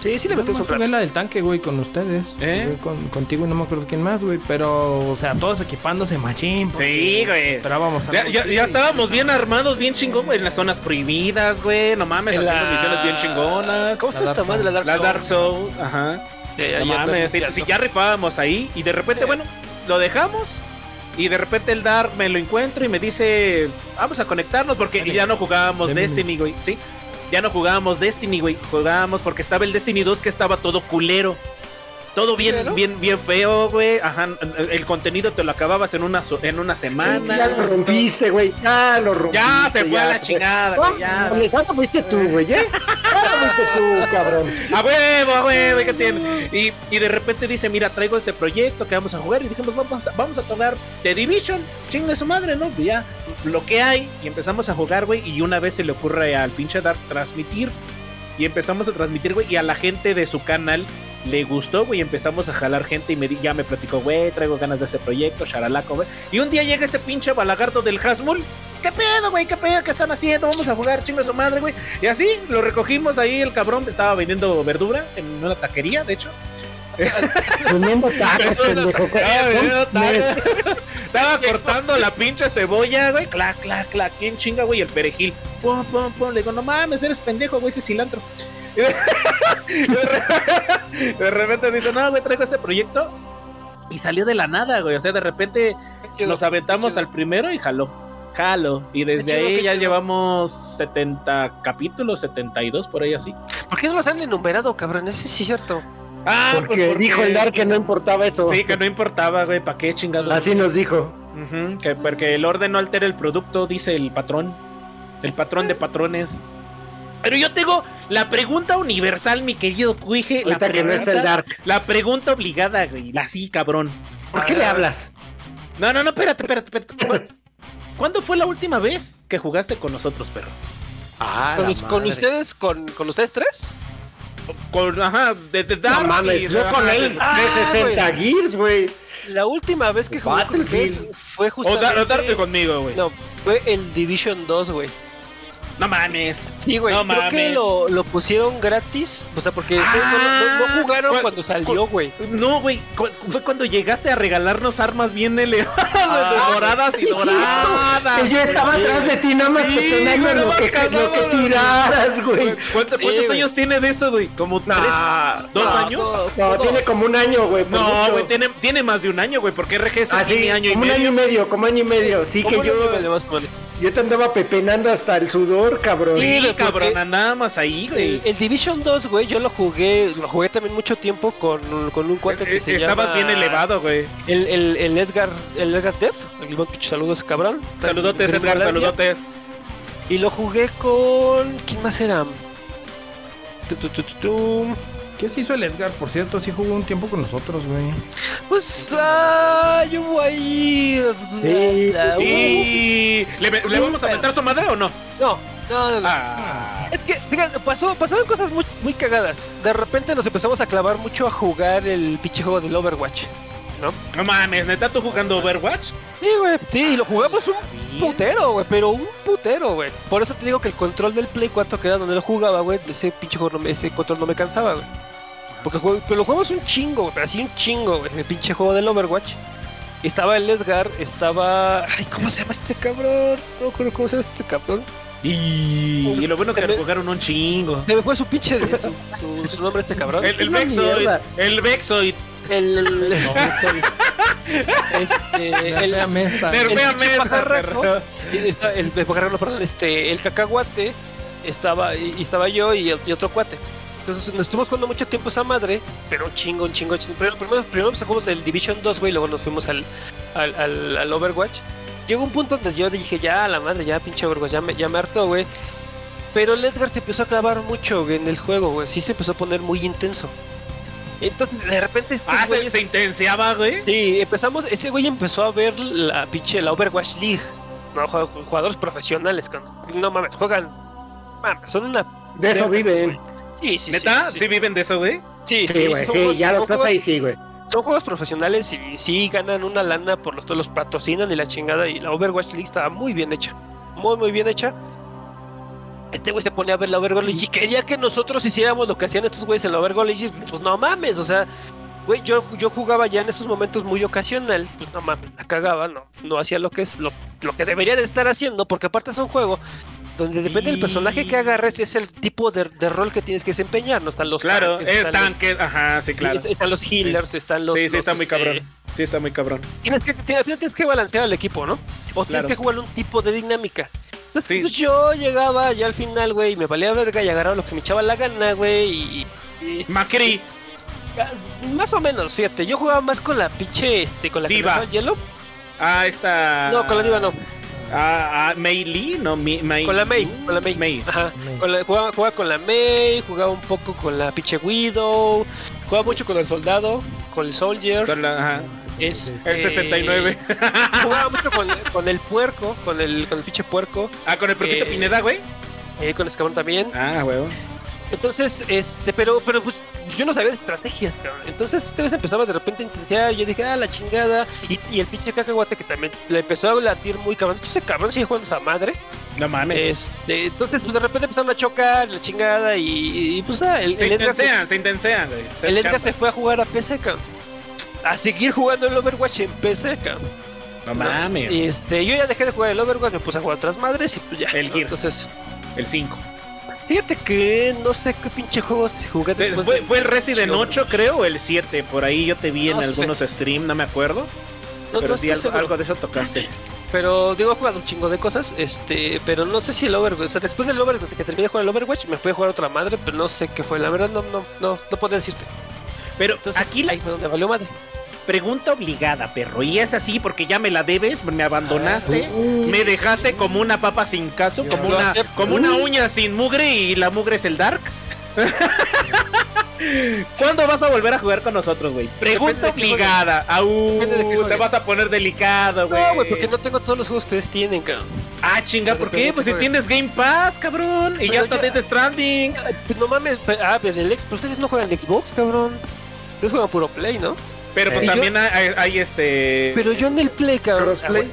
Sí, Pues, sí le Yo nomás metimos un jugué rato. la del tanque, güey, con ustedes. ¿Eh? Jugué Con, contigo y no me acuerdo quién más, güey. Pero, o sea, todos equipándose machín. pues, Sí, güey. Esperábamos Ya, algo ya- chido ya y- estábamos bien armados, bien chingón, güey, en las zonas prohibidas, güey. No mames, En haciendo la- misiones Pues bien chingonas. ¿Cómo se La llama esta Dark madre? La Dark Las Souls. Dark Souls, ajá. Eh, No ahí mames, andamos. si ya rifábamos ahí y de repente, bueno, lo dejamos y de repente el Dark me lo encuentro y me dice, vamos a conectarnos porque ya no jugábamos Dale. Destiny, güey, ¿sí? Ya no jugábamos Destiny, güey, jugábamos porque estaba el Destiny 2 que estaba todo culero. Todo bien, ¿Culero? bien, bien feo, güey. Ajá, el contenido te lo acababas en una, so- en una semana. Ya lo rompiste, güey. Ya lo rompiste. Ya se fue pues a la te- chingada, Ah, güey, ya. mames, ahora fuiste tú, güey, ¿eh? Ahora fuiste tú, cabrón. A huevo, a huevo, ¿qué tiene? Y, y de repente dice, mira, traigo este proyecto que vamos a jugar. Y dijimos, vamos a, vamos a tocar The Division. Chinga su madre, ¿no? Pues ya, lo que hay. Y empezamos a jugar, güey. Y una vez se le ocurre al pinche Dark transmitir. Y empezamos a transmitir, güey. Y a la gente de su canal le gustó, güey. y Empezamos a jalar gente. Y me, di- ya me platicó, güey, traigo ganas de ese proyecto, charalaco, güey. Y un día llega este pinche balagardo del Hasmul. ¿Qué pedo, güey? ¿Qué pedo? ¿Qué están haciendo? Vamos a jugar, chinga su madre, güey. Y así lo recogimos ahí, el cabrón estaba vendiendo verdura en una taquería, de hecho. Comiendo tacos, pendejo. Estaba vendiendo Mira, tacos. Estaba cortando la pinche cebolla, güey. Clac, clac, clac. ¿Quién chinga, güey? El perejil. Pum, pum, pum. Le digo, no mames, eres pendejo, güey, ese cilantro. Y de- de re- de repente dice, no, güey, traigo este proyecto. Y salió de la nada, güey. O sea, de repente nos aventamos al primero y jaló. Jaló. Y desde chido, ahí qué ya chido. llevamos 70 capítulos, 72 por ahí así. ¿Por qué no los han enumerado, cabrón? Ese sí es cierto. Ah, pues Porque dijo el Dar que no importaba eso. Sí, que no importaba, güey, ¿para qué chingados? Así nos dijo. Ujú, que porque el orden no altera el producto, dice el patrón. El patrón de patrones. Pero yo tengo la pregunta universal, mi querido Cuije. La Ahorita que no pregunta, está el Dark. la pregunta obligada, güey. La sí, cabrón. ¿Por qué le Ah. hablas? No, no, no, espérate, espérate, espérate. ¿Cu- ¿Cuándo fue la última vez que jugaste con nosotros, perro? Ah, ¿Con, con ustedes, con, con ustedes tres? Con, ajá, de, de No Dark y- mames, yo ajá, con él sí. Ah, 360 Gears, güey. La última vez que jugué con Battlefield. ustedes fue O, justamente... dar, o darte conmigo, güey. No, No, fue el Division 2, güey. mames. Sí, güey. No creo que mames. lo, lo pusieron gratis. O sea, porque Ah, ustedes no, no- no jugaron cu- cuando salió, güey. No, güey. cu- Fue cuando llegaste a regalarnos armas bien elevadas, doradas y sí, cierto. doradas. Que yo estaba atrás de ti, nada más Sí, te tenía güey, nada lo más que, lo que cagaba, güey. tiraras, güey. ¿Cuánto- Sí, ¿Cuántos güey. años tiene de eso, güey? ¿Como tres? Nah, ¿Dos No, años? todo- No, todo. tiene como un año, güey. por No, mucho. güey, tiene, tiene más de un año, güey, porque RGS Ah, sí, tiene año y como un medio. año y medio, como año y medio. Sí, que ¿Cómo yo, no me vale más, vale? yo te andaba pepenando hasta el sudor, cabrón. Sí, güey, porque- cabrón, nada más ahí, güey. El, el Division 2, güey, yo lo jugué, lo jugué también mucho tiempo con, con un cuate que Eh, se Estabas llama... bien elevado, güey. El, el, el Edgar, el Edgar Dev, el buen pinche saludos, cabrón. Saludotes, Gringo Edgar, Landia. saludotes. Y lo jugué con. ¿Quién más era? Tu, tu, tu, tu, tu. ¿Qué se hizo el Edgar? Por cierto, sí jugó un tiempo con nosotros, güey. Pues, ah, yo voy ahí. Sí, Ah, uh, ¿Y le, le vamos a meter su madre o no? No, no, no. no. Ah, Es que, fíjate, pasó, pasaron cosas muy, muy cagadas. De repente nos empezamos a clavar mucho a jugar el pinche juego del Overwatch. no mames, neta, tú jugando Overwatch. Sí, güey. Sí, y lo jugamos un putero, güey. Pero un putero, güey. Por eso te digo que el control del Play 4, que era donde lo jugaba, güey, ese pinche juego no me- ese control no me cansaba, güey. Porque juego, pero lo jugamos un chingo, güey. Pero así un chingo, güey. El pinche juego del Overwatch. Estaba el Edgar, estaba. Ay, ¿cómo se llama este cabrón? No me acuerdo cómo se llama este cabrón. Y, y lo bueno que le jugaron un chingo. Se me fue su pinche. su, su- su nombre este cabrón. El, el una Vexoid, mierda. el Vexoid. El. el- este. El, Fea mesa. Pero- el Vea pinche mesa, pajarraco, perro. y está- el el pajarraco, perdón, este, el cacahuate estaba y y estaba yo y, y otro cuate. Entonces nos estuvimos jugando mucho tiempo esa madre, pero un chingo, un chingo, un chingo. Primero, primero, primero empezamos el Division 2, güey, y luego nos fuimos al, al, al- al Overwatch. Llegó un punto donde yo dije, ya, la madre, ya, pinche Overwatch, ya me, ya me hartó, güey. Pero el Edgar se empezó a clavar mucho güey, en el juego, güey. Sí se empezó a poner muy intenso. Entonces, de repente... estos Ah, se, güeyes- se intensiaba, güey. Sí, empezamos, ese güey empezó a ver la pinche, la Overwatch League. No, jue- jugadores profesionales, con- no mames, juegan. Mames, son una. De eso viven. Sí, sí, ¿Neta? sí. ¿Sí viven de eso, güey? Sí, sí, Sí, güey, son sí, juegos- ya son lo estás juegos- ahí, sí, güey. Son juegos profesionales y sí ganan una lana por los todos los patrocinan y la chingada. Y la Overwatch League estaba muy bien hecha. Muy, muy bien hecha. Este güey se pone a ver la Overwatch League y quería que nosotros hiciéramos lo que hacían estos güeyes en la Overwatch League. y Pues no mames, o sea, güey, yo, yo jugaba ya en esos momentos muy ocasional. Pues no mames, la cagaba, no, no hacía lo que es lo, lo que debería de estar haciendo, porque aparte es un juego. Donde depende del personaje que agarres, es el tipo de, de rol que tienes que desempeñar, ¿no? Están los Claro, tanques, están es los- tanque. Ajá, sí, claro. Est- Están los healers, están este, los. sí, sí, los, está muy este, cabrón. Sí, está muy cabrón. Tienes que, tienes, tienes que balancear al equipo, ¿no? Claro. O tienes que jugar un tipo de dinámica. Entonces Sí. pues, yo llegaba ya al final, güey, y me valía verga y agarraba lo que se me echaba la gana, güey, y. y- Macri, ah, más o menos, fíjate. Yo jugaba más con la pinche, este, con la Diva. que lanzaba hielo. ah, esta. No, con la diva no. Ah, ah, Mei Lee, no, Mi- Mei. Con la May, con la May. Ajá. Con la- jugaba, jugaba con la May, jugaba un poco con la pinche Widow, jugaba mucho con el soldado, con el soldier. Son la- ajá, es, eh, El 69. jugaba mucho con, con el puerco, con el, con el pinche puerco, Ah, con el Perquito Eh, Pineda, güey. eh, con el escabrón también. Ah, huevo. Entonces, este, pero, pero pues, yo no sabía de estrategias, cabrón. Entonces, esta vez empezaba de repente a intensiar. Yo dije, ah, la chingada. Y, y el pinche cacahuate que también le empezó a latir muy cabrón. Entonces, ese cabrón sigue jugando esa madre. No mames. Este, entonces, pues de repente empezaron a chocar, la chingada. Y, y, pues, ah, el, se el Edgar se, intensean, se intensean, güey. Se el Edgar escapan. se fue a jugar a PC, cabrón. A seguir jugando el Overwatch en PC, cabrón. No ¿no? mames. Este, yo ya dejé de jugar el Overwatch, me puse a jugar otras madres y pues ya. El ¿no? Gears. Entonces, El 5. fíjate que no sé qué pinche juegos jugué después. Fue, de- fue el Resident Sí, 8, creo, o el 7. Por ahí yo te vi en No sé. algunos stream, no me acuerdo. no, pero no sí, estoy algo, seguro. algo de eso tocaste. Pero digo, he jugado un chingo de cosas, este, pero no sé si el Overwatch, o sea, después del Overwatch, que terminé de jugar el Overwatch, me fui a jugar otra madre, pero no sé qué fue, la verdad no, no, no, no podría decirte. Pero Entonces, aquí la ahí fue donde valió madre. pregunta obligada, perro. Y es así porque ya me la debes, me abandonaste. Ah, me dejaste como una papa sin caso, como lo una, acepto. como una uña sin mugre y la mugre es el dark. ¿Cuándo vas a volver a jugar con nosotros, güey? Depende Pregunta de qué juegue. obligada. Au, Depende de qué te juegue. vas a poner delicado, güey. No, güey, porque no tengo todos los juegos que ustedes tienen, cabrón. Ah, chinga, ¿por Depende de qué? qué Pues si juegue. tienes Game Pass, cabrón. Y Pero ya está ya- Death Stranding. Ay, pues No mames, pe- ah, pero el Xbox, pero ustedes no juegan el Xbox, cabrón. Ustedes juegan puro Play, ¿no? Pero pues Y yo- también hay, hay- hay este. Pero yo en el Play, cabrón. ah, Crossplay.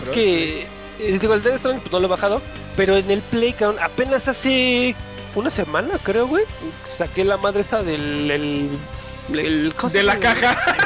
Es que, eh, digo, el Death Stranding pues, no lo he bajado, pero en el Play, cabrón, apenas hace una semana, creo, güey, saqué la madre esta del... El, el- ¿cómo se De la llama? caja.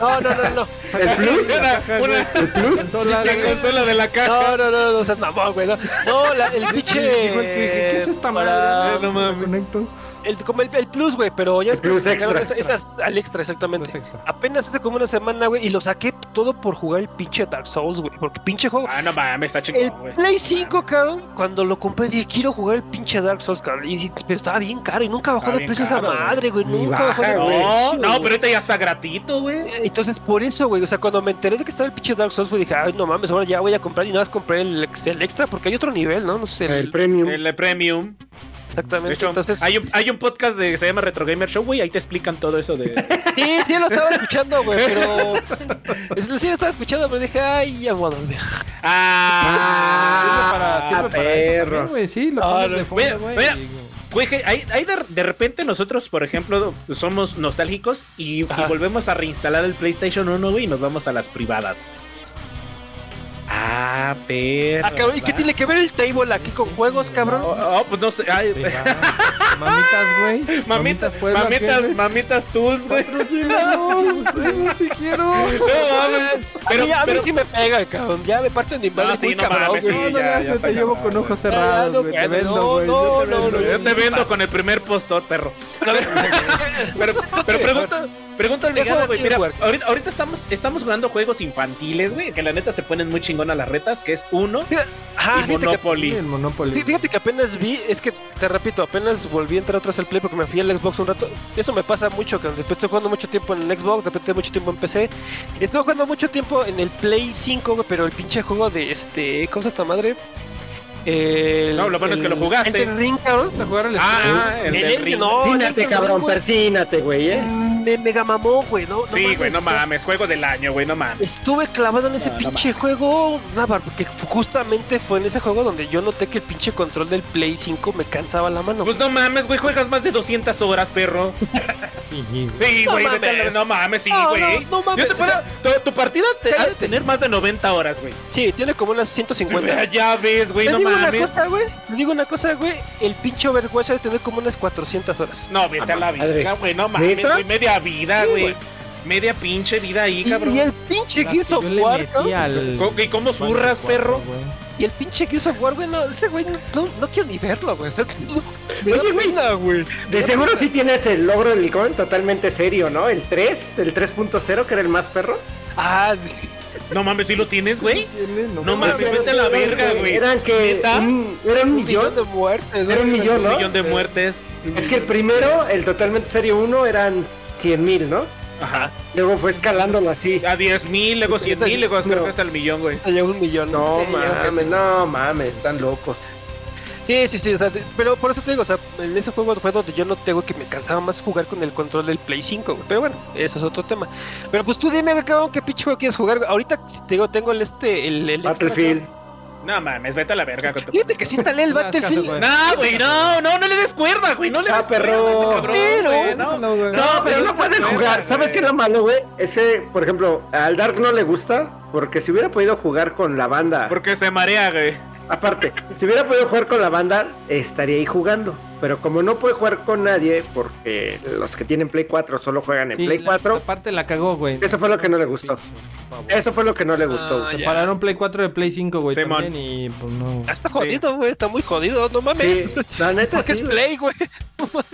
No, no, no, no. El plus, Era una- el plus. Consola, la güey. consola de la caja. No, no, no, no seas mamón, güey. No, no la- el pinche... Dijo el que dije, ¿qué es esta para- madre? no mames. Conecto. El, como el, el plus, güey, pero ya El es que plus sacaron extra. esa- esas- al extra, exactamente. Pues extra. Apenas hace como una semana, güey, y lo saqué todo por jugar el pinche Dark Souls, güey, porque pinche juego... Ah, no mames, está chingón, El güey. Play 5, cabrón, cuando lo compré dije, quiero jugar el pinche Dark Souls, cabrón. Y, dije, pero estaba bien caro y nunca bajó Estaba de bien precio caro, esa güey. madre, güey. Ni Nunca bajó de baja, precio. güey. No, no, güey. pero ahorita ya está gratito, güey. Entonces, por eso, güey, o sea, cuando me enteré de que estaba el pinche Dark Souls, güey, dije, ay, no mames, ahora ya voy a comprar y nada más compré el, ex- el extra porque hay otro nivel, ¿no? No sé. El El, premium. El premium. Exactamente. De hecho, Entonces, hay, un, hay un podcast de, que se llama Retro Gamer Show, güey. Ahí te explican todo eso de. sí, sí lo estaba escuchando, güey, pero. es- Sí lo estaba escuchando, pero dije, ay, ya voy a dormir. ¡Ah! sirve para eso también, güey, sí, lo Ah, pones no. de fondo, Mira, güey, mira. y- Güey, que ahí, ahí de, de repente nosotros, por ejemplo, somos nostálgicos y, y Ajá. volvemos a reinstalar el PlayStation 1, güey, y nos vamos a las privadas. Ah, pero. Ah, cabrón, ¿Y qué tiene que ver el table aquí con juegos, cabrón? Oh, oh, pues no sé. ay, Sí, va. Mamitas, güey. mamitas, Puebla, mamitas, ¿quién? mamitas tools, güey. Patrocínanos, eso sí quiero. No mames. a, mí, Pero, a mí pero- sí me pega, cabrón. Ya me parten de No, invadir sí, muy no cabrón, mames, güey. sí. no, no ya, le ya haces, está te llevo cabrón, con ojos Ya, ya, cerrados, no, güey. Te bueno, vendo, no, güey. yo te no, vendo. no, no, yo te sí vendo pasa. con el primer postor, perro. Pero- Pero, pero pregunta, pregunta obligada, güey. Mira, Teamwork. ahorita, ahorita estamos, estamos jugando juegos infantiles, güey, que la neta se ponen muy chingonas las retas, que es uno Ajá, y fíjate Ah, que, Sí, Monopoly. el fí- Monopoly. fíjate que apenas vi, es que te repito, apenas volví a entrar atrás al play porque me fui al Xbox un rato. Eso me pasa mucho, que después estoy jugando mucho tiempo en el Xbox, de repente mucho tiempo en PC. Estuve jugando mucho tiempo en el Play 5, güey, pero el pinche juego de este. ¿Cómo se llama esta madre? El- No, lo bueno es que lo jugaste. Elden Ring, cabrón. Vamos a jugar al Ah, el del Elden- ring. no, el Persínate, Elden cabrón, Ring, güey, persínate, güey, ¿eh? Me mega mamó, güey, ¿no? sí, güey, no o sea, mames, juego del año, güey, no mames. Estuve clavado en ese No, no pinche juego, nada, porque fu- justamente fue en ese juego donde yo noté que el pinche control del Play 5 me cansaba la mano. Pues no mames, güey, juegas más de 200 horas, perro. Sí, No güey, vete a la- mames. no mames, sí, No, güey. no, no mames, Yo te o puedo- tu, tu partida te ha de cállate. tener más de 90 horas, güey. Sí, tiene como unas 150. Pues, ah, Ya ves, güey, Les no digo una mames. cosa, güey. Les digo una cosa, güey. El pinche Overwatch ha de tener como unas 400 horas. No, vete a la madre. vida, güey, no mames, ¿Neta? güey, media vida, Sí, güey. güey. Media pinche vida ahí, Y, cabrón. y el pinche Gears of War, cabrón, Co- ¿Y cómo zurras, perro? Y el pinche Gears of War, güey. No, ese güey, no, no, no quiero ni verlo, güey. O sea, no- me da Oye, güey. pena, güey. De seguro sí tienes el logro del licón totalmente serio, ¿no? El 3, el 3.0, que era el más perro. Ah, sí. No mames, si lo tienes, güey. No mames, Pero vete a la eran verga, que- güey. Eran que. ¿Neta? un- era un millón. de muertes, Era un güey. millón, Un ¿no? millón de muertes. Es que el primero, el totalmente serio 1, eran 100 mil, ¿no? Ajá. Luego fue escalándolo así. A 10 mil, luego 100 mil, luego hasta No. al millón, güey. Llegó un millón. No Sí, llegó casi. mames, no mames, están locos. Sí, sí, sí, o sea, de- pero por eso te digo, o sea, en ese juego fue donde yo no tengo que me cansaba más jugar con el control del Play 5, güey. Pero bueno, eso es otro tema. Pero pues tú dime, güey, cabrón, qué pinche juego quieres jugar. güey? Ahorita si te digo, tengo el este, el, el extra, Battlefield. No mames, vete a la verga con cabrón. tu. Fíjate que sí instalé el No, es Battlefield. caso, güey. No, güey, no, no, no le des cuerda, güey, no le Ah, des cuerda a ese perro. cabrón, Pero- güey, ¿Eh? no. No, pero no pueden cuerda, jugar. ¿Sabes güey. qué es lo malo, güey? Ese, por ejemplo, al Dark no le gusta porque si hubiera podido jugar con la banda, Porque se marea, güey. aparte, si hubiera podido jugar con la banda, estaría ahí jugando. Pero como no puede jugar con nadie, porque los que tienen Play 4 solo juegan en Play 4, Aparte la cagó, güey. Eso fue lo que no le gustó. eso fue lo que no le gustó. Ah, güey. ya. Pararon Play 4 de Play 5, güey. Simón. También, y pues no. Ah, Está jodido, güey, está muy jodido, no mames. Sí, O sea, la neta Porque sí. es güey. Play, güey.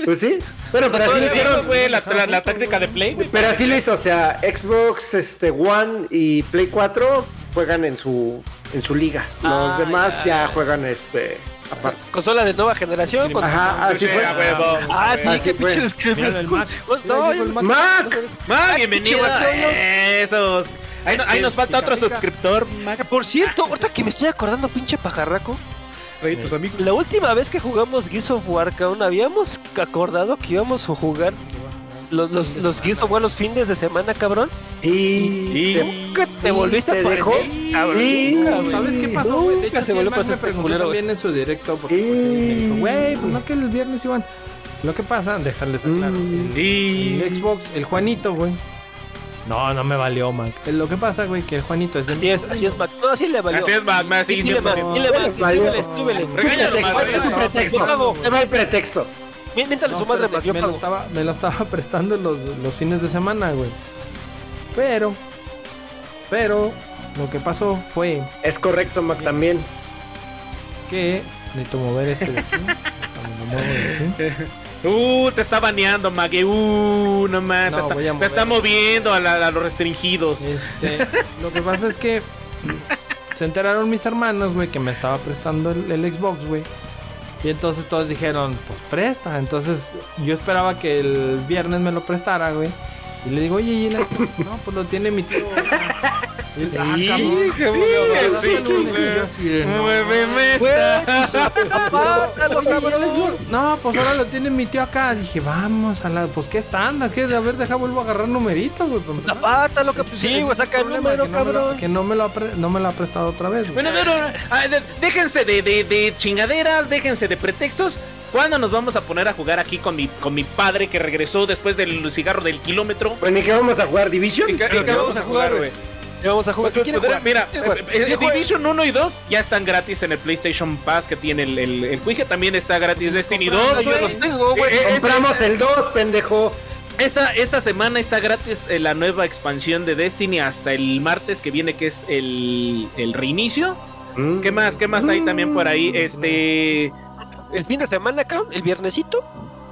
Pues sí. Bueno, pero así lo Todavía hicieron. no, güey, la, la- la táctica de play, güey. Pero así lo hizo, o sea, Xbox este, One y Play 4 juegan en su en su liga. Los Ah, demás ya, ya. juegan este O sea, aparte. consola de nueva generación. con- Ajá, así Sí, fue. a huevo, Ah, güey. sí, así qué fue. pinche descripción. Míralo, el Mac. No, Mira, llegó el yo- Mac. Mac, Ma, Ay, bienvenido pinche a vato, esos. Ahí, no- ahí nos falta otro suscriptor. Por cierto, ahorita que me estoy acordando, pinche pajarraco. Oye, tus amigos. La última vez que jugamos Gears of War, cabrón, habíamos acordado que íbamos a jugar los, los, los Gears of War los fines de semana, cabrón. Y, Y- Nunca te volviste te a aparecer, dejó. cabrón. Y- Nunca, güey. ¿Sabes qué pasó, güey? De Nunca hecho, se volvió a pasar me este preguntó culero, güey. también en su directo. Porque pues, él me dijo, güey, pues no que el viernes iban. Lo que pasa, dejarles aclarar. Mm. El, Y. el Xbox, el Juanito, güey. No, no me valió, Mac. Lo que pasa, güey, que el Juanito es de Así es, así es, Mac. No, así le valió. Así es, Mac, Mac, sí, Sí, dile, Mac, 100%. dile, Mac, Sí, valió. estúbele, estúbele. Es un Regáñalo, pretexto, madre, es un no, pretexto. bravo. Te va el pretexto. Miéntale No, su madre, Mac. espérate, Yo me, lo pago. estaba, me lo estaba prestando los, los fines de semana, güey. Pero, pero, lo que pasó fue Es correcto, Mac, también. que. Necesito mover este de aquí. Déjame, lo muevo de aquí. Uh, te está baneando, Maggie. Uh, no mames. No, te, está- voy a te está mover. moviendo a, la- a los restringidos. Este, lo que pasa es que se enteraron mis hermanos, güey, que me estaba prestando el, el Xbox, güey. Y entonces todos dijeron, pues presta. Entonces yo esperaba que el viernes me lo prestara, güey. Y le digo, oye, Gina, no, pues lo tiene mi tío. güey". ¡Muéveme esta! ¡Apártalo, cabrón! No, pues ahora lo tiene mi tío acá. Dije, vamos a la. Pues qué estándar, que de haber dejado vuelvo a agarrar numerito, güey. pues, para empezar. ¡Apártalo, cabrón! Ese- Sí, ese güey, es saca el problema, número, que no me lo- cabrón. Que no me lo ha, pre- no me lo ha prestado otra vez. güey. Bueno, no, no, no. Ah, de- déjense de, de- de chingaderas, déjense de pretextos. ¿Cuándo nos vamos a poner a jugar aquí con mi, con mi padre que regresó después del cigarro del kilómetro? Bueno, ¿y qué vamos a jugar? ¿Division? ¿Y qué- y qué vamos a jugar, güey? ¿Qué vamos a jugar? ¿Qué quiere Podrá- jugar? Pues, Mira, ¿Qué quiere jugar? eh, ¿Qué eh, quiere jugar? Division 1 y 2 ya están gratis en el PlayStation Pass que tiene el, el, el Ouija. También está gratis Destiny 2, No, yo güey. los tengo, güey. Eh, eh, Compramos el 2, pendejo. Esta, esta semana está gratis eh, la nueva expansión de Destiny hasta el martes que viene, que es el, el reinicio. ¿Qué más? ¿Qué más hay también por ahí? Este. El fin de semana, cabrón, el viernesito.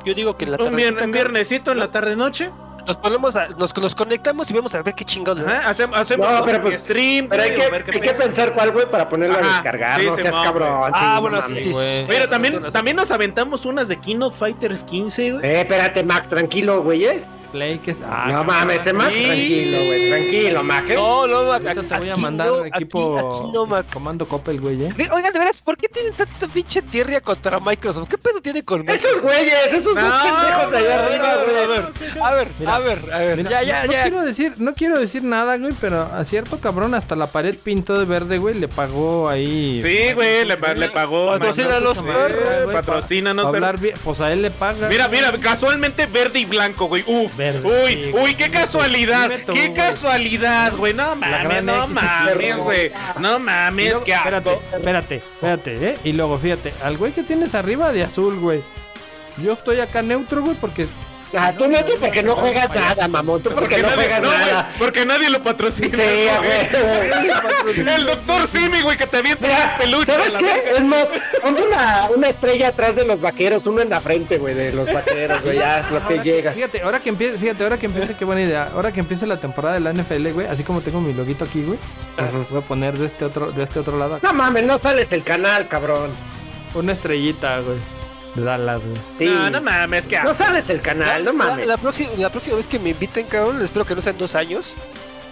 Yo digo que en la Un, vier- tardecita, un viernesito en la tarde-noche. cabrón, Nos, ponemos a- nos, nos conectamos y vemos a ver qué chingados. le- Ajá, hacem- Hacemos No, un pero pues- stream. Pero hay güey, que, a ver qué hay que pedo. pensar cuál, güey, para ponerlo Ajá, a descargar. sí, no seas Simón, cabrón. Ah, sí, bueno, no sí, mames. sí. sí. Pero también, Tienes también nos aventamos unas de Kino Fighters 15, güey. Eh, espérate, Mac, tranquilo, güey, ¿eh? Play, que es. ah, no cabrón, mames, eh, Mac. Sí. Tranquilo, güey. Tranquilo, Mac. ¿eh? No, no, a- Ahorita te voy a aquí mandar no, equipo. Aquí, aquí no, Mac. Comando Coppel, güey, eh. Ve- Oigan, de veras, ¿por qué tienen tanto pinche tierra contra Microsoft? ¿Qué pedo tiene con Microsoft? Esos güeyes, esos dos pendejos de allá arriba, güey. A ver, Mira, a ver, a ver. Mira, ya, ya, no, no ya. Quiero decir, no quiero decir nada, güey, pero a cierto cabrón hasta la pared pintó de verde, güey, le pagó ahí. Sí, güey, le, pa- le pagó. Patrocínanos, Sí, perro, güey, Patrocínanos, Pa' perro. hablar bien, pues a él le paga. Mira, mira, casualmente verde y blanco, güey. Uf, Verde, uy, sí, uy, güey. qué casualidad, Dime tú, qué güey. casualidad, güey. No mames, gran no X es mames, perro. güey. No Y mames, luego- qué asco. Espérate, espérate, espérate, ¿eh? Y luego, fíjate, al güey que tienes arriba de azul, güey. Yo estoy acá neutro, güey, porque. Ah, tú no, tú porque no juegas nada, mamón. Tú porque no nadie, juegas no, güey, nada. porque nadie lo Sí, patrocina. a güey. huevo. El doctor Simi, güey, que te avienta Mira, un peluche. a ¿sabes la qué? verga. Es más, ponte una, una estrella atrás de los vaqueros, uno en la frente, güey, de los vaqueros, güey, ya es lo que llega. Fíjate, ahora que empiece, fíjate, ahora que empiece, qué buena idea. Ahora que empiece la temporada de la NFL, güey, así como tengo mi loguito aquí, güey. Voy a poner de este otro, de este otro lado acá, No mames, no sales el canal, cabrón. Una estrellita, güey. De Dallas, güey. Sí. No, no mames, qué No asco. sales el canal, no mames. La, la próxima, la próxima vez que me inviten, cabrón, espero que no sean dos años.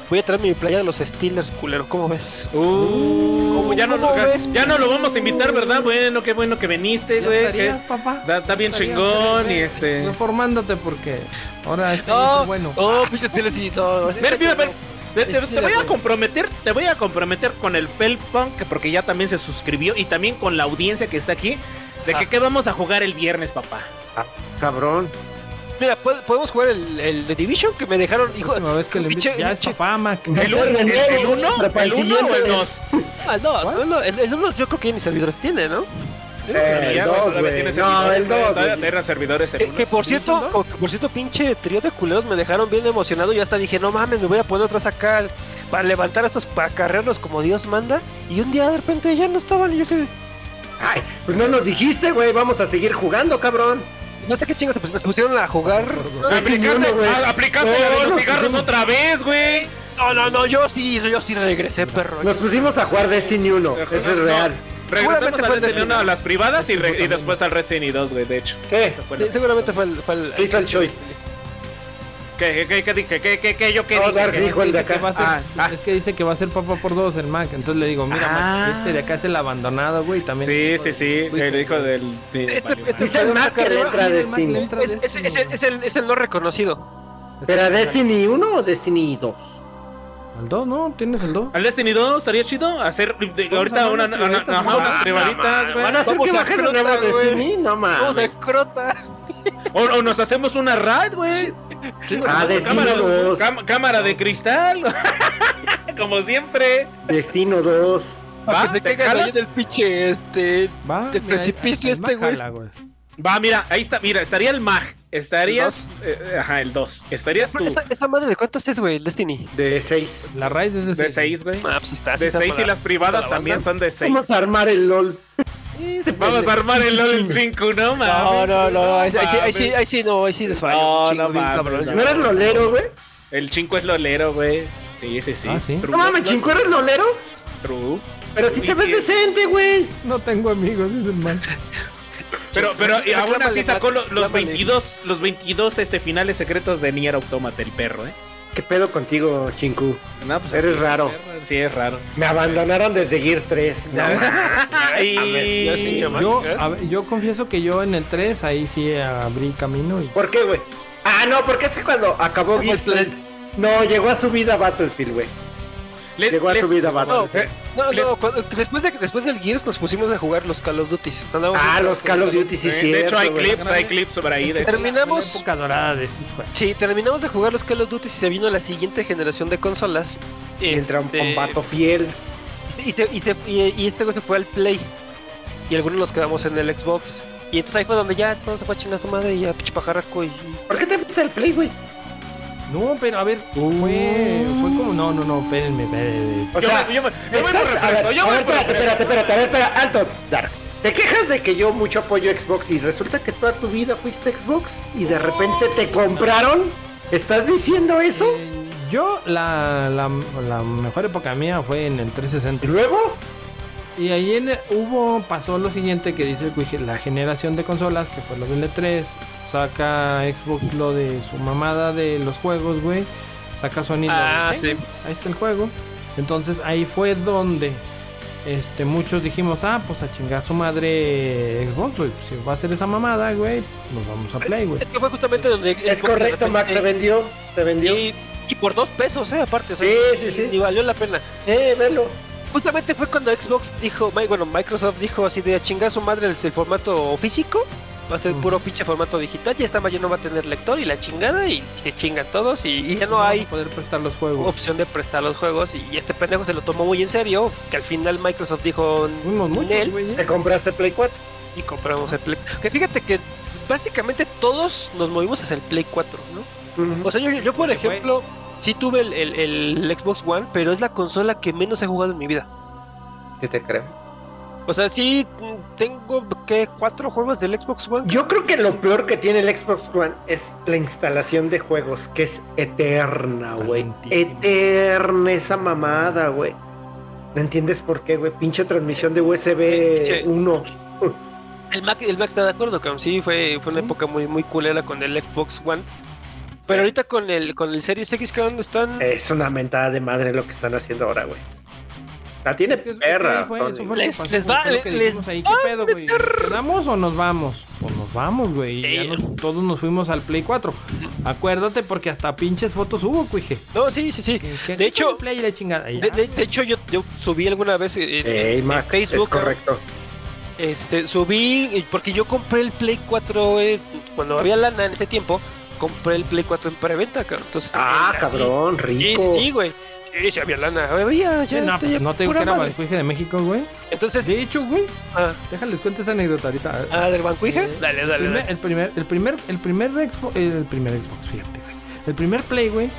Voy a traer mi playa de los Steelers, culero. ¿Cómo ves? Uh, Como ya, no, ¿Cómo lo- ves? ya no lo vamos a invitar, ¿verdad? Bueno, qué bueno que viniste, Ya güey. estarías, que- papá. da- da bien Ya estarías, chingón güey. y este- Reformándote porque ahora este año No, es bueno. no, pinche Steelers y no. este Mira, mira, año mira, no. Te, te- te voy a Estírate. comprometer, te voy a comprometer con el Felpunk, porque ya también se suscribió, y también con la audiencia que está aquí, de que Ah. qué vamos a jugar el viernes, papá. Cabrón. Mira, ¿pod- podemos jugar el, el The Division que me dejaron, hijo. Última vez que le pinche- invito- Ya es pinche- papá, Mac. ¿El, uno, el el, nuevo, el uno? pero para ¿El el uno o el siguiente. dos? Ah, no, no, el, el uno yo creo que ni servidores tiene, ¿no? Eh, Ya, el güey, 2, todavía güey. tiene No, servidores, el Eh, güey, 2. Todavía tiene servidores el Que, uno. que por cierto, o que por cierto, pinche trío de culeros me dejaron bien emocionado. Yo hasta dije, no mames, me voy a poner otras acá para levantar a estos, para carrearlos como Dios manda. Y un día de repente ya no estaban. Y yo sé, Ay, pues no nos dijiste, güey, vamos a seguir jugando, cabrón. no sé qué chingas se pus- se pusieron a jugar. Aplicaste, Sí, uno, güey. ah, aplicaste la de No, los no, cigarros pusimos- otra vez, güey. No, no, no, yo sí, yo sí regresé, perro. Nos Yo- pusimos a jugar Destiny 1, No, eso es real. Regresamos Seguramente al fue el Resident 1 Destiny. a las privadas y, re- y después al Resident Evil 2, güey, de hecho. ¿Qué? Esa fue la- Sí, seguramente fue el. Fue el ¿Qué hizo el Choice? ¿Qué, qué, qué, qué, qué, qué, qué, yo qué No, dije? Dark ¿Qué? dijo el de Dice que acá. va a ser- Ah, ah. Es que dice que va a ser papá por dos el Mac. Entonces le digo, mira, Mac, este de acá es el abandonado, güey. También Ah. Sí, es sí, hijo sí, de- el hijo del... de- Este- valió este- Dice el Mac que le entra a Mira, el Mac le Destiny. entra Es, es- Destiny, es el, güey. es, el, es el no reconocido. ¿Pero a Destiny 1 o Destiny 2? Al 2, ¿no? Tienes el 2. Al Destiny 2 estaría chido hacer de- ahorita Ah, hacer una, unas una- privaditas, ajá, ¿no? unas privaditas, güey. ¿Van a hacer Vamos que a baje de Crota, nuevo güey. Destiny? No Vamos a mames. crota. O, o nos hacemos una raid, güey. Chingo, Ah, su- Destiny cámara, 2. cam- cámara de cristal. Como siempre. Destino 2. Para ¿Va? que ¿Te se caigan ahí jalas? en el pinche este. Va, mira, Del ahí- precipicio ahí este, Mac güey. jala, güey. Va, mira, ahí está, mira, estaría el mag. Estarías. eh, ajá, el 2. Estarías tú. ¿Esa, esa madre de cuántas es, güey? El Destiny. De 6. La raíz es De 6, güey. Ah, pues está. sí De está 6 y para- las privadas para la también banda. son de 6. Vamos a armar el LOL. Vamos a armar el LOL en chingu, no No, mames. no, no, ahí, ahí sí, ahí mames. sí, ahí sí, no, ahí sí desfalló. No, chingo, no bien mames, cabrón. no. ¿No eres lolero, güey? El 5 es lolero, güey. Sí, sí, sí. Ah, ¿sí? True, No mames, chingo, ¿eres lolero? True. Pero si te ves Muy bien. decente, güey. No tengo amigos, dice el Mac. Pero, pero y aún Reclámale, así sacó lo- los reclámale. 22, los 22 este, finales secretos de Nier Automata, el perro, ¿eh? ¿Qué pedo contigo, Chinku? No, pues Eres así, raro. perro, Sí, es raro. Ah, Me abandonaron desde Gear 3. No, Ay. Ya es un chamán, Yo, ¿eh? a ver, yo confieso que yo en el 3 ahí sí abrí camino y ¿Por qué, güey? Ah, no, porque es que cuando acabó Gear 3... No, llegó a su vida Battlefield, güey. Le- Llegó a Eh, les- su vida eh, No, Battlefield. no, no, cuando- después, de, después del Gears nos pusimos a jugar los Call of Duty. Están Oh, ahora- Ah, los Call of Duty, sí, eh, sí. de hecho, hay clips, hay clips sobre ahí. De, Fue la Terminamos, época dorada de estos juegos. sí, terminamos de jugar los Call of Duty y se vino la siguiente generación de consolas. Entra un Este, combato fiel. Y, te- y te- y- y este güey se fue al Play. Y algunos nos quedamos en el Xbox. Y entonces ahí fue donde ya todo se fue a chingar a su madre y a pinche pajarraco. Y... ¿Por qué te fuiste al play, güey? No, pero a ver, fue, Uh. fue como. No, no, no, espérenme, espérenme. O yo, sea, me, yo, me, yo voy Estás- por a ver, refresco, yo a voy ver, por espérate, espérate, refresco. espérate, a ver, espera, alto, Dark. ¿Te quejas de que yo mucho apoyo a Xbox y resulta que toda tu vida fuiste Xbox y de repente te compraron? ¿Estás diciendo eso? Eh, Yo, la, la, la mejor época mía fue en el ¿Y 360. luego? Y ahí en- hubo, pasó lo siguiente que dice el Cuije, la generación de consolas, que fue lo del E3, saca Xbox lo de su mamada de los juegos, güey. Saca Sony lo de, Ah, "Ten, ahí está el juego. Entonces ahí fue donde este, muchos dijimos, ah, pues a chingar su madre Xbox, güey. Si va a ser esa mamada, güey, nos vamos a Play, güey. Es que fue justamente donde. Es Xbox de correcto, Max, repente- se vendió, se vendió. Y, y por dos pesos, ¿eh? Aparte, o sea, Sí, y- sí, sí. Y valió la pena. Eh, velo. Justamente fue cuando Xbox dijo, mi- bueno, Microsoft dijo así de a chingar a su madre el, el formato físico, va a ser Mm. puro pinche formato digital y esta madre no va a tener lector y la chingada y se chingan todos y, y ya no Vamos a hay poder prestar los juegos. opción de prestar los juegos y, y este pendejo se lo tomó muy en serio, que al final Microsoft dijo Fuimos muchos, Nel. güey. ¿eh? Te compraste Play 4. y compramos el Play. Que fíjate que básicamente todos nos movimos hacia el Play 4, ¿no? O sea, yo, yo por Güey. ejemplo, sí tuve el, el- el Xbox One, pero es la consola que menos he jugado en mi vida. ¿Qué te creo? O sea, sí mm, tengo que cuatro juegos del Xbox One. Yo creo que lo peor que tiene el Xbox One es la instalación de juegos, que es eterna, Está güey. lentísima. Eterna esa mamada, güey. No entiendes por qué, güey. Pinche transmisión de Pinche- USB 1. El Mac, el Mac está de acuerdo, cabrón. Sí, fue, fue una época muy, muy culera con el Xbox One. Pero ahorita con el, con el Series X, cabrón, están. Es una mentada de madre lo que están haciendo ahora, güey. La tiene Es que eso- perra. eso fue- Sony. eso fue lo que Les- pasó, les güey, va- fue lo que les dijimos ahí, ¿qué pedo, güey? ¿Nos quedamos o nos vamos? Pues nos vamos, güey. y ya Eh. nos- todos nos fuimos al Play 4. Acuérdate porque hasta pinches fotos hubo, cuije. No, sí, sí, sí. Que- que De fue hecho- el Play y la chingada. Y De, ya, de- de hecho, yo, yo subí alguna vez. eh, eh, Ey, Mac, Facebook, es correcto. este, subí. eh, Porque yo compré el Play 4 eh, cuando había lana en ese tiempo. Compré el Play 4 en preventa, cabrón. Entonces, Ah, eh, así. cabrón, Sí, rico. sí, sí, güey. Sí, sí, había lana. Había, Sí, ya, no, ya, pues no te digo pura que era madre. el cuije de México, güey. Entonces, De hecho, güey, ah, déjales cuento esa anécdota ahorita. pues, ah, del Bancuija. Eh, Dale, dale, primer- dale. el primer, el primer, el primer Xbox, el primer Xbox, fíjate, güey. El primer Play, güey,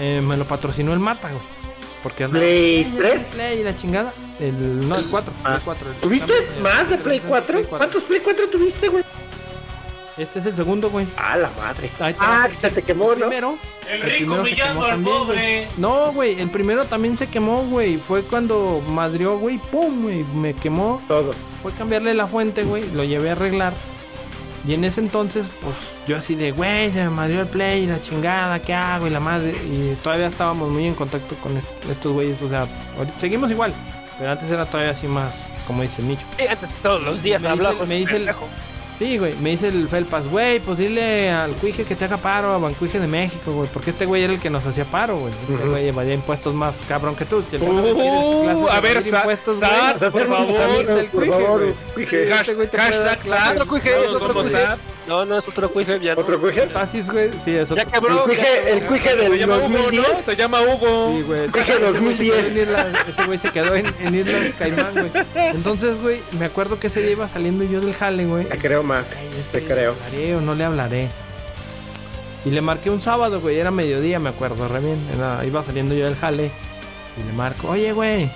eh, me lo patrocinó el Mata, güey. Porque andaba- Play "Ay, yo 3? tengo Play y la chingada. El, no, el 4. Ah. el 4 el- ¿Tuviste el- más de el- Play el- 4? Play 4. ¿Cuántos Play 4 tuviste, güey? Este es el segundo, güey. Ah, la madre. Ahí te va. Ah, que se te quemó, El ¿no? primero. El primero rico se humillando quemó al también, güey. pobre. No, güey. El primero también se quemó, güey. Fue cuando madrió, güey. ¡Pum! güey, me quemó. Todo. Fue cambiarle la fuente, güey. Lo llevé a arreglar. Y en ese entonces, pues yo así de, güey, se me madrió el play, la chingada, ¿qué hago? Y la madre. Y todavía estábamos muy en contacto con est- estos güeyes. O sea, ahorita- seguimos igual. Pero antes era todavía así más, como dice el nicho. Sí, antes todos los días Me dice- hablamos. me dice el- pendejo. Sí, güey, me dice el Felpas, güey, pues dile al cuije que te haga paro a Bancuije de México, güey, porque este güey era el que nos hacía paro, güey. Este Ujú. güey evadía impuestos más cabrón que tú. Si el güey no le pides clases Uh, de a ver, evadir Sa- impuestos, güey, pues, Sat, por Fueron mis favor. amigos, del por cuije, favor. güey. cuije. Hash- este güey te puede dar Hashtag clase. SAT. Otro cuije, es Todos otro somos cuije. SAT. No, no es otro cuije, ya no. ¿Otro cuije? Tasis, güey, sí, es Ya otro. El cabrón. cuije, el cuije Se del llama Hugo, 2010. ¿no? Se llama Hugo. Sí, güey. Cuije Ese güey se quedó 2010. en Islas- Ese güey se quedó en, en Islas Caimán, güey. Entonces, güey, me acuerdo que ese día iba saliendo yo del jale, güey. Te Ah, creo, Mac. Ay, es Te que creo. ¿Le hablaré o no le hablaré? Y le marqué un sábado, güey. Era mediodía, me acuerdo, re bien. Era- iba saliendo yo del jale. Y le marco, oye, güey.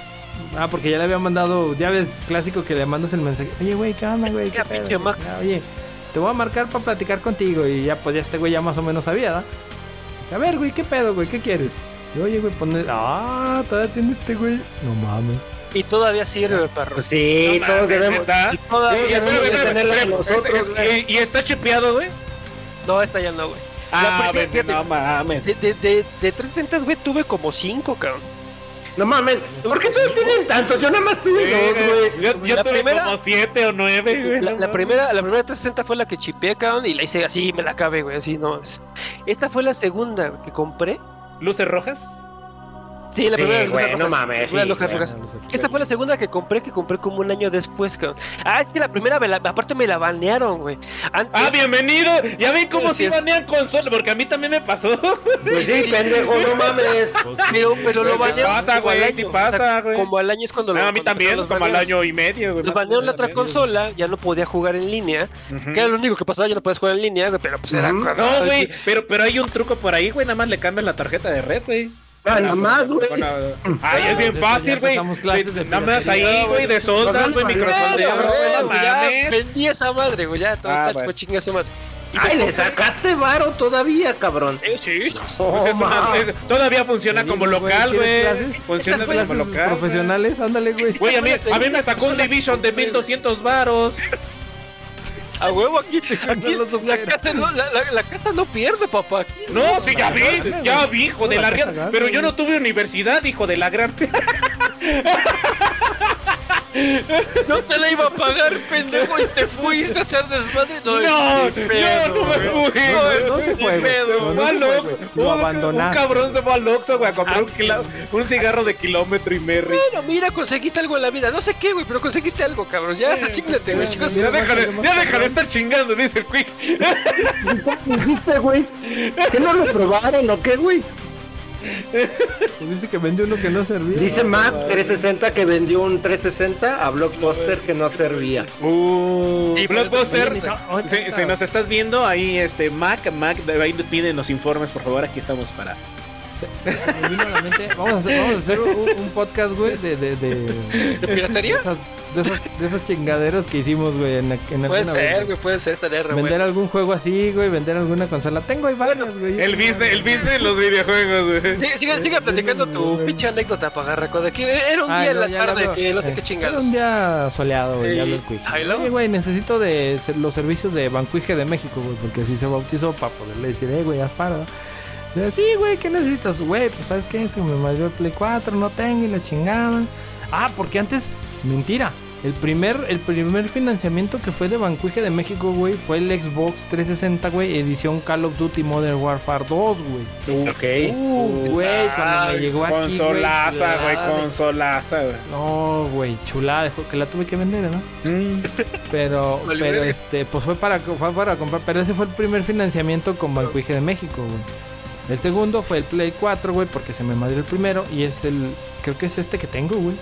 Ah, porque ya le había mandado, ya ves, clásico que le mandas el mensaje. Oye, güey, ¿qué onda, güey? ¿Qué Ya, pedo?" pinche Mac. Ah, Oye, te voy a marcar para platicar contigo. Y ya, pues ya este güey ya más o menos sabía, ¿da? Dice, a ver, güey, ¿qué pedo, güey? ¿Qué quieres? Y, oye, güey, poner. Ah, todavía tiene este güey. No mames. Y todavía sirve, perro. Pues sí, No todos mames, debemos. ¿neta? y Todavía Todos Oye, debemos espérame, de espérame, tenerla espérame. nosotros, Es- es- güey. y, y está chipeado, güey. No, esta ya no, güey. Ah, La primera- vete, no mames. De, de, de, de 360, güey, tuve como 5, cabrón. No mames, ¿por qué todos tienen tantos? Yo nada más tuve dos, güey. Yo, yo La tuve primera- como siete o nueve, güey. La, no la mames. primera, la primera 360 fue la que chipeé, cabrón, y la hice así, me la acabé, güey, así, no. es- Esta fue la segunda güey, que compré. ¿Luces rojas? Sí, la Sí, primera de Lujas güey, no Rojas. mames, La primera de sí, Lujas güey, Pues, Ah, Rojas. Esta fue la segunda que compré, que compré como un año después, cabrón. Ah, es que la primera, me la- aparte me la banearon, güey. Antes, ¡Ah, bienvenido! Ya ven cómo se Gracias. banean consola, porque a mí también me pasó. Pues sí, pendejo, no mames. Pero, pero lo Pues sí banearon. pasa, como al güey, año, sí o sea, pasa, güey. Como al año es cuando Ah, a mí cuando también, empezaron los como al baneos. año y medio, güey. Los más o banearon la menos, otra güey. consola, ya no podía jugar en línea. Ujú. Que era lo único que pasaba, ya no podías jugar en línea, güey, pero pues era. Ujú. cuando- No, güey, pero, pero hay un truco por ahí, güey. Nada más le cambian la tarjeta de red, güey. Nada más, güey. Bueno, ay, es bien Ya fácil, güey. empezamos clases de Nada más piratería, ahí, güey, de soldas, Nos güey, vamos Microsoft. a Claro, Pero, güey, No güey, ya mames. vendí esa madre, güey, ya. Todo Ah, está bueno. pues, chinga su madre. Y Ay, me le sacaste varo todavía, cabrón. compré- Eh, sí, sí, sí. Pues es Oh, una- ma. es- todavía funciona como Venimos, güey, local, ¿quieres güey. clases? Funciona Estas como clases local. güey. Profesionales, ándale, güey. Güey, a mí, Esta fue la a mí me sacó un segunda Division de consola que 1200 varos. A huevo aquí. aquí lo la, supera. casa no, la, la- la casa no pierde, papá. Aquí No, sí, ya vi, ya vi, hijo de la la gran. cagaste, Pero yo no tuve universidad, hijo de la gran. No te la iba a pagar, pendejo, y te fuiste a hacer desmadre. No, No, es ni pedo, yo no me güey. fui. No, es No se ni fue, güey. pedo. No, Fue no al se fue, Ox- güey. Lo un- abandonaste. Un cabrón se fue al Oxxo, güey, a comprar un, kila- un cigarro de kilómetro y merry. Bueno, mira, conseguiste algo en la vida. No sé qué, güey, pero conseguiste algo, cabrón. Ya, resígnate, güey, chicos. Ya deja de, ya deja de estar chingando, dice el Quick. dijiste, güey? ¿Que no lo probaron o qué, güey? Dice que vendió uno que no servía. Dice Map360 que vendió un 360 a Blockbuster que no servía. Uh, Y Blockbuster, bueno, ahorita- si, si nos estás viendo, ahí este Mac, Mac, de ahí piden los informes, por favor, aquí estamos para. Se, se- se me vino a la mente. Vamos a hacer, vamos a hacer un, un podcast, güey, de, de, de, de ¿De piratería? esas, de, esas, de esas chingaderas que hicimos, güey, en, la- en Puede alguna ser, vez. güey, puede ser, estaría re Vender bueno. algún juego así, güey, vender alguna consola. Tengo ahí varias, güey. yo El tengo business, el business en los videojuegos, güey. Sigue, sigue, sigue platicando tu pinche anécdota, pagarraco. De aquí era un Ah, día no, en ya la tarde hablo. que no sé Eh, qué Era chingados. un día soleado, güey. ya Sí. hablo el cuy. Ahí luego. Oye, güey, necesito de ser- los servicios de Bancuije de México, güey, porque así se bautizó para poderle decir, eh, güey, haz parada. Dice, sí, güey, ¿qué necesitas? Güey, pues ¿sabes qué? Se me mayor el Play 4, no tengo y la chingada. Ah, porque antes, mentira. El primer, el primer financiamiento que fue de Bancuije de México, güey, fue el Xbox 360, güey, edición Call of Duty Modern Warfare 2, güey. Ok. Uh, güey, cuando me ay, llegó aquí, güey, Consolaza, güey, chulada de consolaza, güey. no, güey, chulada, de juego, que la tuve que vender, ¿no? Pero, Vale, pero verga. este, pues fue para, fue para comprar, pero ese fue el primer financiamiento con Banco IG de México, güey. El segundo fue el Play 4, güey, porque se me madrió el primero y es el, creo que es este que tengo, güey.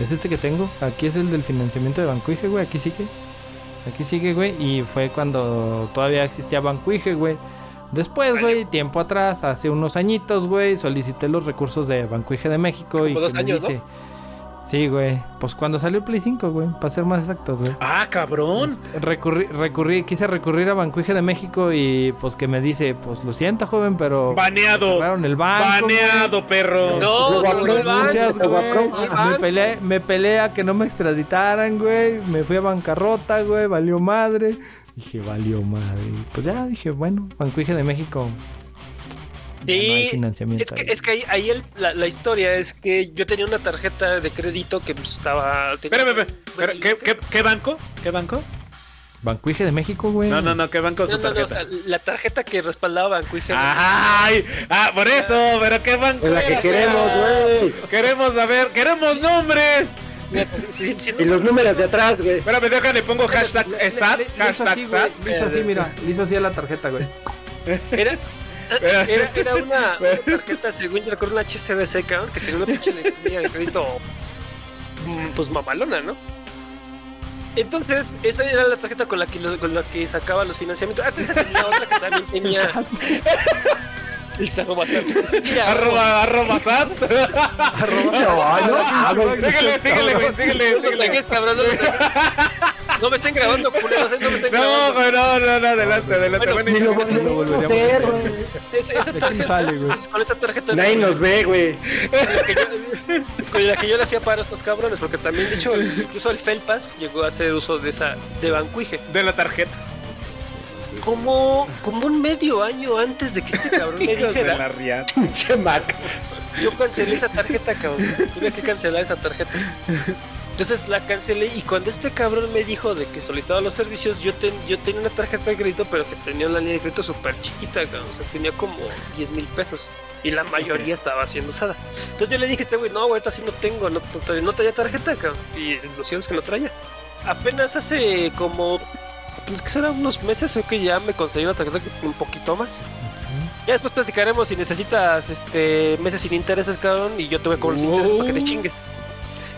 Es este que tengo, aquí es el del financiamiento de Banco IG, güey, aquí sigue. Aquí sigue, güey, y fue cuando todavía existía Banco IG, güey. Después, güey, tiempo atrás, hace unos añitos, güey, solicité los recursos de Banco IG de México y Como dos que me años, ¿no? dice- Sí, güey. Pues cuando salió el Play 5, güey, para ser más exactos, güey. Ah, cabrón. Recurrí, recurrí, quise recurrir a Banco IG de México y pues que me dice, pues lo siento, joven, pero Baneado. cerraron el Pues, banco. güey. Baneado, perro. No, Luego no, no, aprobó, no, Gracias, no, luego güey. aprobó. no, no, Me peleé, me peleé a que no me extraditaran, güey. Me fui a bancarrota, güey. Valió madre. Dije, valió madre. Pues ya dije, bueno, Banco IG de México. ya Sí, no hay financiamiento Es que, ahí. es que ahí, ahí el- la, la historia es que yo tenía una tarjeta de crédito que pues, estaba. tenía- Espérame, espérame, pero ¿qué, qué, qué banco? ¿Qué banco? Banco IG de México, güey. No, no, no, ¿qué banco No, es su no, no, o sea, tarjeta? la tarjeta que respaldaba Banco IG. Ay, ah, por eso, pero ¿qué banco? Es la que era, queremos, perro? güey. Queremos saber, queremos nombres. Fíjate, si- pues, si- si no- Y los números de atrás, güey. Espérame, déjale, pongo hashtag Le- le- SAT, le- le hizo hashtag así, SAT. güey, le hizo así, mira. Le hizo así a la tarjeta, güey. Era, era, era una, una tarjeta, según yo recuerdo, una HSBC, cabrón, que tenía una pinche línea de crédito, mm, pues mamalona, ¿no? Entonces, esa era la tarjeta con la que, lo- con la que sacaba los financiamientos. Antes tenía otra que también tenía. El saco bastante. Arroba, arroba SAT. Síguele, síguele, güey, síguele, No, síguele. me cabrón, no, me tengas- no me estén grabando, culeros, eh, no me estén No, grabando. güey, no, no, no, adelante, adelante. Bueno, Bueno, Ni lo y- volveremos a hacer, güey. Esa, esa ¿De quién tarjeta, pues, sale, güey? con esa tarjeta Nadie nos ve, güey. con la que yo- con la que yo le hacía para a estos cabrones, porque también, de hecho, incluso el Felpas llegó a hacer uso de esa de Bancuije. de la tarjeta. Como, como un medio año antes de que este cabrón me Hijos de dijera, la riata. Pinche Mac. yo cancelé esa tarjeta, cabrón. Tuve que cancelar esa tarjeta. Entonces la cancelé y cuando este cabrón me dijo de que solicitaba los servicios, yo, ten- yo tenía una tarjeta de crédito, pero que tenía una línea de crédito súper chiquita, cabrón. O sea, tenía como 10 mil pesos. Y la mayoría estaba siendo usada. Entonces yo le dije a este güey, no, güey, ahorita sí no tengo, no, no, tra- no traía tarjeta, cabrón. Y lo cierto es que no traía. Apenas hace como, pues que será unos meses, creo que ya me conseguí una tarjeta que tiene un poquito más. Ya después platicaremos si necesitas este meses sin intereses, cabrón, y yo te voy a cobrar los intereses para que te chingues.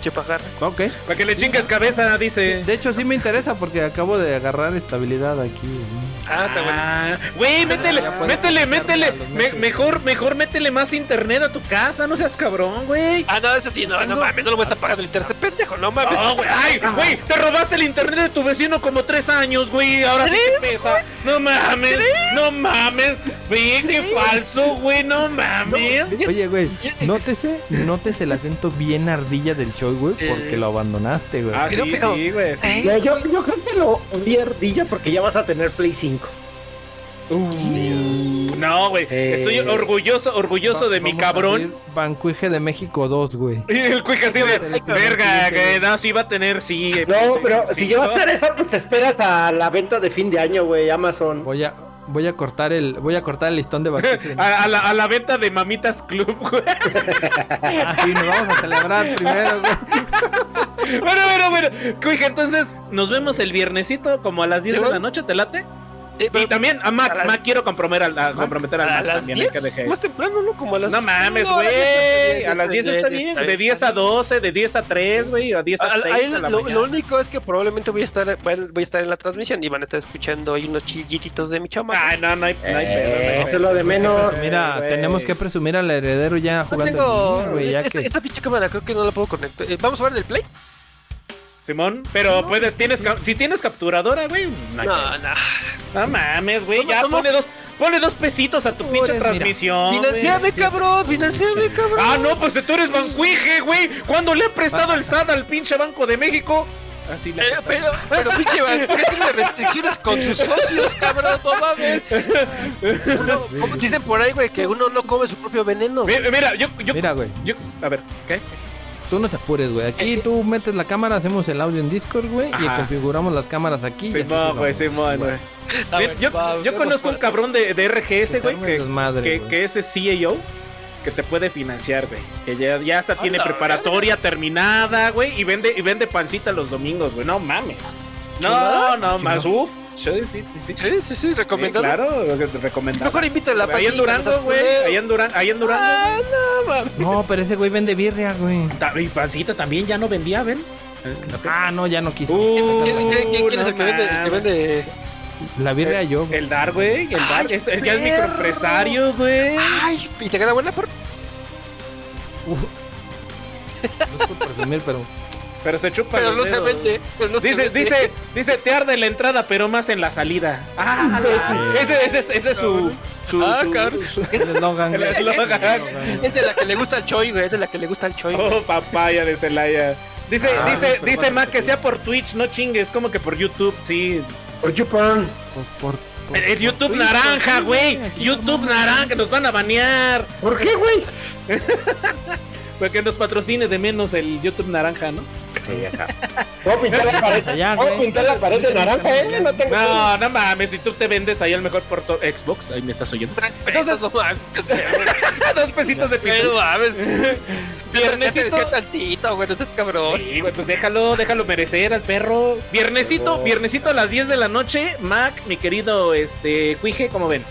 Chepajarra. Ok. Para que le chingas cabeza, dice. De hecho, sí me interesa porque acabo de agarrar estabilidad aquí. ¿no? Ah, está bueno. Ah, Güey, métele, ya puedes métele, métele. pasarla a los Me- meses. mejor, mejor métele más internet a tu casa, no seas cabrón, güey. Ah, no, eso sí, no, no mames, no lo voy a estar pagando el internet, pendejo, no mames. No, güey, ay, güey, te robaste el internet de tu vecino como tres años, güey, ahora sí te pesa. No mames, no mames, güey, qué falso, güey, no mames. Oye, güey, nótese, nótese el acento bien ardilla del show, güey, porque lo abandonaste, güey. Eh. Ah, sí, Creo que no. sí, güey, sí. Ya, Yo, yo creo que lo vi ardilla porque ya vas a tener Play 5. No, güey, Sí. estoy orgulloso, orgulloso de mi Vamos a cabrón. abrir Bancuije de México 2, güey. Y el cuica así de, verga, que no, sí va a tener, sí. No, sí, pero sí, si ya vas a ¿no? hacer eso, pues te esperas a la venta de fin de año, güey, Amazon. Voy a, voy a cortar el, voy a cortar el listón de Bancuije. de A, a la, a la venta de Mamitas Club, güey. Ah, sí, nos vamos a celebrar primero, güey. Bueno, bueno, bueno. Cuija, entonces nos vemos el viernesito como a las 10 de la noche, ¿te late? Eh, pero Y también a Mac, a las- Mac quiero comprometer al, a comprometer al a Mac las también, hay que 10, dejar- más temprano, ¿no? Como a las No mames, No, a las 10 está güey. bien, A las 10 está bien. De 10 a 12, de 10 a 3, güey. A 10 a Al- 6 ahí a la lo, lo mañana. único es que probablemente voy a estar bueno, voy a estar en la transmisión y van a estar escuchando ahí unos chillititos de mi chama. Ay, no, no hay, no hay pedo. no hay Eh, eso pedo. es lo de menos. Eh, Eh, Mira, tenemos que presumir al heredero ya no jugando. en tengo línea, güey, ya esta, que- esta pinche cámara, creo que no la puedo conectar. Eh, vamos a ver el play. Simón, pero puedes, tienes, ca- si tienes capturadora, güey. No, hay pedo. No, no. No mames, güey. ¿Cómo, Ya cómo? ponle dos, ponle dos pesitos a tu eres, pinche mira, transmisión. güey. Financiame, cabrón, financiame, cabrón. Ah, no, pues tú eres bancuije, güey. ¿Cuándo le ha prestado el SAT al pinche Banco de México? Así le ha Pero, prestado. Eh, pero, pero pinche Iván, ¿qué tiene restricciones con sus socios, cabrón? No mames. Uno, como dicen por ahí, güey, que uno no come su propio veneno. Mi- Mira, yo, yo, Mira, güey. yo- a ver, ¿qué? Tú no te apures, güey. Aquí tú metes la cámara, hacemos el audio en Discord, güey, y Ajá. pues, configuramos las cámaras aquí. y así te Simón, lo- güey, Simón, güey. A Mira, ver, Yo, va, yo vamos conozco un por- cabrón de, de RGS, güey, arme que, desmadre, que, güey. que es CEO que te puede financiar, güey. Que ya, ya hasta A tiene la preparatoria terminada, güey, y vende, y vende pancita los domingos, güey. No mames. No, Chulada. no, más uff. Sí, sí, sí. Sí, sí, sí, recomendado. claro, lo que te recomendaba. Mejor invítale a la Ahí en Durango, güey. Ahí en Durango, ahí en Durango. Ah, no mames. No, pero ese güey vende birria, güey. Ta- Y pancita también ya no vendía, ¿ven? Ah, no, ya no quiso. Uh, ¿Quién, quién- quién es no el que vende? el que mames. vende? la birria yo. güey. El Dar, güey. El Dar. Ay, Es, es- ya es perro. microempresario, güey. Ay, ¿y te queda buena por? Uf. No es por presumir, pero. Pero se chupa Pero los no se dedos. vende. pero no se Dice, vende. dice, dice, te arde la entrada, pero más en la salida. Ah, la- ese, ese, es- ese es su. su, Ah, su- cabrón. su- El eslogan, el güey. eslogan. Es de la que le gusta al Choi, güey. Es de la que le gusta al Choi. Oh, papaya de Celaya. Dice, Ah, dice, pero dice bueno, más que sea por Twitch, no chingues, como que por YouTube, sí. Por YouPorn. Pues por. por- El- el YouTube naranja, güey. YouTube naranja, nos van a banear. ¿Por qué, güey? Porque nos patrocine de menos el YouTube naranja, ¿no? Voy a pintar la Allá, pared. Voy a güey. pintar la pared de naranja, ¿eh? No tengo. No, no mames, si tú te vendes ahí al mejor por to- Xbox, ahí me estás oyendo. Entonces- Entonces, no mames. Dos pesitos de Pero pito. mames. Viernesito. Te tantito, güey. No seas cabrón. Sí, güey, pues déjalo, déjalo merecer al perro. Viernesito, viernesito a las 10 de la noche, Mac, mi querido este Cuije, ¿cómo ven?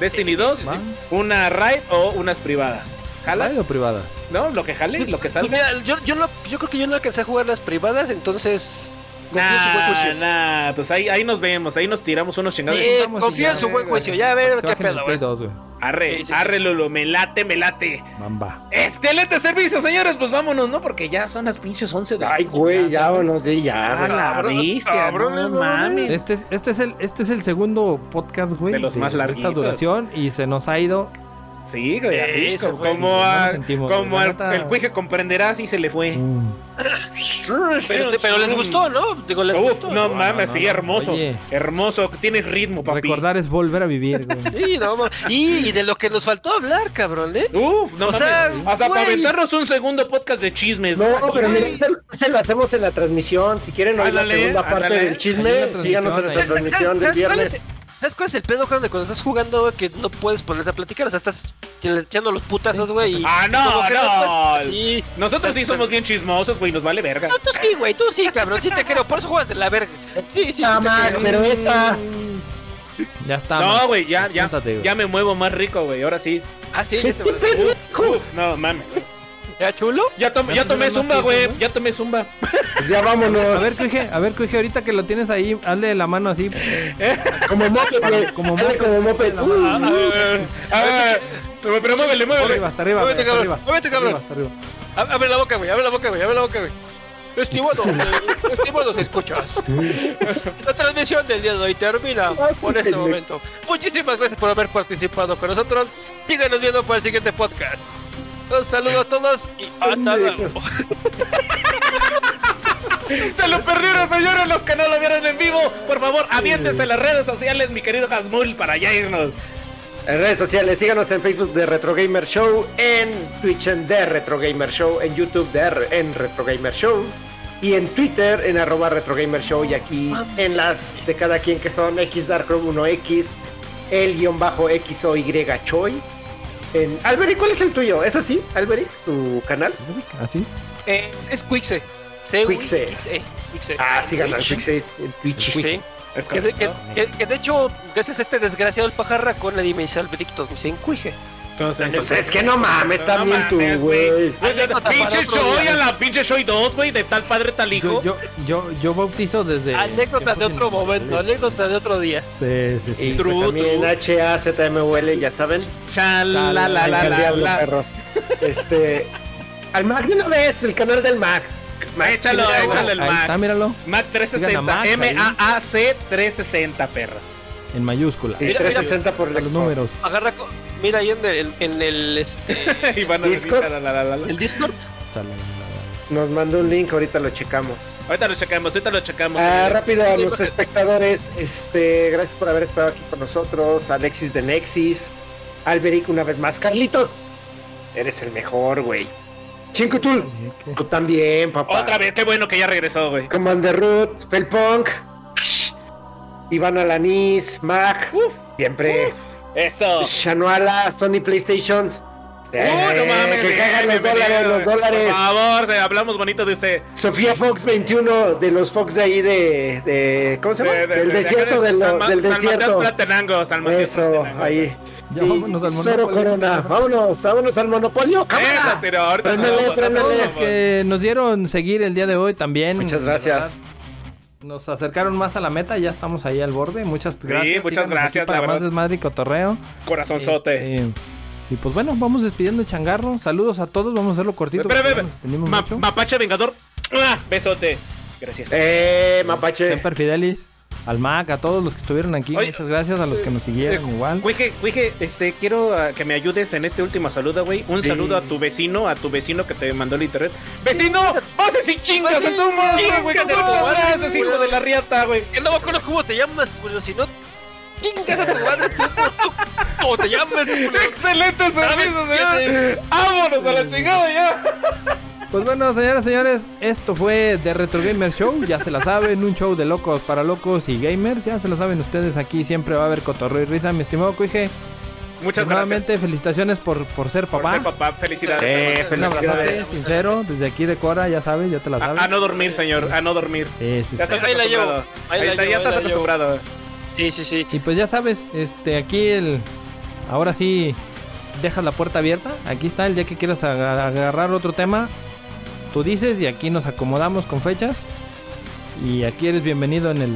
Destiny 2, Va. una raid o unas privadas. ¿Jala? ¿Live o privadas? ¿No? Lo que jale, lo que Pues salga. mira, yo, yo, no- yo creo que yo no alcancé a jugar las privadas, entonces. Confío en su buen Nah, juicio. nah, pues ahí, ahí nos vemos, ahí nos tiramos unos chingados. Sí, Juntamos y Eh, confío ya, en su buen güey. juicio, ya a ver Para que se qué bajen el pedo Play es. 2, güey. Arre, Sí, sí, sí. arre, Lolo, me late, me late. Bamba. Excelente servicio, señores, pues vámonos, ¿no? Porque ya son las pinches 11 de la Ay, noche, güey, ya son- no sé, ya. Ah, güey. la Cabrón, bestia, no cabrones, no mames. mames. Este es, este, es el, este es el segundo podcast, güey. De los más largos. larguitos. Esta duración y se nos ha ido Sí, güey, así Eso co- fue, como, sí, no a- lo sentimos, como güey, la al- neta. el cuije comprenderá si se le fue. Mm. Pero, te- pero les gustó, ¿no? Digo, les Uf, gustó. no mames, sí, hermoso. Oye. Hermoso, tienes ritmo, papi. Recordar es volver a vivir, güey. Sí, no, mames. y, y de lo que nos faltó hablar, cabrón, ¿eh? Uf, no O mames. sea, Hasta para güey. aventarnos un segundo podcast de chismes. No, pero güey. mira, se, se lo hacemos en la transmisión. Si quieren oír Ándale, la segunda parte ándale. del Ahí en chisme, la síganos en transmisión, nuestra ahí. transmisión del cuál es, viernes. ¿Sabes cuál es el pedo cuando, cuando estás jugando güey, que no puedes ponerte a platicar? O sea, estás echando los putazos, güey. y Ah, no, como que no. puedes- sí. Nosotros sí somos bien chismosos, güey, nos vale verga. No, tú sí, güey, tú sí, cabrón, sí te creo. Por eso juegas de la verga. Sí, sí, sí. Ah, te man, creo. pero esta. Ya está. No, Ah, man. güey, ya, ya. Siéntate, güey. Ya me muevo más rico, güey, ahora sí. Ah, sí, ya, ¡Este te- pendejo! Uf, no mames. ¿Ya chulo? Ya, tom- ya tomé zumba, güey. Ya tomé zumba. Pues ya vámonos. A ver, Cuije, a ver, Cuije, ahorita que lo tienes ahí, hazle la mano así. como moped, güey. Como Dale moped. como moped. Ah, A ver, a ver. Pero, pero muévele, muévele. Arriba, hasta arriba, güey, Muévete, hasta cabrón, arriba. muévete, Hasta arriba, cabrón. hasta arriba. A- Abre la boca, güey, abre la boca, güey, abre la boca, güey. Estimados, eh, estimados escuchas. La transmisión del día de hoy termina por este momento. Muchísimas gracias por haber participado con nosotros. Síganos viendo para el siguiente podcast. Un saludo a todos y hasta luego. Se lo perdieron, señores, los que no lo vieron en vivo. Por favor, aviéntese en las redes sociales, mi querido Hasmul, para ya irnos. En redes sociales, síganos en Facebook de Retro Gamer Show, en Twitch en The Retro Gamer Show, en YouTube de R- en Retro Gamer Show y en Twitter en arroba Retro Gamer Show y aquí en las de cada quien que son xdarkrow1x, el guión bajo x o y choy. En... Alberic, ¿cuál es el tuyo? ¿Es así, Alberic? ¿Tu canal? Así. Eh, Es, es Quixe. C Quixe. Quixe. Quixe. Ah, síganos en Twitch. Pixel, en Twitch. Sí. Es Que, de- que- que- que de hecho, gracias a este desgraciado el pajarra con la dimensión Bricto, dicen Cuije. Entonces, Pues es que no mames, también No tú, mames, güey. Güey, ya- Anécdota Pinche para otro Shoy día. a la pinche Shoy 2, güey, de tal padre, tal hijo. Yo, yo, yo, yo bautizo desde. Anécdotas de otro momento, anécdotas de otro día. Sí, sí, sí. Y True, pues también true. HAZMUL, ya saben. Chala, la, la, Venga la, al la, diablo, perros. Este. Al Mac de una vez, el canal del Mac. Ma- Échalo, Mira, échalo el Ahí está, Mac. míralo. Digan Mac a 360. Mac ahí. M-A-A-C 360, perras. En mayúscula. Y Mira, 360 por Los números. Pajarra, co- mira ahí en el, en el, este, Y van a decir, Discord. chala, la, la, la, la. el Discord. Chale. Nos mandó un link, ahorita lo checamos. Ahorita lo checamos, ahorita lo checamos. Ah, señores. rápido a los espectadores, este, gracias por haber estado aquí con nosotros. Alexis de Nexis, Alberic una vez más. Carlitos, eres el mejor, güey. Chinkutul, tú también, papá. Otra vez, qué bueno que ya regresó, güey. Commander Root, Felpunk, Iván Alanis, Mac, siempre. Eso. Shanuala, Sony PlayStation. ¡Uh, no mames! que eh, caigan los bienvenido, dólares, los güey. dólares. Por favor, se- hablamos bonito de ese. Sofía Fox 21 de los Fox de ahí de, de- ¿cómo se llama? de- de- del de- desierto, de- del, San Ma- del San Mateo desierto. Platenango, San Mateo Eso, Platenango. ahí. Ya Y vámonos al Cero monopolio. corona, vámonos, vámonos al monopolio, Eso, cámara. pero ahorita. Préndele, vamos, préndele. vamos, Los vamos. que nos dieron seguir el día de hoy también. Muchas de gracias. verdad, Nos acercaron más a la meta, ya estamos ahí al borde. Muchas gracias. muchas Síganos aquí gracias, Para la más verdad. desmadre y cotorreo. Eh, Corazonzote. Este, y pues bueno, vamos despidiendo el changarro. Saludos a todos, vamos a hacerlo eh, cortito. Espera, porque espera, ya nos extendimos Ma- mucho. Mapache Vengador. ¡Mua! Besote. Gracias. Eh, mapache. Semper Fidelis, al Mac, a todos los que estuvieron aquí. Oye, eh, Muchas gracias a los que nos siguieron igual. Cuije, Cuije, este, quiero ah, que me ayudes en este último saludo, güey. Un saludo a tu vecino, a tu vecino que te mandó el internet. ¡Vecino! ¡Pases y chingas a tu madre, güey! Chingas a tu ¡Muchas madre, gracias, hijo güey. de la riata, güey! Que no me acuerdo cómo te llamas, culo, si no, chingas a tu madre, tú, tú, cómo te pues, llamas, culo. ¡Excelente servicio, señor! ¡Vámonos a la chingada ya! Pues bueno, señoras y señores, esto fue The Retro Gamer Show, ya se la saben, un show de locos para locos y gamers, ya se la saben ustedes, aquí siempre va a haber cotorreo y risa, mi estimado Cuije. Pues Muchas nuevamente, gracias. felicitaciones por, por ser Por papá. ser papá, felicidades. Eh, hermano. Un abrazote, sincero, desde aquí de Cora, ya sabes, ya te la sabes. A, a Ah, no dormir, señor, a no dormir. Sí, sí, sí. Ya estás Ahí la llevo, acostumbrado. ahí Ahí la está, llevo, ya ahí estás la llevo. acostumbrado. Sí, sí, sí. Y pues ya sabes, este, aquí el. Ahora sí, dejas la puerta abierta. Aquí está el día que quieras aga- agarrar otro tema. Tú dices y aquí nos acomodamos con fechas. Y aquí eres bienvenido en el.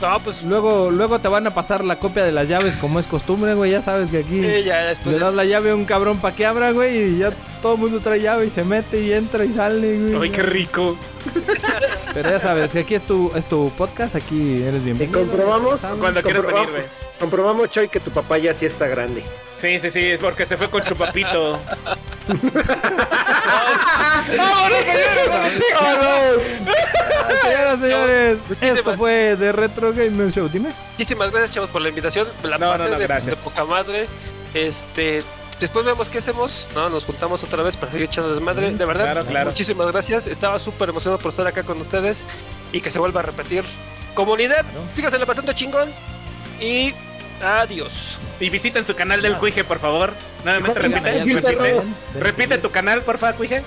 No, pues, Luego, luego te van a pasar la copia de las llaves como es costumbre, güey. Ya sabes que aquí eh, ya le después. das la llave a un cabrón para que abra, güey. Y ya todo el mundo trae llave y se mete y entra y sale, güey. ¡Ay, qué rico! Pero ya sabes que aquí es tu, es tu podcast, aquí eres Y bienvenido. comprobamos. Cuando quieras venir, comprobamos- güey. Comprobamos, Choy, que tu papá ya sí está grande. Sí, sí, sí, es porque se fue con Chupapito. Señoras, señores, esto fue de Retro Gamer Show. Dime. Muchísimas gracias, chavos, por la invitación. Me La No, no, pasé no, de- de, gracias. poca madre. Este, después vemos qué hacemos. No, nos juntamos otra vez para seguir echando desmadre. De verdad, claro, claro. muchísimas gracias. Estaba súper emocionado por estar acá con ustedes y que se vuelva a repetir. Comunidad, síganse la pasando chingón y adiós. Y visiten su canal del Cuije, por favor. Nuevamente Igual, repite, ya, ya, repite. perros. Repite tu canal, por favor, Cuije.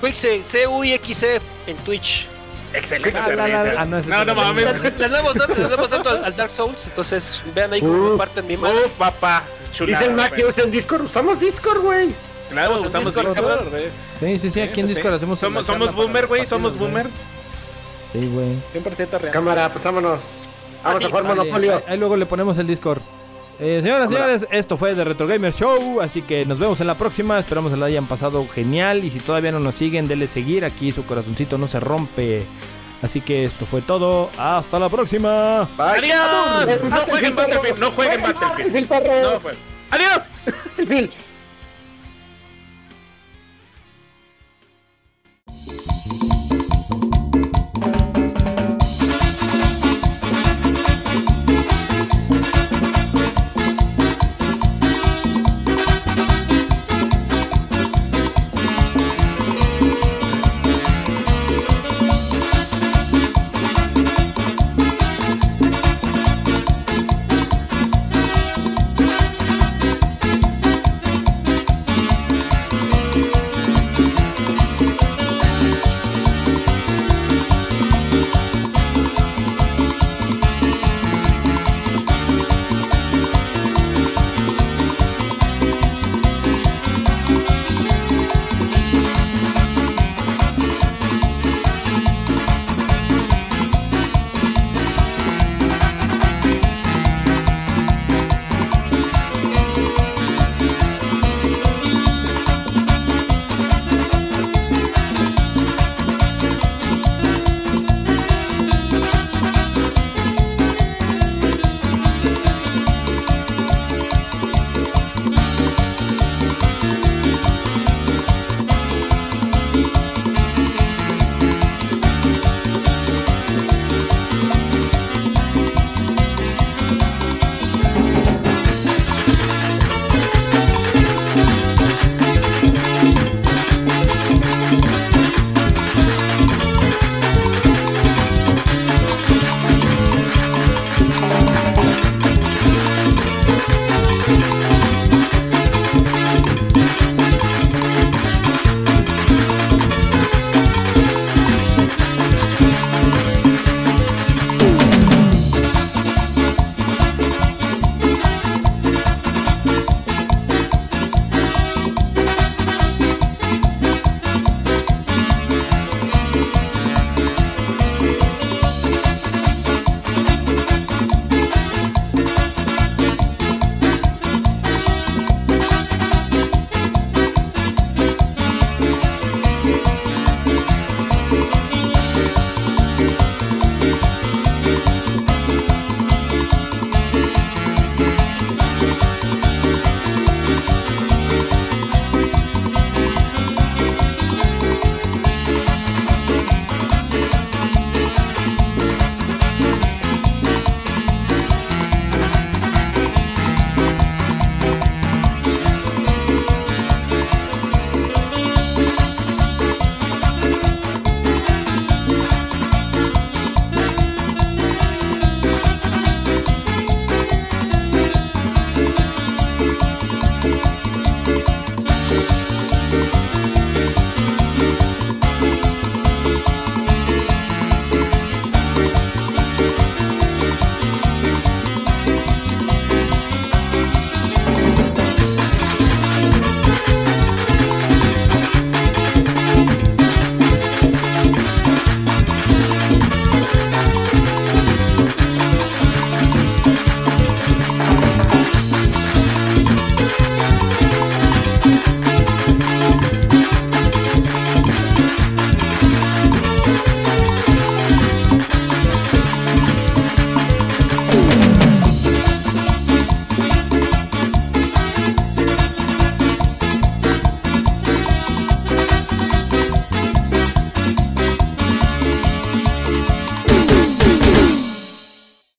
Quixe, C-U-I-X-E E en Twitch. Excelente Ah, la, la, servicio. la. Ah, no, ese No, no es el- mames. Les damos tanto, les damos tanto al, al Dark Souls. Entonces, vean ahí cómo Uf, comparten mi madre. Uf, papá. Chulada, Dice el Mac güey. que usen Discord. Usamos Discord, güey. Claro, Usamos usamos Discord, Discord, cabrón. güey. Sí, sí, sí, aquí en Sí, sí, Discord sí. hacemos. Somos, la charla somos boomer, para güey. los Somos partidos, boomers. Sí, güey. 100% real. Cámara, pues vámonos. Vamos a jugar Vale, Monopolio. ahí- Ahí luego le ponemos el Discord. Eh, señoras, señores, esto fue de Retro Gamer Show, así que nos vemos en la próxima. Esperamos que la hayan pasado genial y si todavía no nos siguen, denle seguir, aquí su corazoncito no se rompe. Así que esto fue todo, hasta la próxima. Bye. ¡Adiós! No jueguen Battlefield, Battlefield, no jueguen perros. Battlefield. Battlefield, perros. No jueguen. ¡Adiós! Battlefield.